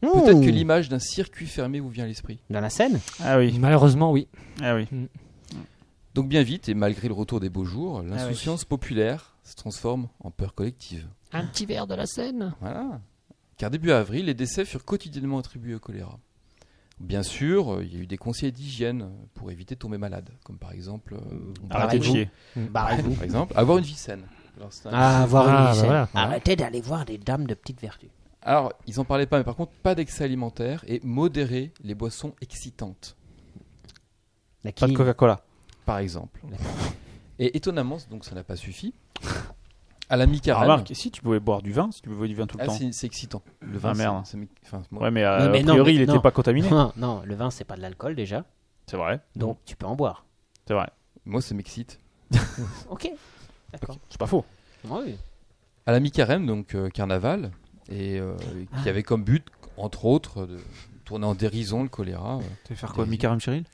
Speaker 4: peut-être
Speaker 7: Mmh.
Speaker 4: que l'image d'un circuit fermé vous vient à l'esprit.
Speaker 7: Dans la Seine.
Speaker 3: Ah oui.
Speaker 8: Malheureusement, oui.
Speaker 3: Ah oui.
Speaker 4: Donc bien vite, et malgré le retour des beaux jours, l'insouciance populaire se transforme en peur collective.
Speaker 8: Un petit verre de la Seine.
Speaker 4: Voilà. Car début avril, les décès furent quotidiennement attribués au choléra. Bien sûr, euh, il y a eu des conseils d'hygiène pour éviter de tomber malade, comme par exemple... euh, on parlait
Speaker 3: Arrêtez de
Speaker 4: de l'eau,
Speaker 3: chier. Ah,
Speaker 7: Barrez-vous.
Speaker 4: Par exemple, avoir une vie saine. Alors, c'est un-
Speaker 7: Bah, Ah, voir
Speaker 8: Ah,
Speaker 7: une
Speaker 8: bah
Speaker 7: Seine.
Speaker 8: voilà.
Speaker 7: Arrêtez d'aller voir des dames de petite vertu.
Speaker 4: Alors, ils en parlaient pas, mais par contre, pas d'excès alimentaire et modérer les boissons excitantes,
Speaker 7: La
Speaker 3: Pas de
Speaker 7: quinine.
Speaker 3: Coca-Cola.
Speaker 4: par exemple. Et étonnamment, donc ça n'a pas suffi. À la mi-carême,
Speaker 3: Remarque, Ah, si tu pouvais boire du vin, si tu pouvais du vin tout le
Speaker 4: Ah,
Speaker 3: temps.
Speaker 4: c'est c'est excitant. Le vin,
Speaker 3: Ah,
Speaker 4: c'est-
Speaker 3: merde.
Speaker 4: c'est mi- enfin, moi-
Speaker 3: Ouais, mais
Speaker 7: Ouais,
Speaker 3: euh, a
Speaker 7: mais non,
Speaker 3: priori,
Speaker 7: mais
Speaker 3: il
Speaker 7: non.
Speaker 3: n'était pas
Speaker 7: [LAUGHS]
Speaker 3: contaminé.
Speaker 7: Non, non, le vin, c'est pas de l'alcool déjà.
Speaker 3: C'est vrai.
Speaker 7: Donc, tu peux en boire.
Speaker 3: C'est vrai.
Speaker 4: moi, ça m'excite.
Speaker 7: Ok. D'accord.
Speaker 3: C'est pas faux.
Speaker 7: Ah Oui.
Speaker 4: À la mi-carême, donc euh, carnaval, et euh,
Speaker 3: Ah.
Speaker 4: qui avait comme but, entre autres, de tourner en dérision le choléra. euh.
Speaker 6: Tu vas faire
Speaker 4: quoi,
Speaker 6: quoi, Mikaram Cheryl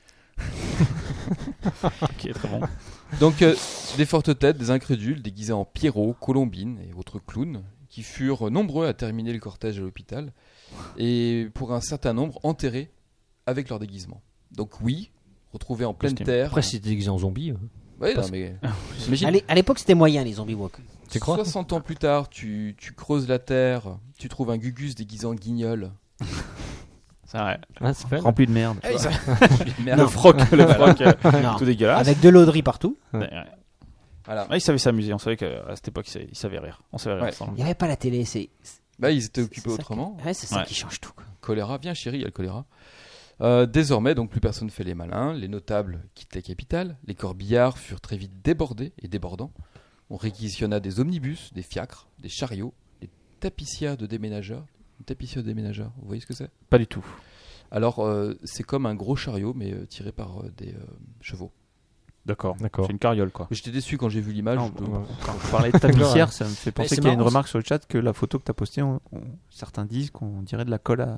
Speaker 3: Ok, très bon.
Speaker 4: Donc, euh, des fortes têtes, des incrédules, déguisés en Pierrot, Colombine et autres clowns, qui furent nombreux à terminer le cortège à l'hôpital, et pour un certain nombre enterrés avec leur déguisement. Donc oui, retrouvés en pleine
Speaker 3: Costume.
Speaker 4: terre.
Speaker 8: Après, si t'es déguisé en zombie. euh.
Speaker 4: Ouais, non,
Speaker 7: Parce-
Speaker 4: mais-
Speaker 7: À l'é- À l'époque, c'était moyen, les zombie walk.
Speaker 4: Tu crois 60 ans plus tard, tu, tu creuses la terre, tu trouves un gugus déguisé
Speaker 7: [LAUGHS]
Speaker 4: en guignol.
Speaker 3: C'est vrai.
Speaker 8: Hein,
Speaker 6: Rempli de merde.
Speaker 4: Ah oui, ça-
Speaker 3: Le froc, le froc, euh,
Speaker 7: Non.
Speaker 3: tout dégueulasse.
Speaker 7: Avec de l'auderie partout.
Speaker 3: Ouais, ouais.
Speaker 4: Voilà.
Speaker 3: Ouais, ils savaient s'amuser, on savait qu'à cette époque, ils savaient- ils savaient rire. On savait rire
Speaker 4: Ouais.
Speaker 7: Il
Speaker 3: ensemble.
Speaker 7: n'y avait pas la télé, c'est. c'est-
Speaker 4: Bah, ils étaient
Speaker 7: c'est
Speaker 4: occupés
Speaker 7: ça qui-
Speaker 4: autrement.
Speaker 7: Ouais, c'est ça
Speaker 3: Ouais.
Speaker 7: qui change tout. quoi.
Speaker 4: Choléra, viens chérie, il y a le choléra. Euh, désormais, donc plus personne ne fait les malins, les notables quittent la capitale, les corbillards furent très vite débordés et débordants. On réquisitionna des omnibus, des fiacres, des chariots, des tapissières de déménageurs. Une tapissière de déménageurs, vous voyez ce que c'est
Speaker 3: Pas du tout.
Speaker 4: Alors, euh, c'est comme un gros chariot, mais euh, tiré par euh, des euh, chevaux.
Speaker 3: D'accord.
Speaker 8: D'accord.
Speaker 3: C'est une carriole, quoi.
Speaker 4: J'étais déçu quand j'ai vu l'image.
Speaker 6: Non,
Speaker 4: donc-
Speaker 6: bah, [LAUGHS] Quand je parlais de tapissière, ça me fait
Speaker 8: c'est
Speaker 6: penser qu'il y a une
Speaker 8: marrant,
Speaker 6: remarque sur le chat que la photo que tu as postée, on- on- certains disent qu'on dirait de la colle à,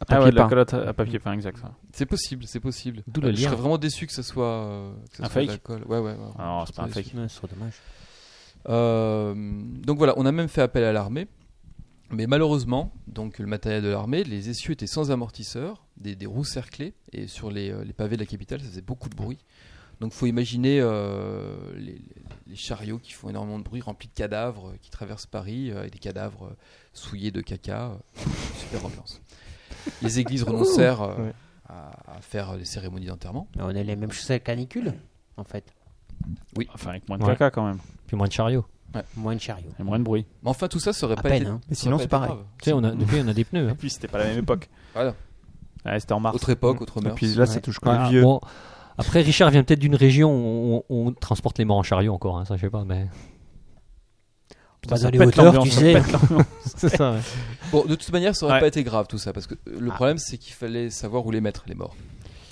Speaker 6: à papier
Speaker 3: Ah ouais, de la
Speaker 6: peint.
Speaker 3: colle à ta- à papier peint, exact. ça.
Speaker 4: C'est possible, c'est possible.
Speaker 5: D'où le
Speaker 4: Je
Speaker 5: lien.
Speaker 4: serais vraiment déçu que ça soit, euh, que ça
Speaker 3: Un
Speaker 4: soit de
Speaker 3: fake
Speaker 4: la colle. Ouais, ouais, ouais.
Speaker 3: Ah non, c'est pas un fake.
Speaker 7: Ouais, ce serait dommage.
Speaker 4: Euh, donc voilà, on a même fait appel à l'armée. Mais malheureusement, donc le matériel de l'armée, les essieux étaient sans amortisseur, des, des roues cerclées, et sur les, euh, les pavés de la capitale, ça faisait beaucoup de bruit. Donc faut imaginer euh, les, les- les chariots qui font énormément de bruit, remplis de cadavres, euh, qui traversent Paris, euh, avec des cadavres euh, souillés de caca. euh, [LAUGHS] super ambiance. Les églises renoncèrent euh,
Speaker 8: Ouais.
Speaker 4: à, à faire des cérémonies d'enterrement.
Speaker 7: Mais on a les mêmes choses à la canicule, en fait.
Speaker 3: Enfin, avec moins de
Speaker 8: Ouais.
Speaker 3: caca quand même.
Speaker 8: Puis moins de chariot.
Speaker 7: Moins de chariot.
Speaker 3: Et moins de bruit.
Speaker 4: Mais enfin, tout ça serait
Speaker 7: À
Speaker 4: pas
Speaker 7: peine,
Speaker 4: été-
Speaker 7: hein.
Speaker 6: Mais
Speaker 4: ça
Speaker 6: sinon,
Speaker 4: aurait
Speaker 6: c'est
Speaker 4: pas été
Speaker 6: pareil.
Speaker 4: grave.
Speaker 8: Tu sais, on a, depuis, on a des [LAUGHS] pneus. hein.
Speaker 3: Et puis, c'était pas la même époque.
Speaker 4: Voilà.
Speaker 3: Ah Ouais, c'était en mars.
Speaker 4: Autre époque, autre
Speaker 6: Et
Speaker 4: mœurs.
Speaker 6: puis là, ça touche quand
Speaker 8: Ah,
Speaker 6: même vieux.
Speaker 8: bon. Après, Richard vient peut-être d'une région où on, on transporte les morts en chariot encore, hein, ça je sais pas, mais.
Speaker 3: Putain,
Speaker 7: Bah,
Speaker 3: ça
Speaker 7: dans les
Speaker 3: pète
Speaker 7: hauteurs,
Speaker 3: l'ambiance,
Speaker 7: tu
Speaker 3: ça
Speaker 7: sais.
Speaker 3: pète l'ambiance.
Speaker 8: C'est ça, ouais.
Speaker 4: Bon, de toute manière, ça aurait
Speaker 3: Ouais.
Speaker 4: pas été grave tout ça, parce que euh, le problème, c'est qu'il fallait savoir où les mettre, les morts.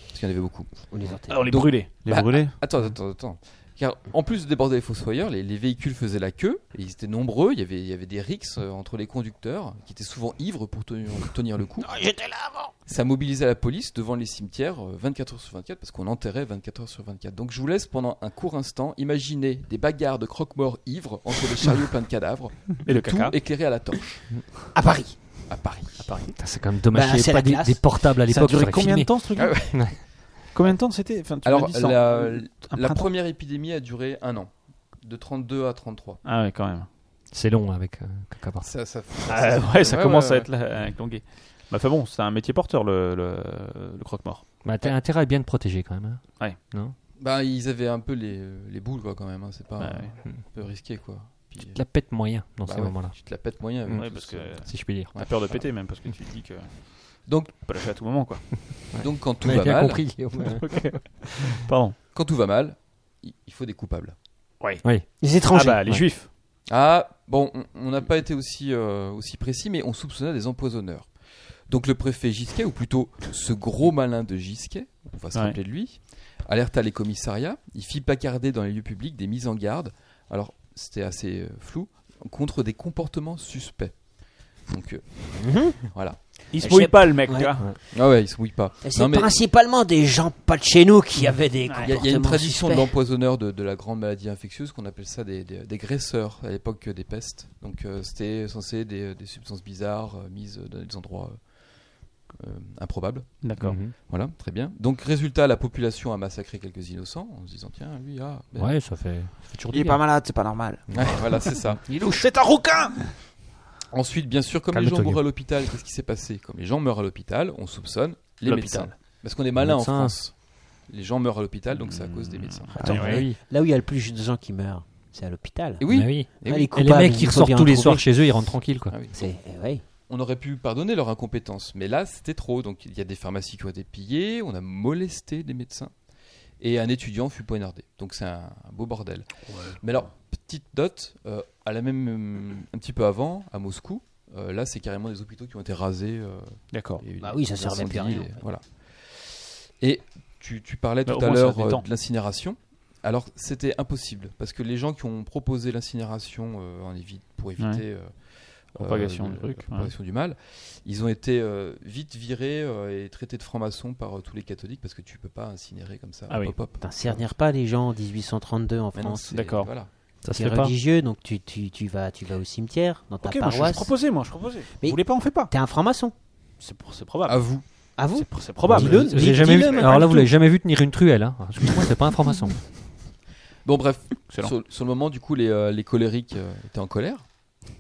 Speaker 4: Parce qu'il y en avait beaucoup.
Speaker 7: On les enterre.
Speaker 3: Ah, on les brûlait.
Speaker 6: Les
Speaker 4: Bah,
Speaker 6: brûlés.
Speaker 4: Attends, attends, attends. Car en plus de déborder les fossoyeurs, les, les véhicules faisaient la queue, et ils étaient nombreux, il y avait, il y avait des rixes euh, entre les conducteurs, qui étaient souvent ivres pour tenir, tenir le coup. Ça mobilisait la police devant les cimetières euh, 24 heures sur 24, parce qu'on enterrait 24 heures sur 24. Donc je vous laisse pendant un court instant imaginer des bagarres de croque-morts ivres entre les chariots pleins de cadavres,
Speaker 3: Et le
Speaker 4: tout
Speaker 3: caca.
Speaker 4: éclairé à la torche,
Speaker 7: À Paris.
Speaker 4: à Paris.
Speaker 8: Putain, C'est quand même dommage
Speaker 7: Bah,
Speaker 8: qu'il n'y
Speaker 7: c'est
Speaker 8: ait pas
Speaker 7: la
Speaker 8: des,
Speaker 7: classe.
Speaker 8: des portables à
Speaker 3: Ça a
Speaker 8: l'époque.
Speaker 3: duré
Speaker 8: ça aurait
Speaker 3: combien de
Speaker 8: filmé.
Speaker 3: temps ce truc
Speaker 4: Ah
Speaker 3: Combien de temps c'était Enfin, tu m'as
Speaker 4: Alors,
Speaker 3: dit cent-
Speaker 4: la,
Speaker 3: un
Speaker 4: euh, la
Speaker 3: printemps.
Speaker 4: première épidémie a duré un an, de 32 à 33.
Speaker 3: Ah ouais, quand même.
Speaker 8: C'est long avec euh, Caca Bar.
Speaker 4: Ça, ça,
Speaker 3: Ah, ouais, ça commence
Speaker 4: ouais,
Speaker 3: à être là, avec longuet. Bah, enfin bon, c'est un métier porteur, le, le, le croque-mort.
Speaker 8: Bah, t'as intérêt à bien te protéger quand même. hein.
Speaker 4: ouais. Bah, ils avaient un peu les, euh, les boules, quoi, quand même. hein, C'est pas
Speaker 3: Ouais,
Speaker 4: euh, un [LAUGHS] peu risqué, quoi. Puis,
Speaker 8: La pète moyen dans
Speaker 4: bah
Speaker 8: ces
Speaker 4: ouais,
Speaker 8: moments-là,
Speaker 4: Tu te la pètes moyen. hein, avec
Speaker 3: Ouais,
Speaker 4: tout
Speaker 3: parce
Speaker 4: ce-
Speaker 3: que
Speaker 8: si je puis dire.
Speaker 3: t'as peur de
Speaker 4: voilà.
Speaker 3: péter même, parce que tu te dis que
Speaker 4: Donc,
Speaker 3: tu peux lâcher à tout moment, quoi.
Speaker 4: donc quand, tout
Speaker 8: On avait
Speaker 4: va
Speaker 8: bien
Speaker 4: mal,
Speaker 8: compris.
Speaker 3: [LAUGHS]
Speaker 8: Guillaume.
Speaker 3: Pardon.
Speaker 4: quand tout va mal, il il faut des coupables.
Speaker 7: Les
Speaker 3: Ah
Speaker 7: étrangers.
Speaker 3: bah, les
Speaker 8: ouais.
Speaker 3: juifs.
Speaker 4: Ah, bon, on- on n'a pas été aussi, euh, aussi précis, mais on soupçonna des empoisonneurs. Donc le préfet Gisquet, ou plutôt ce gros malin de Gisquet, on va se
Speaker 3: Ouais.
Speaker 4: rappeler de lui, alerta les commissariats, il fit placarder dans les lieux publics des mises en garde, alors c'était assez euh, flou, contre des comportements suspects. Donc euh,
Speaker 7: Mhm.
Speaker 4: voilà.
Speaker 3: Il se
Speaker 7: Je
Speaker 3: mouille
Speaker 7: sais-
Speaker 3: pas, le mec,
Speaker 7: Ouais.
Speaker 3: tu vois.
Speaker 4: Ah ouais, ils se mouillent pas.
Speaker 7: Et C'est
Speaker 4: Non, mais
Speaker 7: principalement des gens pas de chez nous qui avaient des
Speaker 4: il y, a- il y a une
Speaker 7: comportements
Speaker 4: tradition de
Speaker 7: suspects.
Speaker 4: l'empoisonneur de, de la grande maladie infectieuse qu'on appelle ça des, des, des graisseurs à l'époque euh, des pestes. Donc euh, c'était censé des, des substances bizarres euh, mises dans des endroits euh, euh, improbables.
Speaker 3: D'accord.
Speaker 8: Mhm.
Speaker 4: Voilà, très bien. Donc résultat, la population a massacré quelques innocents en se disant tiens lui ah ben,
Speaker 8: Ouais, ça fait, ça fait toujours du
Speaker 6: Il est
Speaker 8: bien.
Speaker 6: pas malade, c'est pas normal.
Speaker 4: [LAUGHS] Ouais, voilà,
Speaker 8: [LAUGHS]
Speaker 4: c'est ça.
Speaker 3: C'est un rouquin
Speaker 4: Ensuite, bien sûr, comme les
Speaker 8: Calme-toi,
Speaker 4: gens meurent à l'hôpital, qu'est-ce qui s'est passé Comme les gens meurent à l'hôpital, on soupçonne les
Speaker 3: L'hôpital.
Speaker 4: médecins. Parce qu'on est malin en
Speaker 8: médecins. Ah.
Speaker 4: France. Les gens meurent à l'hôpital, donc c'est à cause des médecins.
Speaker 8: Attends,
Speaker 3: Ouais.
Speaker 8: oui.
Speaker 7: Là où il y a le plus de gens qui meurent, c'est à l'hôpital.
Speaker 4: Et oui,
Speaker 8: Ah oui.
Speaker 4: et
Speaker 7: Ah,
Speaker 4: oui.
Speaker 7: les
Speaker 8: Et
Speaker 7: coupables,
Speaker 8: les mecs
Speaker 7: il
Speaker 8: qui
Speaker 7: faut
Speaker 8: ressortent
Speaker 7: bien
Speaker 8: tous
Speaker 7: le
Speaker 8: les
Speaker 7: trouver.
Speaker 8: soirs chez eux, ils rentrent tranquilles quoi.
Speaker 4: Ah oui.
Speaker 7: C'est eh ouais.
Speaker 4: on aurait pu pardonner leur incompétence, mais là c'était trop. Donc il y a des pharmacies qui ont été pillées, on a molesté des médecins, et un étudiant fut poignardé. Donc c'est un, un beau bordel. Mais alors, petite note, euh, à la même, euh, un petit peu avant, à Moscou, euh, là c'est carrément des hôpitaux qui ont été rasés. euh,
Speaker 3: D'accord.
Speaker 4: et
Speaker 7: Bah oui, ça
Speaker 4: des
Speaker 7: servait plus à
Speaker 4: incendies,
Speaker 7: rien,
Speaker 4: et-
Speaker 7: en fait.
Speaker 4: Voilà. Et tu, tu parlais
Speaker 3: Bah,
Speaker 4: tout
Speaker 3: au
Speaker 4: à
Speaker 3: moins, ça
Speaker 4: l'heure euh,
Speaker 3: détend.
Speaker 4: de l'incinération. Alors c'était impossible parce que les gens qui ont proposé l'incinération euh, en évi- pour éviter euh,
Speaker 3: Propagation
Speaker 4: euh,
Speaker 3: du
Speaker 4: la-
Speaker 3: truc,
Speaker 4: la
Speaker 3: ouais.
Speaker 4: propagation du mal, ils ont été euh, vite virés euh, et traités de francs-maçons par euh, tous les catholiques parce que tu peux pas incinérer comme ça.
Speaker 3: Ah oui.
Speaker 4: Hop, hop.
Speaker 7: Putain, cernir pas les gens en 1832 en
Speaker 4: Mais non,
Speaker 7: France.
Speaker 4: c'est-
Speaker 3: D'accord.
Speaker 4: Voilà.
Speaker 8: Ça se
Speaker 7: T'es
Speaker 8: fait pas.
Speaker 7: religieux, donc tu, tu, tu, vas, tu vas au cimetière, dans ta
Speaker 3: Ok, moi, je, je
Speaker 7: paroisse.
Speaker 3: proposais, moi, je proposais.
Speaker 7: Mais-
Speaker 3: Vous voulez pas, on fait pas.
Speaker 7: T'es un franc-maçon.
Speaker 3: C'est pour- c'est
Speaker 7: Ah.
Speaker 3: probable.
Speaker 4: À vous.
Speaker 7: À vous.
Speaker 3: C'est pro- c'est probable.
Speaker 7: Dis-le,
Speaker 8: J'ai
Speaker 7: dis-
Speaker 8: jamais
Speaker 7: dis-le,
Speaker 8: vu-
Speaker 7: mais
Speaker 8: Alors
Speaker 7: pas
Speaker 8: là,
Speaker 7: du
Speaker 8: vous l'avez jamais vu tenir une truelle. Hein. Parce que moi, c'est pas un franc-maçon.
Speaker 4: Bon, bref, sur, sur le moment, du coup, les, euh, les colériques euh, étaient en colère.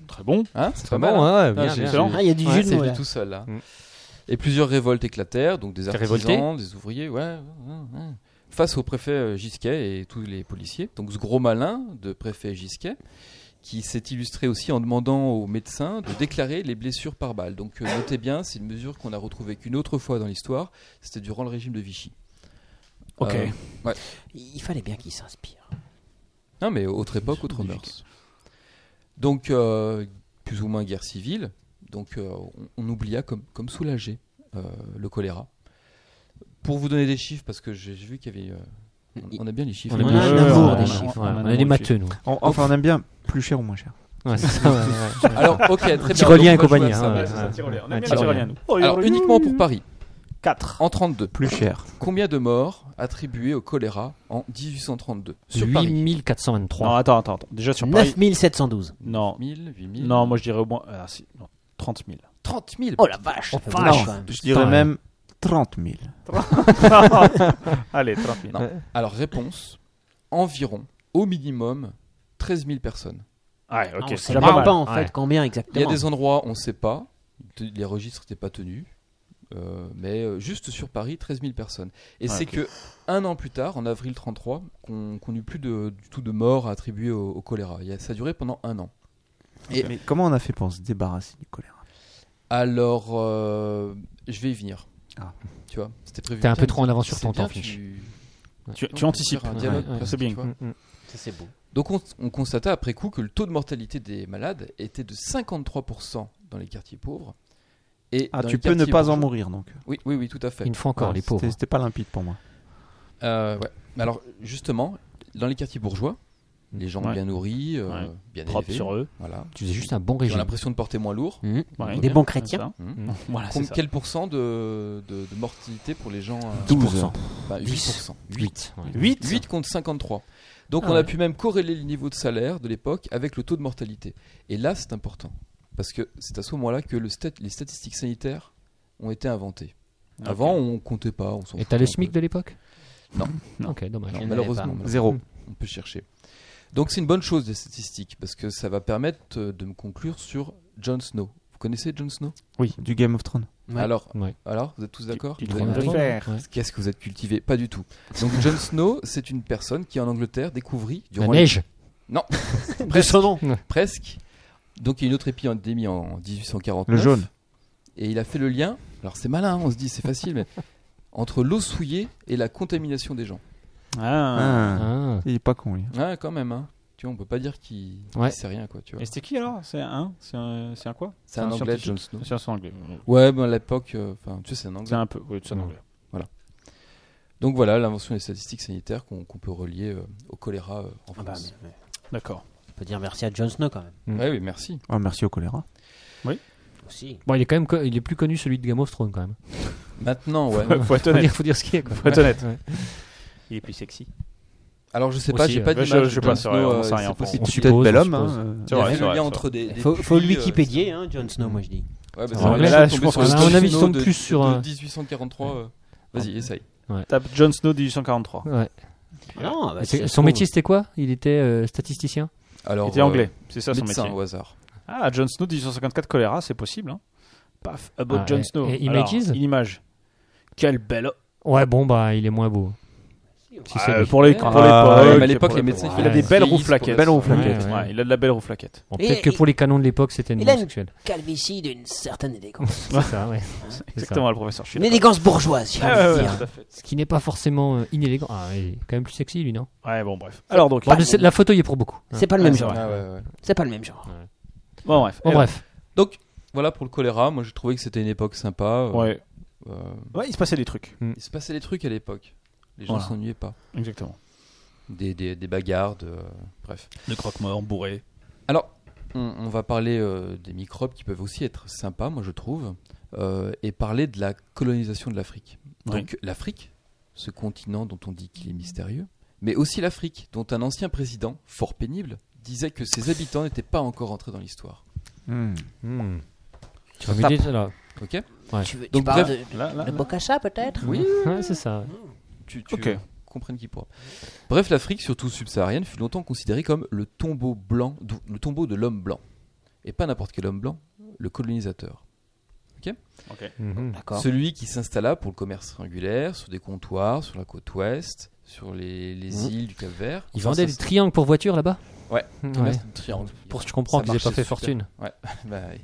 Speaker 3: Très bon.
Speaker 4: Hein, c'est
Speaker 8: très
Speaker 4: pas mal.
Speaker 8: bon,
Speaker 4: hein.
Speaker 8: ouais, bien,
Speaker 4: j'ai-
Speaker 8: bien.
Speaker 4: j'ai-
Speaker 8: Ah, il y a du
Speaker 4: ouais,
Speaker 8: jus de
Speaker 4: c'est
Speaker 8: mots,
Speaker 4: lui
Speaker 8: là.
Speaker 4: tout seul là. Et plusieurs révoltes éclatèrent, donc des
Speaker 8: Mm. T'es
Speaker 4: artisans,
Speaker 8: révolté
Speaker 4: des ouvriers, ouais, ouais, ouais, ouais. face au préfet euh, Gisquet et tous les policiers. Donc ce gros malin de préfet Gisquet qui s'est illustré aussi en demandant aux médecins de déclarer les blessures par balle. Donc euh, notez bien, c'est une mesure qu'on a retrouvée qu'une autre fois dans l'histoire, c'était durant le régime de Vichy. Euh,
Speaker 3: Ok.
Speaker 4: ouais.
Speaker 7: Il fallait bien qu'il s'inspire.
Speaker 4: Non, mais autre époque, autre mœurs. Donc, euh, plus ou moins guerre civile. Donc, euh, on, on oublia comme, comme soulager euh, le choléra. Pour vous donner des chiffres, parce que j'ai j'ai vu qu'il y avait. euh, on, on a bien les chiffres.
Speaker 8: On a On a bien un les chiffres. amour des chiffres, ouais. On a des matheux, nous.
Speaker 6: En- enfin, on aime bien plus cher ou moins cher.
Speaker 8: Ouais, c'est ça, ouais, ouais.
Speaker 4: Alors,
Speaker 8: [LAUGHS]
Speaker 4: ok, très bien.
Speaker 8: Tyrolien et
Speaker 4: Donc, moi, je
Speaker 8: compagnie,
Speaker 4: vois ça,
Speaker 8: hein,
Speaker 4: ouais,
Speaker 8: ouais,
Speaker 4: c'est
Speaker 8: ouais.
Speaker 4: ça.
Speaker 8: Ouais, Tyrolien, on aime
Speaker 4: Ouais,
Speaker 8: bien les Tyroliens, nous. Oh,
Speaker 4: Alors,
Speaker 8: oh,
Speaker 4: uniquement pour Paris.
Speaker 3: 4.
Speaker 4: En 32.
Speaker 6: Plus cher.
Speaker 4: Combien de morts attribués au choléra en 1832 sur Paris
Speaker 8: 8423.
Speaker 3: Non, attends, attends, attends. Déjà sur Paris.
Speaker 7: 9712.
Speaker 3: Non.
Speaker 4: 1000, 8000.
Speaker 3: Non, moi je dirais au moins. ah, si, non, 30 000.
Speaker 4: 30 000.
Speaker 7: Oh la vache, ça fait beaucoup, quand même.
Speaker 6: Je dirais [LAUGHS]
Speaker 8: Putain,
Speaker 6: même 30 000.
Speaker 3: Allez, 30 000.
Speaker 4: Non. Alors, réponse environ, au minimum, 13 000 personnes.
Speaker 3: Ah, Ouais, ok,
Speaker 7: On ne
Speaker 3: c'est
Speaker 7: sait
Speaker 3: déjà
Speaker 7: même
Speaker 3: pas mal.
Speaker 7: pas en
Speaker 3: Ouais.
Speaker 7: fait combien
Speaker 4: Il y a
Speaker 7: exactement.
Speaker 4: des endroits, on ne sait pas, t- les registres n'étaient pas tenus, euh, mais euh, juste sur Paris, 13 000 personnes. Et
Speaker 6: Ah,
Speaker 3: Ouais,
Speaker 4: c'est
Speaker 3: ok.
Speaker 4: que un an plus tard, en avril 33, qu'on qu'on n'eut plus de, du tout de morts à attribuer au, au choléra. Il y a- ça a duré pendant un an. Et-
Speaker 6: Mais comment on a fait pour se débarrasser du choléra
Speaker 4: Alors, euh, je vais y venir.
Speaker 6: Ah.
Speaker 4: Tu vois, c'était prévu.
Speaker 8: T'es un
Speaker 4: Tiens,
Speaker 8: peu trop en
Speaker 4: mais
Speaker 8: avance sur
Speaker 4: c'est
Speaker 8: ton
Speaker 4: bien,
Speaker 8: temps, Finch.
Speaker 4: tu-
Speaker 3: Tu, tu
Speaker 4: on peut
Speaker 3: anticipes.
Speaker 4: faire un
Speaker 3: Ouais,
Speaker 4: dialogue
Speaker 3: ouais,
Speaker 4: presque,
Speaker 3: c'est bien.
Speaker 4: tu vois.
Speaker 7: Ça, c'est beau.
Speaker 4: Donc on, on constata après coup que le taux de mortalité des malades était de 53% dans les quartiers pauvres. Et
Speaker 6: Ah,
Speaker 4: dans
Speaker 6: tu
Speaker 4: les
Speaker 6: peux ne
Speaker 4: quartiers
Speaker 6: pas en
Speaker 4: bourgeois-
Speaker 6: mourir donc.
Speaker 4: Oui, oui, oui, tout à fait.
Speaker 8: Une fois encore,
Speaker 6: Ah,
Speaker 8: les
Speaker 6: c'était-
Speaker 8: pauvres.
Speaker 6: C'était pas limpide pour moi.
Speaker 4: Euh, ouais. Mais alors, justement, dans les quartiers bourgeois, les gens
Speaker 3: Ouais.
Speaker 4: bien nourris, euh,
Speaker 3: Ouais.
Speaker 4: bien
Speaker 3: Propre
Speaker 4: élevés,
Speaker 3: sur eux.
Speaker 4: voilà,
Speaker 8: Tu faisais juste un bon
Speaker 4: qui ont
Speaker 8: régime.
Speaker 4: l'impression de porter moins lourd.
Speaker 7: Mhm.
Speaker 3: Ouais.
Speaker 7: Des bons chrétiens.
Speaker 3: Ça.
Speaker 4: Mhm.
Speaker 3: Voilà, c'est
Speaker 4: Com-
Speaker 3: ça.
Speaker 4: Quel pourcent de, de, de mortalité pour les gens euh,
Speaker 7: 10%.
Speaker 4: bah, 8%.
Speaker 8: 8.
Speaker 3: 8
Speaker 4: 8 contre 53. Donc
Speaker 8: Ah
Speaker 4: on a
Speaker 8: ouais.
Speaker 4: pu même corréler le niveau de salaire de l'époque avec le taux de mortalité. Et là, c'est important. Parce que c'est à ce moment-là que le stat- les statistiques sanitaires ont été inventées. Avant, on comptait pas. On s'en
Speaker 8: Et t'as
Speaker 4: foutait
Speaker 8: le
Speaker 4: un
Speaker 8: SMIC
Speaker 4: peu.
Speaker 8: de l'époque
Speaker 4: Non.
Speaker 8: Ok, dommage.
Speaker 4: Non,
Speaker 7: Il y en avait
Speaker 4: malheureusement,
Speaker 7: pas.
Speaker 4: malheureusement.
Speaker 6: Zéro.
Speaker 4: On peut chercher. Donc c'est une bonne chose des statistiques parce que ça va permettre euh, de me conclure sur Jon Snow. Vous connaissez Jon Snow
Speaker 6: Du Game of Thrones.
Speaker 7: Ouais.
Speaker 4: Alors,
Speaker 8: Ouais.
Speaker 4: alors, vous êtes tous d'accord
Speaker 3: tu
Speaker 4: Vous
Speaker 3: te
Speaker 4: avez-
Speaker 3: rends compte
Speaker 8: Ouais.
Speaker 4: Qu'est-ce que vous êtes cultivé Pas du tout. Donc Jon Snow, c'est une personne qui en Angleterre découvrit
Speaker 8: La
Speaker 4: durant les-
Speaker 8: neige. [LAUGHS]
Speaker 4: Non.
Speaker 8: De son nom.
Speaker 4: presque. Donc il y a une autre épidémie en 1849.
Speaker 6: Le jaune.
Speaker 4: Et il a fait le lien. Alors c'est malin, hein, on se dit c'est facile, mais [LAUGHS] entre l'eau souillée et la contamination des gens.
Speaker 3: Ah.
Speaker 6: Ah.
Speaker 8: Ah.
Speaker 6: Il est pas con lui.
Speaker 4: Ah, quand même. Hein. Tu vois, on peut pas dire qu'il qu'il
Speaker 8: Ouais.
Speaker 4: sait rien quoi. Tu vois.
Speaker 3: Et c'était qui alors C'est un C'est un, c'est un quoi
Speaker 4: C'est un, anglais, Jon
Speaker 3: scientifique
Speaker 4: Snow.
Speaker 3: C'est un anglais.
Speaker 4: Ouais, ben à l'époque, euh, enfin, tu sais, c'est un
Speaker 3: C'est
Speaker 4: anglais.
Speaker 3: un peu. Oui, c'est un anglais.
Speaker 4: Donc voilà, l'invention des statistiques sanitaires qu'on qu'on peut relier euh, au choléra euh, en
Speaker 7: Ah bah,
Speaker 4: France.
Speaker 7: mais-
Speaker 3: D'accord.
Speaker 7: on peut dire merci à Jon Snow quand même.
Speaker 8: mais-
Speaker 4: Ouais, oui, merci.
Speaker 6: Ah, merci au choléra.
Speaker 7: Aussi.
Speaker 8: Bon, il est quand même co- il est plus connu celui de Game of Thrones quand même.
Speaker 4: Maintenant,
Speaker 3: [LAUGHS]
Speaker 4: ouais.
Speaker 3: Faut être
Speaker 8: Faut
Speaker 3: honnête.
Speaker 8: dire, faut dire ce qu'il y a quoi.
Speaker 3: Faut être honnête.
Speaker 8: Ouais.
Speaker 3: Il est plus sexy.
Speaker 4: Alors je sais pas,
Speaker 8: Aussi,
Speaker 4: j'ai
Speaker 8: euh,
Speaker 4: pas
Speaker 3: bah,
Speaker 4: d'image.
Speaker 3: je- je sais
Speaker 4: de
Speaker 3: pas,
Speaker 4: Jon
Speaker 3: c'est
Speaker 4: Snow,
Speaker 3: vrai, on
Speaker 4: euh,
Speaker 3: s'en sait rien
Speaker 4: c'est
Speaker 3: pour-
Speaker 4: possible.
Speaker 8: on
Speaker 6: Peut-être
Speaker 8: suppose,
Speaker 6: bel
Speaker 8: on
Speaker 6: homme.
Speaker 8: suppose.
Speaker 6: hein, euh,
Speaker 3: C'est
Speaker 4: Il y
Speaker 3: vrai,
Speaker 4: avait
Speaker 3: c'est
Speaker 4: le
Speaker 3: vrai,
Speaker 4: lien
Speaker 3: c'est
Speaker 4: entre des. des
Speaker 7: Faut, faut le
Speaker 4: puits, euh,
Speaker 7: Wikipédier, hein, Jon Snow, moi je dis.
Speaker 4: Ouais, bah,
Speaker 8: Ouais,
Speaker 4: c'est vrai,
Speaker 8: là,
Speaker 4: là,
Speaker 8: je
Speaker 4: tombé
Speaker 8: pense
Speaker 4: sur le
Speaker 8: qu'on a- à mon avis,
Speaker 4: Snow
Speaker 8: je tombe
Speaker 4: de-
Speaker 8: plus sur
Speaker 4: de
Speaker 3: euh,
Speaker 8: un-
Speaker 4: 1843. euh,
Speaker 3: Ah.
Speaker 4: Vas-y, essaye.
Speaker 3: Tape Jon Snow 1843.
Speaker 8: Ouais.
Speaker 7: Ah non, bah,
Speaker 8: Et
Speaker 7: si
Speaker 8: c'est-
Speaker 7: ça se
Speaker 8: Son
Speaker 7: trouve-
Speaker 8: métier c'était quoi Il était euh, statisticien.
Speaker 4: Alors,
Speaker 3: Il était anglais. C'est ça
Speaker 4: euh,
Speaker 3: son
Speaker 4: médecin
Speaker 3: métier.
Speaker 4: au hasard.
Speaker 3: Ah, Jon Snow 1854 choléra, c'est possible. Hein. Paf, about
Speaker 8: Ah,
Speaker 3: Jon
Speaker 8: et-
Speaker 3: Snow.
Speaker 8: et
Speaker 3: Alors,
Speaker 8: images
Speaker 3: Une image. Quel bel.
Speaker 8: Ouais, bon bah il est moins beau. Si c'est
Speaker 3: Ah,
Speaker 8: lui.
Speaker 3: pour les-
Speaker 4: Ah,
Speaker 3: pour
Speaker 6: ouais,
Speaker 3: l'époque.
Speaker 4: mais à l'époque,
Speaker 3: pour
Speaker 4: les médecins,
Speaker 8: l'époque.
Speaker 3: Il a des
Speaker 8: Ouais,
Speaker 3: belles
Speaker 4: ils
Speaker 3: roues flaquettes.
Speaker 4: vieillissent pour
Speaker 6: roues
Speaker 4: ça.
Speaker 6: flaquettes.
Speaker 8: Ouais, ouais.
Speaker 3: Ouais, il a de la belle roue flaquette.
Speaker 8: Bon,
Speaker 7: Et-
Speaker 8: peut-être que
Speaker 7: et-
Speaker 8: pour les canons de l'époque c'était
Speaker 7: il
Speaker 8: non
Speaker 7: a une-
Speaker 8: sexuel.
Speaker 7: Calvitie d'une certaine élégance.
Speaker 8: C'est ça, ouais. C'est ça.
Speaker 3: Exactement, le professeur. Je suis
Speaker 7: Une élégance bourgeoise, j'ai
Speaker 3: d'accord.
Speaker 7: envie de
Speaker 3: Ouais, ouais,
Speaker 7: dire.
Speaker 3: ouais, tout à fait.
Speaker 8: Ce qui n'est pas forcément euh, inélégant. Ah, il est quand même plus sexy lui, non
Speaker 3: Ouais, bon, bref. Alors donc.
Speaker 8: Bon, mais c'est- La photo y est pour beaucoup.
Speaker 7: C'est pas le même
Speaker 3: c'est
Speaker 7: genre.
Speaker 3: vrai.
Speaker 4: Ah, ouais, ouais.
Speaker 7: C'est pas le même genre.
Speaker 3: Bon, bref.
Speaker 8: Bon,
Speaker 3: Et-
Speaker 8: bref.
Speaker 4: Donc, voilà pour le choléra. Moi, j'ai trouvé que c'était une époque sympa. euh,
Speaker 3: Eh, Ouais.
Speaker 4: euh,
Speaker 3: Ouais, il se passait des trucs.
Speaker 8: Hmm.
Speaker 4: il se passait des trucs à l'époque. Les gens
Speaker 3: Voilà.
Speaker 4: s'ennuyaient pas.
Speaker 3: Exactement.
Speaker 4: Des, des, des bagarres, de- euh, bref.
Speaker 3: De croque-mort, bourré.
Speaker 4: Alors, on, on va parler euh, des microbes qui peuvent aussi être sympas, moi je trouve, euh, et parler de la colonisation de l'Afrique.
Speaker 3: Ouais.
Speaker 4: Donc, l'Afrique, ce continent dont on dit qu'il est mystérieux, mais aussi l'Afrique, dont un ancien président, fort pénible, disait que ses habitants n'étaient pas encore entrés dans l'histoire.
Speaker 6: Hmm.
Speaker 8: Tu vas me dire, là.
Speaker 4: Ok
Speaker 7: Ah,
Speaker 8: Ouais.
Speaker 7: Tu, veux, tu
Speaker 4: Donc,
Speaker 7: parles
Speaker 4: bref,
Speaker 8: [LAUGHS]
Speaker 7: de, de Bokassa peut-être
Speaker 8: Ouais, c'est ça.
Speaker 4: Tu, tu
Speaker 3: Ok.
Speaker 4: comprenne qui pourra. Bref, l'Afrique, surtout subsaharienne, fut longtemps considérée comme le tombeau blanc, d'où- le tombeau de l'homme blanc. Et pas n'importe quel homme blanc, le colonisateur.
Speaker 7: D'accord.
Speaker 4: Celui qui s'installa pour le commerce triangulaire, sur des comptoirs, sur la côte ouest, sur les, les
Speaker 7: Mhm.
Speaker 4: îles du Cap Vert.
Speaker 8: Ils
Speaker 4: Enfin,
Speaker 8: vendaient
Speaker 4: ça,
Speaker 8: des triangles pour voitures là-bas
Speaker 4: Ouais.
Speaker 8: Ouais.
Speaker 4: c'est un triangle.
Speaker 8: Pour je comprends
Speaker 4: Ça
Speaker 8: qu'ils aient pas
Speaker 4: marchait
Speaker 8: fait
Speaker 4: super.
Speaker 8: fortune.
Speaker 4: Ouais. bah, oui.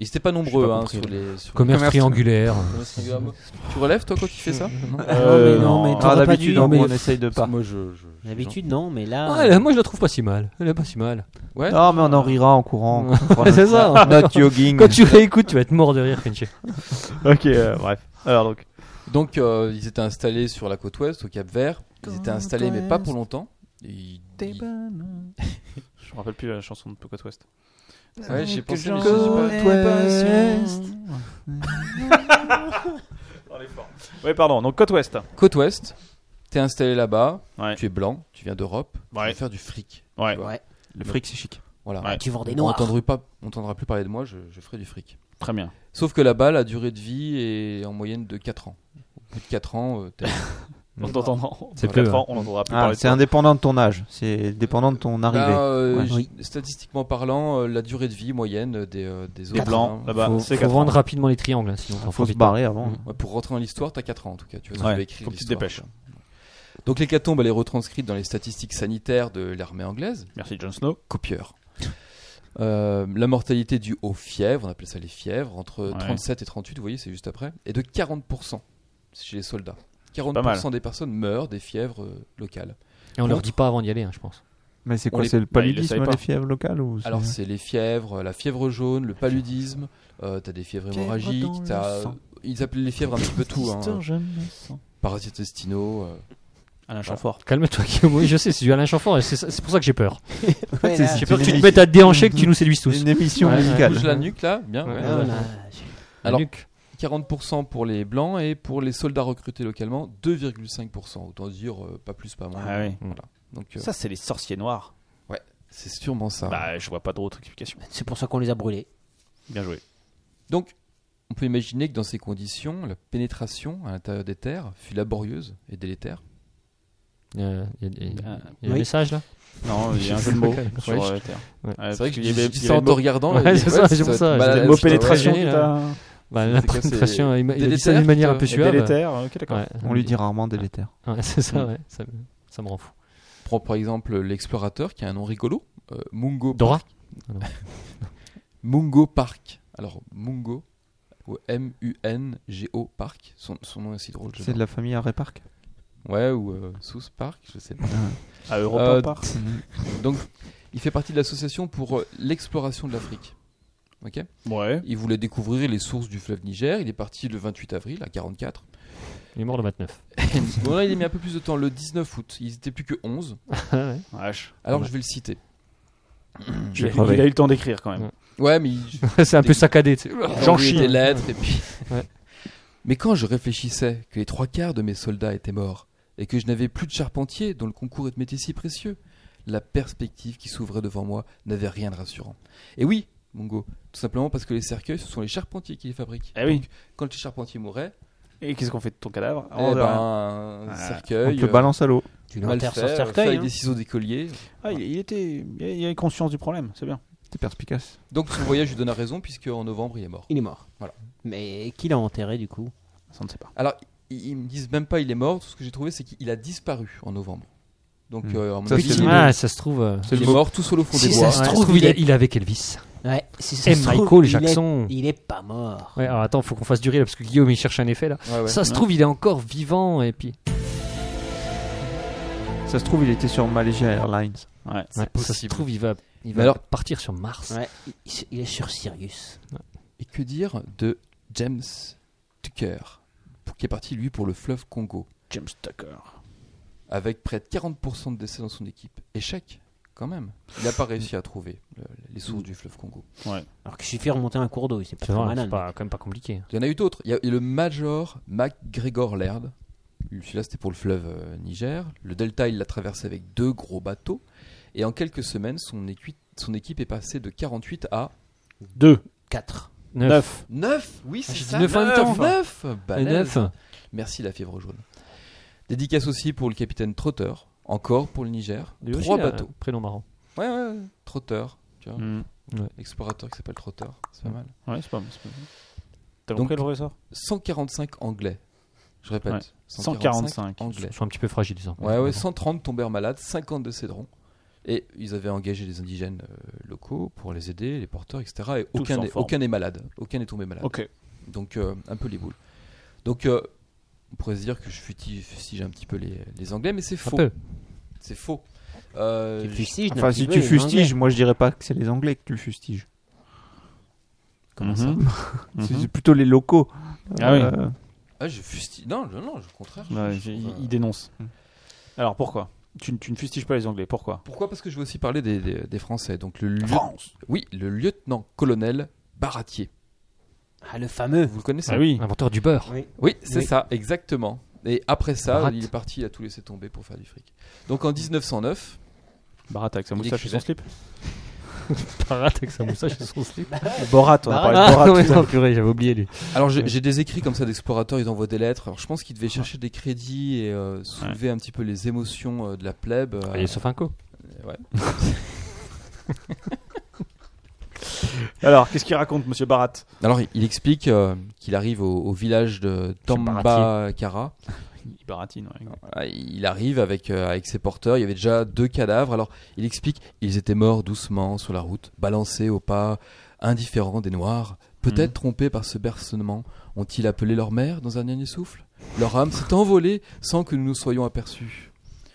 Speaker 4: Ils n'étaient pas nombreux
Speaker 6: pas
Speaker 4: hein,
Speaker 6: compris,
Speaker 4: sur les. sur les-
Speaker 8: Commerce triangulaire.
Speaker 4: commerce triangulaire. Tu relèves toi quand tu fais ça Non
Speaker 8: Ah,
Speaker 6: Euh,
Speaker 7: non, mais
Speaker 6: non.
Speaker 7: t'aurais
Speaker 6: Ah,
Speaker 7: pas
Speaker 6: d'habitude,
Speaker 7: dû,
Speaker 6: en gros,
Speaker 7: mais-
Speaker 6: on essaye de pas.
Speaker 4: Moi je. je- je-
Speaker 7: D'habitude, non, mais là.
Speaker 8: Ah, elle- moi je la trouve pas si mal. Elle est pas si mal.
Speaker 4: Ouais.
Speaker 6: Non, mais on en rira en courant. quand on fera
Speaker 8: C'est
Speaker 6: notre-
Speaker 8: ça.
Speaker 6: Notre jogging.
Speaker 8: Quand tu réécoutes, tu vas être mort de rire, Fincher.
Speaker 6: Ok, euh, bref. Alors donc.
Speaker 4: Donc euh, ils étaient installés sur la côte ouest, au Cap Vert. Ils étaient installés, mais pas pour longtemps. Ils- ils-
Speaker 3: Je me rappelle plus la chanson de Pocket West.
Speaker 4: Ouais, j'ai pensé. mais je- je sais pas.
Speaker 6: Côte-Ouest.
Speaker 3: Oui, pardon, donc Côte Ouest.
Speaker 4: Côte ouest, t'es installé là-bas.
Speaker 3: Ouais.
Speaker 4: Tu es blanc, tu viens d'Europe. Tu
Speaker 3: Ouais.
Speaker 4: vas faire du fric.
Speaker 3: Ouais.
Speaker 4: Tu vois.
Speaker 7: Ouais.
Speaker 6: Le fric, c'est chic.
Speaker 4: Voilà.
Speaker 3: Ouais.
Speaker 7: Tu vends des
Speaker 4: On
Speaker 7: noirs.
Speaker 4: n'entendra pas, on entendra plus parler de moi. Je, je ferai du fric.
Speaker 3: Très bien.
Speaker 4: Sauf que là-bas, la durée de vie est en moyenne de 4 ans. Au bout de 4 ans,
Speaker 3: [LAUGHS]
Speaker 4: euh, t'es-
Speaker 3: On t'entendra.
Speaker 8: C'est
Speaker 3: Dans
Speaker 8: plus,
Speaker 3: quatre
Speaker 8: hein.
Speaker 3: ans, on n'entendra Mmh. plus
Speaker 6: Ah,
Speaker 3: parler. de
Speaker 6: c'est
Speaker 3: toi.
Speaker 6: indépendant de ton âge. C'est dépendant de ton arrivée.
Speaker 4: Là, euh,
Speaker 6: Ouais.
Speaker 4: j-
Speaker 7: Oui.
Speaker 4: Statistiquement parlant, euh, la durée de vie moyenne des, euh, des
Speaker 3: Les
Speaker 4: autres,
Speaker 3: blancs,
Speaker 4: hein.
Speaker 3: là-bas,
Speaker 8: faut,
Speaker 3: bah, c'est
Speaker 8: faut
Speaker 3: 4 ans.
Speaker 8: vendre rapidement les triangles, hein, sinon t'en
Speaker 6: Faut
Speaker 8: faut
Speaker 6: se
Speaker 8: vite.
Speaker 6: barrer avant.
Speaker 4: Ouais, pour rentrer dans l'histoire, t'as 4 ans en tout cas. Tu vois,
Speaker 3: Ouais,
Speaker 4: tu vas écrire
Speaker 3: faut que tu te
Speaker 4: l'histoire,
Speaker 3: dépêches.
Speaker 4: quoi. Donc l'hécatombe, elle est retranscrite dans les statistiques sanitaires de l'armée anglaise.
Speaker 3: Merci Jon Snow.
Speaker 4: Copieur. Euh, la mortalité due aux fièvres, on appelle ça les fièvres, entre
Speaker 3: Ouais.
Speaker 4: 37 et 38, vous voyez, c'est juste après, est de 40% chez les soldats.
Speaker 3: pas mal.
Speaker 4: 40% des personnes meurent des fièvres euh, locales.
Speaker 8: Et on leur dit pas avant d'y aller, hein, je pense.
Speaker 6: Mais c'est
Speaker 4: On
Speaker 6: quoi
Speaker 4: les-
Speaker 6: C'est le
Speaker 3: bah, il le
Speaker 6: paludisme,
Speaker 3: savait pas.
Speaker 6: les fièvres locales ou
Speaker 4: Alors c'est les fièvres, la fièvre jaune, le paludisme, euh, t'as des fièvres
Speaker 6: Fièvre dans
Speaker 4: hémorragiques,
Speaker 6: le
Speaker 4: t'as- euh,
Speaker 6: sang.
Speaker 4: ils appellent les fièvres un petit peu tout, hein, parasites intestinaux. euh,
Speaker 3: Alain Chamfort.
Speaker 8: Calme-toi, Guillaume. Oui, je sais, c'est du Alain Chamfort, et c'est ça- c'est pour ça que j'ai peur.
Speaker 7: Ouais,
Speaker 6: c'est-
Speaker 7: là,
Speaker 8: J'ai peur que tu
Speaker 6: une-
Speaker 8: te mettes à te déhancher que tu nous séduises tous.
Speaker 6: une émission
Speaker 8: Ouais, ouais.
Speaker 6: musicale.
Speaker 4: Bouge la nuque là, bien.
Speaker 8: Ouais.
Speaker 4: ouais.
Speaker 7: là, on a-
Speaker 4: Alors,
Speaker 8: Nuque.
Speaker 4: 40% pour les blancs et pour les soldats recrutés localement, 2,5%. Autant dire euh, pas plus, pas moins.
Speaker 3: Ah oui.
Speaker 4: Voilà. Donc euh,
Speaker 3: Ça, c'est les sorciers noirs.
Speaker 4: c'est sûrement ça.
Speaker 3: Bah, je vois pas d'autre explication.
Speaker 7: C'est pour ça qu'on les a brûlés.
Speaker 3: Bien joué.
Speaker 4: Donc, on peut imaginer que dans ces conditions, la pénétration à l'intérieur des terres fut laborieuse et délétère.
Speaker 8: Euh, y a- y a- y a
Speaker 3: Euh,
Speaker 8: un
Speaker 7: Oui.
Speaker 8: message là
Speaker 3: Non, il y a un
Speaker 8: Je
Speaker 3: jeu de mots
Speaker 8: sais pas.
Speaker 3: sur
Speaker 8: Ouais,
Speaker 3: euh, Terre.
Speaker 8: ouais.
Speaker 3: Ouais,
Speaker 4: C'est vrai
Speaker 3: parce
Speaker 4: que
Speaker 3: qu'il y
Speaker 4: je
Speaker 3: avait-
Speaker 4: dis
Speaker 3: il y avait
Speaker 4: ça
Speaker 3: le
Speaker 4: en te
Speaker 3: mot-
Speaker 4: regardant.
Speaker 8: Ouais,
Speaker 4: et je
Speaker 8: c'est
Speaker 4: dis,
Speaker 8: ça,
Speaker 4: ouais,
Speaker 8: c'est pour ça.
Speaker 4: bah,
Speaker 8: C'est
Speaker 4: là,
Speaker 8: le
Speaker 3: Le
Speaker 8: mot
Speaker 3: mot
Speaker 4: c'est pas vrai.
Speaker 8: pénétration,
Speaker 3: pénétration,
Speaker 8: ouais.
Speaker 3: putain.
Speaker 8: [LAUGHS] Bah,
Speaker 4: C'est
Speaker 8: la
Speaker 4: quoi, c'est-
Speaker 8: pénétration, il m'a- il a dit ça
Speaker 4: délétère,
Speaker 8: d'une manière un peu
Speaker 4: plutôt.
Speaker 8: suave.
Speaker 3: Délétère, ok, d'accord.
Speaker 8: Ouais.
Speaker 6: On lui dit rarement délétère.
Speaker 8: Ouais, [LAUGHS] c'est ça, ouais. Ça, me- ça me rend fou.
Speaker 4: Prends par exemple l'explorateur qui a un nom rigolo, euh, Mungo.
Speaker 8: Dora
Speaker 4: Park. Mungo Park. Alors, Mungo, ou M-U-N-G-O Park. Son, son nom est si drôle. je
Speaker 6: C'est de la famille Harry Park.
Speaker 4: Ouais, ou euh, South Park, je sais pas.
Speaker 3: À
Speaker 4: Euh,
Speaker 3: Europa Park.
Speaker 4: Donc, il fait partie de l'association pour euh, l'exploration de l'Afrique. Ok
Speaker 3: Ouais.
Speaker 4: il voulait découvrir les sources du fleuve Niger. Il est parti le 28 avril à 44.
Speaker 8: Il est mort le 29.
Speaker 4: [LAUGHS] bon, là, il a mis un peu plus de temps, le 19 août. Ils étaient plus que 11.
Speaker 8: Ouais.
Speaker 3: Vache.
Speaker 4: Alors, je vais le citer.
Speaker 3: Il a
Speaker 6: crevé.
Speaker 3: il a eu le temps d'écrire quand même.
Speaker 8: [LAUGHS] Ouais.
Speaker 4: Ouais, mais il-
Speaker 8: c'est un peu saccadé. tu sais.
Speaker 4: J'en
Speaker 3: chie.
Speaker 4: des lettres et puis.
Speaker 8: Ouais.
Speaker 4: [LAUGHS] Mais quand je réfléchissais que les trois quarts de mes soldats étaient morts et que je n'avais plus de charpentier dont le concours m'était si précieux, la perspective qui s'ouvrait devant moi n'avait rien de rassurant. Et oui, Mongo, tout simplement parce que les cercueils, ce sont les charpentiers qui les fabriquent.
Speaker 3: Eh oui.
Speaker 4: Donc, quand les charpentiers mouraient,
Speaker 3: Et qu'est-ce qu'on fait de ton cadavre
Speaker 4: eh ben, un
Speaker 3: Ah,
Speaker 6: On
Speaker 4: cercueil,
Speaker 6: te
Speaker 4: euh,
Speaker 6: balance à l'eau.
Speaker 7: Tu
Speaker 4: mal
Speaker 7: l'enterres
Speaker 4: fait,
Speaker 7: sans
Speaker 4: euh, fait
Speaker 7: cercueil.
Speaker 4: avec
Speaker 7: hein.
Speaker 4: des ciseaux d'écolier.
Speaker 3: Ah, il, il était, il il avait conscience du problème, c'est bien.
Speaker 6: T'es perspicace.
Speaker 4: Donc son voyage lui donna raison puisque en novembre il est mort.
Speaker 7: Il est mort.
Speaker 4: Voilà.
Speaker 7: Mais qui l'a enterré du coup
Speaker 3: Ça on ne sait pas.
Speaker 4: Alors ils, ils me disent même pas il est mort. Tout ce que j'ai trouvé c'est qu'il a disparu en novembre. Donc
Speaker 6: Hmm.
Speaker 4: euh, à mon
Speaker 6: Ça,
Speaker 4: avis,
Speaker 6: c'est
Speaker 4: il est
Speaker 6: le-
Speaker 8: Ah, ça se trouve. euh,
Speaker 4: Il est mort tout seul au fond
Speaker 7: Si
Speaker 4: des
Speaker 7: ça
Speaker 4: bois.
Speaker 7: se
Speaker 8: ouais,
Speaker 7: trouve, il
Speaker 8: il, est...
Speaker 7: est-
Speaker 8: il est avec Elvis.
Speaker 7: Ouais, si ça
Speaker 8: Et
Speaker 7: se trouve,
Speaker 8: Michael
Speaker 7: il est-
Speaker 8: Jackson.
Speaker 7: Il est pas mort.
Speaker 8: Ouais, alors attends, faut qu'on fasse du rire parce que Guillaume il cherche un effet là.
Speaker 4: Ah Ouais, ouais.
Speaker 8: Ça se trouve, il est encore vivant et puis.
Speaker 6: Ça se trouve, il était sur Malaysia Airlines.
Speaker 8: Ouais, ça se
Speaker 4: possible.
Speaker 8: trouve, il va, il
Speaker 4: Mais
Speaker 8: va
Speaker 4: alors-
Speaker 8: partir sur Mars.
Speaker 7: Ouais, il, il est sur Sirius.
Speaker 4: Et que dire de James Tucker, pour- qui est parti lui pour le fleuve Congo,
Speaker 3: James Tucker.
Speaker 4: avec près de 40% de décès dans son équipe. Échec, quand même. Il n'a pas réussi à trouver euh, les sources du fleuve Congo.
Speaker 7: Alors qu'il suffit de remonter un cours d'eau, c'est pas hein.
Speaker 8: C'est
Speaker 7: trop
Speaker 8: vrai, c'est
Speaker 7: malin.
Speaker 8: pas, quand même pas compliqué.
Speaker 4: Il y en a eu d'autres. Il y a eu le Major MacGregor Laird. Lui, Celui-là, c'était pour le fleuve euh, Niger. Le Delta, il l'a traversé avec deux gros bateaux. Et en quelques semaines, son, équipe- son équipe est passée de 48 à
Speaker 3: 2,
Speaker 7: 4.
Speaker 3: 9.
Speaker 4: 9. Oui, c'est
Speaker 8: j'ai dit
Speaker 4: ça. Bah,
Speaker 8: neuf en même temps.
Speaker 4: 9.
Speaker 8: Et neuf.
Speaker 4: Merci la fièvre jaune. Dédicace aussi pour le capitaine Trotter, encore pour le Niger.
Speaker 8: Lui aussi, euh,
Speaker 4: Trois
Speaker 8: il a un
Speaker 4: bateaux.
Speaker 8: Prénom marrant.
Speaker 4: Ouais, ouais, ouais. Trotter, tu
Speaker 8: Mm.
Speaker 4: vois.
Speaker 3: Hmm.
Speaker 8: Ouais.
Speaker 4: Explorateur qui s'appelle Trotter, c'est
Speaker 8: Mm.
Speaker 4: pas mal.
Speaker 3: Ouais, c'est pas mal. c'est pas mal. T'as
Speaker 4: Donc-
Speaker 3: compris le ressort
Speaker 4: 145 anglais. Je répète.
Speaker 3: Ouais. 145.
Speaker 4: anglais.
Speaker 8: Ils sont un petit peu fragilisants.
Speaker 4: Ouais, ouais, 130 tombèrent malades, 50 décéderont. Et ils avaient engagé des indigènes euh, locaux pour les aider, les porteurs, etc. Et
Speaker 3: Tous
Speaker 4: aucun
Speaker 3: en
Speaker 4: n'est-
Speaker 3: forme.
Speaker 4: aucun n'est malade. Aucun n'est tombé malade.
Speaker 3: Ok.
Speaker 4: Donc euh, un peu les boules. Donc euh, on pourrait se dire que je futi- fustige un petit peu les, les Anglais, mais c'est
Speaker 8: Un
Speaker 4: faux.
Speaker 8: peu.
Speaker 4: C'est faux. Euh,
Speaker 7: Tu
Speaker 4: je-
Speaker 7: fustiges d'un
Speaker 6: Enfin,
Speaker 7: petit
Speaker 6: si
Speaker 7: peu
Speaker 6: tu
Speaker 7: les
Speaker 6: fustiges,
Speaker 7: Anglais.
Speaker 6: moi je dirais pas que c'est les Anglais que tu fustiges.
Speaker 4: comment ça
Speaker 3: [LAUGHS] Mhm.
Speaker 6: C'est
Speaker 3: Mhm.
Speaker 6: c'est plutôt les locaux.
Speaker 3: Ah oui.
Speaker 6: Euh,
Speaker 4: Ah, je fustige. Non, non, non, au contraire. je-
Speaker 3: Ouais,
Speaker 4: je
Speaker 3: j'ai-
Speaker 4: trouve, euh,
Speaker 3: il, il dénonce.
Speaker 6: Hmm.
Speaker 3: Alors pourquoi tu, ne- tu ne fustiges pas les Anglais, pourquoi
Speaker 4: Pourquoi Parce que je veux aussi parler des, des- des Français. Donc le lieu- Oui, le lieutenant-colonel Baratier.
Speaker 7: Ah, le fameux.
Speaker 4: Vous le connaissez
Speaker 3: Ah oui
Speaker 8: Inventeur du beurre.
Speaker 4: Oui, c'est
Speaker 7: Oui.
Speaker 4: ça, exactement. Et après ça,
Speaker 8: Barat.
Speaker 4: il est parti, il a tout laissé tomber pour faire du fric. Donc en 1909,
Speaker 3: Barat avec sa
Speaker 4: Il
Speaker 3: moustache et son slip
Speaker 8: Parat avec sa moustache et son slip.
Speaker 3: Borat, on a parlé de Borat.
Speaker 8: ouais,
Speaker 4: [LAUGHS]
Speaker 8: non, purée, j'avais oublié lui.
Speaker 4: alors j'ai j'ai des écrits comme ça d'explorateurs, ils envoient des lettres. Alors je pense qu'ils devaient chercher des crédits et euh, soulever un petit peu les émotions euh, de la plèbe. euh,
Speaker 8: Et Sofinco.
Speaker 4: ouais.
Speaker 3: Alors, qu'est-ce qu'il raconte, monsieur Barat
Speaker 4: Alors il explique euh, qu'il arrive au, au village de Tamba Kara.
Speaker 3: Il baratine, ouais.
Speaker 4: Voilà, Ah, Il arrive avec, euh, avec ses porteurs. Il y avait déjà deux cadavres. Alors, il explique ils étaient morts doucement sur la route, balancés au pas, indifférents des Noirs.
Speaker 3: Mhm.
Speaker 4: Peut-être trompés par ce bercement, ont-ils appelé leur mère dans un dernier souffle Leur âme s'est envolée sans que nous nous soyons aperçus.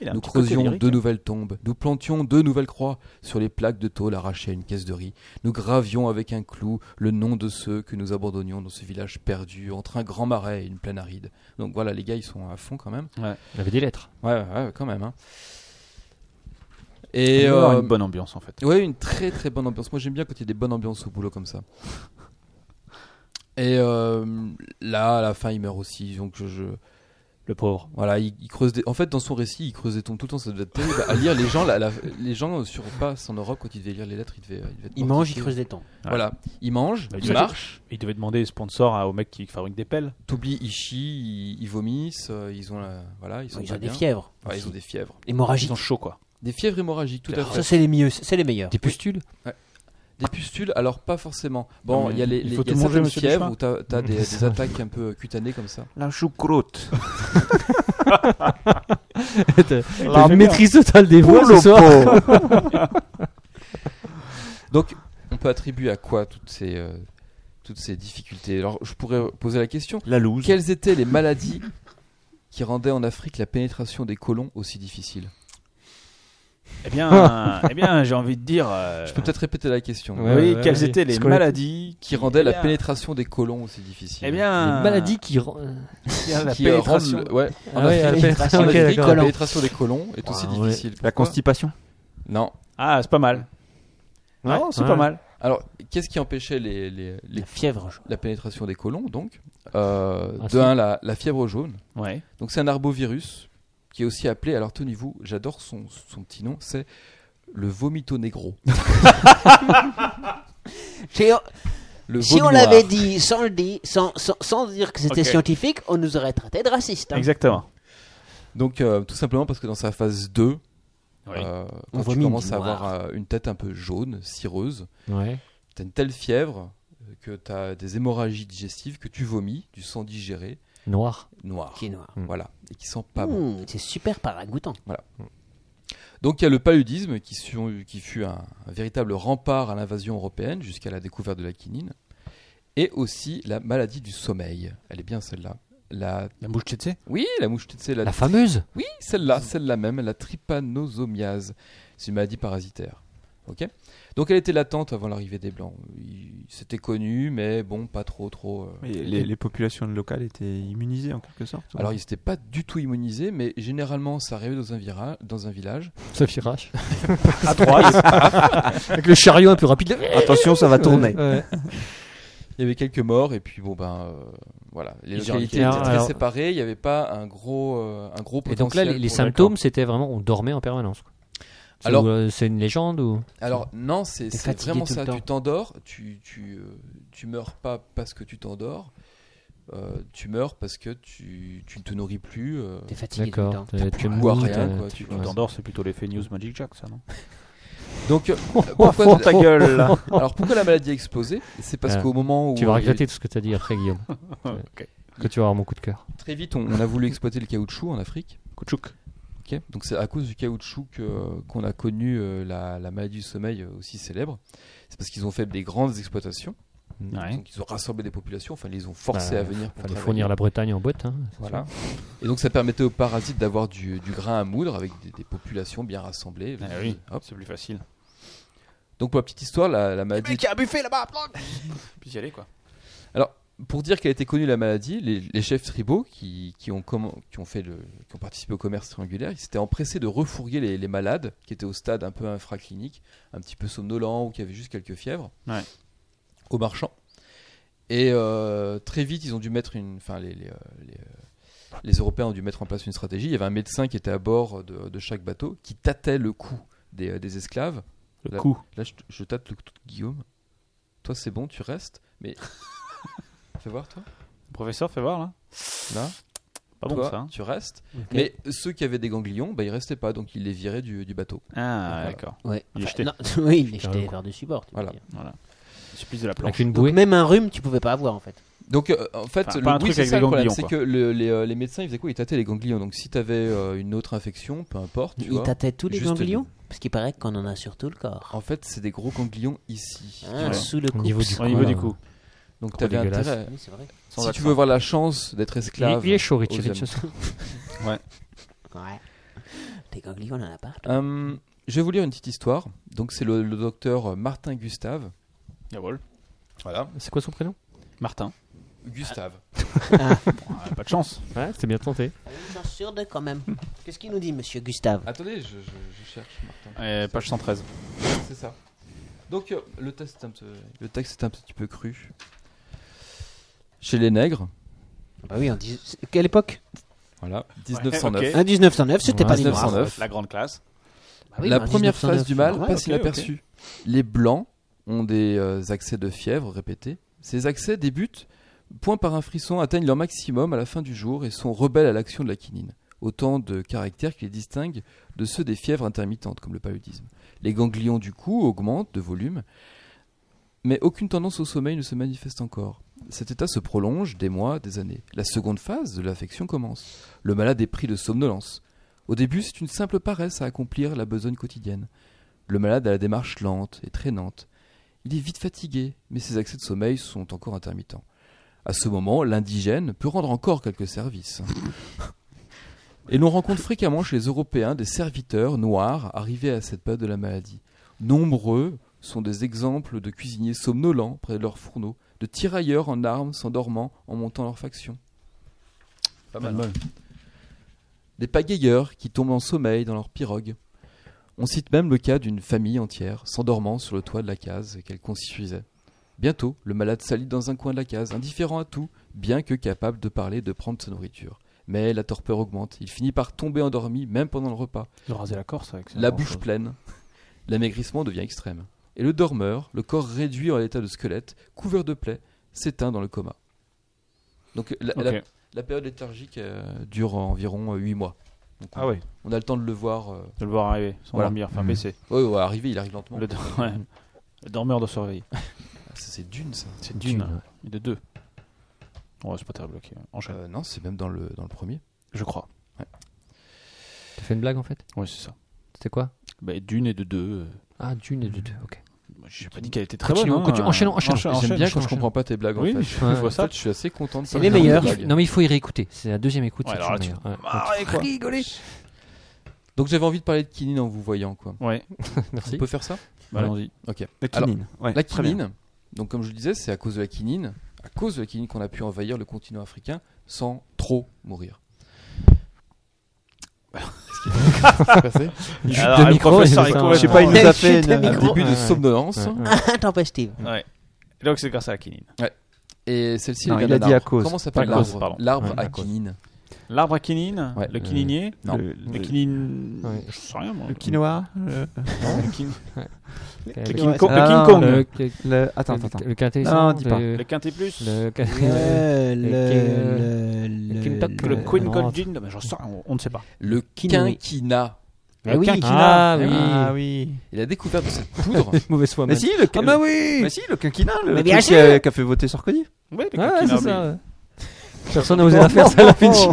Speaker 3: Il a un
Speaker 4: Nous
Speaker 3: petit côté
Speaker 4: creusions
Speaker 3: lyrique,
Speaker 4: deux
Speaker 3: hein.
Speaker 4: nouvelles tombes, nous plantions deux nouvelles croix sur les plaques de tôle arrachées à une caisse de riz. Nous gravions avec un clou le nom de ceux que nous abandonnions dans ce village perdu entre un grand marais et une plaine aride. Donc voilà, les gars, ils sont à fond quand même.
Speaker 8: Il avait des lettres.
Speaker 4: Ouais, ouais, ouais, quand même. hein.
Speaker 3: Il
Speaker 4: Et
Speaker 3: doit avoir
Speaker 4: euh,
Speaker 3: une bonne ambiance en fait.
Speaker 4: ouais, une très très bonne ambiance. Moi, j'aime bien quand il y a des bonnes ambiances au boulot comme ça. Et euh, là, à la fin, il meurt aussi. Donc, je, je-
Speaker 8: Le pauvre.
Speaker 4: voilà, il, il creuse. Des... En fait, dans son récit, il creuse des tombes tout le temps. Ça devait être terrible à lire. Les gens, la- la- les gens sur passe en Europe quand ils devaient lire les lettres, ils devaient. Ils, devaient être
Speaker 7: Il
Speaker 4: mortifiés.
Speaker 7: mange, il creuse des temps.
Speaker 4: Voilà, il mange,
Speaker 3: Bah,
Speaker 4: il,
Speaker 3: il fait-
Speaker 4: marche.
Speaker 3: Il devait demander sponsor à- au mec qui fabrique des pelles.
Speaker 4: T'oublies, il chie, ils, ils vomissent. euh, Ils ont la- voilà, Ah, ils sont
Speaker 7: Ils
Speaker 4: pas
Speaker 7: ont des
Speaker 4: bien.
Speaker 7: fièvres.
Speaker 4: Ouais, ils ont des fièvres.
Speaker 3: Ils
Speaker 7: Hémorragiques.
Speaker 3: sont chauds quoi.
Speaker 4: Des fièvres hémorragiques, tout à fait.
Speaker 7: Ça, c'est les mieux. C'est les meilleurs.
Speaker 8: Des pustules.
Speaker 4: Des pustules, alors pas forcément. Bon,
Speaker 3: Non, mais
Speaker 4: il y a les,
Speaker 3: il
Speaker 4: les-
Speaker 3: faut
Speaker 4: il y a
Speaker 3: tout manger,
Speaker 4: certaines
Speaker 3: monsieur
Speaker 4: fièvres
Speaker 3: Duchemin.
Speaker 4: où t'as as des, des attaques un peu cutanées comme ça.
Speaker 6: La choucroute.
Speaker 8: T'as une maîtrise totale des voix ce soir.
Speaker 6: Polopo.
Speaker 4: Donc, on peut attribuer à quoi toutes ces, euh, toutes ces difficultés Alors, je pourrais poser la question
Speaker 6: La loose.
Speaker 4: quelles étaient les maladies qui rendaient en Afrique la pénétration des colons aussi difficile
Speaker 3: Eh [LAUGHS] bien, eh bien j'ai envie de dire. euh,
Speaker 4: Je peux peut-être répéter la question.
Speaker 8: Ouais,
Speaker 3: oui,
Speaker 8: ouais,
Speaker 3: quelles
Speaker 8: ouais.
Speaker 3: étaient les
Speaker 8: Parce qu'on est-
Speaker 3: maladies
Speaker 4: Qui rendaient
Speaker 3: eh
Speaker 4: la
Speaker 3: bien-
Speaker 4: pénétration des colons aussi difficile
Speaker 3: Eh
Speaker 8: Des
Speaker 3: bien.
Speaker 8: maladies qui. rend-
Speaker 3: eh bien, la
Speaker 4: Qui, euh, rendent
Speaker 3: pénétration.
Speaker 4: le- ouais,
Speaker 8: Ah
Speaker 4: en
Speaker 8: ouais,
Speaker 4: Afrique,
Speaker 8: la pénétration
Speaker 4: en
Speaker 8: des
Speaker 4: Afrique, la
Speaker 8: colons.
Speaker 4: pénétration des colons est aussi
Speaker 8: Ouais, ouais.
Speaker 4: difficile.
Speaker 6: La
Speaker 4: Pourquoi
Speaker 6: constipation.
Speaker 4: Non.
Speaker 3: Ah, c'est pas mal.
Speaker 6: Ah,
Speaker 3: non, c'est
Speaker 8: ouais.
Speaker 3: pas mal.
Speaker 4: Alors, qu'est-ce qui empêchait les- les- les
Speaker 7: La fièvre. je-
Speaker 4: la pénétration des colons, donc. Euh,
Speaker 8: Ah,
Speaker 4: de
Speaker 8: si.
Speaker 4: un, la, la fièvre jaune.
Speaker 3: Ouais.
Speaker 4: Donc, c'est un arbovirus qui est aussi appelé, alors tenez-vous, j'adore son, son petit nom, c'est le
Speaker 7: [LAUGHS]
Speaker 4: vomito negro.
Speaker 7: Si on-
Speaker 4: Le
Speaker 7: si on
Speaker 4: vomi noir.
Speaker 7: l'avait dit sans, le dire- sans, sans, sans dire que c'était
Speaker 3: Ok.
Speaker 7: scientifique, on nous aurait traité de racistes. hein.
Speaker 3: Exactement.
Speaker 4: Donc, euh, tout simplement parce que dans sa phase 2,
Speaker 3: Oui.
Speaker 4: euh,
Speaker 7: On
Speaker 4: quand tu
Speaker 7: vomit
Speaker 4: commences
Speaker 7: du
Speaker 4: à
Speaker 7: noir.
Speaker 4: avoir euh, une tête un peu jaune, cireuse,
Speaker 8: Ouais.
Speaker 4: tu as une telle fièvre euh, que tu as des hémorragies digestives, que tu vomis, du sang digéré,
Speaker 8: Noir.
Speaker 4: noir.
Speaker 7: Qui est noir.
Speaker 4: Voilà, et qui sent pas bon.
Speaker 7: Hmm, c'est super paragoûtant.
Speaker 4: Donc il y a le paludisme qui, su- qui fut un, un véritable rempart à l'invasion européenne jusqu'à la découverte de la quinine. Et aussi la maladie du sommeil. Elle est bien celle-là. La...
Speaker 3: La bouche tu sais.
Speaker 4: Oui, la mouche tu sais, la...
Speaker 8: La fameuse.
Speaker 4: Oui, celle-là, celle-là même, la trypanosomiase. C'est une maladie parasitaire. Ok. Donc elle était latente avant l'arrivée des Blancs. Il- C'était connu, mais bon, pas trop, trop... euh,
Speaker 6: Mais les, les populations locales étaient immunisées en quelque sorte.
Speaker 4: Alors ils n'étaient pas du tout immunisés, mais généralement ça arrivait dans un, vira- dans un village.
Speaker 8: Ça À droite. Avec le chariot un peu rapide.
Speaker 6: Attention, ça va tourner.
Speaker 8: Ouais.
Speaker 4: Il y avait quelques morts et puis bon ben euh, voilà, les
Speaker 8: Ils ont
Speaker 4: localités
Speaker 8: dit-
Speaker 4: étaient
Speaker 8: Alors,
Speaker 4: très
Speaker 8: alors-
Speaker 4: séparées, il n'y avait pas un gros euh, un gros
Speaker 8: Et
Speaker 4: potentiel.
Speaker 8: donc là, les, les
Speaker 4: pour-
Speaker 8: symptômes, c'était vraiment on dormait en permanence. quoi. C'est-
Speaker 4: Alors-
Speaker 8: ou, euh, c'est une légende ou
Speaker 4: Alors non, c'est
Speaker 7: T'es
Speaker 4: c'est
Speaker 7: fatigué
Speaker 4: vraiment
Speaker 7: tout le
Speaker 4: ça.
Speaker 7: temps.
Speaker 4: Tu t'endors, tu tu euh, tu meurs pas parce que tu t'endors. euh, tu meurs parce que tu, tu ne te nourris plus. euh,
Speaker 7: T'es fatigué tout le
Speaker 8: D'accord.
Speaker 7: temps.
Speaker 8: T'as-
Speaker 4: plus
Speaker 8: Tu
Speaker 4: goût à
Speaker 8: mouilles,
Speaker 4: rien,
Speaker 8: t'as-
Speaker 4: quoi,
Speaker 8: tu-
Speaker 4: tu
Speaker 3: euh, Tu t'endors, c'est plutôt l'effet News Magic Jack, ça, non
Speaker 8: [LAUGHS]
Speaker 4: Donc, euh,
Speaker 3: Oh,
Speaker 4: pourquoi, [LAUGHS]
Speaker 3: ta gueule là.
Speaker 4: alors pourquoi la maladie a explosé C'est parce
Speaker 8: Ah.
Speaker 4: qu'au moment où
Speaker 8: Tu vas
Speaker 4: euh,
Speaker 8: regretter tout ce que t'as dit après, Guillaume. Que tu vas avoir mon coup de cœur.
Speaker 4: très vite on, on a voulu exploiter le caoutchouc en Afrique,
Speaker 3: Kouchouk.
Speaker 4: ok donc c'est à cause du caoutchouc que- qu'on a connu euh, la, la maladie du sommeil euh, aussi célèbre. C'est parce qu'ils ont fait des grandes exploitations,
Speaker 3: Ouais.
Speaker 4: donc ils ont rassemblé des populations, enfin ils les ont forcés
Speaker 8: Bah,
Speaker 4: à venir pour
Speaker 8: Fallait
Speaker 4: travailler.
Speaker 8: fournir la Bretagne en boîte. hein, c'est
Speaker 4: Voilà. Et donc ça permettait aux parasites d'avoir du, du grain à moudre avec des, des populations bien rassemblées.
Speaker 3: Ah oui,
Speaker 4: Hop.
Speaker 3: c'est plus facile.
Speaker 4: Donc pour la petite histoire, la, la maladie
Speaker 3: a buffé là-bas, Puis y aller quoi.
Speaker 4: pour dire qu'elle était connue la maladie, les, les chefs tribaux qui, qui ont, comm- qui, ont fait le, qui ont participé au commerce triangulaire, ils s'étaient empressés de refourguer les, les malades qui étaient au stade un peu infraclinique, un petit peu somnolent ou qui avaient juste quelques fièvres,
Speaker 3: Ouais.
Speaker 4: aux marchands. Et euh, très vite, ils ont dû mettre une. Enfin, les, les, euh, les, euh, les Européens ont dû mettre en place une stratégie. Il y avait un médecin qui était à bord de, de chaque bateau qui tâtait le cou des, euh, des esclaves.
Speaker 3: Le
Speaker 4: Là-
Speaker 3: coup.
Speaker 4: Là, je, je tâte le cou de Guillaume. Toi, c'est bon, tu restes. Mais. Fais voir, toi.
Speaker 3: Le professeur, fais voir là.
Speaker 4: Là,
Speaker 3: Pas bon
Speaker 4: toi,
Speaker 3: ça. hein.
Speaker 4: tu restes. Mais ceux qui avaient des ganglions, bah, ils restaient pas, donc ils les viraient du, du bateau.
Speaker 3: Ah, d'accord.
Speaker 7: Ouais.
Speaker 3: Il est jeté.
Speaker 7: non, [LAUGHS] oui, il est
Speaker 8: Carrément.
Speaker 7: jeté par-dessus bord. tu veux
Speaker 4: Voilà.
Speaker 7: dire.
Speaker 3: C'est plus de la
Speaker 8: ça.
Speaker 3: planche.
Speaker 8: Avec une
Speaker 7: Donc,
Speaker 8: bouée.
Speaker 7: même un rhume, tu pouvais pas avoir en fait.
Speaker 4: Donc, euh, en fait,
Speaker 3: Enfin,
Speaker 4: le,
Speaker 3: pas un
Speaker 4: oui,
Speaker 3: truc
Speaker 4: c'est
Speaker 3: avec
Speaker 4: ça
Speaker 3: des
Speaker 4: le problème,
Speaker 3: ganglions,
Speaker 4: c'est
Speaker 3: quoi.
Speaker 4: que le- les, euh, les médecins, ils faisaient quoi Ils tâtaient les ganglions. Donc, si t'avais euh, une autre infection, peu importe. Tu
Speaker 7: Il
Speaker 4: vois,
Speaker 7: tâtait tous les
Speaker 4: Juste
Speaker 7: ganglions
Speaker 4: dit.
Speaker 7: Parce qu'il paraît qu'on en a sur tout le corps.
Speaker 4: en fait, c'est des gros ganglions ici.
Speaker 7: Hein,
Speaker 3: ouais.
Speaker 7: Sous le
Speaker 8: Au
Speaker 7: cou.
Speaker 8: niveau du
Speaker 3: Au niveau
Speaker 8: Voilà.
Speaker 3: du coup.
Speaker 4: Donc,
Speaker 8: Trop
Speaker 4: t'avais
Speaker 8: dégueulasse.
Speaker 4: intérêt.
Speaker 7: Oui, c'est vrai.
Speaker 4: Si tu veux avoir la chance d'être
Speaker 8: Il est-
Speaker 4: esclave.
Speaker 8: il est chaud, Richie.
Speaker 4: aux
Speaker 8: Richie,
Speaker 4: hommes.
Speaker 8: ce soir.
Speaker 7: Ouais. Des ganglions, on en a pas.
Speaker 4: Hum, je vais vous lire une petite histoire. Donc, c'est le, le docteur euh, Martin Gustave.
Speaker 3: Jawohl.
Speaker 4: Voilà.
Speaker 8: C'est quoi son prénom
Speaker 3: Martin.
Speaker 4: Gustave.
Speaker 3: Ah, pas de chance.
Speaker 8: Ouais, c'était bien tenté.
Speaker 7: Une chance sur deux quand même. Qu'est-ce qu'il nous dit, monsieur Gustave
Speaker 4: Attendez, je, je- je cherche Martin. Ah,
Speaker 3: Euh, page 113.
Speaker 4: C'est ça. Donc euh, le, texte est un peu- le texte est un petit peu cru. Chez les nègres,
Speaker 7: Bah oui, en dix- quelle époque
Speaker 4: voilà, 1909.
Speaker 3: ok.
Speaker 7: Un 1909, c'était
Speaker 8: Ouais,
Speaker 7: pas les noirs.
Speaker 4: 1909.
Speaker 3: La grande classe.
Speaker 7: Bah oui,
Speaker 4: la
Speaker 7: mais en
Speaker 4: première
Speaker 7: 1909,
Speaker 4: phase du mal
Speaker 7: c'est
Speaker 4: passe
Speaker 7: normal.
Speaker 5: [LAUGHS]
Speaker 3: ok,
Speaker 4: inaperçue. Les blancs ont des euh, accès de fièvre répétés. Ces accès débutent point par un frisson, atteignent leur maximum à la fin du jour et sont rebelles à l'action de la quinine. Autant de caractères qui les distinguent de ceux des fièvres intermittentes, comme le paludisme. Les ganglions du cou augmentent de volume, mais aucune tendance au sommeil ne se manifeste encore. Cet état se prolonge des mois, des années. La seconde phase de l'affection commence. Le malade est pris de somnolence. Au début, c'est une simple paresse à accomplir la besogne quotidienne. Le malade a la démarche lente et traînante. Il est vite fatigué, mais ses accès de sommeil sont encore intermittents. À ce moment, l'indigène peut rendre encore quelques services. Et l'on rencontre fréquemment chez les Européens des serviteurs noirs arrivés à cette période de la maladie. Nombreux sont des exemples de cuisiniers somnolents près de leurs fourneaux, de tirailleurs en armes s'endormant en montant leur faction. Pas mal. Des pagayeurs qui tombent en sommeil dans leur pirogue. On cite même le cas d'une famille entière s'endormant sur le toit de la case qu'elle constituisait. Bientôt, le malade s'allie dans un coin de la case, indifférent à tout, bien que capable de parler et de prendre sa nourriture. Mais la torpeur augmente, il finit par tomber endormi même pendant le repas,
Speaker 3: Ils ont rasé la Corse avec ça.
Speaker 4: la bouche pleine. L'amaigrissement devient extrême. Et le dormeur, le corps réduit en état de squelette, couvert de plaies, s'éteint dans le coma. Donc la, la-
Speaker 3: Ok.
Speaker 4: la période léthargique euh, dure environ 8 mois. Donc,
Speaker 3: Ah ouais,
Speaker 4: On a le temps de le voir. euh,
Speaker 3: de le voir arriver, sans
Speaker 4: Voilà.
Speaker 3: dormir, enfin
Speaker 6: Mm.
Speaker 3: baisser.
Speaker 4: Ouais, ouais, arriver, il arrive lentement.
Speaker 3: Le, [LAUGHS] dor- ouais. Le dormeur doit surveiller.
Speaker 4: Ah, ça, C'est d'une, ça. Euh,
Speaker 3: C'est d'une. Et de deux. Ouais, c'est pas terrible, ok. Enchaîne.
Speaker 4: Euh, non, c'est même dans le, dans le premier.
Speaker 3: Je crois.
Speaker 8: T'as fait une blague en fait
Speaker 3: Ouais, c'est ça.
Speaker 8: C'était quoi
Speaker 3: Bah, d'une et de deux. euh,
Speaker 8: Ah, d'une et de deux, [LAUGHS] ok.
Speaker 3: moi, J'ai pas dit qu'elle était très
Speaker 8: Continuons,
Speaker 3: bonne.
Speaker 8: continue-
Speaker 3: hein.
Speaker 8: enchaînons, enchaînons.
Speaker 3: Enchaîne,
Speaker 4: J'aime
Speaker 3: enchaîne.
Speaker 4: bien quand je comprends pas tes blagues,
Speaker 3: Oui,
Speaker 4: en fait.
Speaker 3: je je vois
Speaker 4: En
Speaker 3: ça.
Speaker 4: fait, je suis assez content de
Speaker 7: C'est
Speaker 4: pas
Speaker 7: les
Speaker 4: faire de
Speaker 7: meilleurs.
Speaker 4: blagues.
Speaker 8: Non, mais il faut y réécouter. C'est la deuxième écoute.
Speaker 3: Ouais,
Speaker 8: c'est
Speaker 3: alors Ah, là,
Speaker 8: toujours meilleur. Ouais.
Speaker 3: Marrer, quoi.
Speaker 4: Donc j'avais envie de parler de quinine en vous voyant, quoi.
Speaker 3: Ouais,
Speaker 4: On
Speaker 8: Merci.
Speaker 4: peut faire ça
Speaker 3: bah, allons-y.
Speaker 4: Ok.
Speaker 6: La
Speaker 4: Alors,
Speaker 6: quinine. ouais,
Speaker 4: la
Speaker 6: très bien.
Speaker 4: quinine, donc comme je le disais, c'est à cause de la quinine, à cause de la quinine qu'on a pu envahir le continent africain sans trop mourir.
Speaker 8: Une chute
Speaker 3: Alors,
Speaker 8: de
Speaker 3: le
Speaker 8: micro,
Speaker 3: professeur
Speaker 8: c'est
Speaker 3: est
Speaker 8: ça,
Speaker 3: complètement-
Speaker 8: ouais.
Speaker 6: Je sais pas, il nous a fait
Speaker 7: Chute de
Speaker 6: une-
Speaker 4: Un
Speaker 7: micro.
Speaker 4: début
Speaker 8: ouais,
Speaker 4: de
Speaker 8: ouais.
Speaker 4: somnolence.
Speaker 8: Ouais.
Speaker 5: Ah,
Speaker 7: Attends, pas Steve.
Speaker 3: Ouais. Et donc, c'est grâce à la quinine.
Speaker 4: Et celle-ci,
Speaker 6: Non,
Speaker 4: elle
Speaker 6: il
Speaker 4: vient
Speaker 6: a
Speaker 4: d'un
Speaker 6: dit à
Speaker 4: arbre.
Speaker 6: cause.
Speaker 4: Comment s'appelle
Speaker 3: À cause,
Speaker 4: l'arbre
Speaker 3: pardon.
Speaker 4: L'arbre
Speaker 8: Ouais,
Speaker 4: à
Speaker 8: à cause.
Speaker 4: quinine.
Speaker 3: L'arbre à quinine
Speaker 4: Ouais,
Speaker 3: Le
Speaker 4: euh,
Speaker 3: quininier
Speaker 4: non.
Speaker 6: Le-
Speaker 3: Le quinine. Je sais rien, moi.
Speaker 6: Le quinoa le-
Speaker 3: Le quin-
Speaker 8: Le
Speaker 3: King
Speaker 8: King
Speaker 3: Kong-
Speaker 8: Kong.
Speaker 3: King Kong.
Speaker 8: Le King-
Speaker 6: le- Attends, attends, attends.
Speaker 8: Le quintet.
Speaker 6: Non,
Speaker 8: sans,
Speaker 6: dis pas.
Speaker 8: Le
Speaker 3: Le quintet plus
Speaker 8: le quintet.
Speaker 11: Euh,
Speaker 8: le-
Speaker 11: le,
Speaker 8: [LAUGHS] le King
Speaker 5: Ah
Speaker 8: Tuck,
Speaker 3: Que le
Speaker 8: Euh,
Speaker 3: Queen
Speaker 8: non.
Speaker 3: Gold Gin J'en sais rien, on- on ne sait pas.
Speaker 4: Le
Speaker 5: Quinoa.
Speaker 4: quinquina.
Speaker 5: Ah oui.
Speaker 8: Ah oui.
Speaker 6: Ah oui.
Speaker 4: Et la découverte de cette poudre.
Speaker 8: Mauvaise foi.
Speaker 6: Mais
Speaker 8: man.
Speaker 6: si, le,
Speaker 8: Ah bah
Speaker 6: oui. Mais si, le quinquina, le
Speaker 5: Mais
Speaker 6: truc
Speaker 5: bien
Speaker 6: qui a, qui a fait voter Sarkozy. Ah
Speaker 3: Ouais, le
Speaker 8: Ouais, ouais,
Speaker 3: quinquina,
Speaker 8: c'est ça.
Speaker 3: mais-
Speaker 8: ouais. Personne n'a osé la faire, ça la Vinci.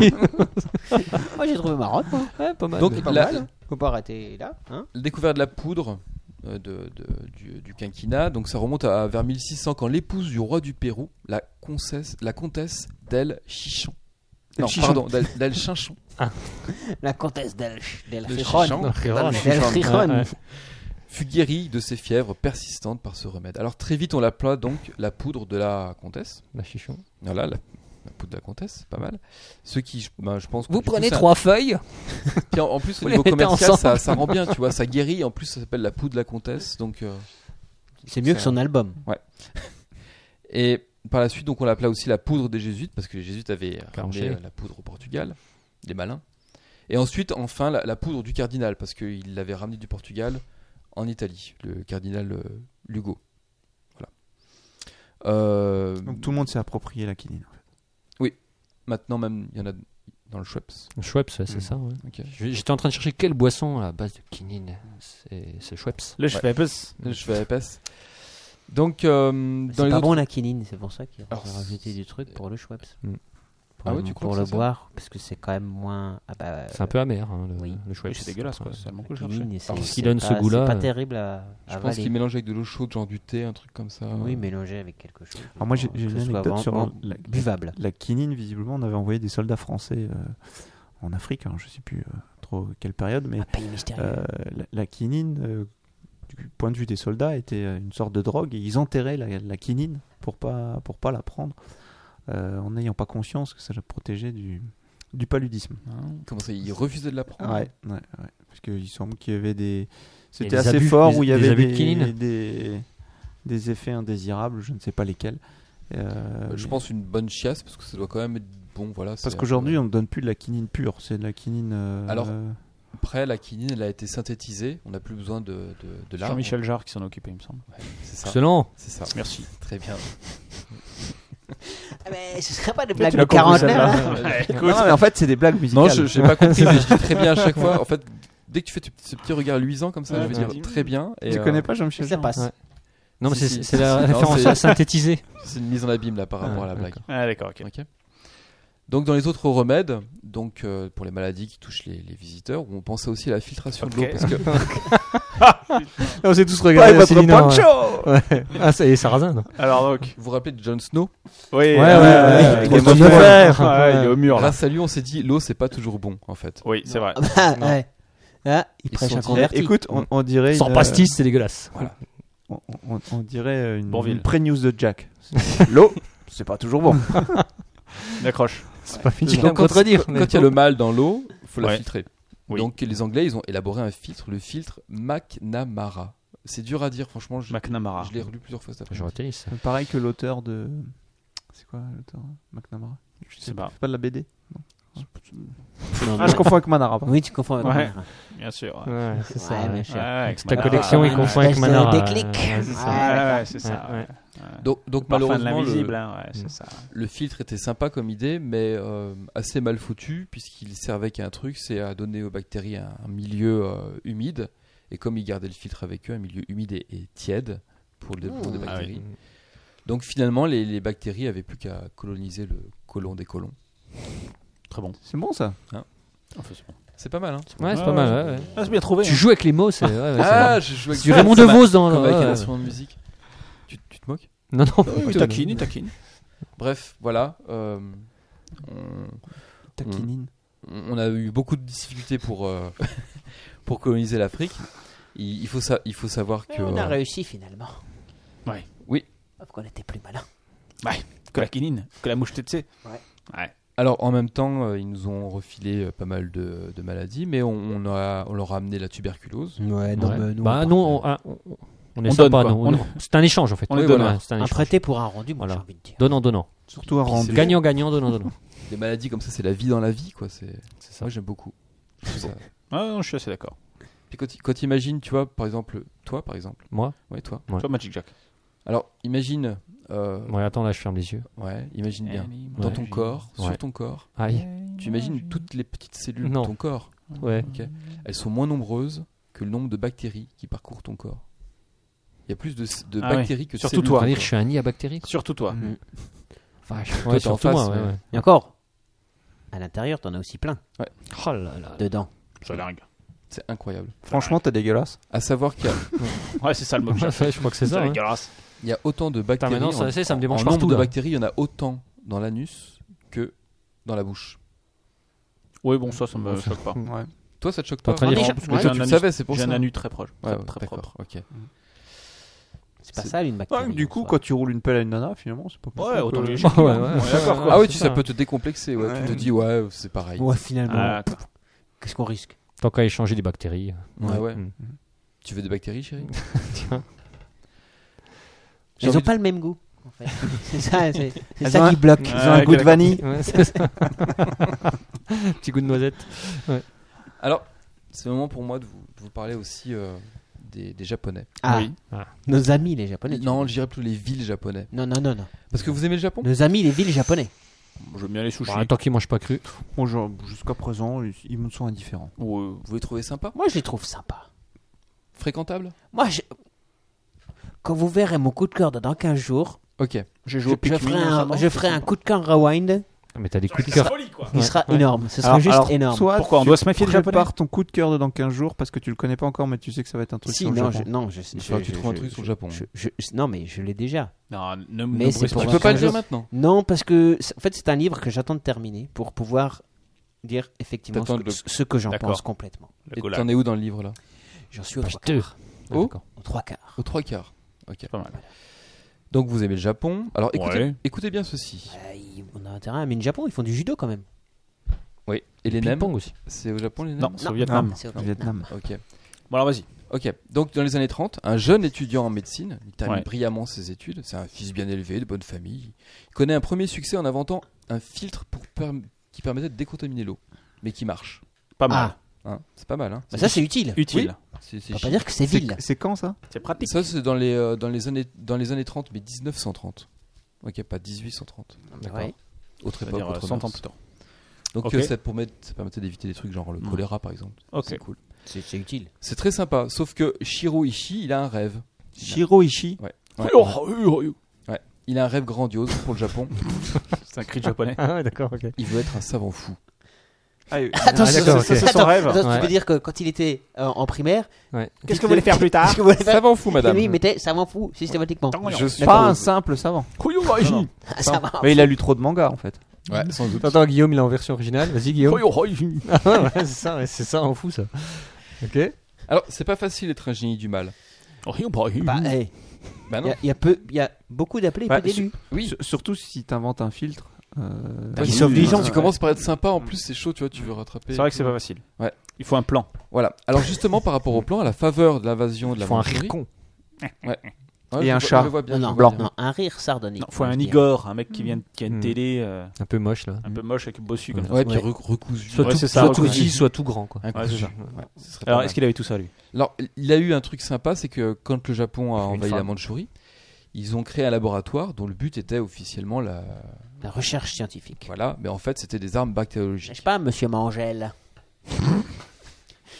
Speaker 5: Moi, j'ai trouvé marrant. moi.
Speaker 8: Ouais, pas mal.
Speaker 4: Donc
Speaker 5: pas
Speaker 4: la,
Speaker 5: mal. Faut pas arrêter là. Hein
Speaker 4: la découverte de la poudre euh, de, de- du, du quinquina, donc ça remonte à vers 1600 quand l'épouse du roi du Pérou, la comtesse, la comtesse d'El Chichon. Non, pardon, d'El d'El Chinchon.
Speaker 5: La comtesse d'El d'El
Speaker 4: Del
Speaker 5: Giron.
Speaker 4: Chichon.
Speaker 5: D'El
Speaker 4: Chichon.
Speaker 5: Giron.
Speaker 8: Ouais, ouais.
Speaker 4: fut guérie de ses fièvres persistantes par ce remède. Alors très vite, on l'appela donc la poudre de la comtesse.
Speaker 8: La chichon.
Speaker 4: Voilà, la, la poudre de la comtesse, pas mal. Ce qui, je, ben, je pense que
Speaker 7: Vous
Speaker 4: du coup,
Speaker 7: prenez
Speaker 4: ça-
Speaker 7: trois feuilles.
Speaker 4: Puis en, en plus,
Speaker 7: Vous
Speaker 4: au
Speaker 7: les
Speaker 4: niveau
Speaker 7: mettez
Speaker 4: commercial,
Speaker 7: ensemble.
Speaker 4: ça, ça rend bien, tu vois, ça guérit. En plus, ça s'appelle la poudre de la comtesse, donc. euh,
Speaker 5: C'est mieux que
Speaker 4: C'est
Speaker 5: son album.
Speaker 4: Et par la suite, donc, on l'appela aussi la poudre des jésuites, parce que les jésuites avaient ramené
Speaker 8: Enchaîné.
Speaker 4: euh, la poudre au Portugal, des malins. Et ensuite, enfin, la, la poudre du cardinal, parce qu'il l'avait ramenée du Portugal en Italie, le cardinal euh, Lugo. Voilà. Euh,
Speaker 6: Donc tout le monde s'est approprié la quinine.
Speaker 4: maintenant, même, il y en a dans le Schweppes.
Speaker 8: Schweppes, ouais, c'est ça. ouais.
Speaker 4: Ok.
Speaker 8: J- Hmm. J'étais en train de chercher quelle boisson à la base de quinine. C'est c'est Schweppes.
Speaker 3: Le Schweppes.
Speaker 4: Le Schweppes. Donc, euh, dans
Speaker 5: C'est
Speaker 4: les
Speaker 5: pas
Speaker 4: autres-
Speaker 5: bon la quinine, c'est pour ça qu'il a
Speaker 4: Alors,
Speaker 5: rajouté
Speaker 4: c'est-
Speaker 5: du truc pour le Schweppes.
Speaker 4: Hmm.
Speaker 5: Pour,
Speaker 4: Ah
Speaker 5: le-
Speaker 4: ouais, tu crois
Speaker 5: pour
Speaker 4: que
Speaker 5: le
Speaker 4: c'est ça
Speaker 5: boire, parce que c'est quand même moins. Ah bah,
Speaker 8: C'est un peu amer, hein, le,
Speaker 5: oui.
Speaker 8: le Schweppes.
Speaker 3: C'est dégueulasse, quoi. C'est tellement
Speaker 5: la
Speaker 3: cool, je cherchais.
Speaker 5: quinine, c'est-
Speaker 4: Alors,
Speaker 8: ce qui
Speaker 5: c'est
Speaker 8: donne
Speaker 5: pas-
Speaker 8: ce goût-là,
Speaker 5: C'est pas
Speaker 8: euh,
Speaker 5: terrible à
Speaker 4: je pense
Speaker 5: avaler.
Speaker 4: qu'il mélange avec de l'eau chaude, genre du thé, un truc comme ça.
Speaker 5: Ah, Oui, mélangé avec quelque chose.
Speaker 6: Alors moi j'ai
Speaker 5: pour
Speaker 6: j'ai
Speaker 5: que
Speaker 6: une
Speaker 5: ce soit
Speaker 6: anecdote sur
Speaker 5: vraiment
Speaker 6: la,
Speaker 5: Buvable.
Speaker 6: la quinine. Visiblement, on avait envoyé des soldats français euh, en Afrique. hein, je sais plus euh, trop quelle période, mais
Speaker 5: Un pays Ah, mystérieux.
Speaker 6: euh, la, la quinine, euh, du point de vue des soldats, était euh, une sorte de drogue et ils enterraient la, la quinine pour pas pour pas la prendre, euh, en n'ayant pas conscience que ça la protégeait du du paludisme.
Speaker 4: Comment ça, il refusait de la prendre
Speaker 6: Ouais, ouais, ouais. Parce qu'il semble qu'il y avait des.
Speaker 8: des
Speaker 6: C'était assez
Speaker 8: abus,
Speaker 6: fort
Speaker 8: des-
Speaker 6: où il y
Speaker 8: des
Speaker 6: avait
Speaker 8: abus de
Speaker 6: des,
Speaker 8: quinine.
Speaker 6: des- des effets indésirables, je ne sais pas lesquels. Euh,
Speaker 4: Euh, Je
Speaker 6: mais-
Speaker 4: pense une bonne chiasse parce que ça doit quand même être bon. Voilà, c'est
Speaker 6: Parce
Speaker 4: un
Speaker 6: qu'aujourd'hui,
Speaker 3: euh,
Speaker 6: on ne donne plus de la quinine pure, c'est de la quinine. euh,
Speaker 4: Alors,
Speaker 6: euh,
Speaker 4: peu- Après, la quinine, elle a été synthétisée. On n'a plus besoin de, de, de l'arbre.
Speaker 3: Jean-Michel Jarre qui s'en occupe, il me semble.
Speaker 4: C'est ça.
Speaker 8: Excellent. [LAUGHS]
Speaker 4: C'est ça.
Speaker 3: Merci.
Speaker 4: Très bien.
Speaker 5: Ah, mais ce serait pas des blagues
Speaker 3: tu
Speaker 5: de
Speaker 3: l'as compris,
Speaker 5: quarantaine
Speaker 3: celle-là.
Speaker 5: hein
Speaker 6: Non, non, mais en fait, c'est des blagues musicales.
Speaker 4: Non, je
Speaker 3: [LAUGHS]
Speaker 4: j'ai pas compris, mais je dis très bien à chaque fois. En fait, dès que tu fais tu- ce petit regard luisant comme ça,
Speaker 3: Ouais,
Speaker 4: je vais
Speaker 3: ouais.
Speaker 4: dire très bien. Et
Speaker 6: Tu
Speaker 4: euh,
Speaker 6: connais pas Jean-Michel
Speaker 5: Ça
Speaker 6: Jarre
Speaker 5: passe.
Speaker 8: Ouais. Non, mais
Speaker 4: Si,
Speaker 8: c'est
Speaker 4: si,
Speaker 8: c'est
Speaker 4: si,
Speaker 8: la
Speaker 4: si. Non,
Speaker 8: référence
Speaker 4: c'est-
Speaker 8: synthétisée.
Speaker 4: C'est une mise en abîme là par rapport à la blague.
Speaker 3: Ah, d'accord, ok.
Speaker 4: Ok. Donc dans les autres remèdes, donc euh, pour les maladies qui touchent les, les visiteurs, on pensait aussi à la filtration de l'eau
Speaker 3: Ok.
Speaker 4: parce que
Speaker 8: On s'est tous
Speaker 6: regardés la Céline, hein.
Speaker 8: Ah, c'est Sarrazin. non
Speaker 3: Alors donc.
Speaker 4: vous vous rappelez de Jon Snow
Speaker 3: Oui, euh,
Speaker 8: ouais, ouais,
Speaker 6: ouais,
Speaker 3: il
Speaker 6: ouais,
Speaker 3: est au
Speaker 6: ouais.
Speaker 3: mur. Ouais, il est au mur là.
Speaker 4: Grâce à lui, on s'est dit l'eau c'est pas toujours bon en fait.
Speaker 3: Oui, c'est
Speaker 7: [LAUGHS]
Speaker 3: vrai.
Speaker 5: Ah, bah, ouais. Ah, il
Speaker 4: Ils
Speaker 5: prêche
Speaker 4: sont
Speaker 5: un
Speaker 4: dit,
Speaker 5: converti.
Speaker 6: Écoute, on, on dirait.
Speaker 8: Sans
Speaker 6: une,
Speaker 8: pastis, c'est dégueulasse.
Speaker 6: euh, On, on- on dirait une,
Speaker 3: Bourvil.
Speaker 6: une pré-news de Jack. [LAUGHS] L'eau, c'est pas toujours bon.
Speaker 3: [LAUGHS] D'accroche.
Speaker 8: C'est pas fini.
Speaker 4: Donc, quand- Quand il y a le mal dans l'eau, faut
Speaker 3: Ouais.
Speaker 4: la filtrer.
Speaker 3: Oui.
Speaker 4: Donc les Anglais, ils ont élaboré un filtre, le filtre McNamara. C'est dur à dire, franchement. Je,
Speaker 3: McNamara.
Speaker 4: je l'ai relu plusieurs fois cet après-midi.
Speaker 8: J'aurais tennis.
Speaker 6: Pareil que l'auteur de. C'est quoi l'auteur McNamara
Speaker 3: Je sais pas.
Speaker 6: C'est pas de la BD
Speaker 5: Non,
Speaker 6: Ah,
Speaker 5: mais-
Speaker 6: je confonds avec Manara. pardon.
Speaker 5: Oui, tu confonds avec
Speaker 3: Ouais.
Speaker 5: ma mère.
Speaker 3: Bien sûr. ouais.
Speaker 8: Ouais, c'est ça.
Speaker 5: Ouais,
Speaker 8: ouais.
Speaker 5: bien sûr.
Speaker 3: Ouais, avec
Speaker 8: C'est ta
Speaker 3: Manara.
Speaker 8: collection, il
Speaker 3: Ouais,
Speaker 8: confond
Speaker 3: ouais,
Speaker 8: avec
Speaker 5: espèce de
Speaker 8: Manara.
Speaker 5: déclic.
Speaker 8: Ouais, c'est ça.
Speaker 3: Ouais, ouais, c'est ça.
Speaker 8: Ouais, ouais.
Speaker 3: ouais.
Speaker 4: Donc, donc
Speaker 3: Parfum de
Speaker 4: malheureusement,
Speaker 3: l'invisible,
Speaker 4: le,
Speaker 3: hein, ouais, c'est ça.
Speaker 4: le filtre était sympa comme idée, mais euh, assez mal foutu, puisqu'il servait qu'à un truc, c'est à donner aux bactéries un, un milieu euh, humide. Et comme ils gardaient le filtre avec eux, un milieu humide et, et tiède pour le développement des
Speaker 3: Ah
Speaker 5: Mmh.
Speaker 4: bactéries. Donc finalement, les, les bactéries avaient plus qu'à coloniser le colon des colons.
Speaker 3: Très bon.
Speaker 6: C'est bon ça
Speaker 4: C'est pas mal, hein
Speaker 8: Ouais, c'est pas mal. ouais, ouais.
Speaker 3: Ah, c'est bien trouvé.
Speaker 8: Tu joues avec les mots, c'est. ouais, ouais, c'est-
Speaker 4: Ah, je joue
Speaker 8: C'est du Raymond DeVos dans.
Speaker 4: Comme
Speaker 8: ouais,
Speaker 4: avec un
Speaker 8: ouais.
Speaker 4: instrument de musique. Tu, tu te moques
Speaker 8: Non, non.
Speaker 3: Il taquine, il taquine.
Speaker 4: Bref, voilà. euh, on,
Speaker 6: Ta
Speaker 3: Mm.
Speaker 6: quinine.
Speaker 4: on a eu beaucoup de difficultés pour, euh, [LAUGHS] pour coloniser l'Afrique. Il, il faut sa- il faut savoir
Speaker 5: Mais
Speaker 4: que.
Speaker 5: on a
Speaker 4: euh,
Speaker 5: réussi finalement.
Speaker 3: Ouais.
Speaker 4: Oui.
Speaker 5: Sauf qu'on était plus malin.
Speaker 3: Que la quinine, que la mouche tsetse.
Speaker 4: alors, en même temps, euh, ils nous ont refilé euh, pas mal de, de maladies, mais on, on a, on leur a amené la tuberculose.
Speaker 5: Ouais,
Speaker 8: Ouais. Bah, nous, on, ah, on- on- on est
Speaker 3: On
Speaker 8: sympa,
Speaker 3: donne,
Speaker 8: nous.
Speaker 3: quoi.
Speaker 8: On- C'est un échange, en fait.
Speaker 3: On les
Speaker 8: Oui,
Speaker 3: donne,
Speaker 8: voilà,
Speaker 3: hein.
Speaker 8: C'est un
Speaker 5: Un
Speaker 8: échange.
Speaker 5: prêté pour un rendu, moi
Speaker 8: Voilà.
Speaker 5: j'ai envie de dire.
Speaker 8: Donnant, donnant.
Speaker 6: Surtout à rendre.
Speaker 8: Gagnant, gagnant, donnant, donnant.
Speaker 4: des maladies comme ça, c'est la vie dans la vie, quoi. C'est ça. Moi, j'aime beaucoup. Ça-
Speaker 3: Ah non, je suis assez d'accord.
Speaker 4: Puis quand, quand imagines, tu vois, par exemple, toi, par exemple.
Speaker 8: Moi
Speaker 4: Ouais, toi.
Speaker 8: Ouais.
Speaker 3: Toi, Magic Jack.
Speaker 4: Alors, imagine. euh,
Speaker 8: Ouais, attends, là, je ferme les yeux.
Speaker 4: ouais, imagine bien.
Speaker 3: Imagine.
Speaker 4: Dans ton corps,
Speaker 8: Ouais.
Speaker 4: sur ton corps.
Speaker 8: Aïe.
Speaker 4: Tu imagines toutes les petites cellules
Speaker 8: Non.
Speaker 4: de ton corps.
Speaker 8: Ouais.
Speaker 4: ok Elles sont moins nombreuses que le nombre de bactéries qui parcourent ton corps. Il y a plus de, de
Speaker 3: Ah ouais.
Speaker 4: bactéries que de
Speaker 3: Surtout
Speaker 4: cellules
Speaker 3: toi.
Speaker 4: dans ton
Speaker 8: C'est-à-dire que je suis un nid à bactéries. quoi.
Speaker 3: Surtout toi.
Speaker 8: Vache.
Speaker 4: Toi,
Speaker 8: Ouais,
Speaker 4: t'es en
Speaker 8: surtout moi,
Speaker 4: face,
Speaker 8: ouais,
Speaker 4: mais-
Speaker 8: ouais.
Speaker 7: Et encore, à l'intérieur, t'en as aussi plein.
Speaker 8: Oh là là.
Speaker 7: Dedans.
Speaker 3: C'est dingue.
Speaker 4: corps. C'est incroyable.
Speaker 6: Franchement, t'es dégueulasse.
Speaker 4: À savoir qu'il y a,
Speaker 3: Ouais, c'est ça le mot.
Speaker 8: Ouais, je crois que [LAUGHS] c'est ça. hein.
Speaker 3: dégueulasse.
Speaker 4: il y a autant de bactéries.
Speaker 8: maintenant, ça,
Speaker 4: en-
Speaker 8: c'est- ça me
Speaker 4: en
Speaker 8: démange
Speaker 4: nombre
Speaker 8: partout,
Speaker 4: de
Speaker 8: là.
Speaker 4: bactéries, il y en a autant dans l'anus que dans la bouche.
Speaker 3: Oui, bon, ça, ça me choque pas.
Speaker 6: Ouais.
Speaker 4: Toi, ça te choque
Speaker 8: T'es
Speaker 4: pas
Speaker 8: en train de
Speaker 4: vraiment
Speaker 8: dire-
Speaker 4: Parce que
Speaker 3: Ouais.
Speaker 4: toi,
Speaker 3: J'ai
Speaker 4: tu
Speaker 3: un
Speaker 4: le
Speaker 3: anus-
Speaker 4: savais, c'est pour
Speaker 3: J'ai
Speaker 4: ça.
Speaker 3: un anus très proche.
Speaker 4: Ouais, ouais,
Speaker 3: très propre.
Speaker 4: d'accord, ok.
Speaker 7: C'est pas ça, une bactérie.
Speaker 6: du coup,
Speaker 7: en
Speaker 6: quand tu roules une pelle à une nana, finalement, c'est pas
Speaker 3: Ouais, autant les
Speaker 8: Ouais, ouais, ouais.
Speaker 3: d'accord, quoi.
Speaker 4: Ah oui, tu
Speaker 8: c'est
Speaker 4: sais, ça
Speaker 8: ça.
Speaker 4: peut te décomplexer. Ouais.
Speaker 6: Ouais.
Speaker 4: Tu te dis, ouais, c'est pareil.
Speaker 7: soi. Ouais, finalement.
Speaker 3: Ah,
Speaker 7: Qu'est-ce qu'on risque
Speaker 8: Tant qu'à échanger des bactéries.
Speaker 4: Ouais, ouais.
Speaker 8: Mm.
Speaker 4: Tu veux des bactéries, chérie J'ai
Speaker 7: Ils ont
Speaker 4: envie de-
Speaker 7: pas le même goût, en fait. c'est ça, c'est c'est
Speaker 6: Elles
Speaker 7: ça
Speaker 6: ont
Speaker 7: qui
Speaker 6: un-
Speaker 7: bloque.
Speaker 6: Ils ont un goût de vanille.
Speaker 8: Ouais, c'est ça. [LAUGHS] Petit goût de noisette.
Speaker 4: Alors, c'est le moment pour moi de vous, de vous parler aussi euh, des, des Japonais.
Speaker 7: Ah,
Speaker 8: Oui. Ah.
Speaker 7: nos amis les japonais. tu
Speaker 4: Non,
Speaker 7: veux
Speaker 4: je dirais plus les villes japonais.
Speaker 7: dire. non, non, non, non.
Speaker 4: Parce que vous aimez le Japon
Speaker 7: Nos amis les villes japonais.
Speaker 3: J'aime bien les sushis.
Speaker 8: Bah, tant qu'ils mangent pas cru.
Speaker 6: Bonjour, jusqu'à présent, ils- ils me sont indifférents.
Speaker 3: Ouais.
Speaker 4: Vous les trouvez sympas
Speaker 7: Moi, je les trouve sympas.
Speaker 4: Fréquentables
Speaker 7: Moi, je... quand vous verrez mon coup de cœur dans 15 jours,
Speaker 4: Ok.
Speaker 7: je,
Speaker 3: joue au
Speaker 7: je
Speaker 3: Pikmin
Speaker 7: ferai, un,
Speaker 3: récemment,
Speaker 7: je ferai un coup de cœur rewind.
Speaker 8: Ah, Mais t'as des coups de cœur.
Speaker 7: Il
Speaker 8: Ouais,
Speaker 7: sera
Speaker 8: ouais.
Speaker 7: énorme. Ce sera juste énorme.
Speaker 6: Soit
Speaker 3: Pourquoi On
Speaker 6: tu
Speaker 3: doit se méfier des japonais
Speaker 6: prépares ton coup de cœur de dans 15 jours parce que tu le connais pas encore, mais tu sais que ça va être un truc
Speaker 7: Si,
Speaker 6: sur le
Speaker 7: non, je,
Speaker 6: Japon.
Speaker 7: non, je, je,
Speaker 4: Il faudra que tu
Speaker 7: je-
Speaker 4: trouves un
Speaker 7: je-
Speaker 4: truc sur le
Speaker 7: je-
Speaker 4: Japon.
Speaker 7: je- je- je- non, mais je l'ai déjà.
Speaker 3: Non, ne
Speaker 7: Mais
Speaker 3: ne
Speaker 7: c'est
Speaker 3: brise
Speaker 7: pour
Speaker 4: Tu
Speaker 7: un
Speaker 3: pas.
Speaker 4: peux pas le
Speaker 7: quinze
Speaker 4: dire
Speaker 7: jours.
Speaker 4: maintenant
Speaker 7: Non, parce que c'est- en fait, c'est un livre que j'attends de terminer pour pouvoir dire effectivement ce
Speaker 4: T'attends
Speaker 7: que,
Speaker 4: le-
Speaker 7: ce que j'en
Speaker 3: D'accord.
Speaker 7: pense complètement.
Speaker 4: Et
Speaker 3: Le Golan.
Speaker 4: T'en es où dans le livre là
Speaker 7: J'en suis au trois
Speaker 8: Putain.
Speaker 7: quarts.
Speaker 4: Oh.
Speaker 8: D'accord.
Speaker 7: Au trois quarts.
Speaker 4: Aux trois quarts. Ok.
Speaker 3: Pas mal.
Speaker 4: Donc vous aimez le Japon. Alors écoutez,
Speaker 3: Ouais.
Speaker 4: écoutez bien ceci.
Speaker 7: Euh, il- on a intérêt à amener le Japon. Ils font du judo quand même.
Speaker 4: Oui. Et les nems
Speaker 8: Ping-pong aussi.
Speaker 4: C'est au Japon les nems
Speaker 3: Non, c'est au Vietnam.
Speaker 7: C'est au
Speaker 6: Au Vietnam.
Speaker 4: Ok.
Speaker 3: Bon, alors vas-y.
Speaker 4: Ok, donc dans les années 30, un jeune étudiant en médecine, il termine
Speaker 3: Ouais.
Speaker 4: brillamment ses études, c'est un fils bien élevé, de bonne famille, il connaît un premier succès en inventant un filtre pour perm- qui permettait de décontaminer l'eau, mais qui marche.
Speaker 3: Pas mal.
Speaker 4: Hein, c'est pas mal, hein
Speaker 7: Bah, ça, c'est utile.
Speaker 3: Utile.
Speaker 4: C'est- c'est
Speaker 7: On va
Speaker 4: chic.
Speaker 7: pas dire que c'est
Speaker 6: C'est-
Speaker 7: vil.
Speaker 6: C'est quand ça
Speaker 3: C'est pratique.
Speaker 4: Ça, c'est dans les, euh, dans, les années, dans les années 30, mais 1930. Ok, pas 1830.
Speaker 7: Ouais.
Speaker 4: Autre époque,
Speaker 3: C'est-à-dire euh,
Speaker 4: autre
Speaker 3: 100 ans
Speaker 4: mœurs.
Speaker 3: plus tard.
Speaker 4: Donc
Speaker 3: Ok.
Speaker 4: euh, ça, permet- ça permettait d'éviter des trucs genre le
Speaker 3: Mm.
Speaker 4: choléra, par exemple.
Speaker 3: Ok.
Speaker 4: C'est cool.
Speaker 7: C'est c'est utile.
Speaker 4: C'est très sympa, sauf que Shiro Ishii, il a un rêve.
Speaker 6: Shiroishi.
Speaker 4: Ouais.
Speaker 3: Oh,
Speaker 4: Il a un rêve grandiose pour le Japon.
Speaker 3: [LAUGHS] C'est un cri de japonais.
Speaker 8: Ah ouais, d'accord, ok.
Speaker 4: Il veut être un savant fou.
Speaker 7: Attends,
Speaker 8: Ah,
Speaker 7: c'est-
Speaker 8: d'accord,
Speaker 7: c'est-
Speaker 8: ok.
Speaker 7: c'est
Speaker 3: son
Speaker 7: attends,
Speaker 3: rêve.
Speaker 7: attends,
Speaker 8: Ouais.
Speaker 7: tu veux dire que quand il était euh, en primaire,
Speaker 8: Ouais.
Speaker 3: Qu'est-ce que vous voulez faire plus tard
Speaker 7: qu'est-ce que vous voulez faire
Speaker 4: Savant fou, madame.
Speaker 7: Lui, il mettait ça m'en fout systématiquement.
Speaker 3: Je suis
Speaker 6: Pas un simple savant.
Speaker 3: Koyoraiji.
Speaker 7: Ah, [LAUGHS] ça va.
Speaker 6: Mais il a lu trop de mangas en fait.
Speaker 4: Ouais, sans doute.
Speaker 8: Attends, Guillaume, il est en version originale. Vas-y, Guillaume.
Speaker 3: Koyoraiji.
Speaker 8: [LAUGHS] Ah ouais, ouais, c'est ça, ouais, c'est ça, on fout ça. Ok.
Speaker 4: Alors, c'est pas facile d'être un génie du mal.
Speaker 7: Bah, eh,
Speaker 4: Bah
Speaker 7: il y
Speaker 4: non.
Speaker 7: a- il y, a peu- il y a beaucoup d'appelés et
Speaker 6: Bah,
Speaker 7: peu d'élus.
Speaker 4: Oui.
Speaker 6: S- Surtout si t'inventes un filtre. euh,
Speaker 4: Toi,
Speaker 6: qui
Speaker 4: tu-
Speaker 6: sauve des
Speaker 4: tu-
Speaker 6: gens.
Speaker 4: Tu commences par être sympa, en plus c'est chaud, tu vois, tu veux rattraper.
Speaker 3: C'est vrai que c'est pas facile.
Speaker 4: Ouais.
Speaker 3: Il faut un plan.
Speaker 4: Voilà. Alors justement, par rapport au plan, à la faveur de l'invasion de
Speaker 8: Il
Speaker 4: la
Speaker 8: faut un
Speaker 4: Manchurie-
Speaker 8: rire con.
Speaker 4: Ouais,
Speaker 6: Et
Speaker 4: je
Speaker 6: un
Speaker 4: le vois-
Speaker 6: chat.
Speaker 4: je le vois
Speaker 3: Ah
Speaker 4: bien,
Speaker 7: Non,
Speaker 4: je
Speaker 7: non,
Speaker 4: le vois bien.
Speaker 7: non, un rire sardonique.
Speaker 3: Non, faut
Speaker 7: je
Speaker 3: un
Speaker 7: veux dire.
Speaker 3: Igor, un mec qui vient de, qui a une
Speaker 8: Mm.
Speaker 3: télé euh,
Speaker 8: Un peu moche, là.
Speaker 3: un peu moche avec bossu comme ça.
Speaker 4: Ouais, puis
Speaker 7: Ouais.
Speaker 4: rec- recousu.
Speaker 3: Soit
Speaker 4: Ouais,
Speaker 3: tout-
Speaker 4: c'est
Speaker 3: soit
Speaker 4: ça,
Speaker 3: tout
Speaker 4: recousu.
Speaker 3: petit,
Speaker 8: soit tout grand, quoi.
Speaker 4: Un
Speaker 3: Ouais,
Speaker 4: cousu.
Speaker 3: c'est ça.
Speaker 4: Ouais, ce serait pas
Speaker 3: Alors,
Speaker 4: mal.
Speaker 3: est-ce qu'il avait tout ça lui
Speaker 4: Alors, il a eu un truc sympa, c'est que quand le Japon a
Speaker 8: Une
Speaker 4: envahi
Speaker 8: femme.
Speaker 4: la Mandchourie, ils ont créé un laboratoire dont le but était officiellement la.
Speaker 7: La recherche scientifique.
Speaker 4: Voilà, mais en fait c'était des armes
Speaker 7: Je sais
Speaker 4: bactériologiques.
Speaker 7: pas, monsieur Mangel. [LAUGHS]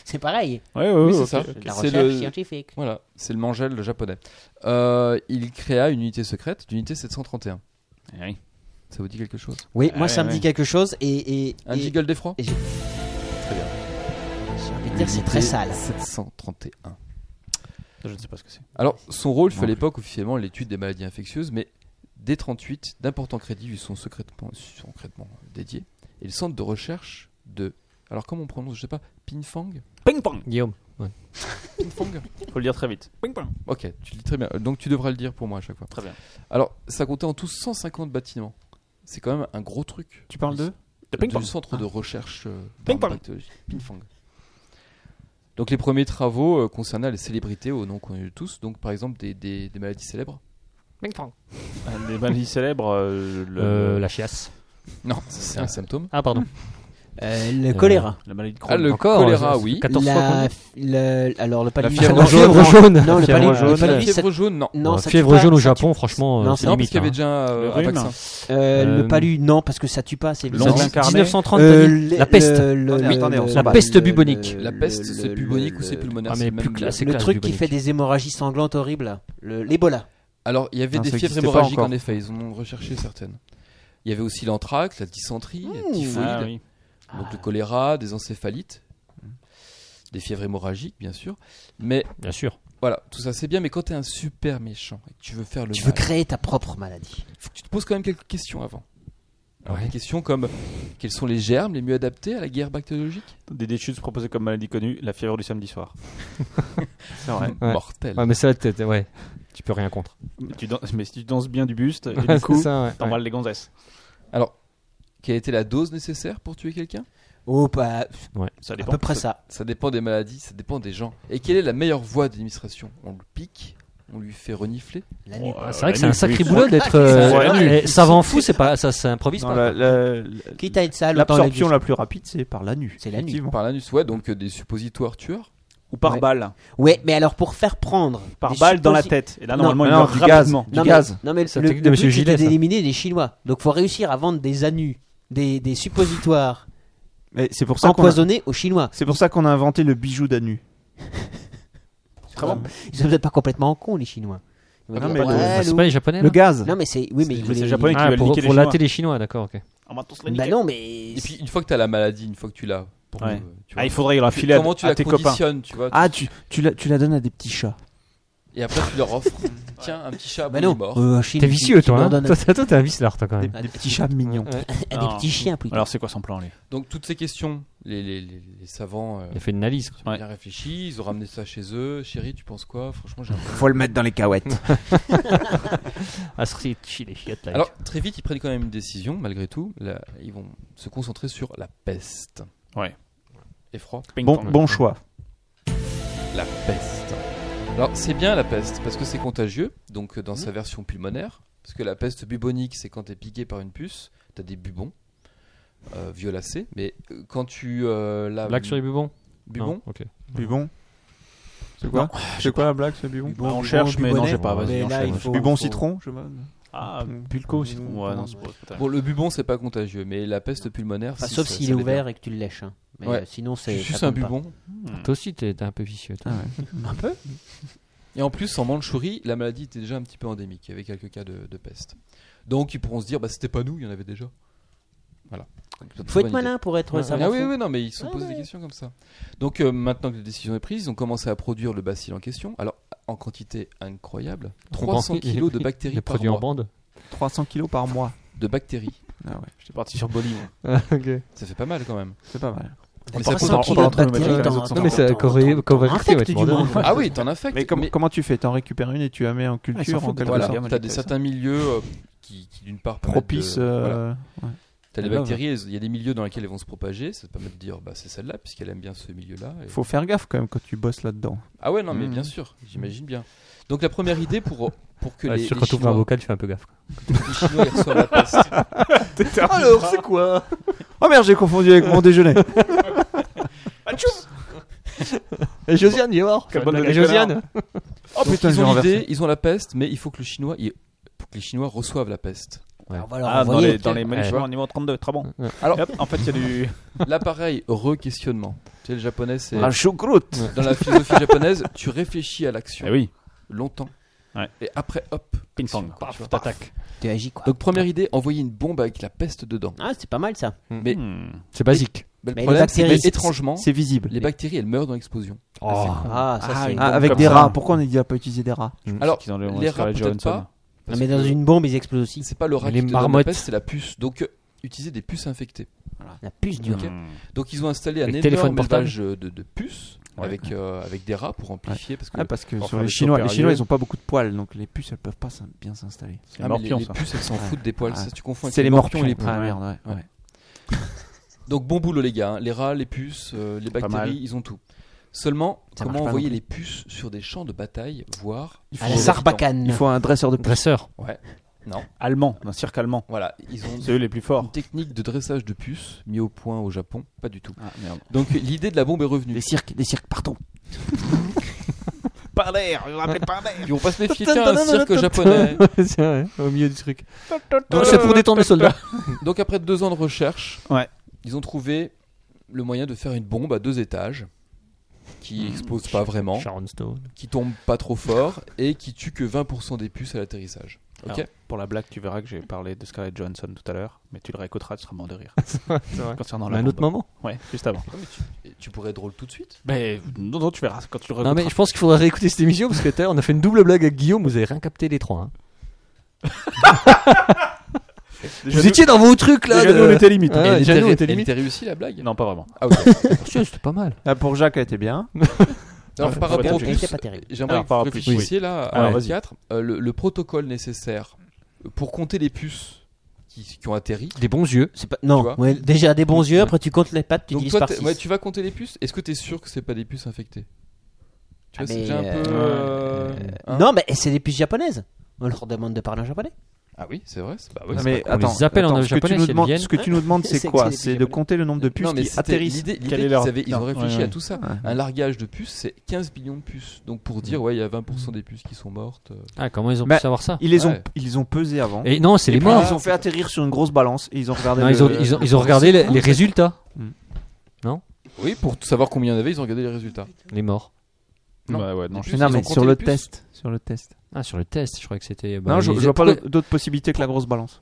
Speaker 7: c'est pareil.
Speaker 3: Ouais,
Speaker 4: Oui, c'est ça.
Speaker 7: La
Speaker 4: C'est
Speaker 7: recherche
Speaker 4: le,
Speaker 7: scientifique.
Speaker 4: Voilà, c'est le Mangel le japonais. Euh, il créa une unité secrète, l'unité 731. Ça vous dit quelque chose
Speaker 7: Oui,
Speaker 3: Ah
Speaker 7: moi, ça
Speaker 3: ouais,
Speaker 7: me
Speaker 3: ouais.
Speaker 7: dit quelque chose et. et,
Speaker 4: Un
Speaker 7: et-
Speaker 4: jiggle d'effroi
Speaker 7: et j'ai- j'ai envie de dire, c'est
Speaker 4: L'unité
Speaker 7: très sale.
Speaker 4: 731.
Speaker 3: Je ne sais pas ce que c'est.
Speaker 4: Alors, son rôle fut
Speaker 6: Non.
Speaker 4: à l'époque officiellement l'étude des maladies infectieuses, mais dès 38, d'importants crédits lui sont secrètement, secrètement dédiés. Et le centre de recherche de. Alors, comment on prononce Je sais pas. Pinfang
Speaker 3: Ping pong.
Speaker 8: Guillaume.
Speaker 4: Pinfang
Speaker 3: Faut le dire très vite. Ping pong.
Speaker 4: Ok, tu le dis très bien. Euh, Donc, tu devras le dire pour moi à chaque fois.
Speaker 3: Très bien.
Speaker 4: Alors, ça comptait en tout 150 bâtiments. C'est quand même un gros truc.
Speaker 6: Tu parles de
Speaker 3: De ping pong. Ah.
Speaker 4: du centre de recherche euh,
Speaker 3: Ping
Speaker 4: d'armes
Speaker 3: pong.
Speaker 4: bactériologiques. Ping-pong. Donc les premiers travaux euh, concernaient les célébrités au nom qu'on de tous, donc par exemple des, des- des maladies célèbres.
Speaker 3: Un des bandits célèbres. euh, le-
Speaker 8: Euh, la chiasse.
Speaker 4: Non, ça, c'est un symptôme.
Speaker 8: Ah, pardon.
Speaker 7: Euh, le choléra.
Speaker 3: La maladie de Crohn.
Speaker 4: Ah, le
Speaker 8: encore,
Speaker 4: choléra,
Speaker 8: c'est-
Speaker 4: oui.
Speaker 8: 14 fois qu'on
Speaker 7: la, le- alors le paludisme.
Speaker 4: fièvre
Speaker 7: non,
Speaker 4: jaune.
Speaker 7: non.
Speaker 5: jaune.
Speaker 7: Non, le
Speaker 8: La
Speaker 7: palud-
Speaker 8: fièvre
Speaker 7: le
Speaker 8: jaune.
Speaker 4: La
Speaker 7: paludisme. ça-
Speaker 4: fièvre jaune, non.
Speaker 7: Non,
Speaker 8: Ouais,
Speaker 7: ça
Speaker 8: fièvre
Speaker 7: tue pas,
Speaker 8: jaune au
Speaker 7: ça tue-
Speaker 8: Japon, franchement, euh,
Speaker 7: Non, ça
Speaker 8: c'est
Speaker 4: Non, parce
Speaker 8: limite.
Speaker 4: qu'il y avait
Speaker 8: hein.
Speaker 4: déjà un,
Speaker 3: Le
Speaker 4: un
Speaker 3: rhume.
Speaker 4: vaccin.
Speaker 7: Euh,
Speaker 8: Euh,
Speaker 7: le palu, non, parce que ça tue pas, c'est
Speaker 3: Long-
Speaker 7: c'est-
Speaker 3: Longue incarnée.
Speaker 8: 1930,
Speaker 7: Euh,
Speaker 8: t'as dit
Speaker 7: le-
Speaker 8: la peste.
Speaker 7: le- le-
Speaker 6: Attendez,
Speaker 7: le-
Speaker 6: attendez, on
Speaker 7: le-
Speaker 6: s'en
Speaker 7: le-
Speaker 6: bat.
Speaker 8: peste
Speaker 7: le-
Speaker 8: bubonique.
Speaker 7: le-
Speaker 4: La peste,
Speaker 7: le-
Speaker 4: c'est
Speaker 7: le-
Speaker 4: pulmonique ou c'est
Speaker 7: le-
Speaker 4: pulmonaire
Speaker 8: Ah,
Speaker 4: c'est
Speaker 8: mais
Speaker 4: même
Speaker 8: plus
Speaker 4: le-
Speaker 8: classe. C'est
Speaker 7: Le
Speaker 8: classe,
Speaker 7: truc qui
Speaker 8: bubonique.
Speaker 7: fait des hémorragies sanglantes horribles, là. Le- l'Ebola.
Speaker 4: Alors, il y avait
Speaker 6: Non,
Speaker 4: des
Speaker 6: ça
Speaker 4: fièvres
Speaker 6: existait pas
Speaker 4: hémorragiques
Speaker 6: encore.
Speaker 4: en effet, ils en ont recherché certaines. Il y avait aussi l'anthrax, la dysenterie, la typhoïde,
Speaker 3: Ah, oui.
Speaker 4: donc le choléra, des encéphalites, des fièvres hémorragiques bien sûr. Mais
Speaker 8: Bien sûr.
Speaker 4: voilà, tout ça c'est bien, mais quand t'es un super méchant et que tu veux faire le
Speaker 7: Tu veux
Speaker 4: mal,
Speaker 7: créer ta propre maladie.
Speaker 4: faut que tu te poses quand même quelques questions avant. Alors,
Speaker 8: Ouais.
Speaker 4: Des questions comme quels sont les germes les mieux adaptés à la guerre bactériologique
Speaker 3: Des déchutes proposées comme maladie connue, la fièvre du samedi soir. c'est vrai.
Speaker 8: Ouais.
Speaker 4: Mortel.
Speaker 8: Ouais, mais ça, t'es- t'es- ouais. tu peux rien contre.
Speaker 3: Tu danses- mais si tu danses bien du buste, et
Speaker 8: [LAUGHS] C'est
Speaker 3: du coup,
Speaker 8: ça, ouais.
Speaker 3: t'emballes les gonzesses.
Speaker 4: Alors, quelle était la dose nécessaire pour tuer quelqu'un
Speaker 7: Oh, bah,
Speaker 3: Ça
Speaker 7: à
Speaker 3: dépend.
Speaker 7: peu près ça.
Speaker 4: Ça dépend des maladies, ça dépend des gens. Et quelle est la meilleure voie d'administration On le pique on lui fait renifler.
Speaker 7: La nuque.
Speaker 3: Oh,
Speaker 8: C'est vrai que c'est
Speaker 3: la
Speaker 8: un
Speaker 3: nuque,
Speaker 8: sacré
Speaker 3: oui.
Speaker 8: boulot d'être
Speaker 3: Ouais,
Speaker 8: euh,
Speaker 3: la nuque.
Speaker 8: eh, savant fou, c'est pas ça s'improvise
Speaker 6: Non, la-
Speaker 8: pas.
Speaker 6: la- la-
Speaker 7: Quitte à être sale, autant
Speaker 6: L'absorption
Speaker 7: le-
Speaker 6: la plus rapide, c'est par la nuit.
Speaker 7: C'est la nuit.
Speaker 6: effectivement.
Speaker 4: Par l'anus, ouais, donc euh, des suppositoires tueurs.
Speaker 3: Ou par
Speaker 7: Ouais.
Speaker 3: balle.
Speaker 7: Ouais, mais alors pour faire prendre.
Speaker 3: Par
Speaker 7: des
Speaker 3: balle dans la
Speaker 7: supposi-
Speaker 3: tête. Et là,
Speaker 7: Non,
Speaker 3: normalement, il
Speaker 6: non,
Speaker 3: meurt
Speaker 6: du gaz.
Speaker 3: rapidement.
Speaker 6: Du
Speaker 7: Non, mais,
Speaker 6: gaz.
Speaker 7: non, mais
Speaker 8: C'est la
Speaker 7: le,
Speaker 8: technique de
Speaker 7: le
Speaker 8: Monsieur
Speaker 7: but, c'était
Speaker 8: Gillet, ça.
Speaker 7: d'éliminer des Chinois. Donc faut réussir à vendre des anus, des, des suppositoires
Speaker 6: Mais c'est pour ça qu'on a,
Speaker 7: empoisonnés aux Chinois.
Speaker 6: c'est pour ça qu'on a inventé le bijou d'anu.
Speaker 7: Ils sont peut-être pas complètement cons, les Chinois. Ils vont
Speaker 6: Ah non,
Speaker 7: dire,
Speaker 6: mais
Speaker 7: ouais,
Speaker 8: Ah, C'est
Speaker 7: nous-
Speaker 8: pas les japonais.
Speaker 6: Le
Speaker 8: là
Speaker 6: gaz.
Speaker 7: Non, mais c'est. Oui, mais.
Speaker 3: C'est
Speaker 7: mais-
Speaker 3: les Japonais qui
Speaker 8: Ah,
Speaker 3: veulent
Speaker 8: pour,
Speaker 3: niquer les
Speaker 8: pour
Speaker 3: Chinois.
Speaker 8: latter les Chinois, d'accord. ok.
Speaker 3: On va tous les
Speaker 7: Bah
Speaker 3: niquer.
Speaker 7: non, mais.
Speaker 4: Et puis, une fois que t'as la maladie, une fois que tu l'as, pour
Speaker 3: Ouais.
Speaker 4: nous, tu vois,
Speaker 3: Ah, il faudrait la
Speaker 4: tu-
Speaker 3: filer à,
Speaker 4: comment tu
Speaker 3: à
Speaker 4: la
Speaker 3: tes copains.
Speaker 4: conditionnes, tu vois
Speaker 6: Ah, tu, tu, la, tu la donnes à des petits chats.
Speaker 4: Et après, tu leur offres [LAUGHS] tiens, un petit chat
Speaker 7: Bah
Speaker 4: bon, il
Speaker 7: non.
Speaker 4: est mort.
Speaker 7: Euh, Chine,
Speaker 8: T'es
Speaker 7: qui-
Speaker 8: vicieux,
Speaker 7: qui
Speaker 8: toi. hein.
Speaker 7: leur donne
Speaker 8: Toi, toi, t'es un vice d'art, toi, quand même.
Speaker 6: Des, des petits chats mignons.
Speaker 8: Ouais.
Speaker 7: à des
Speaker 3: Non.
Speaker 7: petits chiens plutôt.
Speaker 3: Alors, c'est quoi son plan, lui
Speaker 4: Donc, toutes ces questions, les, les, les, les savants euh,
Speaker 8: Il a fait une analyse.
Speaker 4: ont bien réfléchi, ils ont ramené ça chez eux. Chérie, tu penses quoi Franchement, j'ai un problème.
Speaker 6: Faut le mettre dans les
Speaker 8: [LAUGHS]
Speaker 6: cahuètes.
Speaker 8: Astrid, chile, chiottes, là.
Speaker 4: Alors, très vite, ils prennent quand même une décision, malgré tout. Là, ils vont se concentrer sur la peste.
Speaker 3: Ouais.
Speaker 4: Et froid.
Speaker 6: bon, bon choix.
Speaker 4: La peste. Alors, c'est bien la peste, parce que c'est contagieux, donc euh, dans
Speaker 8: Mmh.
Speaker 4: sa version pulmonaire. Parce que la peste bubonique, c'est quand t'es piqué par une puce, t'as des bubons euh, violacés. Mais euh, quand tu euh, laves.
Speaker 8: Blague sur les bubons
Speaker 4: bubons
Speaker 8: Non, ok.
Speaker 6: Bubon. C'est quoi C'est quoi la blague, ce bubon
Speaker 3: Bah, on cherche, mais non, j'ai pas. Vas-y,
Speaker 7: Mais là,
Speaker 3: enchaîne.
Speaker 7: il faut-
Speaker 6: Bubon
Speaker 7: faut-
Speaker 6: citron je sais pas.
Speaker 3: Ah, Pulco, si Ouais, non, c'est pas- c'est pas.
Speaker 4: Bon, le bubon, c'est pas contagieux, mais la peste pulmonaire.
Speaker 7: Enfin,
Speaker 4: si,
Speaker 7: sauf
Speaker 4: ça-
Speaker 7: s'il
Speaker 4: ça
Speaker 7: est
Speaker 4: l'est
Speaker 7: ouvert et que tu le lèches. hein. Mais
Speaker 4: Ouais.
Speaker 7: euh, sinon,
Speaker 4: bien.
Speaker 7: c'est.
Speaker 4: C'est juste
Speaker 7: ça
Speaker 4: un
Speaker 7: compte pas.
Speaker 4: bubon.
Speaker 8: Toi aussi, t'es t'es un peu vicieux. toi.
Speaker 6: [LAUGHS]
Speaker 4: Et en plus, en Mandchourie, la maladie était déjà un petit peu endémique. Il y avait quelques cas de, de peste. Donc, ils pourront se dire, bah, c'était pas nous, il y en avait déjà. Voilà.
Speaker 7: Faut être malin pour être
Speaker 8: Ouais.
Speaker 7: savant
Speaker 4: Ah oui,
Speaker 7: fou.
Speaker 4: oui, non, mais ils se
Speaker 7: Ah
Speaker 4: posent
Speaker 7: ouais.
Speaker 4: des questions comme ça. Donc euh, maintenant que la décision est prise, ils ont commencé à produire le bacille en question. Alors en quantité incroyable,
Speaker 8: On
Speaker 4: 300
Speaker 8: pense-
Speaker 4: kilos
Speaker 8: [LAUGHS]
Speaker 4: de bactéries
Speaker 8: Les
Speaker 4: par
Speaker 8: produits en
Speaker 4: mois.
Speaker 8: bande.
Speaker 6: 300 kilos par mois.
Speaker 4: De bactéries,
Speaker 6: Ah ouais,
Speaker 3: J'étais parti sur Bolly. moi.
Speaker 4: ça fait pas mal quand même.
Speaker 6: c'est pas mal.
Speaker 3: On
Speaker 4: Mais
Speaker 3: part
Speaker 4: ça
Speaker 3: sur-
Speaker 4: pose-
Speaker 3: on
Speaker 7: 300
Speaker 3: part
Speaker 7: kilos de
Speaker 3: entre le
Speaker 7: bactéries
Speaker 3: mec et
Speaker 7: dans-
Speaker 3: les autres.
Speaker 7: dans-
Speaker 8: Non, mais ça
Speaker 7: dans-
Speaker 8: corré-
Speaker 7: dans-
Speaker 8: corré-
Speaker 7: dans-
Speaker 8: correcté,
Speaker 7: du
Speaker 8: ouais,
Speaker 7: monde.
Speaker 8: demandé.
Speaker 4: Ah oui, t'en affectes.
Speaker 6: Mais, com-
Speaker 4: mais-
Speaker 6: comment tu fais T'en récupères une et tu la mets
Speaker 3: Ah, ils
Speaker 6: en
Speaker 3: s'en
Speaker 6: culture en
Speaker 3: foutent,
Speaker 6: quelque
Speaker 4: voilà,
Speaker 6: sorte.
Speaker 4: t'as des certains milieux euh, qui, qui, d'une part permettent de-
Speaker 6: Propice.
Speaker 4: voilà.
Speaker 6: euh, ouais.
Speaker 4: T'as
Speaker 6: Ah
Speaker 4: les
Speaker 6: bah,
Speaker 4: bactéries, elles- il y a des milieux dans lesquels elles vont se propager, ça te permet de dire bah, c'est celle-là, puisqu'elle aime bien ce milieu-là. et-
Speaker 6: Faut faire gaffe quand même quand tu bosses là-dedans.
Speaker 4: Ah ouais, non, mais
Speaker 6: Mm.
Speaker 4: bien sûr, j'imagine bien. Donc la première idée pour, pour que
Speaker 8: Ouais,
Speaker 4: les,
Speaker 8: sûr,
Speaker 4: les
Speaker 8: quand t'ouvres un
Speaker 4: Chinois,
Speaker 8: bocal, tu fais un peu gaffe. quoi.
Speaker 4: les Chinois
Speaker 6: [LAUGHS]
Speaker 4: ils reçoivent la peste,
Speaker 6: Alors, c'est quoi Ah, Oh merde, j'ai confondu avec mon
Speaker 8: [LAUGHS]
Speaker 6: déjeuner.
Speaker 8: Et Josiane, il est mort.
Speaker 3: Quelle bonne
Speaker 8: Et
Speaker 3: blague à
Speaker 8: Josiane.
Speaker 6: Oh
Speaker 4: Donc,
Speaker 6: putain,
Speaker 4: ils
Speaker 6: j'ai
Speaker 4: ont
Speaker 6: renversé.
Speaker 4: l'idée, ils ont la peste, mais il faut que le chinois, il- pour que les Chinois reçoivent la peste.
Speaker 7: Alors, voilà,
Speaker 3: Ah, dans
Speaker 7: envoyez.
Speaker 3: les, dans les management
Speaker 8: Ouais.
Speaker 3: niveau 32, très bon.
Speaker 8: Ouais.
Speaker 4: Alors-
Speaker 3: Hop, en fait, il y a du.
Speaker 4: L'appareil, re-questionnement. Tu sais, le japonais, c'est
Speaker 6: La choucroute.
Speaker 4: dans la philosophie japonaise, tu réfléchis à l'action
Speaker 3: Eh oui,
Speaker 4: longtemps,
Speaker 3: Ouais.
Speaker 4: et après, hop, action,
Speaker 3: ping-pong.
Speaker 4: quoi, tu vois.
Speaker 3: Paf, t'attaques.
Speaker 7: Tu agis quoi.
Speaker 4: Donc première idée, envoyer une bombe avec la peste dedans.
Speaker 7: Ah, c'est pas mal ça.
Speaker 4: Mais-
Speaker 3: Hmm.
Speaker 8: C'est basique.
Speaker 4: Mais le
Speaker 7: Mais les
Speaker 4: problème, c'est que,
Speaker 7: bactéries,
Speaker 4: étrangement,
Speaker 6: C'est visible.
Speaker 4: les bactéries, elles meurent dans l'explosion.
Speaker 7: Ah, ça
Speaker 6: Ah,
Speaker 7: c'est.
Speaker 6: ah, avec
Speaker 3: comme
Speaker 6: des
Speaker 3: ça.
Speaker 6: rats. Pourquoi on a dit à pas utiliser des rats
Speaker 4: Alors,
Speaker 3: Qu'ils ont le-
Speaker 4: les
Speaker 3: Scarlett
Speaker 4: rats, peut-être
Speaker 3: Johansson.
Speaker 4: pas.
Speaker 7: Non,
Speaker 4: Parce
Speaker 7: mais dans
Speaker 4: que
Speaker 7: une bombe, ils explosent aussi.
Speaker 4: C'est pas le rat
Speaker 8: Les
Speaker 4: qui te donne la
Speaker 8: marmottes.
Speaker 4: peste, c'est la puce. Donc, euh, utiliser des puces infectées.
Speaker 7: La puce du
Speaker 3: Hmm.
Speaker 7: rat.
Speaker 4: Donc, ils ont installé un
Speaker 8: Avec
Speaker 4: énorme
Speaker 8: téléphone portable.
Speaker 4: élevage euh, de, de puces
Speaker 3: Ouais.
Speaker 4: avec, euh, avec des rats pour amplifier. Parce que
Speaker 6: Ah, parce que
Speaker 3: Enfin,
Speaker 6: sur les
Speaker 3: les
Speaker 6: Chinois, les
Speaker 3: opérarieux.
Speaker 6: Chinois, ils ont pas beaucoup de poils, donc les puces, elles peuvent pas s'in- bien s'installer.
Speaker 3: C'est
Speaker 4: Ah,
Speaker 3: un
Speaker 4: mais les,
Speaker 3: morpion,
Speaker 4: les
Speaker 3: ça.
Speaker 4: puces, elles s'en foutent des poils.
Speaker 6: Ouais.
Speaker 4: Ça, tu confonds avec
Speaker 6: C'est les morpions,
Speaker 4: et
Speaker 6: les
Speaker 4: poules.
Speaker 6: Ah merde, ouais. ouais.
Speaker 4: Donc, bon boulot, les gars. hein. Les rats, les puces, euh, les
Speaker 3: Pas
Speaker 4: bactéries,
Speaker 3: mal.
Speaker 4: ils ont tout. Seulement,
Speaker 7: Ça marche
Speaker 4: comment
Speaker 7: pas
Speaker 4: envoyer
Speaker 7: non
Speaker 4: les puces sur des champs de bataille, voire
Speaker 7: À
Speaker 4: des
Speaker 7: la
Speaker 6: Ah,
Speaker 4: habitants
Speaker 7: sarbacane.
Speaker 6: Il faut un dresseur de puces.
Speaker 8: Dresseur.
Speaker 4: Non.
Speaker 3: Allemand, d'un cirque allemand.
Speaker 4: Voilà, ils ont
Speaker 3: C'est eux les plus forts.
Speaker 4: une technique de dressage de puces mis au point au Japon, pas du tout.
Speaker 3: Ah merde.
Speaker 4: Donc [LAUGHS] l'idée de la bombe est revenue.
Speaker 7: Les cirques, les cirques, partons.
Speaker 3: [LAUGHS] Par l'air, vous rappelez par l'air.
Speaker 4: Puis on passe se méfier, tiens, un cirque japonais.
Speaker 6: c'est vrai, au milieu du truc.
Speaker 7: Donc c'est pour détendre les soldats.
Speaker 4: Donc après deux ans de recherche,
Speaker 3: Ouais.
Speaker 4: ils ont trouvé le moyen de faire une bombe à deux étages
Speaker 3: Hmm,
Speaker 4: qui explose pas vraiment,
Speaker 8: Sharon Stone.
Speaker 4: qui tombe pas trop fort et qui tue que 20% des puces à l'atterrissage. Ok.
Speaker 3: Alors, pour la blague, tu verras que j'ai parlé de Scarlett Johansson tout à l'heure, mais tu le réécouteras, tu seras mort de rire. [LAUGHS] Concernant la
Speaker 8: un
Speaker 3: bombe.
Speaker 8: autre moment.
Speaker 3: Ouais, juste avant.
Speaker 4: Et tu pourrais être drôle tout de suite.
Speaker 3: [LAUGHS] Mais non, non, tu verras quand tu le
Speaker 8: Non, mais
Speaker 3: réécouteras.
Speaker 8: je pense qu'il faudra réécouter cette émission parce que t'as- on a fait une double blague avec Guillaume, vous avez rien capté les trois. hein.
Speaker 3: Déjà,
Speaker 8: Vous
Speaker 3: nous-
Speaker 8: étiez dans vos trucs là.
Speaker 6: Déjà,
Speaker 8: de-
Speaker 6: nous, on était limite.
Speaker 8: Ah,
Speaker 6: Elle
Speaker 8: ouais,
Speaker 6: était-
Speaker 8: Jeannot
Speaker 6: elle
Speaker 8: était
Speaker 6: était
Speaker 4: Elle
Speaker 6: limite.
Speaker 4: était réussie la blague
Speaker 3: Non, pas vraiment.
Speaker 4: Ah ok.
Speaker 8: Monsieur, C'était pas mal.
Speaker 6: Ah, pour Jacques, elle était bien.
Speaker 4: Alors,
Speaker 3: Ouais,
Speaker 4: par
Speaker 3: faut
Speaker 4: rapport aux
Speaker 3: être juste.
Speaker 4: puces,
Speaker 7: pas terrible.
Speaker 4: j'aimerais
Speaker 3: Alors,
Speaker 4: que
Speaker 3: par
Speaker 4: vous
Speaker 3: rapport-
Speaker 4: réfléchissiez là
Speaker 3: Alors,
Speaker 4: à
Speaker 3: vas-y.
Speaker 4: 4 le, le protocole nécessaire pour compter les puces qui, qui ont atterri.
Speaker 8: Des bons yeux.
Speaker 7: C'est pas...
Speaker 4: Tu
Speaker 7: Non,
Speaker 4: vois
Speaker 7: ouais, déjà des bons yeux, après tu comptes les pattes, tu
Speaker 4: Donc
Speaker 7: divises
Speaker 4: toi,
Speaker 7: par
Speaker 4: t'es-
Speaker 7: 6.
Speaker 4: ouais, tu vas compter les puces. Est-ce que tu es sûr que c'est pas des puces infectées Tu vois,
Speaker 7: Ah,
Speaker 4: c'est
Speaker 7: mais,
Speaker 4: déjà un peu.
Speaker 3: euh,
Speaker 4: euh, hein
Speaker 7: Non, mais c'est des puces japonaises. On leur demande de parler en japonais.
Speaker 4: Ah oui, c'est vrai. c'est- bah oui,
Speaker 6: Non,
Speaker 4: c'est
Speaker 6: mais
Speaker 8: qu'on les
Speaker 6: attends,
Speaker 8: appelle en
Speaker 6: attends,
Speaker 8: japonais,
Speaker 6: ce que tu
Speaker 8: si
Speaker 6: nous
Speaker 8: elles
Speaker 6: demandes,
Speaker 8: viennent.
Speaker 6: ce que tu nous demandes, c'est
Speaker 7: C'est que
Speaker 6: quoi
Speaker 7: c'est des
Speaker 6: C'est de
Speaker 7: japonais.
Speaker 6: compter le nombre de puces
Speaker 4: Non, mais
Speaker 6: qui
Speaker 4: c'était
Speaker 6: atterrissent.
Speaker 4: L'idée, l'idée
Speaker 3: Quelle est
Speaker 4: qu'ils
Speaker 3: leur-
Speaker 4: avaient- ils
Speaker 3: Non,
Speaker 4: ont réfléchi
Speaker 3: ouais,
Speaker 4: à
Speaker 3: ouais.
Speaker 4: tout ça.
Speaker 6: Ouais.
Speaker 4: Un largage de puces, c'est 15 millions de puces. Donc pour dire, ouais, il y a 20% des puces qui sont mortes. euh,
Speaker 8: Ah, comment ils ont
Speaker 6: Mais-
Speaker 8: pu savoir ça
Speaker 6: Ils les ont,
Speaker 4: Ouais.
Speaker 6: ils les ont pesés avant.
Speaker 8: Et non, c'est
Speaker 6: Et
Speaker 8: les
Speaker 6: puis,
Speaker 8: morts.
Speaker 6: Ils ont fait atterrir sur une grosse balance et ils ont regardé.
Speaker 8: Non,
Speaker 6: hein, le-
Speaker 8: ils, ont, ils, ont, ils ont regardé les, les résultats.
Speaker 4: Oui, pour t- savoir combien il y en avait, ils ont regardé les résultats.
Speaker 8: Les morts.
Speaker 4: Non.
Speaker 3: Bah ouais, non,
Speaker 4: Des
Speaker 3: je-
Speaker 4: puces,
Speaker 6: non,
Speaker 4: ils
Speaker 6: mais
Speaker 4: ont compté
Speaker 6: sur
Speaker 4: les
Speaker 6: le
Speaker 4: puces.
Speaker 6: test, sur le test.
Speaker 8: Ah, sur le test, je croyais que c'était. bah,
Speaker 6: Non, je,
Speaker 8: les-
Speaker 6: je vois pas
Speaker 8: pourquoi-
Speaker 6: d'autres- d'autres possibilités que la grosse balance.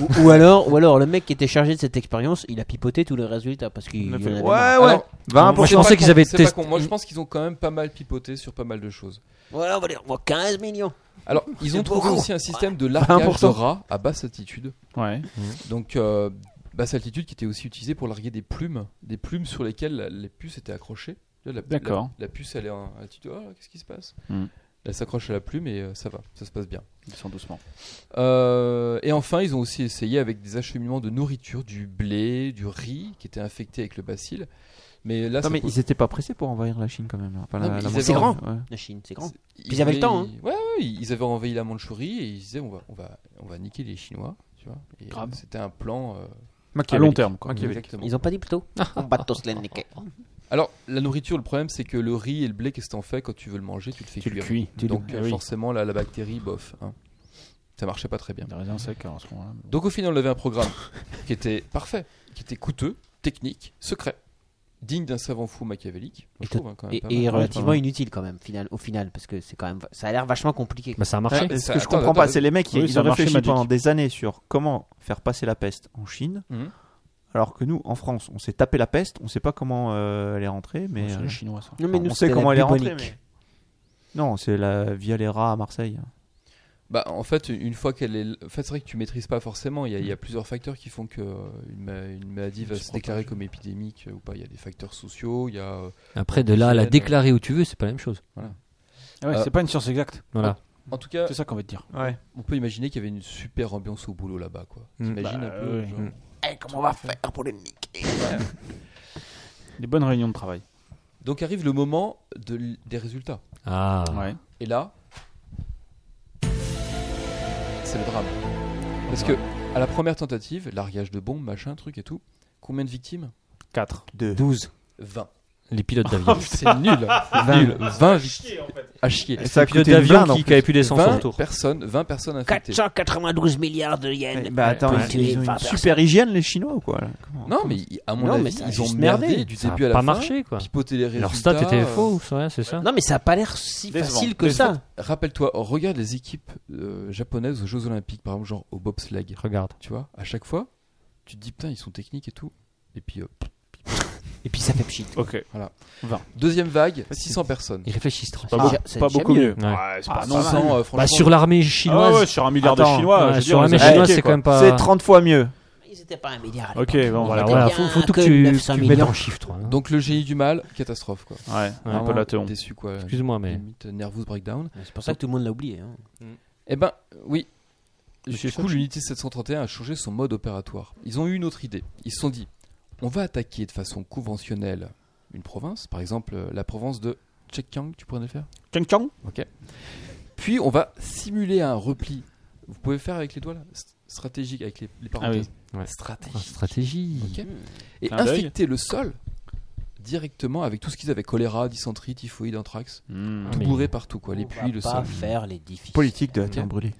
Speaker 7: ou, ou alors, ou alors, le mec qui était chargé de cette expérience, il a pipoté tous les résultats parce qu'il
Speaker 6: On a
Speaker 7: il
Speaker 6: fait,
Speaker 7: en avait
Speaker 6: ouais,
Speaker 7: marre.
Speaker 6: Ah ouais.
Speaker 4: Alors,
Speaker 6: 20
Speaker 8: moi, je
Speaker 4: C'est
Speaker 8: pensais
Speaker 4: pas
Speaker 8: qu'ils
Speaker 4: con,
Speaker 8: avaient
Speaker 4: c'est pas
Speaker 8: test-
Speaker 4: con. Moi, je pense qu'ils ont quand même pas mal pipoté sur pas mal de choses.
Speaker 7: Voilà, on va dire, on voit 15 millions.
Speaker 4: Alors, ils ont
Speaker 7: C'est
Speaker 4: trouvé
Speaker 7: beaucoup.
Speaker 4: aussi un système de largage de
Speaker 6: 20%.
Speaker 4: rats à basse altitude.
Speaker 3: ouais.
Speaker 4: Donc, euh, basse altitude qui était aussi utilisée pour larguer des plumes, des plumes sur lesquelles les puces étaient accrochées. Là, la-
Speaker 3: D'accord.
Speaker 4: La, la puce, elle est en altitude. Oh, qu'est-ce qui se passe
Speaker 3: Hmm.
Speaker 4: Elle s'accroche à la plume et euh, ça va, ça se passe bien.
Speaker 3: Ils sont doucement.
Speaker 4: Euh, et enfin, ils ont aussi essayé avec des acheminements de nourriture, du blé, du riz qui était infecté avec le bacille. Mais là,
Speaker 6: Non, mais
Speaker 4: pose-
Speaker 6: ils étaient pas pressés pour envahir la Chine quand même. là. Enfin,
Speaker 4: Non,
Speaker 6: la-
Speaker 4: mais
Speaker 6: la
Speaker 4: ils
Speaker 6: Mongolie,
Speaker 4: avaient-
Speaker 6: ouais.
Speaker 7: La Chine, c'est grand.
Speaker 4: Ils-
Speaker 7: Puis ils avaient le temps, hein.
Speaker 4: Ouais, ouais, ils avaient envahi la Mandchourie et ils disaient on va, on va, on va niquer les Chinois. Tu vois. Et,
Speaker 3: Grave.
Speaker 4: euh, C'était un plan. euh,
Speaker 3: À long terme, quoi.
Speaker 4: exactement.
Speaker 7: Ils ont pas dit plutôt On bat tous les niquets.
Speaker 4: Alors, la nourriture, le problème, c'est que le riz et le blé, qu'est-ce que t'en fais quand tu veux le manger Tu le fais
Speaker 3: Tu le
Speaker 4: cuire.
Speaker 3: cuis.
Speaker 4: Donc,
Speaker 3: Ah
Speaker 4: euh,
Speaker 3: oui.
Speaker 4: forcément, là, la bactérie, bof. hein. Ça marchait pas très bien.
Speaker 3: Des raisins secs hein, en ce moment-là.
Speaker 4: Donc, au final, on avait un programme qui était parfait, qui était coûteux, technique, secret, digne d'un savant fou machiavélique. Moi,
Speaker 7: Et
Speaker 4: je trouve, hein, quand même.
Speaker 7: Et,
Speaker 4: pas
Speaker 7: et
Speaker 4: mal.
Speaker 7: relativement inutile quand même, final, au final, parce que c'est quand même, ça a l'air vachement compliqué.
Speaker 8: Bah, ça a marché.
Speaker 6: Ouais, ce
Speaker 4: Ah, Ça-
Speaker 6: que je
Speaker 4: attends,
Speaker 6: comprends
Speaker 4: attends,
Speaker 6: pas, c'est les mecs qui
Speaker 3: Oui,
Speaker 6: ils
Speaker 3: ça
Speaker 6: ont
Speaker 3: a marché
Speaker 6: réfléchi
Speaker 3: Magic.
Speaker 6: pendant des années sur comment faire passer la peste en Chine,
Speaker 4: Mhm.
Speaker 6: alors que nous, en France, on s'est tapé la peste, on sait pas comment euh, elle est rentrée, mais
Speaker 3: C'est
Speaker 6: euh,
Speaker 3: les Chinois, ça.
Speaker 7: Non,
Speaker 6: enfin, on sait
Speaker 7: c'était
Speaker 6: comment
Speaker 7: la
Speaker 6: elle est rentrée.
Speaker 7: bubonique.
Speaker 6: mais- Non, c'est la via les rats à Marseille.
Speaker 4: Bah, en fait, une fois qu'elle est. En fait, c'est vrai que tu maîtrises pas forcément. Il y a, il y a plusieurs facteurs qui font que euh, une, ma- une maladie va
Speaker 3: Elle
Speaker 4: se,
Speaker 3: se propage.
Speaker 4: déclarer comme épidémique euh, ou pas. Il y a des facteurs sociaux, il y a. euh,
Speaker 8: Après, de là à la
Speaker 4: Semaine.
Speaker 8: déclarer où tu veux, c'est pas la même chose.
Speaker 3: Ah ouais,
Speaker 4: Euh,
Speaker 3: c'est pas une science exacte.
Speaker 8: Voilà.
Speaker 4: En tout cas,
Speaker 3: C'est ça qu'on va te dire.
Speaker 6: Ouais.
Speaker 4: on peut imaginer qu'il y avait une super ambiance au boulot là-bas, quoi.
Speaker 8: Mm.
Speaker 4: T'imagines
Speaker 3: Bah,
Speaker 4: un peu
Speaker 3: oui.
Speaker 4: genre,
Speaker 8: Mm.
Speaker 3: Des bonnes réunions de travail.
Speaker 4: Donc arrive le moment de l- des résultats.
Speaker 8: Ah.
Speaker 3: Ouais.
Speaker 4: Et là, c'est le drame. Parce que à la première tentative, largage de bombes, machin, truc et tout, combien de victimes
Speaker 3: 4.
Speaker 6: 12.
Speaker 4: 20.
Speaker 8: Les pilotes d'avion.
Speaker 4: C'est nul. nul. 20 victimes. À chier.
Speaker 6: Ça a
Speaker 8: pilotes
Speaker 6: coûté une
Speaker 8: d'avion
Speaker 6: blinde, en
Speaker 8: qui, qui
Speaker 6: plus.
Speaker 8: avait plus d'essence au
Speaker 4: 20
Speaker 8: retour.
Speaker 4: personnes, 20 personnes infectées.
Speaker 7: 492 milliards de yens.
Speaker 6: Bah attends,
Speaker 7: Ouais.
Speaker 6: ils- ils ont une super hygiène les Chinois ou quoi là Comment-
Speaker 4: Non, mais à mon
Speaker 7: Non, mais
Speaker 4: avis,
Speaker 7: ça a
Speaker 4: ils ont
Speaker 7: juste
Speaker 4: merdé,
Speaker 7: merdé.
Speaker 4: du
Speaker 8: Ça a
Speaker 4: début à la
Speaker 8: pas
Speaker 4: fin.
Speaker 8: marché, quoi.
Speaker 4: Pipoté les résultats.
Speaker 8: Leur stat était
Speaker 4: euh,
Speaker 8: faux, ouais, c'est ça.
Speaker 7: Non, mais ça a pas l'air si
Speaker 3: Décevant.
Speaker 7: facile que
Speaker 3: Décevant.
Speaker 7: ça.
Speaker 4: Rappelle-toi, regarde les équipes euh, japonaises aux Jeux Olympiques, par exemple, genre au bobsleigh.
Speaker 8: Regarde.
Speaker 4: Tu vois, à chaque fois, tu te dis putain, ils sont techniques et tout. Et puis, euh,
Speaker 7: Et puis ça fait pchit.
Speaker 3: Ok.
Speaker 4: deuxième vague, 600 personnes.
Speaker 8: Ils réfléchissent trop.
Speaker 3: Pas,
Speaker 7: Ah,
Speaker 3: beaucoup-
Speaker 7: c'est
Speaker 3: pas
Speaker 7: déjà
Speaker 3: beaucoup mieux.
Speaker 8: mieux. Ouais.
Speaker 3: c'est pas
Speaker 6: Ah,
Speaker 3: non,
Speaker 6: ça
Speaker 3: ça-
Speaker 4: 100, euh,
Speaker 8: Bah,
Speaker 4: franchement,
Speaker 8: sur l'armée
Speaker 3: Ah ouais,
Speaker 8: chinoise.
Speaker 3: sur un milliard
Speaker 6: Attends.
Speaker 3: de Chinois.
Speaker 8: Ouais,
Speaker 3: je veux
Speaker 8: sur
Speaker 3: dire,
Speaker 8: un
Speaker 3: vous
Speaker 8: mec
Speaker 3: avez
Speaker 8: chinois,
Speaker 3: niqué,
Speaker 8: c'est
Speaker 3: quoi.
Speaker 8: quand même pas.
Speaker 6: C'est 30 fois mieux.
Speaker 7: Ils étaient pas un milliard. à
Speaker 3: Ok,
Speaker 7: l'époque. hein.
Speaker 3: bon,
Speaker 7: Ils
Speaker 8: Voilà,
Speaker 7: étaient
Speaker 8: voilà.
Speaker 7: bien
Speaker 8: Faut, faut tout que, tu,
Speaker 7: 900
Speaker 8: tu mettes
Speaker 7: millions.
Speaker 8: en chiffre, toi. hein.
Speaker 4: Donc le génie du mal, catastrophe quoi.
Speaker 3: Ouais, un peu
Speaker 4: Vraiment
Speaker 3: la théon.
Speaker 4: Déçu quoi.
Speaker 8: Excuse-moi, mais.
Speaker 4: Limite nervous breakdown.
Speaker 7: C'est pour ça que tout le monde l'a oublié. hein.
Speaker 4: Eh ben oui.
Speaker 3: Monsieur
Speaker 4: Du coup, l'unité 731 a changé son mode opératoire. Ils ont eu une autre idée. Ils se sont dit, on va attaquer de façon conventionnelle une province, par exemple euh, la province de Chekiang, tu pourrais le faire
Speaker 3: Tchang tchang.
Speaker 4: Puis on va simuler un repli Vous pouvez faire avec les doigts là S- Stratégique, avec les, les parenthèses.
Speaker 8: Ouais.
Speaker 4: Stratégie.
Speaker 8: Ah, stratégie.
Speaker 4: Ok. Et
Speaker 3: Clin d'œil.
Speaker 4: infecter le sol directement avec tout ce qu'ils avaient choléra, dysenterie, typhoïde, anthrax.
Speaker 3: Hmm.
Speaker 4: Tout
Speaker 8: mais-
Speaker 4: bourré partout, quoi. Les
Speaker 7: On
Speaker 4: pluies,
Speaker 7: va
Speaker 4: le
Speaker 7: pas
Speaker 4: sol.
Speaker 7: faire les difficiles.
Speaker 6: Politique de la
Speaker 4: Ok.
Speaker 6: terre brûlée.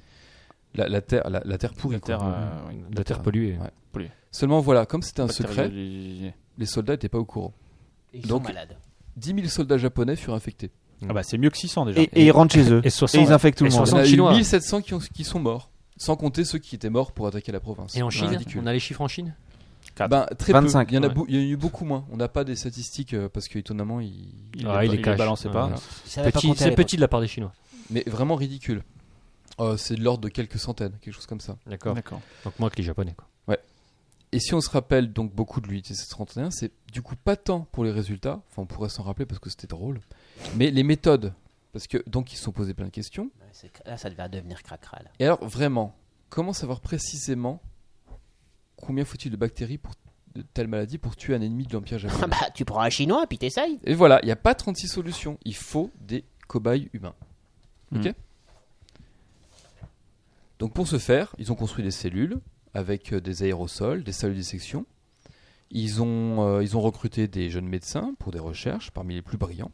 Speaker 4: La, la terre, la, la terre pourrie.
Speaker 3: La terre,
Speaker 4: quoi.
Speaker 3: euh, oui,
Speaker 8: De la terre polluée.
Speaker 4: Ouais. Seulement voilà, comme c'était un
Speaker 8: Ah,
Speaker 4: secret,
Speaker 3: bactériologie.
Speaker 4: les soldats n'étaient pas au courant.
Speaker 7: Ils sont
Speaker 4: Donc-
Speaker 7: malades.
Speaker 4: 10 000 soldats japonais furent infectés.
Speaker 3: Ah bah c'est mieux que 600 déjà.
Speaker 6: Et, et ils rentrent chez eux.
Speaker 8: Et
Speaker 6: Et,
Speaker 8: 60
Speaker 6: ils infectent tout
Speaker 8: et
Speaker 6: le monde. hein,
Speaker 4: Il y en a
Speaker 8: 60
Speaker 4: eu
Speaker 8: Chinois.
Speaker 4: 1700 qui, ont- qui sont morts, sans compter ceux qui étaient morts pour attaquer la province.
Speaker 8: Et en Chine,
Speaker 4: Ridicule.
Speaker 8: on a les chiffres en Chine
Speaker 4: Ben, très peu.
Speaker 6: 25,
Speaker 4: Il y en a,
Speaker 8: ouais.
Speaker 4: bou- il y en a eu beaucoup moins. On n'a pas des statistiques euh, parce que étonnamment, ils-
Speaker 3: Il,
Speaker 8: Ah,
Speaker 3: les,
Speaker 8: il les
Speaker 3: il les
Speaker 8: cache.
Speaker 3: balançait
Speaker 8: Ouais,
Speaker 3: pas.
Speaker 8: voilà.
Speaker 7: Ils savaient pas
Speaker 8: Petit-
Speaker 7: compter à
Speaker 8: C'est
Speaker 7: l'époque.
Speaker 8: petit de la part des Chinois.
Speaker 4: mais vraiment ridicule. Euh, c'est de l'ordre de quelques centaines, quelque chose comme ça.
Speaker 8: D'accord.
Speaker 3: D'accord.
Speaker 8: Donc moins que les Japonais. Quoi.
Speaker 4: Et si on se rappelle donc beaucoup de l'UIT-731, c'est du coup pas tant pour les résultats, enfin on pourrait s'en rappeler parce que c'était drôle, mais les méthodes. Parce que donc ils se sont posés plein de questions.
Speaker 7: Ouais, c'est- Là, ça devait devenir cracra. là.
Speaker 4: Et alors, vraiment, comment savoir précisément combien faut-il de bactéries pour de telle maladie pour tuer un ennemi de l'Empire
Speaker 7: Ah
Speaker 4: japonais
Speaker 7: bah, tu prends un chinois, puis t'essayes.
Speaker 4: Et voilà, il n'y a pas 36 solutions. Il faut des cobayes humains. Ok Donc, pour ce faire, ils ont construit des cellules avec euh, des aérosols, des salles de dissection. Ils ont, euh, ils ont recruté des jeunes médecins pour des recherches parmi les plus brillants.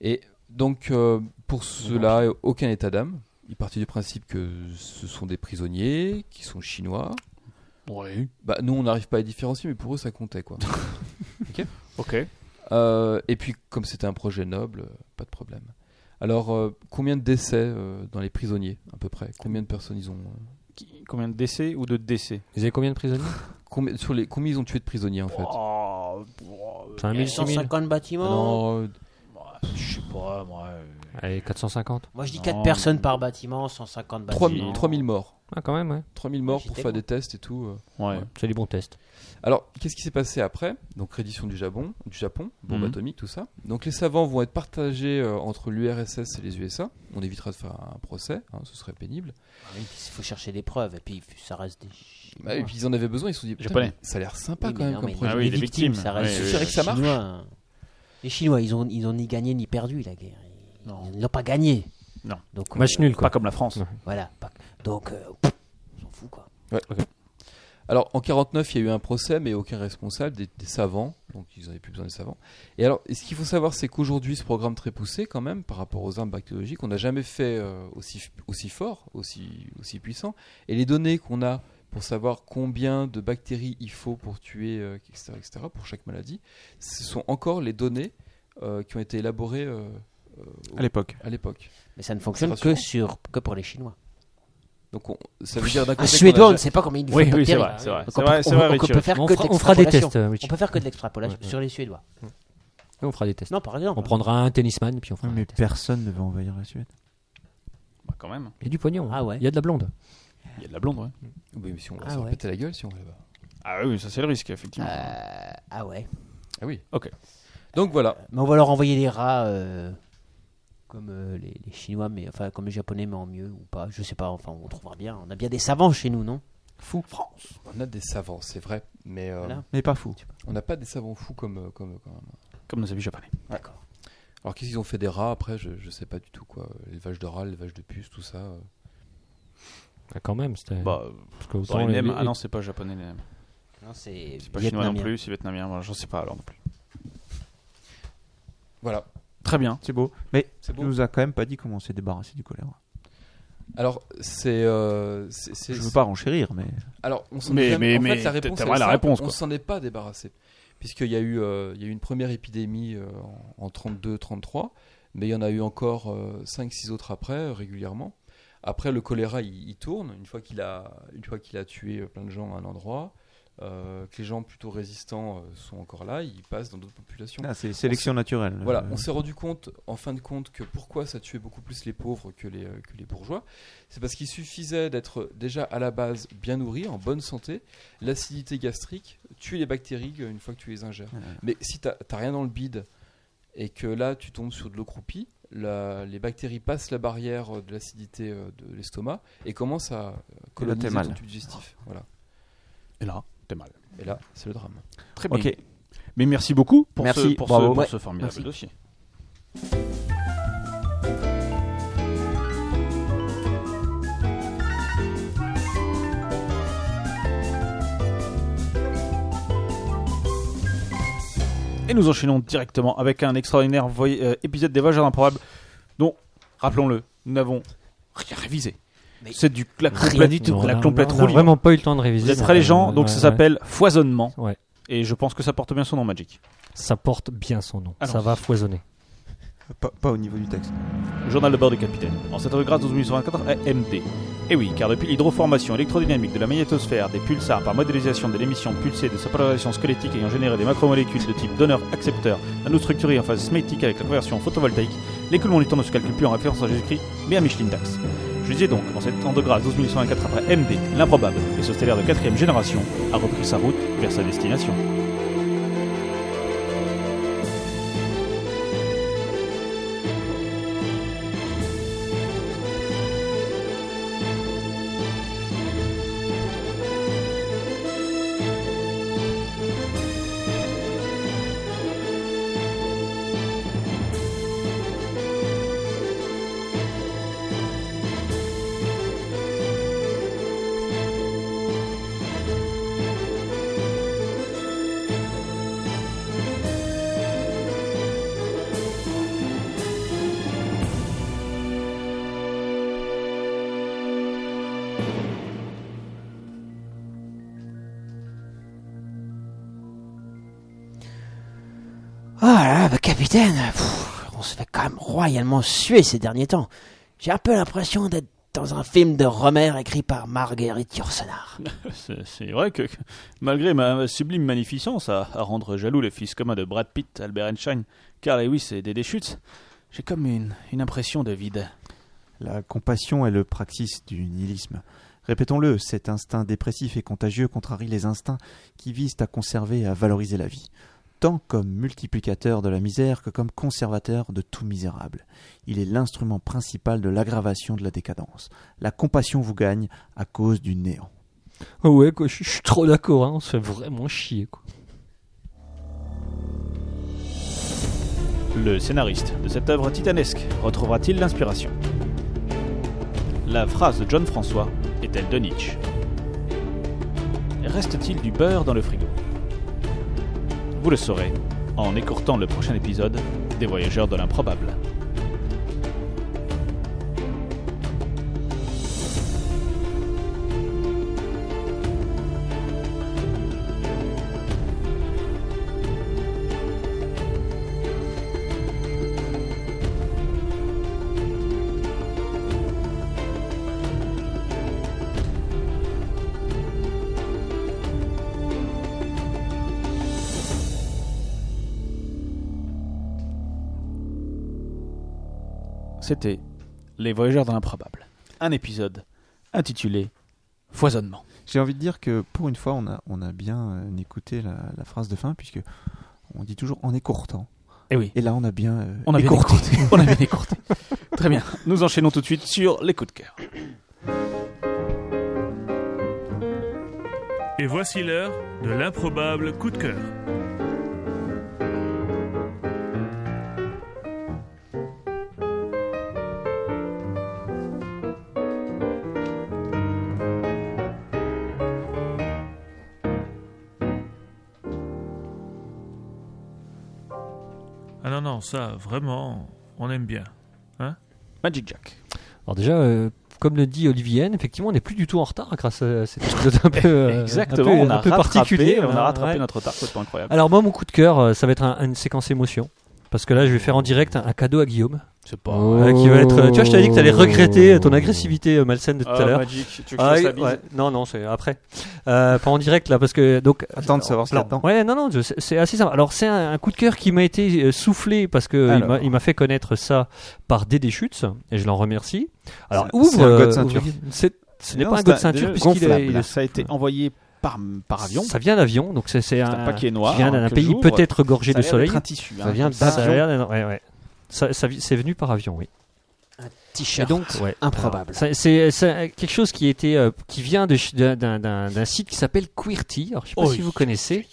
Speaker 4: Et donc, euh, pour cela, aucun état d'âme. Ils partent du principe que ce sont des prisonniers, qui sont chinois.
Speaker 3: Ouais.
Speaker 4: Bah, nous, on n'arrive pas à les différencier, mais pour eux, ça comptait, quoi.
Speaker 3: Ok.
Speaker 4: Euh, et puis, comme c'était un projet noble, euh, pas de problème. Alors, euh, combien de décès euh, dans les prisonniers, à peu près Combien de personnes ils ont euh,
Speaker 3: Qui- Combien de décès ou de décès
Speaker 8: Vous avez combien de prisonniers
Speaker 4: combien, sur les, combien ils ont tué de prisonniers, en fait
Speaker 3: Oh, oh,
Speaker 8: 5 000, 6 000
Speaker 7: 150 bâtiments.
Speaker 4: Non, euh,
Speaker 3: Je sais pas, moi. euh,
Speaker 8: Allez, 450.
Speaker 7: Moi, je dis
Speaker 3: Non,
Speaker 7: 4
Speaker 3: mais-
Speaker 7: personnes par bâtiment, 150
Speaker 4: 3000,
Speaker 7: bâtiments.
Speaker 4: 3000 morts.
Speaker 8: Ah, quand même, ouais.
Speaker 4: 3000 morts pour
Speaker 7: J'étais
Speaker 4: faire
Speaker 7: con.
Speaker 4: des tests et tout. euh.
Speaker 3: Ouais.
Speaker 8: C'est des bons tests.
Speaker 4: Alors, qu'est-ce qui s'est passé après Donc, reddition du Japon, du Japon, bombe
Speaker 3: Mhm.
Speaker 4: atomique, tout ça. Donc, les savants vont être partagés euh, entre l'URSS et les USA. On évitera de faire un procès, hein, ce serait pénible.
Speaker 7: Ah Il faut chercher des preuves, et puis ça reste des.
Speaker 4: Bah, et puis, ils en avaient besoin, ils se sont dit, putain,
Speaker 3: Japonais.
Speaker 4: mais ça a l'air sympa
Speaker 7: Oui,
Speaker 4: quand
Speaker 7: mais
Speaker 4: même
Speaker 7: non,
Speaker 4: comme
Speaker 7: mais
Speaker 4: projet.
Speaker 3: Ah oui, les victimes,
Speaker 7: ça reste.
Speaker 3: ouais,
Speaker 4: C'est vrai que ça marche.
Speaker 7: Chinois, hein. Les Chinois, ils ont, ils ont ni gagné ni perdu la guerre. Ils- Ils n'ont pas gagné.
Speaker 3: Non.
Speaker 7: Donc,
Speaker 8: Match
Speaker 7: euh,
Speaker 8: nul,
Speaker 3: Pas
Speaker 8: quoi.
Speaker 3: comme la France.
Speaker 7: Voilà. pas- Donc, euh, pff, on s'en fout quoi.
Speaker 4: Alors en 49, il y a eu un procès, mais aucun responsable, des, des savants, donc ils n'avaient plus besoin des savants. Et alors, et ce qu'il faut savoir, c'est qu'aujourd'hui, ce programme très poussé, quand même, par rapport aux armes bactériologiques, on n'a jamais fait euh, aussi, aussi fort, aussi, aussi puissant. Et les données qu'on a pour savoir combien de bactéries il faut pour tuer, euh, etc., etc., pour chaque maladie, ce sont encore les données euh, qui ont été élaborées euh, euh,
Speaker 6: À l'époque.
Speaker 4: à l'époque.
Speaker 7: Mais ça ne fonctionne
Speaker 4: rassurant.
Speaker 7: que, sur, que pour les Chinois.
Speaker 4: Donc on- ça veut dire d'un
Speaker 7: Un
Speaker 4: côté. qu'on a
Speaker 7: Suédois, on
Speaker 4: ja-
Speaker 7: ne sait pas combien il nous faut
Speaker 3: Oui,
Speaker 7: de
Speaker 3: oui, c'est
Speaker 7: bactéries.
Speaker 3: vrai, c'est vrai.
Speaker 7: Donc,
Speaker 3: C'est
Speaker 7: on
Speaker 3: vrai,
Speaker 7: peut-
Speaker 3: c'est
Speaker 7: on-
Speaker 3: vrai,
Speaker 7: on peut
Speaker 3: Richard.
Speaker 7: faire
Speaker 8: On
Speaker 7: que de
Speaker 8: fera, on fera des
Speaker 7: l'extrapolation.
Speaker 8: tests, euh, Rich.
Speaker 7: On peut faire que de l'extrapolation sur les Suédois.
Speaker 8: On fera des tests.
Speaker 7: Non, par exemple.
Speaker 8: On prendra un tennisman, puis on fera
Speaker 6: Oui,
Speaker 8: un
Speaker 6: mais
Speaker 8: test.
Speaker 6: personne ne veut envahir la Suède.
Speaker 3: Bah, quand même.
Speaker 8: Il y a du pognon. hein.
Speaker 7: Ah ouais.
Speaker 8: Il y a de la blonde.
Speaker 3: Il y a de la blonde, ouais.
Speaker 4: Oui, mais si on va
Speaker 7: Ah
Speaker 4: se faire
Speaker 7: ouais.
Speaker 4: péter la gueule si on va là-bas.
Speaker 3: Ah oui, ça c'est le risque, effectivement.
Speaker 7: Euh, ah ouais.
Speaker 4: Ah oui.
Speaker 3: Ok.
Speaker 4: Donc voilà.
Speaker 7: Mais on va leur envoyer des rats euh, comme euh, les, les Chinois, mais enfin comme les Japonais, mais en mieux ou pas. Je sais pas. Enfin, on trouvera bien. On a bien des savants chez nous, non
Speaker 4: Fou. France. On a des savants, c'est vrai, mais euh,
Speaker 7: Voilà.
Speaker 6: Mais pas fou.
Speaker 4: on n'a pas des savants fous comme euh, comme quand même.
Speaker 3: Comme nos amis japonais.
Speaker 7: D'accord.
Speaker 4: Alors qu'est-ce qu'ils ont fait des rats après je, je sais pas du tout quoi. L'élevage de rats, l'élevage de puces, tout ça. euh.
Speaker 8: Ah, quand même, c'était.
Speaker 3: Bah, euh,
Speaker 8: parce que
Speaker 3: dans
Speaker 8: autant
Speaker 3: les
Speaker 8: les-
Speaker 3: nems-
Speaker 8: les-
Speaker 3: ah non, c'est pas japonais les nems.
Speaker 7: Non, c'est
Speaker 3: C'est pas chinois non
Speaker 7: vietnamien.
Speaker 3: plus, c'est vietnamien, moi j'en sais pas alors non plus.
Speaker 4: Voilà.
Speaker 3: Très bien.
Speaker 6: C'est beau. Mais
Speaker 4: C'est
Speaker 6: tu
Speaker 4: beau.
Speaker 6: nous as quand même pas dit comment on s'est débarrassé du choléra.
Speaker 4: Alors c'est euh, c'est- c'est-
Speaker 6: Je veux pas renchérir, mais
Speaker 4: Alors on s'en
Speaker 3: Mais-
Speaker 4: est jamais-
Speaker 3: mais-
Speaker 4: en
Speaker 3: mais
Speaker 4: fait la réponse,
Speaker 3: t'aimerais
Speaker 4: elle est
Speaker 3: la
Speaker 4: simple,
Speaker 3: réponse,
Speaker 4: On
Speaker 3: quoi.
Speaker 4: s'en est pas débarrassé puisqu'il y a eu euh, il y a eu une première épidémie euh, en, 32-33, mais il y en a eu encore 5-6 autres après euh, régulièrement. Après le choléra il, il tourne une fois qu'il a une fois qu'il a tué euh, plein de gens à un endroit. euh, que les gens plutôt résistants euh, sont encore là, ils passent dans d'autres populations.
Speaker 6: Ah, c'est sélection naturelle.
Speaker 4: Voilà,
Speaker 6: Euh,
Speaker 4: on s'est rendu compte, en fin de compte, que pourquoi ça tuait beaucoup plus les pauvres que les, euh, que les bourgeois. C'est parce qu'il suffisait d'être déjà à la base bien nourri, en bonne santé. L'acidité gastrique tue les bactéries euh, une fois que tu les ingères.
Speaker 6: Ouais.
Speaker 4: Mais si t'as t'as rien dans le bide et que là tu tombes sur de l'eau croupie, la- les bactéries passent la barrière euh, de l'acidité euh, de l'estomac et commencent à euh, coloniser
Speaker 6: t'es mal.
Speaker 4: ton tube digestif. Voilà.
Speaker 3: Et là, t'es mal.
Speaker 4: Et là, c'est le drame.
Speaker 3: Très bien.
Speaker 6: Ok.
Speaker 3: Mais merci beaucoup pour,
Speaker 6: Merci,
Speaker 3: ce, pour, ce,
Speaker 6: bravo.
Speaker 3: pour
Speaker 6: Ouais,
Speaker 3: ce formidable
Speaker 6: merci.
Speaker 3: dossier. Et nous enchaînons directement avec un extraordinaire voy- euh, épisode des Voyageurs improbables dont, rappelons-le, nous n'avons rien révisé. C'est du la complète, la complète
Speaker 8: On
Speaker 3: roue
Speaker 8: n'a
Speaker 3: libre.
Speaker 8: vraiment pas eu le temps de réviser.
Speaker 3: Vous êtes très les gens,
Speaker 8: Ouais,
Speaker 3: donc
Speaker 8: ouais,
Speaker 3: ça
Speaker 8: ouais.
Speaker 3: s'appelle Foisonnement.
Speaker 8: Ouais.
Speaker 3: Et je pense que ça porte bien son nom, Magic.
Speaker 8: Ça porte bien son nom.
Speaker 3: Allons-y.
Speaker 8: ça va foisonner.
Speaker 6: Pas, pas au niveau du texte.
Speaker 3: Journal de bord du capitaine. En cette rue grâce 12824 AMD. Et Eh oui, car depuis l'hydroformation électrodynamique de la magnétosphère, des pulsars par modélisation de l'émission pulsée de séparation squelettique ayant généré des macromolécules de type donneur-accepteur, nanostructurées en phase smétique avec la conversion photovoltaïque, l'écoulement du temps ne se calcule plus en référence à Jésus-Christ, mais à Michelin Dax. Je disais donc, en cette an de grâce 12824 après MD, l'improbable, et ce stellaire de quatrième génération, a repris sa route vers sa destination.
Speaker 7: Oh là là, bah, capitaine, pff, on se fait quand même royalement suer ces derniers temps. J'ai un peu l'impression d'être dans un film de Romer écrit par Marguerite Yourcenar.
Speaker 3: C'est c'est vrai que, que malgré ma sublime magnificence à, à rendre jaloux les fils communs de Brad Pitt, Albert Einstein, Carl Lewis et Dédé Schütz, j'ai comme une, une impression de vide.
Speaker 6: La compassion est le praxis du nihilisme. Répétons-le, cet instinct dépressif et contagieux contrarie les instincts qui visent à conserver et à valoriser la vie, tant comme multiplicateur de la misère que comme conservateur de tout misérable. Il est l'instrument principal de l'aggravation de la décadence. La compassion vous gagne à cause du néant.
Speaker 8: Ah ouais, quoi, je je suis trop d'accord. hein, on se fait vraiment chier. Quoi.
Speaker 3: Le scénariste de cette œuvre titanesque retrouvera-t-il l'inspiration La phrase de John François est-elle de Nietzsche Reste-t-il du beurre dans le frigo Vous le saurez en écourtant le prochain épisode des Voyageurs de l'improbable. C'était Les Voyageurs de l'improbable, un épisode intitulé Foisonnement.
Speaker 6: J'ai envie de dire que pour une fois, on a, on a bien euh, écouté la, la phrase de fin, puisque on dit toujours en écourtant.
Speaker 3: Eh oui.
Speaker 6: Et là, on a bien euh,
Speaker 3: On a bien
Speaker 6: écourté.
Speaker 3: écourté. On a bien écourté. Très bien. Nous enchaînons tout de suite sur les coups de cœur.
Speaker 9: Et voici l'heure de l'improbable coup de cœur. Ah non, non, ça, vraiment, on aime bien. Hein
Speaker 3: Magic Jack.
Speaker 8: Alors déjà, euh, comme le dit Olivier Haine, effectivement, on n'est plus du tout en retard grâce à cet épisode un peu, euh,
Speaker 3: Exactement.
Speaker 8: un peu,
Speaker 3: on a
Speaker 8: un peu
Speaker 3: rattrapé,
Speaker 8: particulier.
Speaker 3: On a
Speaker 8: voilà,
Speaker 3: rattrapé
Speaker 8: ouais. Ah,
Speaker 3: notre retard. C'est pas incroyable.
Speaker 8: Alors moi, mon coup de cœur, euh, ça va être un- une séquence émotion. Parce que là, je vais faire en direct un, un cadeau à Guillaume.
Speaker 3: C'est pas.
Speaker 8: euh, qui va être, euh, tu vois, je t'avais dit que t'allais regretter ton agressivité euh, malsaine de tout à l'heure.
Speaker 3: Magic, tu veux que
Speaker 8: Ah,
Speaker 3: je fasse la
Speaker 8: oui,
Speaker 3: bise
Speaker 8: ouais. Non, non, c'est après. Euh, pas en direct là, parce que donc.
Speaker 6: Attends de savoir ce qu'il y a
Speaker 8: Alors,
Speaker 6: dedans.
Speaker 8: ouais, non, non, je- c'est- c'est assez simple. Alors, c'est un, un coup de cœur qui m'a été euh, soufflé parce que il
Speaker 6: Alors.
Speaker 8: m'a- il m'a fait connaître ça par Dédé Schutz et je l'en remercie. Alors,
Speaker 6: C'est-
Speaker 8: ouvre.
Speaker 6: c'est un
Speaker 8: euh,
Speaker 6: god ceinture.
Speaker 8: ouvre- c'est- ce n'est
Speaker 3: Non,
Speaker 8: pas un
Speaker 3: c'est
Speaker 8: god
Speaker 3: un-
Speaker 8: ceinture
Speaker 3: déjà,
Speaker 8: puisqu'il est-
Speaker 3: gonflable.
Speaker 8: il est-
Speaker 3: Ça a été envoyé par, par avion.
Speaker 8: Ça vient d'avion, donc c'est c'est
Speaker 3: C'est un
Speaker 8: un
Speaker 3: paquet noir
Speaker 8: qui vient Ah, d'un
Speaker 3: que
Speaker 8: pays
Speaker 3: j'ouvre.
Speaker 8: peut-être gorgé
Speaker 3: Ça a
Speaker 8: de
Speaker 3: l'air
Speaker 8: soleil.
Speaker 3: d'être un tissu. hein,
Speaker 5: Ça vient
Speaker 3: comme
Speaker 5: d'un-
Speaker 8: Ça a l'air d'être- ouais, ouais. Ça- ça vi- c'est venu par avion, oui.
Speaker 7: T-shirt.
Speaker 8: Et donc, ouais,
Speaker 7: improbable.
Speaker 8: alors, ça- C'est c'est quelque chose qui était, euh, qui vient de ch- d'un- d'un d'un- d'un site qui s'appelle Queerty. Alors, je sais pas si vous connaissez.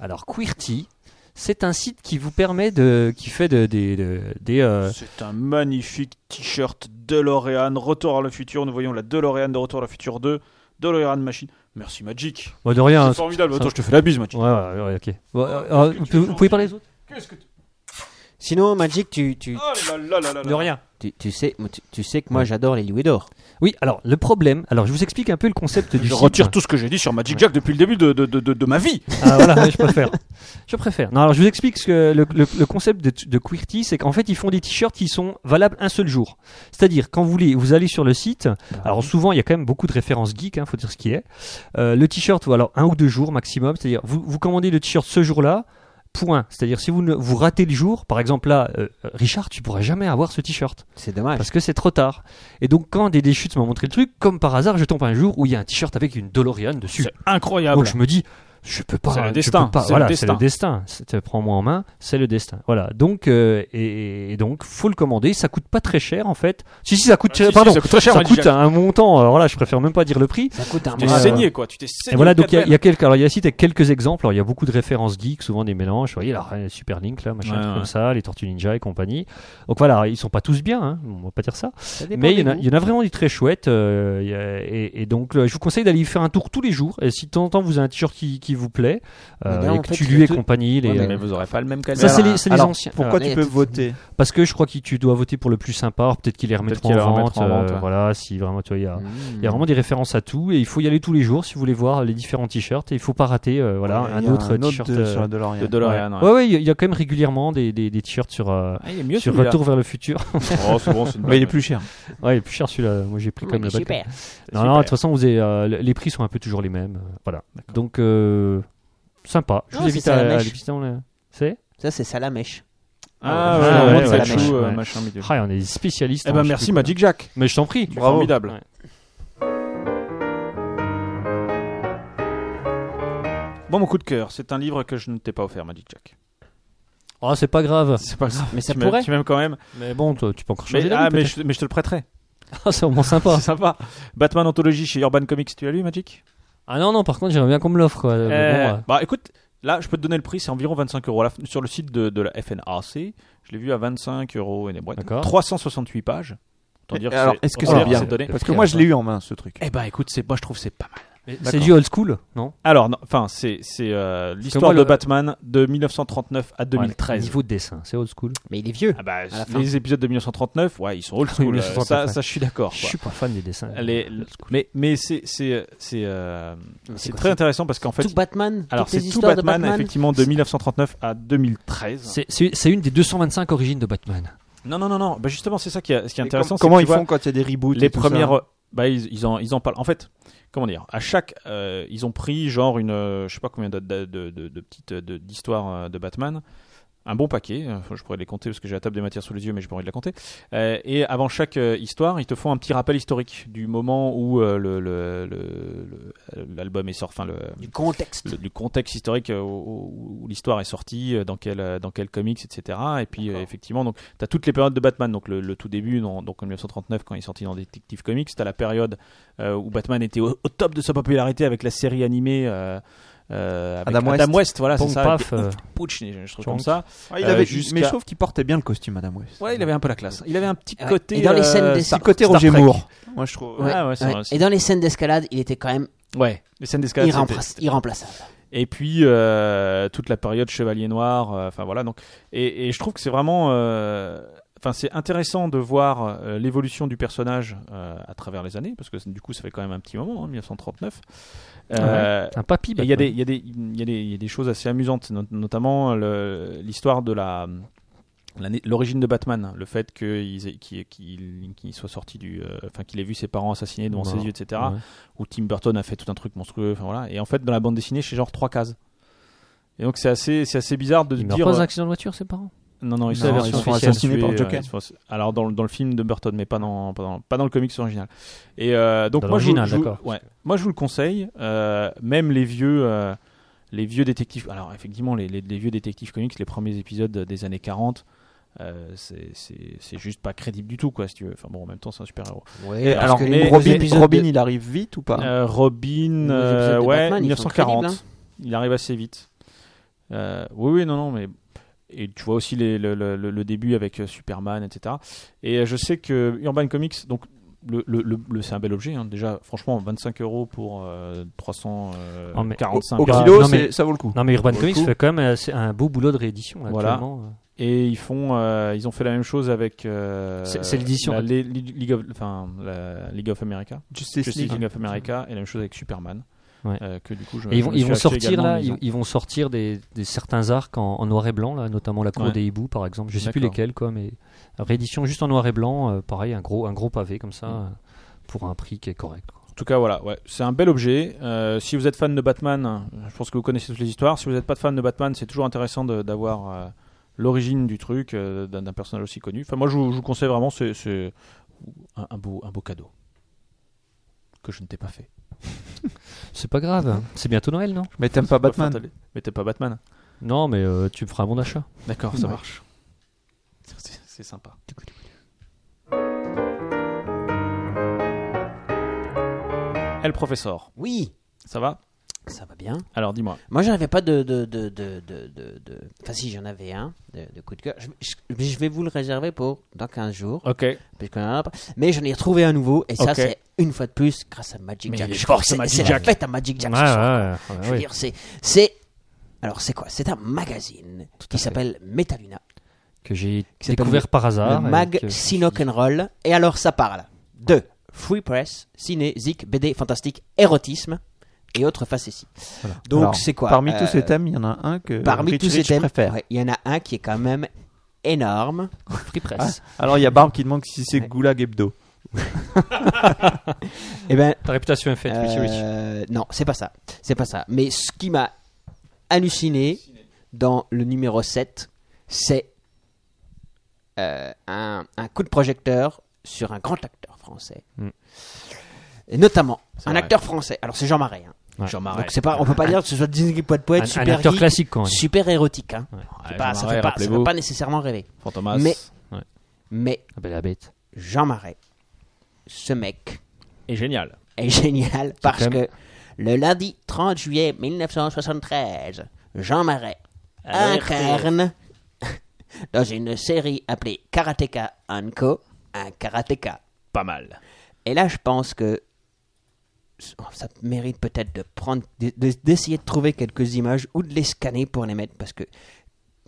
Speaker 8: Alors, Queerty, c'est un site qui vous permet de, qui fait de- des, de- des, euh,
Speaker 3: C'est un magnifique t-shirt DeLorean, Retour à le futur. Nous voyons la DeLorean de Retour à le futur 2 Doloran Machine. Merci Magic.
Speaker 8: Bah, de rien.
Speaker 3: C'est formidable. Attends, je Ah, te fais la bise, Magic.
Speaker 8: Ouais, ouais, ouais, ok. Bon, euh, euh, vous, pouvez- vous pouvez parler des autres
Speaker 3: Qu'est-ce que tu.
Speaker 7: Sinon, Magic, tu, tu,
Speaker 3: Oh là là là là là.
Speaker 8: De rien.
Speaker 7: tu, tu sais, tu, tu sais que moi j'adore les louis d'or.
Speaker 8: Oui, alors le problème. Alors je vous explique un peu le concept du
Speaker 3: Je
Speaker 8: site.
Speaker 3: retire tout ce que j'ai dit sur Magic Jack depuis le début de, de, de, de- de ma vie.
Speaker 8: Ah, voilà, je préfère. Je préfère. Non, alors je vous explique ce que le, le- le concept de, de QWERTY, c'est qu'en fait, ils font des t-shirts qui sont valables un seul jour. C'est-à-dire, quand vous, voulez- vous allez sur le site, alors souvent, il y a quand même beaucoup de références geek, hein, faut dire ce qui est. Euh, le t-shirt, voilà, un ou deux jours maximum. C'est-à-dire, vous, vous commandez le t-shirt ce jour-là, point. C'est-à-dire, si vous, ne, vous ratez le jour, par exemple là, euh, Richard, tu pourras jamais avoir ce t-shirt.
Speaker 7: C'est dommage.
Speaker 8: Parce que c'est trop tard. Et donc, quand des déchutes m'ont montré le truc, comme par hasard, je tombe un jour où il y a un t-shirt avec une DeLorean dessus.
Speaker 3: C'est incroyable.
Speaker 8: Donc, je me dis, je peux pas.
Speaker 3: C'est le
Speaker 8: je
Speaker 3: destin,
Speaker 8: peux pas.
Speaker 3: c'est le
Speaker 8: Voilà, c'est
Speaker 3: destin.
Speaker 8: le destin. C'est- euh, Prends-moi en main, c'est le destin. Voilà. Donc, euh, et, et donc, faut le commander. Ça coûte pas très cher, en fait. Si, si, ça coûte.
Speaker 3: Ah, si, si,
Speaker 8: pardon.
Speaker 3: ça coûte très cher,
Speaker 8: Ça
Speaker 3: Magic
Speaker 8: coûte
Speaker 3: Jack.
Speaker 8: un montant. euh, voilà, je préfère même pas dire le prix.
Speaker 7: Ça coûte un
Speaker 3: Tu t'es
Speaker 8: Ouais,
Speaker 3: saigné, quoi. Tu t'es saigné.
Speaker 8: Et voilà,
Speaker 3: aux
Speaker 8: donc il y, a-
Speaker 3: quatre
Speaker 8: il y a quelques, alors il y a site avec quelques exemples. Alors il y a beaucoup de références geeks, souvent des mélanges. Vous voyez, là, euh, Super Link, là, machin,
Speaker 3: Ouais,
Speaker 8: truc
Speaker 3: ouais.
Speaker 8: comme ça, les Tortues Ninja et compagnie. Donc voilà, ils sont pas tous bien, hein, on va pas dire ça. Mais il y, en a, il y en a vraiment des très chouettes. euh, il y a- et, et donc, euh, je vous conseille d'aller faire un tour tous les jours. Et si de temps en temps vous avez un t-shirt qui, qui vous plaît, euh,
Speaker 7: Mais là,
Speaker 8: et
Speaker 7: en
Speaker 8: que
Speaker 7: fait,
Speaker 8: tu
Speaker 7: le
Speaker 8: lui et
Speaker 7: tout-
Speaker 8: compagnie, les,
Speaker 7: Ouais,
Speaker 8: euh,
Speaker 7: mais-
Speaker 3: vous aurez pas le même
Speaker 8: ça c'est
Speaker 3: Alors,
Speaker 8: les, c'est les
Speaker 6: alors,
Speaker 8: anciens.
Speaker 6: Pourquoi
Speaker 7: Ouais,
Speaker 6: tu
Speaker 7: y a
Speaker 6: peux
Speaker 7: tout-
Speaker 6: voter
Speaker 8: Euh, parce que je crois que tu dois voter pour le plus sympa. alors Peut-être qu'ils les remettront
Speaker 3: qu'ils
Speaker 8: en
Speaker 3: les
Speaker 8: vente.
Speaker 3: remettront en vente,
Speaker 8: euh,
Speaker 3: ouais.
Speaker 8: voilà, si vraiment tu vois, il y a.
Speaker 7: Mmh. Mm.
Speaker 8: Il y a vraiment des références à tout et il faut y aller tous les jours si vous voulez voir les différents t-shirts et il faut pas rater euh, voilà
Speaker 6: Il y a
Speaker 8: un autre t-shirt.
Speaker 6: de-
Speaker 8: euh,
Speaker 6: sur la DeLorean.
Speaker 3: De DeLorean, hein.
Speaker 8: ouais.
Speaker 3: ouais.
Speaker 8: ouais ouais, il y a- il y a quand même régulièrement des, des, des t-shirts sur euh,
Speaker 3: Ah, il est mieux
Speaker 8: sur
Speaker 3: celui-là.
Speaker 8: retour vers le futur. [LAUGHS]
Speaker 3: Oh, c'est bon, c'est une
Speaker 6: Mais il est
Speaker 3: blague.
Speaker 6: plus cher.
Speaker 8: ouais, il est plus cher celui-là. Moi j'ai pris quand même le bas de
Speaker 7: super.
Speaker 8: gamme. Non non, de toute façon vous avez, euh, le- les prix sont un peu toujours les mêmes. euh, Voilà. Donc euh, sympa. Je
Speaker 7: Non,
Speaker 8: vous
Speaker 7: c'est
Speaker 8: invite
Speaker 7: ça,
Speaker 8: à,
Speaker 7: la
Speaker 8: à
Speaker 7: mèche.
Speaker 8: aller visiter, on l'a- C'est
Speaker 7: Ça, c'est ça la mèche.
Speaker 3: Ah,
Speaker 8: Ah,
Speaker 3: ouais,
Speaker 8: ouais,
Speaker 3: ouais,
Speaker 8: ouais,
Speaker 3: Mathieu,
Speaker 8: ouais.
Speaker 3: euh, machin milieu.
Speaker 8: ah, on est spécialiste.
Speaker 3: Eh ben, merci Magic Jack.
Speaker 8: Mais je t'en prie.
Speaker 3: Tu es Formidable.
Speaker 8: Ouais.
Speaker 3: Bon, mon coup de cœur, c'est un livre que je ne t'ai pas offert, Magic Jack.
Speaker 8: Oh, c'est pas grave.
Speaker 3: C'est pas grave.
Speaker 7: Mais ça
Speaker 3: tu m'aimes-
Speaker 7: pourrait.
Speaker 3: Tu m'aimes quand même.
Speaker 8: Mais bon, toi, tu peux encore changer
Speaker 3: Mais,
Speaker 8: d'avis,
Speaker 3: ah, mais,
Speaker 8: peut-être.
Speaker 3: je, mais je te le prêterai.
Speaker 8: Ah, [LAUGHS] c'est vraiment sympa.
Speaker 3: C'est sympa. Batman Anthologie chez Urban Comics, tu l'as lu, Magic
Speaker 8: Ah non, non, par contre, j'aimerais bien qu'on me l'offre. quoi. Mais
Speaker 3: Euh,
Speaker 8: bon, ouais.
Speaker 3: Bah écoute, là je peux te donner le prix, c'est environ 25 euros. La- Sur le site de, de la FNAC, je l'ai vu à 25 euros et des boîtes.
Speaker 8: D'accord.
Speaker 3: 368 pages. Autant dire
Speaker 6: Et alors,
Speaker 3: c'est-
Speaker 6: est-ce que
Speaker 3: autant
Speaker 6: c'est
Speaker 3: dire
Speaker 6: bien
Speaker 3: donné.
Speaker 6: Parce que moi, je l'ai eu en main, ce truc.
Speaker 3: Eh bah écoute, c'est, moi je trouve que c'est pas mal.
Speaker 8: Mais
Speaker 3: D'accord.
Speaker 8: C'est du old school, non
Speaker 3: Alors, non, enfin, c'est, c'est euh, l'histoire
Speaker 8: moi,
Speaker 3: de
Speaker 8: le-
Speaker 3: Batman de 1939 à
Speaker 8: Ouais,
Speaker 3: 2013.
Speaker 8: Niveau de dessin, c'est old school.
Speaker 7: Mais il est vieux.
Speaker 3: Ah bah,
Speaker 7: la fin.
Speaker 3: les épisodes de 1939, ouais, ils sont old school. euh,
Speaker 8: 1939,
Speaker 3: ça,
Speaker 8: ouais.
Speaker 3: ça, je suis d'accord.
Speaker 8: Je
Speaker 3: quoi.
Speaker 8: suis pas fan des dessins.
Speaker 3: Les- mais mais c'est, c'est, c'est, euh, c'est
Speaker 7: quoi,
Speaker 3: très intéressant parce qu'en fait,
Speaker 7: Tout Batman.
Speaker 3: alors
Speaker 7: toutes les
Speaker 3: c'est tout
Speaker 7: histoires de
Speaker 3: Batman, effectivement de 1939 à 2013.
Speaker 8: C'est- C'est c'est une des 225 origines de Batman.
Speaker 3: Non, non, non, non. Bah justement, c'est ça qui est, ce qui est
Speaker 6: Et
Speaker 3: intéressant.
Speaker 6: com- comment
Speaker 3: c'est
Speaker 6: ils
Speaker 3: que tu
Speaker 6: font quand il y a des
Speaker 3: vois,
Speaker 6: reboots
Speaker 3: Les
Speaker 6: et tout ça
Speaker 3: premières. Bah, ils, ils en, ils en parlent. En fait, comment dire À chaque. euh, ils ont pris, genre, une. euh, je sais pas combien de, de, de, de- de petites. de- d'histoires euh, de Batman. Un bon paquet. Euh, Je pourrais les compter parce que j'ai la table des matières sous les yeux, mais j'ai pas envie de la compter. Euh, et avant chaque euh, histoire, ils te font un petit rappel historique du moment où euh, le- le- le- le- l'album est sorti. Enfin, le,
Speaker 7: Du contexte.
Speaker 3: le- du contexte historique euh, où, où l'histoire est sortie, euh, dans quel, euh, dans quel comics, etc. Et puis, euh, effectivement, donc, tu as toutes les périodes de Batman. Donc, le, le tout début, dans- donc en 1939, quand il est sorti dans Detective Comics, tu as la période euh, où Batman était au, au top de sa popularité avec la série animée. euh, euh, avec
Speaker 6: Adam
Speaker 3: Adam,
Speaker 6: West.
Speaker 3: West. voilà, c'est
Speaker 8: Pong
Speaker 3: ça.
Speaker 8: paf.
Speaker 3: avec
Speaker 8: euh,
Speaker 3: des putsch, je trouve
Speaker 8: Chonk.
Speaker 3: comme ça.
Speaker 6: Ah, il
Speaker 3: Euh,
Speaker 6: avait,
Speaker 3: jusqu'à-
Speaker 6: Mais je trouve qu'il portait bien le costume, Madame West.
Speaker 3: Ouais, il avait un peu la classe. Il avait un petit
Speaker 7: Ouais.
Speaker 3: côté. euh,
Speaker 7: Et dans les scènes des-
Speaker 3: Star-
Speaker 6: C'est côté
Speaker 3: Star
Speaker 6: Roger
Speaker 3: Trek.
Speaker 6: Moore. Moi, je trouve.
Speaker 3: Ouais, ouais, c'est
Speaker 7: Ouais.
Speaker 3: vrai, c'est-
Speaker 7: Et dans les scènes d'escalade, il était quand même
Speaker 3: Ouais, les scènes d'escalade. c'était-
Speaker 7: irrempla- irremplaçable.
Speaker 3: Et puis euh, toute la période Chevalier Noir, euh, enfin voilà. Donc, et, et je trouve que c'est vraiment, euh, enfin c'est intéressant de voir euh, l'évolution du personnage euh, à travers les années, parce que c'est- du coup ça fait quand même un petit moment, hein, 1939. Euh,
Speaker 8: Un papy.
Speaker 3: et Il y, a
Speaker 8: Batman.
Speaker 3: des- il y, a des- il y a des- il y a des choses assez amusantes, not- notamment euh, le- l'histoire de la l'année- l'origine de Batman, le fait qu'ils aient- qu'il qu'il- qu'il soit sorti du, euh, enfin qu'il ait vu ses parents assassinés devant
Speaker 8: Voilà.
Speaker 3: ses yeux, etc.
Speaker 8: Bah, Ouais.
Speaker 3: Où Tim Burton a fait tout un truc monstrueux, enfin voilà. Et en fait, dans la bande dessinée, c'est genre trois cases. Et donc c'est assez, c'est assez bizarre de
Speaker 8: Il meurt
Speaker 3: dire. euh,
Speaker 8: pas dans un accident de voiture, ses parents
Speaker 3: Non, non, ils
Speaker 6: Non,
Speaker 3: sont,
Speaker 6: ils se font
Speaker 3: officiels,
Speaker 6: assassiner
Speaker 3: tués,
Speaker 6: par
Speaker 3: euh,
Speaker 6: Joker.
Speaker 3: ils se font ass- Alors dans, le- dans le film de Burton, mais pas dans, pas dans, pas dans le comics original. Et euh, donc
Speaker 8: Dans
Speaker 3: moi je, vous-
Speaker 8: l'original,
Speaker 3: je vous-
Speaker 8: d'accord.
Speaker 3: ouais. moi je vous le conseille, euh, même les vieux, euh, les vieux détectives. Alors effectivement, les, les- les vieux détectives comics, les premiers épisodes des années 40. euh, c'est- c'est c'est juste pas crédible du tout quoi si tu veux enfin bon en même temps c'est un super héros
Speaker 6: Et
Speaker 3: Parce
Speaker 6: alors,
Speaker 3: que les-
Speaker 6: Robin,
Speaker 7: les épisodes
Speaker 6: Robin,
Speaker 7: de-
Speaker 6: il arrive vite ou pas
Speaker 3: euh, Robin,
Speaker 7: Les
Speaker 3: euh,
Speaker 7: épisodes de
Speaker 3: ouais,
Speaker 7: Batman, ils sont
Speaker 3: 1940.
Speaker 7: crédibles, hein.
Speaker 3: Il arrive assez vite. Euh, oui, oui, non, non, mais. Et tu vois aussi les- le, le- le- le début avec euh, Superman, etc. Et euh, je sais que Urban Comics, donc le, le- le- le- c'est un bel objet. hein. Déjà, franchement, 25 euros pour euh, 345
Speaker 8: Non, mais-
Speaker 6: Au, au
Speaker 8: bah,
Speaker 6: kilo,
Speaker 8: non, mais-
Speaker 6: c'est- ça vaut le coup.
Speaker 8: Non mais Urban
Speaker 3: Pour le
Speaker 8: Comics
Speaker 3: coup.
Speaker 8: fait quand même assez- un beau boulot de réédition là,
Speaker 3: Voilà.
Speaker 8: actuellement.
Speaker 3: Et ils font, euh, ils ont fait la même chose avec. euh,
Speaker 8: C'est- c'est l'édition.
Speaker 3: la Li- Li- League of, enfin la League of America,
Speaker 6: Justice
Speaker 3: Justice League of America, et la même chose avec Superman.
Speaker 8: Ouais.
Speaker 3: Euh, que du coup, je,
Speaker 8: Et ils vont,
Speaker 3: je me
Speaker 8: ils vont
Speaker 3: suis acheté
Speaker 8: sortir
Speaker 3: également en
Speaker 8: là,
Speaker 3: lisant.
Speaker 8: ils, ils vont sortir des, des certains arcs en, en noir et blanc là, notamment la cour
Speaker 3: Ouais.
Speaker 8: des hiboux par exemple. Je sais plus
Speaker 3: D'accord.
Speaker 8: lesquels quoi, mais réédition juste en noir et blanc, euh, pareil un gros un gros pavé comme ça euh, pour un prix qui est correct. quoi.
Speaker 3: En tout cas, voilà, ouais, c'est un bel objet. Euh, si vous êtes fan de Batman, euh, je pense que vous connaissez toutes les histoires. Si vous n'êtes pas fan de Batman, c'est toujours intéressant de- d'avoir euh, l'origine du truc euh, d'un d'un personnage aussi connu. Enfin, moi, je vous, je vous conseille vraiment, c'est- c'est un, un beau, un beau cadeau que je ne t'ai pas fait.
Speaker 8: C'est pas grave, c'est bientôt Noël non
Speaker 6: Mais t'aimes pas Batman
Speaker 3: Fatal- Mais t'es pas Batman.
Speaker 8: Non mais euh, tu me feras un bon achat.
Speaker 3: D'accord, ça marche. C'est c'est sympa. Elle professeur,
Speaker 7: Oui,
Speaker 3: ça va
Speaker 7: ça va bien.
Speaker 3: Alors dis-moi.
Speaker 7: Moi, j'en avais pas de. de, de, de, de, de- de- Enfin, si, j'en avais un de, de coup de cœur. Je, je- mais je vais vous le réserver pour dans 15 jours.
Speaker 3: Ok.
Speaker 7: parce qu'on en a pas. Mais j'en ai retrouvé un nouveau. Et ça,
Speaker 3: Ok.
Speaker 7: c'est une fois de plus grâce à Magic
Speaker 3: Mais
Speaker 7: Jack.
Speaker 3: il est
Speaker 7: Je
Speaker 3: fort,
Speaker 7: crois que
Speaker 3: ce
Speaker 7: c'est
Speaker 3: Magic
Speaker 7: c'est la
Speaker 3: Jack.
Speaker 7: fête à Magic Jack. ce soir. Je veux
Speaker 8: ouais.
Speaker 7: dire, c'est. c'est- Alors, c'est quoi C'est un magazine qui s'appelle Metaluna.
Speaker 8: que j'ai
Speaker 7: Qui s'appelle
Speaker 8: découvert par
Speaker 3: Ah,
Speaker 8: hasard.
Speaker 7: le
Speaker 8: et
Speaker 7: mag
Speaker 8: [LAUGHS] que-
Speaker 7: Roll. Et alors, ça parle de Free Press, ciné, zik, BD, fantastique, érotisme et autres facéties. Donc,
Speaker 6: Alors,
Speaker 7: c'est quoi
Speaker 6: Parmi
Speaker 7: euh,
Speaker 6: tous ces thèmes, il y en a un
Speaker 3: Euh,
Speaker 6: que
Speaker 7: Parmi
Speaker 6: Rich
Speaker 7: tous ces
Speaker 6: Rich
Speaker 7: thèmes,
Speaker 6: préfère.
Speaker 7: ouais, il y en a un qui est quand même énorme.
Speaker 8: Free Press.
Speaker 6: Alors il y a Barbe qui demande si c'est
Speaker 7: Ouais.
Speaker 6: Goulag Hebdo.
Speaker 7: Eh ben,
Speaker 8: Ta réputation est faite, Richie Rich.
Speaker 7: Euh, non, c'est pas ça. C'est pas ça. Mais ce qui m'a halluciné dans le numéro 7, c'est euh, un, un coup de projecteur sur un grand acteur français.
Speaker 8: Mm.
Speaker 7: Et notamment,
Speaker 3: Hmm. C'est
Speaker 7: un
Speaker 3: vrai.
Speaker 7: acteur français. Alors, c'est Jean Marais. hein.
Speaker 8: Ouais.
Speaker 3: Jean Marais. Ah.
Speaker 7: Donc, c'est pas, on peut pas dire que ce soit Disney Poète Poète,
Speaker 8: Un- un,
Speaker 7: super
Speaker 8: acteur
Speaker 7: geek,
Speaker 8: classique quand même.
Speaker 7: super érotique. hein.
Speaker 3: Ouais,
Speaker 7: C'est
Speaker 3: Jean
Speaker 7: pas- ça
Speaker 3: Marais,
Speaker 7: fait pas, ça
Speaker 3: rappelez-vous.
Speaker 7: fait pas nécessairement rêver.
Speaker 3: Fantomas.
Speaker 7: Mais-
Speaker 8: Ouais.
Speaker 7: Mais
Speaker 8: Ah ben, la bête.
Speaker 7: Jean Marais, ce mec,
Speaker 3: Et génial.
Speaker 7: est génial parce
Speaker 8: quand même-
Speaker 7: que le lundi 30 juillet 1973, Jean Marais incarne [LAUGHS] dans une série appelée Karateka Anko un karatéka.
Speaker 3: Pas mal.
Speaker 7: Et là, je pense que ça mérite peut-être de prendre, de- de- d'essayer de, trouver quelques images ou de les scanner pour les mettre parce que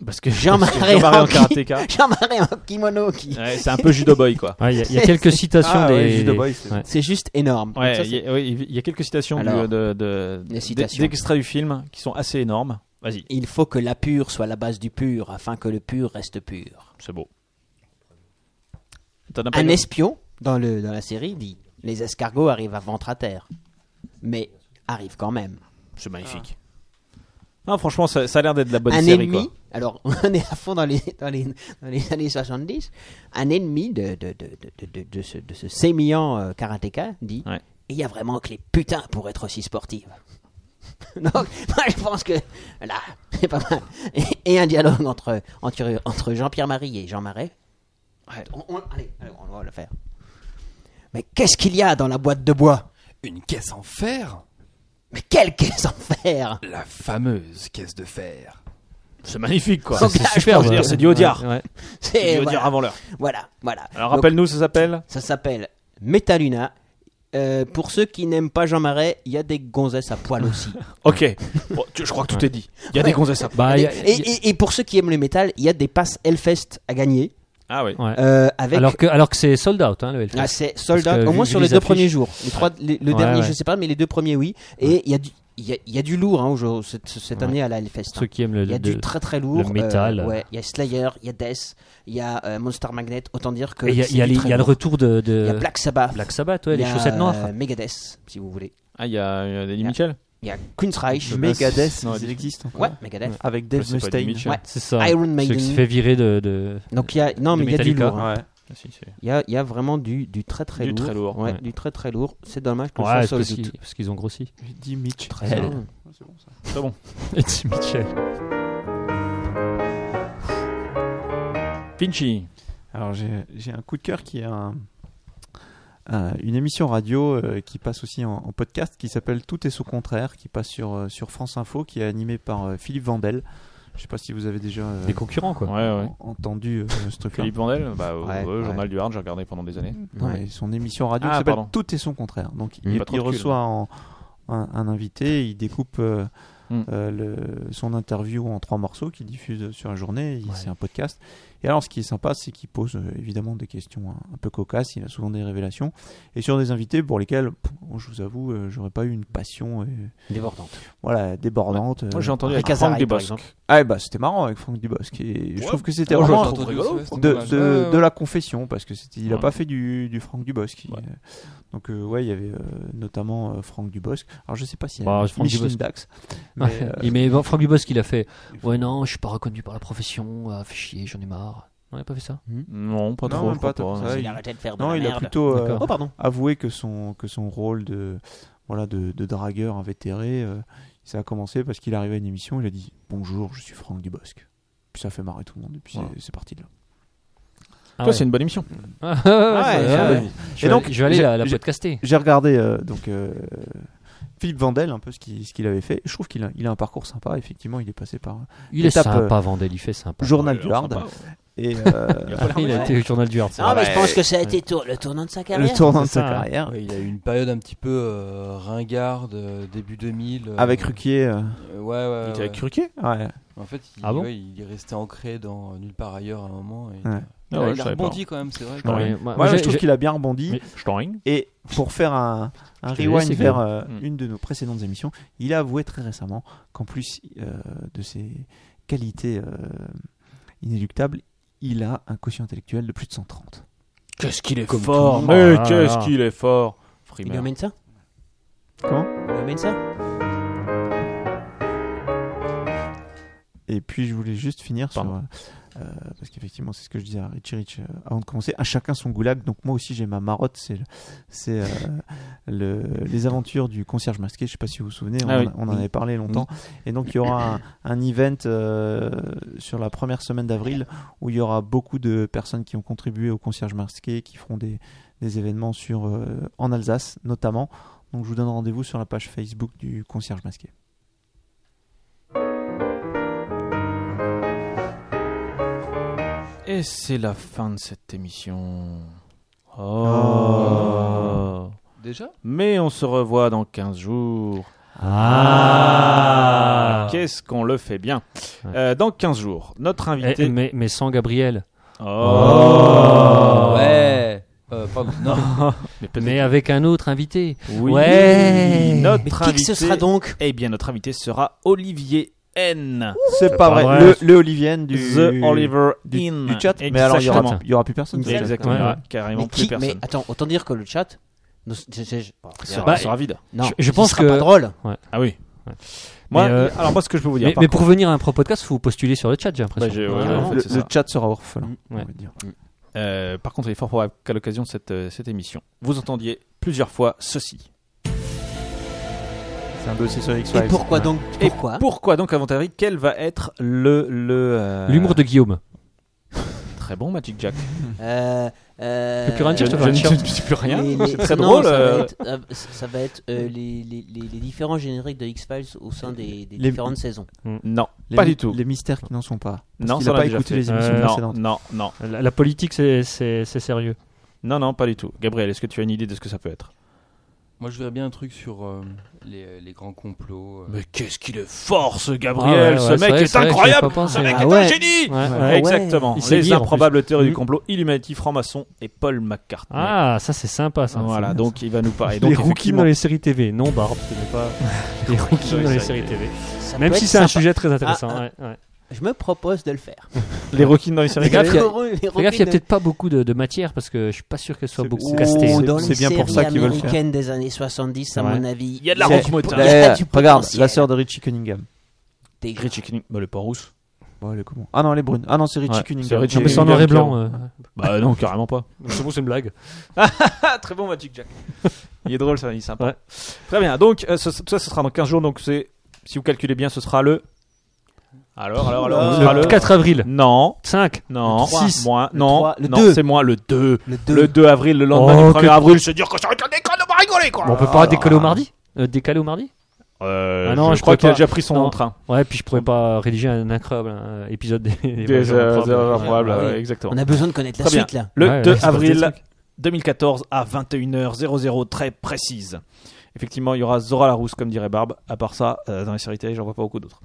Speaker 3: Parce que
Speaker 7: Jean
Speaker 3: parce que
Speaker 7: Marais
Speaker 3: Jean Marais en
Speaker 7: en ki-
Speaker 3: karatéka.
Speaker 7: [LAUGHS] Jean Marais en kimono qui
Speaker 3: Ouais, c'est un peu judo boy quoi.
Speaker 8: Il y, a- [LAUGHS] y a quelques citations
Speaker 6: Ah,
Speaker 8: des.
Speaker 6: ouais, Judo Boy, c'est-
Speaker 8: ouais.
Speaker 7: c'est juste énorme.
Speaker 3: Ouais,
Speaker 7: Ça,
Speaker 3: il
Speaker 7: c'est-
Speaker 3: y a- oui, il y a quelques citations du-
Speaker 7: Alors,
Speaker 3: de, de-
Speaker 7: les citations.
Speaker 3: d'extraits du film qui sont assez énormes. Vas-y,
Speaker 7: Il faut que la pure soit la base du pur afin que le pur reste pur.
Speaker 3: c'est beau. T'en as pas
Speaker 7: Un
Speaker 3: une autre
Speaker 7: espion dans, le, dans la série dit Les escargots arrivent à ventre à terre. Mais arrivent quand même.
Speaker 3: C'est magnifique. Ah. Non, franchement, ça, ça a l'air d'être de la bonne
Speaker 7: un
Speaker 3: série
Speaker 7: ennemi,
Speaker 3: quoi.
Speaker 7: alors [LAUGHS] on est à fond dans les, dans les, dans les années 70, un ennemi de, de, de, de, de, de ce, de ce sémillant euh, karatéka dit
Speaker 3: Ouais.
Speaker 7: Il y a vraiment que les putains pour être aussi sportive. [LAUGHS] Donc, [LAUGHS] moi je pense que là, [LAUGHS] c'est pas mal. Et, et un dialogue entre, entre, entre Jean-Pierre Marie et Jean Marais. On- on- allez, allez, on va le faire. Mais qu'est-ce qu'il y a dans la boîte de bois
Speaker 4: Une caisse en fer
Speaker 7: Mais quelle caisse en fer
Speaker 4: La fameuse caisse de fer.
Speaker 3: C'est magnifique quoi.
Speaker 7: Donc
Speaker 3: C'est
Speaker 7: là, je
Speaker 3: super,
Speaker 7: pense
Speaker 3: je veux
Speaker 7: que-
Speaker 3: dire, c'est du Audiard.
Speaker 8: Ouais, ouais.
Speaker 3: C'est
Speaker 7: C'est
Speaker 3: du Audiard
Speaker 7: voilà,
Speaker 3: avant l'heure.
Speaker 7: voilà, voilà.
Speaker 3: Alors
Speaker 7: Donc,
Speaker 3: rappelle-nous, ça s'appelle
Speaker 7: ça s'appelle Metaluna. Euh, pour ceux qui n'aiment pas Jean Marais, il y a des gonzesses à poil aussi.
Speaker 3: Ok, Bon, tu- je crois que tout est dit. Il y a des gonzesses à
Speaker 8: Bah,
Speaker 7: et,
Speaker 8: y a- y a-
Speaker 7: et- et pour ceux qui aiment le métal, il y a des passes Hellfest à gagner.
Speaker 3: Ah oui.
Speaker 8: ouais.
Speaker 7: euh, avec
Speaker 8: Alors que, alors que c'est sold out, hein, le Hellfest.
Speaker 7: Ah, c'est sold
Speaker 8: Parce
Speaker 7: out,
Speaker 8: que
Speaker 7: au
Speaker 8: vu-
Speaker 7: moins
Speaker 8: vu
Speaker 7: sur
Speaker 8: les
Speaker 7: les deux
Speaker 8: affiches-
Speaker 7: premiers jours. Les trois, les- le
Speaker 8: Ouais,
Speaker 7: dernier,
Speaker 8: ouais.
Speaker 7: je sais pas, mais les deux premiers, oui. Et il y a du- il y, a- il y a du lourd hein, aujourd'hui- cette, cette
Speaker 8: Ouais.
Speaker 7: année à la Hellfest. hein.
Speaker 8: Ceux qui aiment le,
Speaker 7: Il y a
Speaker 8: le-
Speaker 7: du très très lourd.
Speaker 8: le métal.
Speaker 7: euh, ouais, il y a Slayer, il y a Death, il y a euh, Monster Magnet. Autant dire que.
Speaker 8: Et il y a,
Speaker 7: c'est
Speaker 8: il y a
Speaker 7: du
Speaker 8: les-
Speaker 7: très
Speaker 8: il y a le
Speaker 7: lourd.
Speaker 8: retour de, de-
Speaker 7: Il y a Black Sabbath.
Speaker 8: Black Sabbath, ouais,
Speaker 7: Il y
Speaker 8: les
Speaker 7: a,
Speaker 8: chaussettes noires.
Speaker 7: euh, Megadeth, si vous voulez.
Speaker 3: Ah, il y a, il y a Eddie Mitchell
Speaker 7: Il y a Queensryche.
Speaker 6: Megadeth,
Speaker 3: Non,
Speaker 6: ils
Speaker 3: elle-
Speaker 6: existent encore.
Speaker 7: Ouais, Megadeth.
Speaker 6: Avec
Speaker 3: Je
Speaker 6: Dave
Speaker 3: sais pas, Eddie
Speaker 6: Mustaine.
Speaker 3: Mitchell.
Speaker 7: Ouais.
Speaker 8: c'est ça.
Speaker 7: Iron
Speaker 8: Ceux
Speaker 7: Maiden.
Speaker 8: qui se fait virer de. de-
Speaker 7: Donc il y a non
Speaker 8: De
Speaker 7: mais il y a du
Speaker 8: Metallica.
Speaker 7: lourd. hein.
Speaker 6: Ouais.
Speaker 3: Ah, si, si.
Speaker 7: Il y a il y a vraiment du du très très
Speaker 3: Du
Speaker 7: lourd.
Speaker 3: très lourd,
Speaker 7: Ouais,
Speaker 8: ouais.
Speaker 7: du très très lourd. C'est dommage que
Speaker 8: Ouais,
Speaker 7: ça
Speaker 8: parce
Speaker 7: soit Ah.
Speaker 8: qu'ils- parce qu'ils ont grossi. [LAUGHS]
Speaker 6: Eddie Mitchell.
Speaker 7: Très bien.
Speaker 8: Eddie Mitchell.
Speaker 3: Vinci.
Speaker 6: Alors j'ai j'ai un coup de cœur qui est un- un- une émission radio euh, qui passe aussi en, en podcast qui s'appelle Tout est sous contraire, qui passe sur, euh, sur France Info, qui est animée par euh, Philippe Vandel. Je sais pas si vous avez déjà euh,
Speaker 8: Des concurrents, quoi.
Speaker 3: Ouais, ouais.
Speaker 6: entendu euh, ce truc-là.
Speaker 3: Philippe Vandel, bah, euh,
Speaker 6: Ouais,
Speaker 3: euh,
Speaker 6: ouais.
Speaker 3: journal du Hard, j'ai regardé pendant des années.
Speaker 6: Non,
Speaker 8: Ouais.
Speaker 6: mais son émission radio
Speaker 3: Ah,
Speaker 6: s'appelle
Speaker 3: pardon.
Speaker 6: Tout et son contraire. Donc
Speaker 3: Mm.
Speaker 6: il,
Speaker 3: Pas trop
Speaker 6: il
Speaker 3: de cul.
Speaker 6: reçoit en- un, un invité, il découpe euh,
Speaker 3: Mm.
Speaker 6: euh, le- son interview en trois morceaux qu'il diffuse sur la journée. Il- C'est un podcast. Et alors ce qui est sympa, c'est qu'il pose euh, évidemment des questions un, un peu cocasses. Il a souvent des révélations. Et sur des invités pour lesquels, pff, je vous avoue, euh, j'aurais pas eu une passion euh,
Speaker 7: Débordante.
Speaker 6: voilà, débordante. euh.
Speaker 3: Moi, j'ai entendu avec
Speaker 7: Rick
Speaker 3: Franck
Speaker 7: Hazari, par
Speaker 3: Dubosc.
Speaker 7: exemple.
Speaker 6: Ah, bah, c'était marrant avec Franck Dubosc. Et je trouve que c'était
Speaker 3: moi, je
Speaker 6: vraiment
Speaker 3: l'entends trop rigolo,
Speaker 6: de, de, de la confession parce que c'était il a
Speaker 3: Ouais.
Speaker 6: pas fait du, du Franck Dubosc qui-
Speaker 3: Ouais.
Speaker 6: euh, donc euh, ouais il y avait euh, notamment euh, Franck Dubosc alors je sais pas si
Speaker 8: Bah, Franck
Speaker 6: Micheline
Speaker 8: Dubosc. [LAUGHS]
Speaker 6: Dax mais,
Speaker 8: Ouais.
Speaker 6: euh,
Speaker 8: Et mais bon, Franck Dubosc, il a fait Ouais, non, je suis pas reconnu par la profession, ah, fais chier, j'en ai marre. Non, il a pas fait ça
Speaker 3: Non, pas
Speaker 6: Non,
Speaker 3: trop.
Speaker 6: même
Speaker 3: je crois
Speaker 6: pas,
Speaker 3: pas.
Speaker 6: t'as- ça,
Speaker 7: Il
Speaker 6: il-
Speaker 7: a arrêté de faire de
Speaker 6: non
Speaker 7: la
Speaker 6: il a
Speaker 7: merde.
Speaker 6: plutôt euh,
Speaker 8: D'accord.
Speaker 7: Oh, pardon.
Speaker 6: avoué que son que son rôle de voilà de, de dragueur invétéré euh, ça a commencé parce qu'il arrivait à une émission il a dit bonjour je suis Franck Dubosc puis ça a fait marrer tout le monde et puis
Speaker 3: Voilà.
Speaker 6: c'est- c'est parti de là
Speaker 8: Ah
Speaker 3: Toi,
Speaker 8: ouais.
Speaker 3: c'est une bonne émission.
Speaker 8: [LAUGHS] Ah, ouais,
Speaker 6: ouais,
Speaker 8: ouais,
Speaker 6: c'est
Speaker 8: ouais.
Speaker 6: vrai.
Speaker 8: Je vais
Speaker 6: Et donc,
Speaker 8: aller- je vais aller
Speaker 6: j'ai-
Speaker 8: la, la
Speaker 6: j'ai-
Speaker 8: podcaster.
Speaker 6: j'ai regardé euh, donc euh, Philippe Vandel un peu ce qu'il ce qu'il avait fait je trouve qu'il a, il a un parcours sympa effectivement il est passé par
Speaker 8: Il est
Speaker 6: Étape,
Speaker 8: sympa, Vandel, il fait sympa.
Speaker 6: euh, Journal
Speaker 3: Ah Ouais,
Speaker 6: du Hard
Speaker 3: sympa.
Speaker 6: et euh,
Speaker 8: [LAUGHS] Il a été au Journal du Hard. c'est
Speaker 7: Non,
Speaker 8: vrai.
Speaker 7: mais je pense que ça a été tour- le tournant de sa carrière.
Speaker 6: le tournant de
Speaker 8: c'est
Speaker 6: sa
Speaker 8: ça, hein.
Speaker 6: carrière
Speaker 4: il a eu une période un petit peu euh, ringarde, euh, début 2000. euh,
Speaker 6: avec Ruquier. euh,
Speaker 4: euh, ouais, ouais,
Speaker 3: T'es avec
Speaker 4: ouais.
Speaker 3: Turquet
Speaker 6: ouais.
Speaker 4: En fait, il,
Speaker 8: Ah bon
Speaker 4: ouais, il est resté ancré dans euh, Nulle part ailleurs à un moment. Et,
Speaker 6: Ouais.
Speaker 4: Il a-
Speaker 3: Ah ouais,
Speaker 4: il
Speaker 3: je
Speaker 4: a
Speaker 3: savais pas.
Speaker 4: rebondi quand même, c'est vrai.
Speaker 8: Ouais,
Speaker 6: Ouais.
Speaker 8: ouais, moi,
Speaker 6: Moi,
Speaker 8: j'ai-
Speaker 6: je trouve
Speaker 8: j'ai-
Speaker 6: qu'il a bien rebondi.
Speaker 3: Mais je t'en ring.
Speaker 6: Et pour faire un, un
Speaker 8: Je l'ai laissé,
Speaker 6: rewind vers euh,
Speaker 3: Mm.
Speaker 6: une de nos précédentes émissions, il a avoué très récemment qu'en plus euh, de ses qualités euh, inéluctables, il a un quotient intellectuel de plus de 130.
Speaker 3: Qu'est-ce qu'il est
Speaker 8: Comme
Speaker 3: fort
Speaker 8: tout le monde.
Speaker 3: Mais
Speaker 8: Ah,
Speaker 3: qu'est-ce
Speaker 8: là.
Speaker 3: qu'il est fort
Speaker 7: Il lui
Speaker 3: Frimeur.
Speaker 7: emmène ça
Speaker 6: Comment
Speaker 7: Il lui emmène ça
Speaker 6: Et puis je voulais juste finir sur.
Speaker 3: Pardon.
Speaker 6: euh, euh, parce qu'effectivement, c'est ce que je disais à Richie Rich euh, avant de commencer. À chacun son goulag. Donc moi aussi, j'ai ma marotte. C'est le- c'est, euh, le, les aventures du concierge masqué. Je sais pas si vous vous souvenez. On,
Speaker 3: Ah oui.
Speaker 6: on en avait parlé longtemps. Et donc il y aura un, un event euh, sur la première semaine d'avril où il y aura beaucoup de personnes qui ont contribué au concierge masqué, qui feront des, des événements sur euh, en Alsace notamment. Donc je vous donne rendez-vous sur la page Facebook du concierge masqué.
Speaker 3: Et c'est la fin de cette émission. Oh.
Speaker 4: Déjà
Speaker 3: Mais on se revoit dans 15 jours.
Speaker 8: Ah
Speaker 3: Qu'est-ce qu'on le fait bien.
Speaker 8: Ouais.
Speaker 3: Euh, dans 15 jours, notre invité.
Speaker 8: Eh, mais, mais sans Gabriel.
Speaker 3: Oh.
Speaker 4: Ouais Euh, Pardon, [LAUGHS] non.
Speaker 3: Mais peut-être-
Speaker 8: Mais avec un autre invité.
Speaker 3: Oui.
Speaker 8: Ouais.
Speaker 3: Notre
Speaker 7: Mais qui
Speaker 3: invité.
Speaker 7: que ce sera donc
Speaker 3: Eh bien, notre invité sera Olivier N.
Speaker 6: C'est pas vrai.
Speaker 8: vrai.
Speaker 6: Le, le Olivienne du
Speaker 3: The Oliver
Speaker 6: du,
Speaker 3: In.
Speaker 6: du chat, mais alors il y
Speaker 3: Exactement.
Speaker 6: aura, il y aura plus personne.
Speaker 3: Et Exactement.
Speaker 8: Ouais,
Speaker 3: il y aura
Speaker 8: ouais.
Speaker 3: Carrément
Speaker 7: mais,
Speaker 3: plus
Speaker 7: qui, mais
Speaker 3: personne.
Speaker 7: attends, autant dire que le chat. nous- je- je- je- bon,
Speaker 3: Ça sera,
Speaker 8: Bah,
Speaker 3: ça sera vide.
Speaker 7: non,
Speaker 8: je- je
Speaker 7: ce
Speaker 8: pense
Speaker 7: sera
Speaker 8: que-
Speaker 7: pas drôle.
Speaker 3: Ah oui. Moi,
Speaker 8: Mais, euh,
Speaker 3: alors moi, ce que je peux vous dire.
Speaker 8: Mais,
Speaker 3: par
Speaker 8: mais
Speaker 3: contre-
Speaker 8: pour venir à un pro podcast, faut postuler sur le chat, j'ai
Speaker 3: Bah,
Speaker 8: l'impression.
Speaker 3: j'ai- ouais,
Speaker 8: Ouais,
Speaker 3: en
Speaker 6: Le,
Speaker 3: fait, c'est
Speaker 6: le
Speaker 3: ça.
Speaker 6: chat sera orphelin.
Speaker 8: Ouais.
Speaker 6: On va dire.
Speaker 3: Euh, par contre, il est fort probable qu'à l'occasion de cette, euh, cette émission, vous entendiez plusieurs fois ceci.
Speaker 6: C'est un dossier sur X
Speaker 7: Et pourquoi donc
Speaker 3: Et
Speaker 7: Pourquoi
Speaker 3: Pourquoi donc, à votre avis, quel va être le. le euh,
Speaker 8: L'humour de Guillaume.
Speaker 3: Très bon, Magic Jack.
Speaker 7: Euh, euh,
Speaker 8: Le plus rien dire, je te fais un
Speaker 7: les-
Speaker 8: t-shirt.
Speaker 3: dis plus
Speaker 7: les-
Speaker 3: C'est très
Speaker 7: non,
Speaker 3: drôle.
Speaker 7: Ça
Speaker 3: euh,
Speaker 7: va être, euh, ça va être, euh, les, les- les- les différents génériques de X-Files au sein des, des
Speaker 6: Les-
Speaker 7: différentes saisons.
Speaker 3: Non, pas du tout.
Speaker 6: Les mystères qui n'en sont pas. Parce
Speaker 3: Non,
Speaker 6: qu'il
Speaker 3: ça
Speaker 6: a
Speaker 3: l'a
Speaker 6: pas
Speaker 3: déjà
Speaker 6: écouté
Speaker 3: fait.
Speaker 6: les émissions
Speaker 8: Euh,
Speaker 6: précédentes.
Speaker 3: Non, non,
Speaker 8: La, la politique, c'est- c'est c'est sérieux.
Speaker 3: non, non, pas du tout. Gabriel, est-ce que tu as une idée de ce que ça peut être
Speaker 4: Moi, je verrais bien un truc sur euh, les, les grands complots. euh.
Speaker 3: Mais qu'est-ce qu'il est fort, ce Gabriel
Speaker 8: Ah ouais,
Speaker 3: Ce
Speaker 8: ouais, c'est
Speaker 3: mec
Speaker 8: vrai,
Speaker 3: est,
Speaker 8: c'est vrai que j'y avais
Speaker 3: incroyable
Speaker 8: pas pensé.
Speaker 3: Ce mec
Speaker 7: Ah
Speaker 3: est un
Speaker 7: ouais.
Speaker 3: génie
Speaker 8: Ouais, ouais.
Speaker 7: Ah ouais.
Speaker 3: Exactement.
Speaker 8: Il sait
Speaker 3: Les
Speaker 8: lire, en
Speaker 3: improbables théories
Speaker 8: Mm.
Speaker 3: du complot, Illuminati, franc-maçon et Paul McCartney.
Speaker 8: Ah, ça c'est sympa ça.
Speaker 3: voilà,
Speaker 8: C'est-
Speaker 3: donc il va nous parler. Donc,
Speaker 8: les rookies
Speaker 3: effectivement-
Speaker 8: dans les séries TV, non Barbe, ce n'est pas [LAUGHS] les rookies dans les séries TV.
Speaker 7: Ça
Speaker 8: Même
Speaker 7: peut
Speaker 8: si
Speaker 7: être
Speaker 8: c'est un
Speaker 7: sympa.
Speaker 8: sujet très intéressant.
Speaker 7: Ah,
Speaker 8: ouais, ouais.
Speaker 7: Je me propose de le faire.
Speaker 3: Les rookies dans les séries
Speaker 8: Fais gaffe,
Speaker 3: télé.
Speaker 8: il y a-
Speaker 7: Heureux, les
Speaker 8: Fais gaffe, il n'y a
Speaker 7: robinets.
Speaker 8: peut-être pas beaucoup de, de matière parce que je suis pas sûr qu'elle soit
Speaker 6: C'est-
Speaker 8: beaucoup
Speaker 6: c'est-
Speaker 8: castée.
Speaker 7: Ou
Speaker 6: c'est-
Speaker 7: dans les
Speaker 6: c'est bien pour
Speaker 7: séries
Speaker 6: ça qu'ils veulent faire.
Speaker 7: américaines des années 70, à
Speaker 8: Ouais.
Speaker 7: mon avis.
Speaker 3: Il y a de la
Speaker 6: C'est-
Speaker 3: rencontre.
Speaker 7: Il y a du
Speaker 6: Eh, regarde,
Speaker 7: potentiel.
Speaker 6: la sœur de Richie Cunningham.
Speaker 7: Des-
Speaker 3: Richie Cunningham. Bah, le port rouge.
Speaker 6: Bon, elle est comment Ah non, elle est brune. Ah non, c'est Richie
Speaker 3: Ouais,
Speaker 6: Cunningham.
Speaker 3: c'est Richie
Speaker 8: Non, mais c'est en
Speaker 3: Cunningham.
Speaker 8: noir et blanc. euh.
Speaker 3: Bah, non, carrément [LAUGHS] pas.
Speaker 8: C'est bon, c'est une blague.
Speaker 3: Très bon, Magic Jack. Il est drôle, ça, il est sympa.
Speaker 8: Ouais.
Speaker 3: Très bien. Donc, euh, ce- ça, ce sera dans 15 jours. Donc, c'est. Si vous calculez bien, ce sera le. Alors, alors, alors, ce sera
Speaker 8: euh, Le
Speaker 3: Ah, le.
Speaker 8: 4 avril.
Speaker 3: Non.
Speaker 8: 5.
Speaker 3: Non,
Speaker 7: trois.
Speaker 3: moins,
Speaker 7: Le
Speaker 3: non,
Speaker 7: trois, le
Speaker 3: non,
Speaker 7: deux.
Speaker 3: c'est moins le 2.
Speaker 7: Le 2.
Speaker 3: Le 2 avril, le lendemain du
Speaker 8: Oh,
Speaker 3: 1er
Speaker 8: que-
Speaker 3: Bah, avril, se dire que ça va être un déconne, on va rigoler quoi.
Speaker 8: on peut pas décoller au mardi Euh, Décaler au mardi Ah non,
Speaker 3: je,
Speaker 8: je
Speaker 3: crois
Speaker 8: pourrais
Speaker 3: qu'il a
Speaker 8: pas.
Speaker 3: déjà pris son
Speaker 8: Non.
Speaker 3: train.
Speaker 8: Ouais, puis je pourrais pas rédiger un incroyable euh, épisode des, des
Speaker 3: Des,
Speaker 8: voyages
Speaker 3: euh,
Speaker 8: improbables.
Speaker 3: des voyages improbables,
Speaker 8: Ah oui.
Speaker 3: euh, exactement.
Speaker 7: On a besoin de connaître la
Speaker 3: Très bien.
Speaker 7: suite, là.
Speaker 3: Le
Speaker 8: Ouais,
Speaker 3: 2
Speaker 8: ouais, c'est
Speaker 3: avril
Speaker 8: parti,
Speaker 3: 2014 à 21h00, très précise. Effectivement, il y aura Zora la rousse, comme dirait Barbe. À part ça, euh, dans les séries télé, j'en vois pas beaucoup d'autres.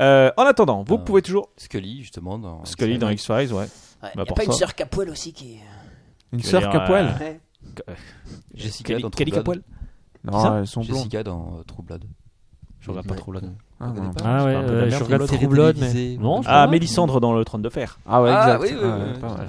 Speaker 3: Euh, en attendant, vous
Speaker 4: Ah.
Speaker 3: pouvez toujours.
Speaker 4: Scully, justement. Dans
Speaker 3: Scully dans X-Files, ouais.
Speaker 7: Ouais,
Speaker 3: Bah,
Speaker 7: y a
Speaker 3: pour
Speaker 7: pas une
Speaker 3: ça.
Speaker 7: sœur Capoel aussi qui.
Speaker 6: Une
Speaker 3: Je veux
Speaker 6: sœur
Speaker 3: dire,
Speaker 6: qu'à poil
Speaker 3: euh,
Speaker 4: Jessica
Speaker 3: Kelly
Speaker 4: dans
Speaker 3: Kelly
Speaker 4: True Blood.
Speaker 3: Capoil
Speaker 6: Non,
Speaker 3: c'est ça
Speaker 6: elles sont blondes.
Speaker 4: Jessica dans euh, True Blood.
Speaker 3: Je regarde pas trop là.
Speaker 6: Ah,
Speaker 4: connais
Speaker 6: non.
Speaker 4: pas.
Speaker 8: Ah ouais,
Speaker 3: C'est un peu de la
Speaker 8: euh,
Speaker 3: merde,
Speaker 8: je regarde
Speaker 4: une
Speaker 8: True
Speaker 4: série
Speaker 8: Blood, mais.
Speaker 4: télévisée.
Speaker 8: Non,
Speaker 3: Ah,
Speaker 8: je
Speaker 3: Mélissandre dans le Trône de Fer.
Speaker 6: Ah ouais,
Speaker 4: Ah,
Speaker 6: exact.
Speaker 4: oui, oui,
Speaker 6: Ah
Speaker 4: oui,
Speaker 6: ouais,
Speaker 4: oui.
Speaker 6: pas mal.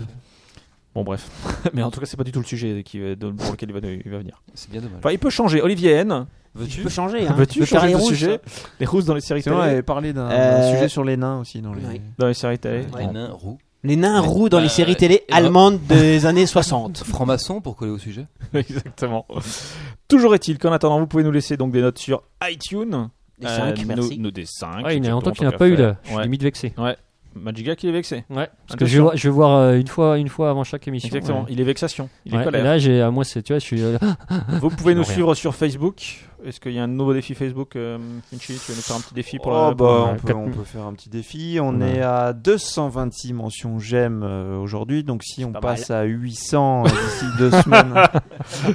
Speaker 3: Bon, bref. Mais en tout cas, c'est pas du tout le sujet qui, va- pour lequel il va, il va venir.
Speaker 4: C'est bien dommage.
Speaker 3: Enfin, il peut changer. Olivier N.
Speaker 7: Tu
Speaker 4: Veux-tu
Speaker 7: peux changer, hein.
Speaker 3: Veux-tu
Speaker 7: Tu peux faire
Speaker 3: changer
Speaker 7: les
Speaker 3: de
Speaker 7: rousses.
Speaker 3: sujet Les rousses dans les séries
Speaker 6: C'est vrai, on
Speaker 3: télé.
Speaker 6: avait parlé d'un
Speaker 7: Euh,
Speaker 6: sujet sur les nains aussi dans les.
Speaker 7: oui.
Speaker 3: Dans les séries télé.
Speaker 4: Les nains roux.
Speaker 7: Les nains
Speaker 4: Ouais.
Speaker 7: roux dans les
Speaker 4: Euh,
Speaker 7: séries télé
Speaker 4: et- Euh,
Speaker 7: allemandes des années 60.
Speaker 4: Franc-maçon pour coller au sujet.
Speaker 3: [LAUGHS] Exactement. Toujours est-il qu'en attendant, vous pouvez nous laisser donc des notes sur iTunes.
Speaker 7: Des
Speaker 3: Euh,
Speaker 7: cinq,
Speaker 3: nous-
Speaker 7: merci.
Speaker 3: Nous des 5.
Speaker 8: Ouais, il y a longtemps qu'il n'y en a pas eu là. Je suis limite vexé.
Speaker 3: Magiga qui est vexé.
Speaker 8: Ouais, parce que
Speaker 3: Attention.
Speaker 8: je vais, voir- je vais voir euh, une fois, une fois avant chaque émission.
Speaker 3: Exactement,
Speaker 8: Ouais.
Speaker 3: il est vexation. Il est
Speaker 8: Ouais, et
Speaker 3: colère.
Speaker 8: là, j'ai, à moi, c'est, tu vois, je suis. euh, [LAUGHS]
Speaker 3: vous pouvez nous
Speaker 8: rien.
Speaker 3: suivre sur Facebook. Est-ce qu'il y a un nouveau défi Facebook, euh, Finchi Tu veux nous faire un petit défi pour
Speaker 6: Oh,
Speaker 3: la.
Speaker 6: bah,
Speaker 3: pour-
Speaker 6: on, peut,
Speaker 3: quatre-
Speaker 6: on peut faire un petit défi. On
Speaker 8: Ouais.
Speaker 6: est à 226 mentions j'aime euh, aujourd'hui, donc si on
Speaker 3: pas
Speaker 6: passe à 800 euh, d'ici deux semaines,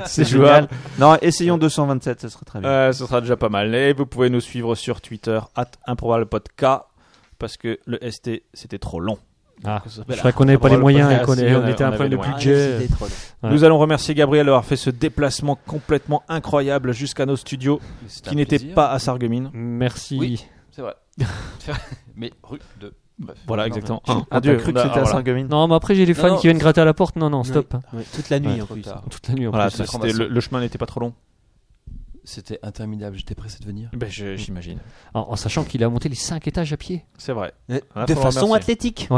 Speaker 3: C'est
Speaker 6: génial.
Speaker 3: jouable.
Speaker 6: Non, essayons 227, ce serait très bien.
Speaker 3: Euh, ce sera déjà pas mal. Et vous pouvez nous suivre sur Twitter, at improbablepodcast, parce que le ST c'était trop long.
Speaker 8: Ah,
Speaker 3: Donc, ça
Speaker 8: je
Speaker 3: s'appelle
Speaker 8: crois qu'on n'avait pas les
Speaker 3: Improbable
Speaker 8: moyens et
Speaker 3: Podcast.
Speaker 8: qu'on est-
Speaker 3: Si,
Speaker 8: on
Speaker 3: a-
Speaker 8: était un
Speaker 3: avait Ah,
Speaker 8: problème
Speaker 3: les
Speaker 8: de
Speaker 7: Ah,
Speaker 3: moyens.
Speaker 8: budget. Ouais.
Speaker 3: Nous allons remercier Gabriel d'avoir fait ce déplacement complètement incroyable jusqu'à nos studios qui n'étaient pas à Sarreguemines.
Speaker 8: Merci.
Speaker 4: Oui. C'est vrai. Mais rue de. Bref.
Speaker 3: Voilà,
Speaker 4: Non,
Speaker 3: exactement.
Speaker 6: Ah,
Speaker 3: Adieu.
Speaker 6: t'as cru que
Speaker 3: Ah,
Speaker 6: c'était à
Speaker 3: voilà.
Speaker 6: Sarreguemines
Speaker 8: Non, mais après, j'ai les fans
Speaker 4: Non,
Speaker 8: qui viennent gratter à la porte. Non, non, stop.
Speaker 7: Ouais, toute la nuit en
Speaker 4: trop
Speaker 7: plus.
Speaker 4: tard.
Speaker 8: Toute la nuit. en
Speaker 3: Voilà,
Speaker 8: plus.
Speaker 3: ça, c'était le, le chemin n'était pas trop long.
Speaker 4: C'était interminable, j'étais pressé de venir.
Speaker 3: Ben, J'imagine.
Speaker 8: En, en sachant qu'il a monté les 5 étages à pied.
Speaker 3: C'est vrai.
Speaker 7: Euh,
Speaker 3: Ah,
Speaker 7: De
Speaker 3: faut
Speaker 7: façon
Speaker 3: remercier.
Speaker 7: athlétique.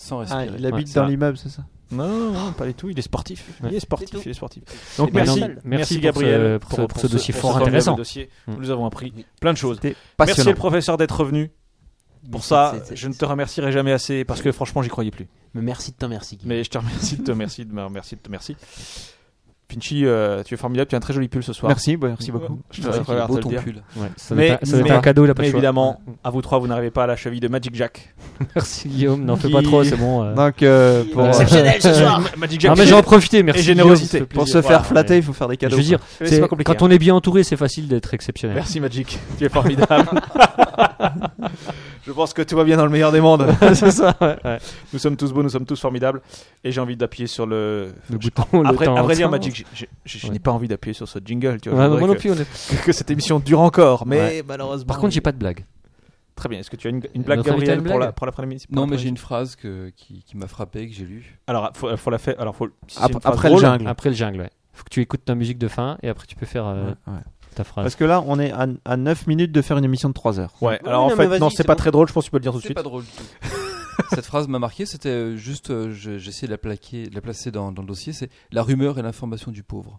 Speaker 4: Sans
Speaker 6: Ah,
Speaker 4: respirer.
Speaker 6: il habite
Speaker 3: c'est
Speaker 6: dans
Speaker 3: vrai.
Speaker 6: l'immeuble, c'est ça
Speaker 3: Non, non, non, pas du tout. Il est sportif. Il est sportif.
Speaker 7: C'est tout.
Speaker 3: Il est sportif.
Speaker 8: Donc,
Speaker 3: merci,
Speaker 8: merci,
Speaker 3: merci
Speaker 8: pour
Speaker 3: Gabriel
Speaker 8: ce- pour, ce, pour ce dossier fort
Speaker 3: formidable
Speaker 8: intéressant.
Speaker 3: dossier.
Speaker 8: Mm.
Speaker 3: Nous avons appris plein de choses.
Speaker 6: C'était
Speaker 3: Merci
Speaker 6: passionnant.
Speaker 3: le professeur d'être revenu. Pour ça,
Speaker 7: C'est- c'est-
Speaker 3: je ne te remercierai jamais assez parce que franchement, j'y croyais plus.
Speaker 7: Mais merci de t'en merci. Guy.
Speaker 3: Mais je te remercie de te remercier, de me remercier, de te remercier. Pinchy, euh, tu es formidable, tu as un très joli pull ce soir.
Speaker 6: Merci, bah, merci beaucoup.
Speaker 3: Je te
Speaker 4: C'est
Speaker 3: remercie
Speaker 4: beau
Speaker 3: de te
Speaker 4: ton
Speaker 3: le dire.
Speaker 4: pull.
Speaker 8: Ouais, ça
Speaker 3: Mais-
Speaker 8: doit être- ça doit être
Speaker 3: mais-
Speaker 8: un cadeau, il a pas
Speaker 3: Mais
Speaker 8: le choix.
Speaker 3: évidemment, à vous trois, vous n'arrivez pas à la cheville de Magic Jack.
Speaker 8: [LAUGHS] Merci Guillaume, n'en fais pas trop, c'est bon. euh.
Speaker 6: Donc, euh, pour, euh,
Speaker 7: Exceptionnel ce soir.
Speaker 3: Magic
Speaker 8: Non, mais j'en profiter, merci.
Speaker 3: et
Speaker 8: Guillaume,
Speaker 3: générosité.
Speaker 8: ça fait
Speaker 6: pour
Speaker 8: plaisir.
Speaker 6: se
Speaker 3: Voilà,
Speaker 6: faire flatter, il faut faire des
Speaker 8: Je
Speaker 6: cadeaux.
Speaker 8: veux dire,
Speaker 3: C'est
Speaker 8: c'est-
Speaker 3: pas compliqué, hein.
Speaker 8: quand on est bien entouré, c'est facile
Speaker 3: [LAUGHS]
Speaker 8: d'être exceptionnel.
Speaker 3: Merci Magic, tu es formidable. Je pense que tout va bien dans le meilleur des mondes.
Speaker 8: c'est ça, ouais, ouais.
Speaker 3: [LAUGHS] Nous sommes tous beaux, nous sommes tous formidables. Et j'ai envie d'appuyer sur le.
Speaker 8: Le bouton, le
Speaker 3: Après,
Speaker 8: temps
Speaker 3: à vrai dire,
Speaker 8: entrain.
Speaker 3: Magic, j'ai- j'ai- j'ai- je n'ai pas envie d'appuyer sur ce jingle. Tu
Speaker 8: Ouais,
Speaker 3: vois, je
Speaker 8: moi non
Speaker 3: voudrais que,
Speaker 8: plus. on est-
Speaker 3: que cette émission dure encore, mais malheureusement.
Speaker 8: Par contre, j'ai pas de blague.
Speaker 3: Très bien. Est-ce que tu as une, une blague,
Speaker 8: Notre invité
Speaker 3: Gabriel,
Speaker 8: a une
Speaker 3: pour
Speaker 8: blague
Speaker 3: la pour l'après-midi pour
Speaker 4: Non, mais
Speaker 3: l'après-midi
Speaker 4: j'ai une phrase que, qui, qui m'a frappé, que j'ai lue.
Speaker 3: Alors, faut, faut la faire. Alors, faut. si c'est
Speaker 6: Ap-
Speaker 3: une phrase
Speaker 6: après le
Speaker 3: drôle,
Speaker 6: jungle.
Speaker 8: Après le jungle, ouais. Faut que tu écoutes ta musique de fin et après tu peux faire euh,
Speaker 6: Ouais, ouais.
Speaker 8: ta phrase.
Speaker 6: Parce que là, on est à, à 9 minutes de faire une émission de 3 heures.
Speaker 3: Ouais.
Speaker 7: Oui,
Speaker 3: Alors,
Speaker 7: non,
Speaker 3: en
Speaker 7: mais
Speaker 3: fait,
Speaker 7: vas-y,
Speaker 3: non, c'est
Speaker 7: c'est
Speaker 3: pas
Speaker 7: bon.
Speaker 3: très drôle. Je pense que tu peux le dire tout de
Speaker 4: C'est
Speaker 3: suite.
Speaker 4: pas drôle du [LAUGHS] tout. Cette phrase m'a marqué, c'était euh, juste, euh, je- j'essayais de la plaquer, de la placer dans, dans le dossier, c'est la rumeur et l'information du pauvre.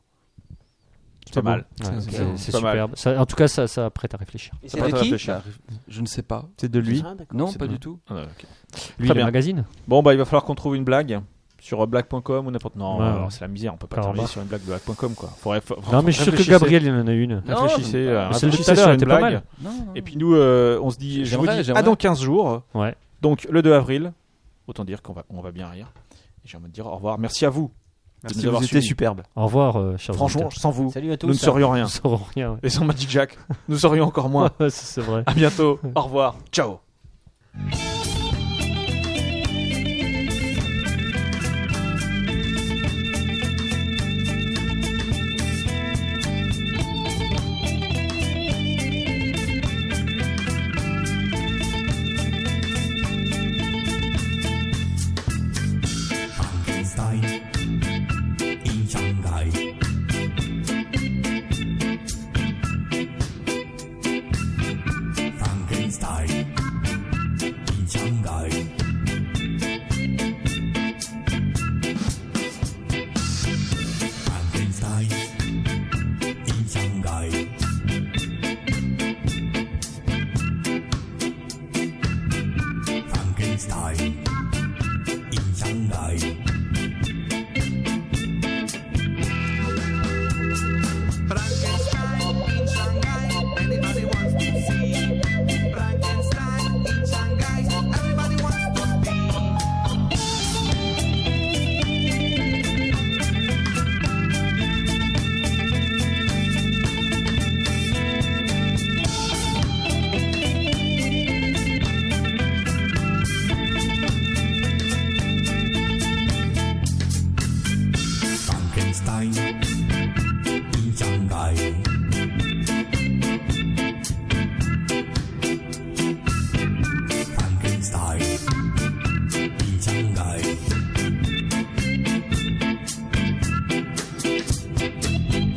Speaker 3: C'est pas mal.
Speaker 8: Ouais,
Speaker 4: Ah, ok.
Speaker 8: c'est- c'est
Speaker 3: Pas mal.
Speaker 8: superbe. Ça- en tout cas, ça, ça prête à réfléchir.
Speaker 7: Et
Speaker 3: Ça
Speaker 7: c'est
Speaker 3: va
Speaker 7: de
Speaker 3: te
Speaker 7: qui
Speaker 3: réfléchir.
Speaker 4: Je ne sais pas.
Speaker 6: C'est de lui.
Speaker 7: Ah, d'accord.
Speaker 4: Non,
Speaker 3: C'est
Speaker 4: pas
Speaker 3: de-
Speaker 4: du tout.
Speaker 3: Ah, ok. Très
Speaker 8: Lui, il
Speaker 3: bien.
Speaker 8: a magazine.
Speaker 3: Bon, bah, il va falloir qu'on trouve une blague sur euh, blague.com ou n'importe. Non,
Speaker 8: Ouais.
Speaker 3: alors, c'est la misère. On peut pas
Speaker 8: Car-
Speaker 3: travailler sur une blague de blague.com, quoi. Faudrait- faut-
Speaker 8: Non, mais je suis sûr que
Speaker 3: réfléchissez.
Speaker 8: Gabriel, il en a une.
Speaker 4: Non,
Speaker 3: Réfléchissez,
Speaker 4: mais-
Speaker 3: euh,
Speaker 8: mais celle de tout
Speaker 3: réfléchissez
Speaker 8: à l'heure
Speaker 3: sur une
Speaker 8: était pas
Speaker 3: blague.
Speaker 8: mal.
Speaker 4: Non, non,
Speaker 3: Et
Speaker 4: non.
Speaker 3: puis nous, euh, on se dit, je vous
Speaker 4: J'aimerais-
Speaker 3: dis, à
Speaker 4: j'aimerais.
Speaker 3: dans 15 jours.
Speaker 8: Ouais.
Speaker 3: Donc le 2 avril, autant dire qu'on va, on va bien rire. Et J'ai envie de dire au revoir. Merci à vous.
Speaker 6: Merci,
Speaker 3: nous avoir
Speaker 6: vous étiez
Speaker 3: suivis.
Speaker 6: superbe.
Speaker 8: Au revoir, euh, chers
Speaker 3: Franchement,
Speaker 8: auditeurs.
Speaker 3: sans vous, [LAUGHS]
Speaker 7: Salut à tous.
Speaker 3: nous ne serions rien.
Speaker 8: nous saurons rien. ouais.
Speaker 3: Et sans Magic Jack, nous serions encore
Speaker 8: [LAUGHS]
Speaker 3: moins.
Speaker 8: Ouais, c'est vrai.
Speaker 3: À
Speaker 8: [LAUGHS]
Speaker 3: bientôt. Au revoir. Ciao.
Speaker 2: Frankenstein in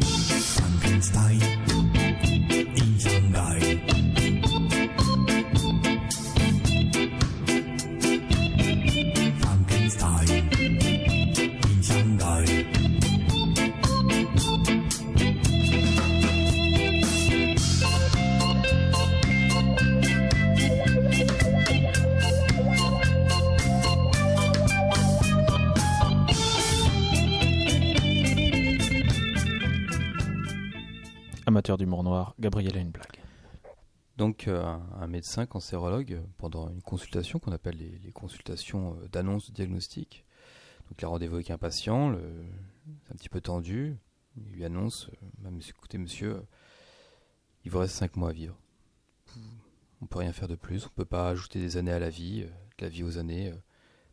Speaker 11: Liechtenstein, in Shanghai. Frankenstein, in Shanghai.
Speaker 3: Amateur d'humour noir, Gabriel a une blague.
Speaker 4: Donc, euh, un- un médecin cancérologue, euh, pendant une consultation qu'on appelle les, les consultations euh, d'annonce de diagnostic, donc il a rendez-vous avec un patient, le- c'est un petit peu tendu, il lui annonce euh, Bah, monsieur- Écoutez, monsieur, euh, il vous reste 5 mois à vivre. On peut rien faire de plus, on peut pas ajouter des années à la vie, euh, de la vie aux années, euh,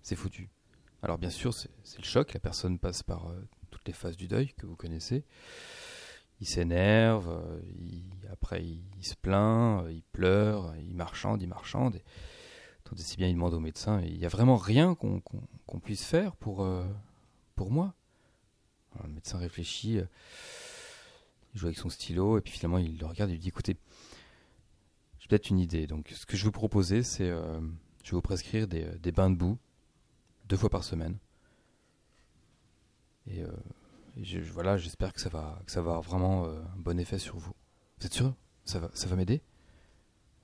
Speaker 4: c'est foutu. Alors, bien sûr, c'est c'est le choc, la personne passe par euh, toutes les phases du deuil que vous connaissez il s'énerve, euh, il- après il, il se plaint, euh, il pleure, il marchande, il marchande. Et, tant et si bien il demande au médecin, il n'y a vraiment rien qu'on qu'on- qu'on puisse faire pour, euh, pour moi. Alors, le médecin réfléchit, euh, il joue avec son stylo, et puis finalement il le regarde et lui dit, écoutez, j'ai peut-être une idée. Donc ce que je vais vous proposer, c'est, euh, je vais vous prescrire des, des bains de boue, deux fois par semaine. Et, euh, et je- je- voilà, j'espère que ça va, que ça va avoir vraiment euh, un bon effet sur vous. Vous êtes sûr Ça va, ça va m'aider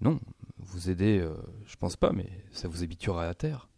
Speaker 4: Non, vous aider, euh, je pense pas, mais ça vous habituera à la terre.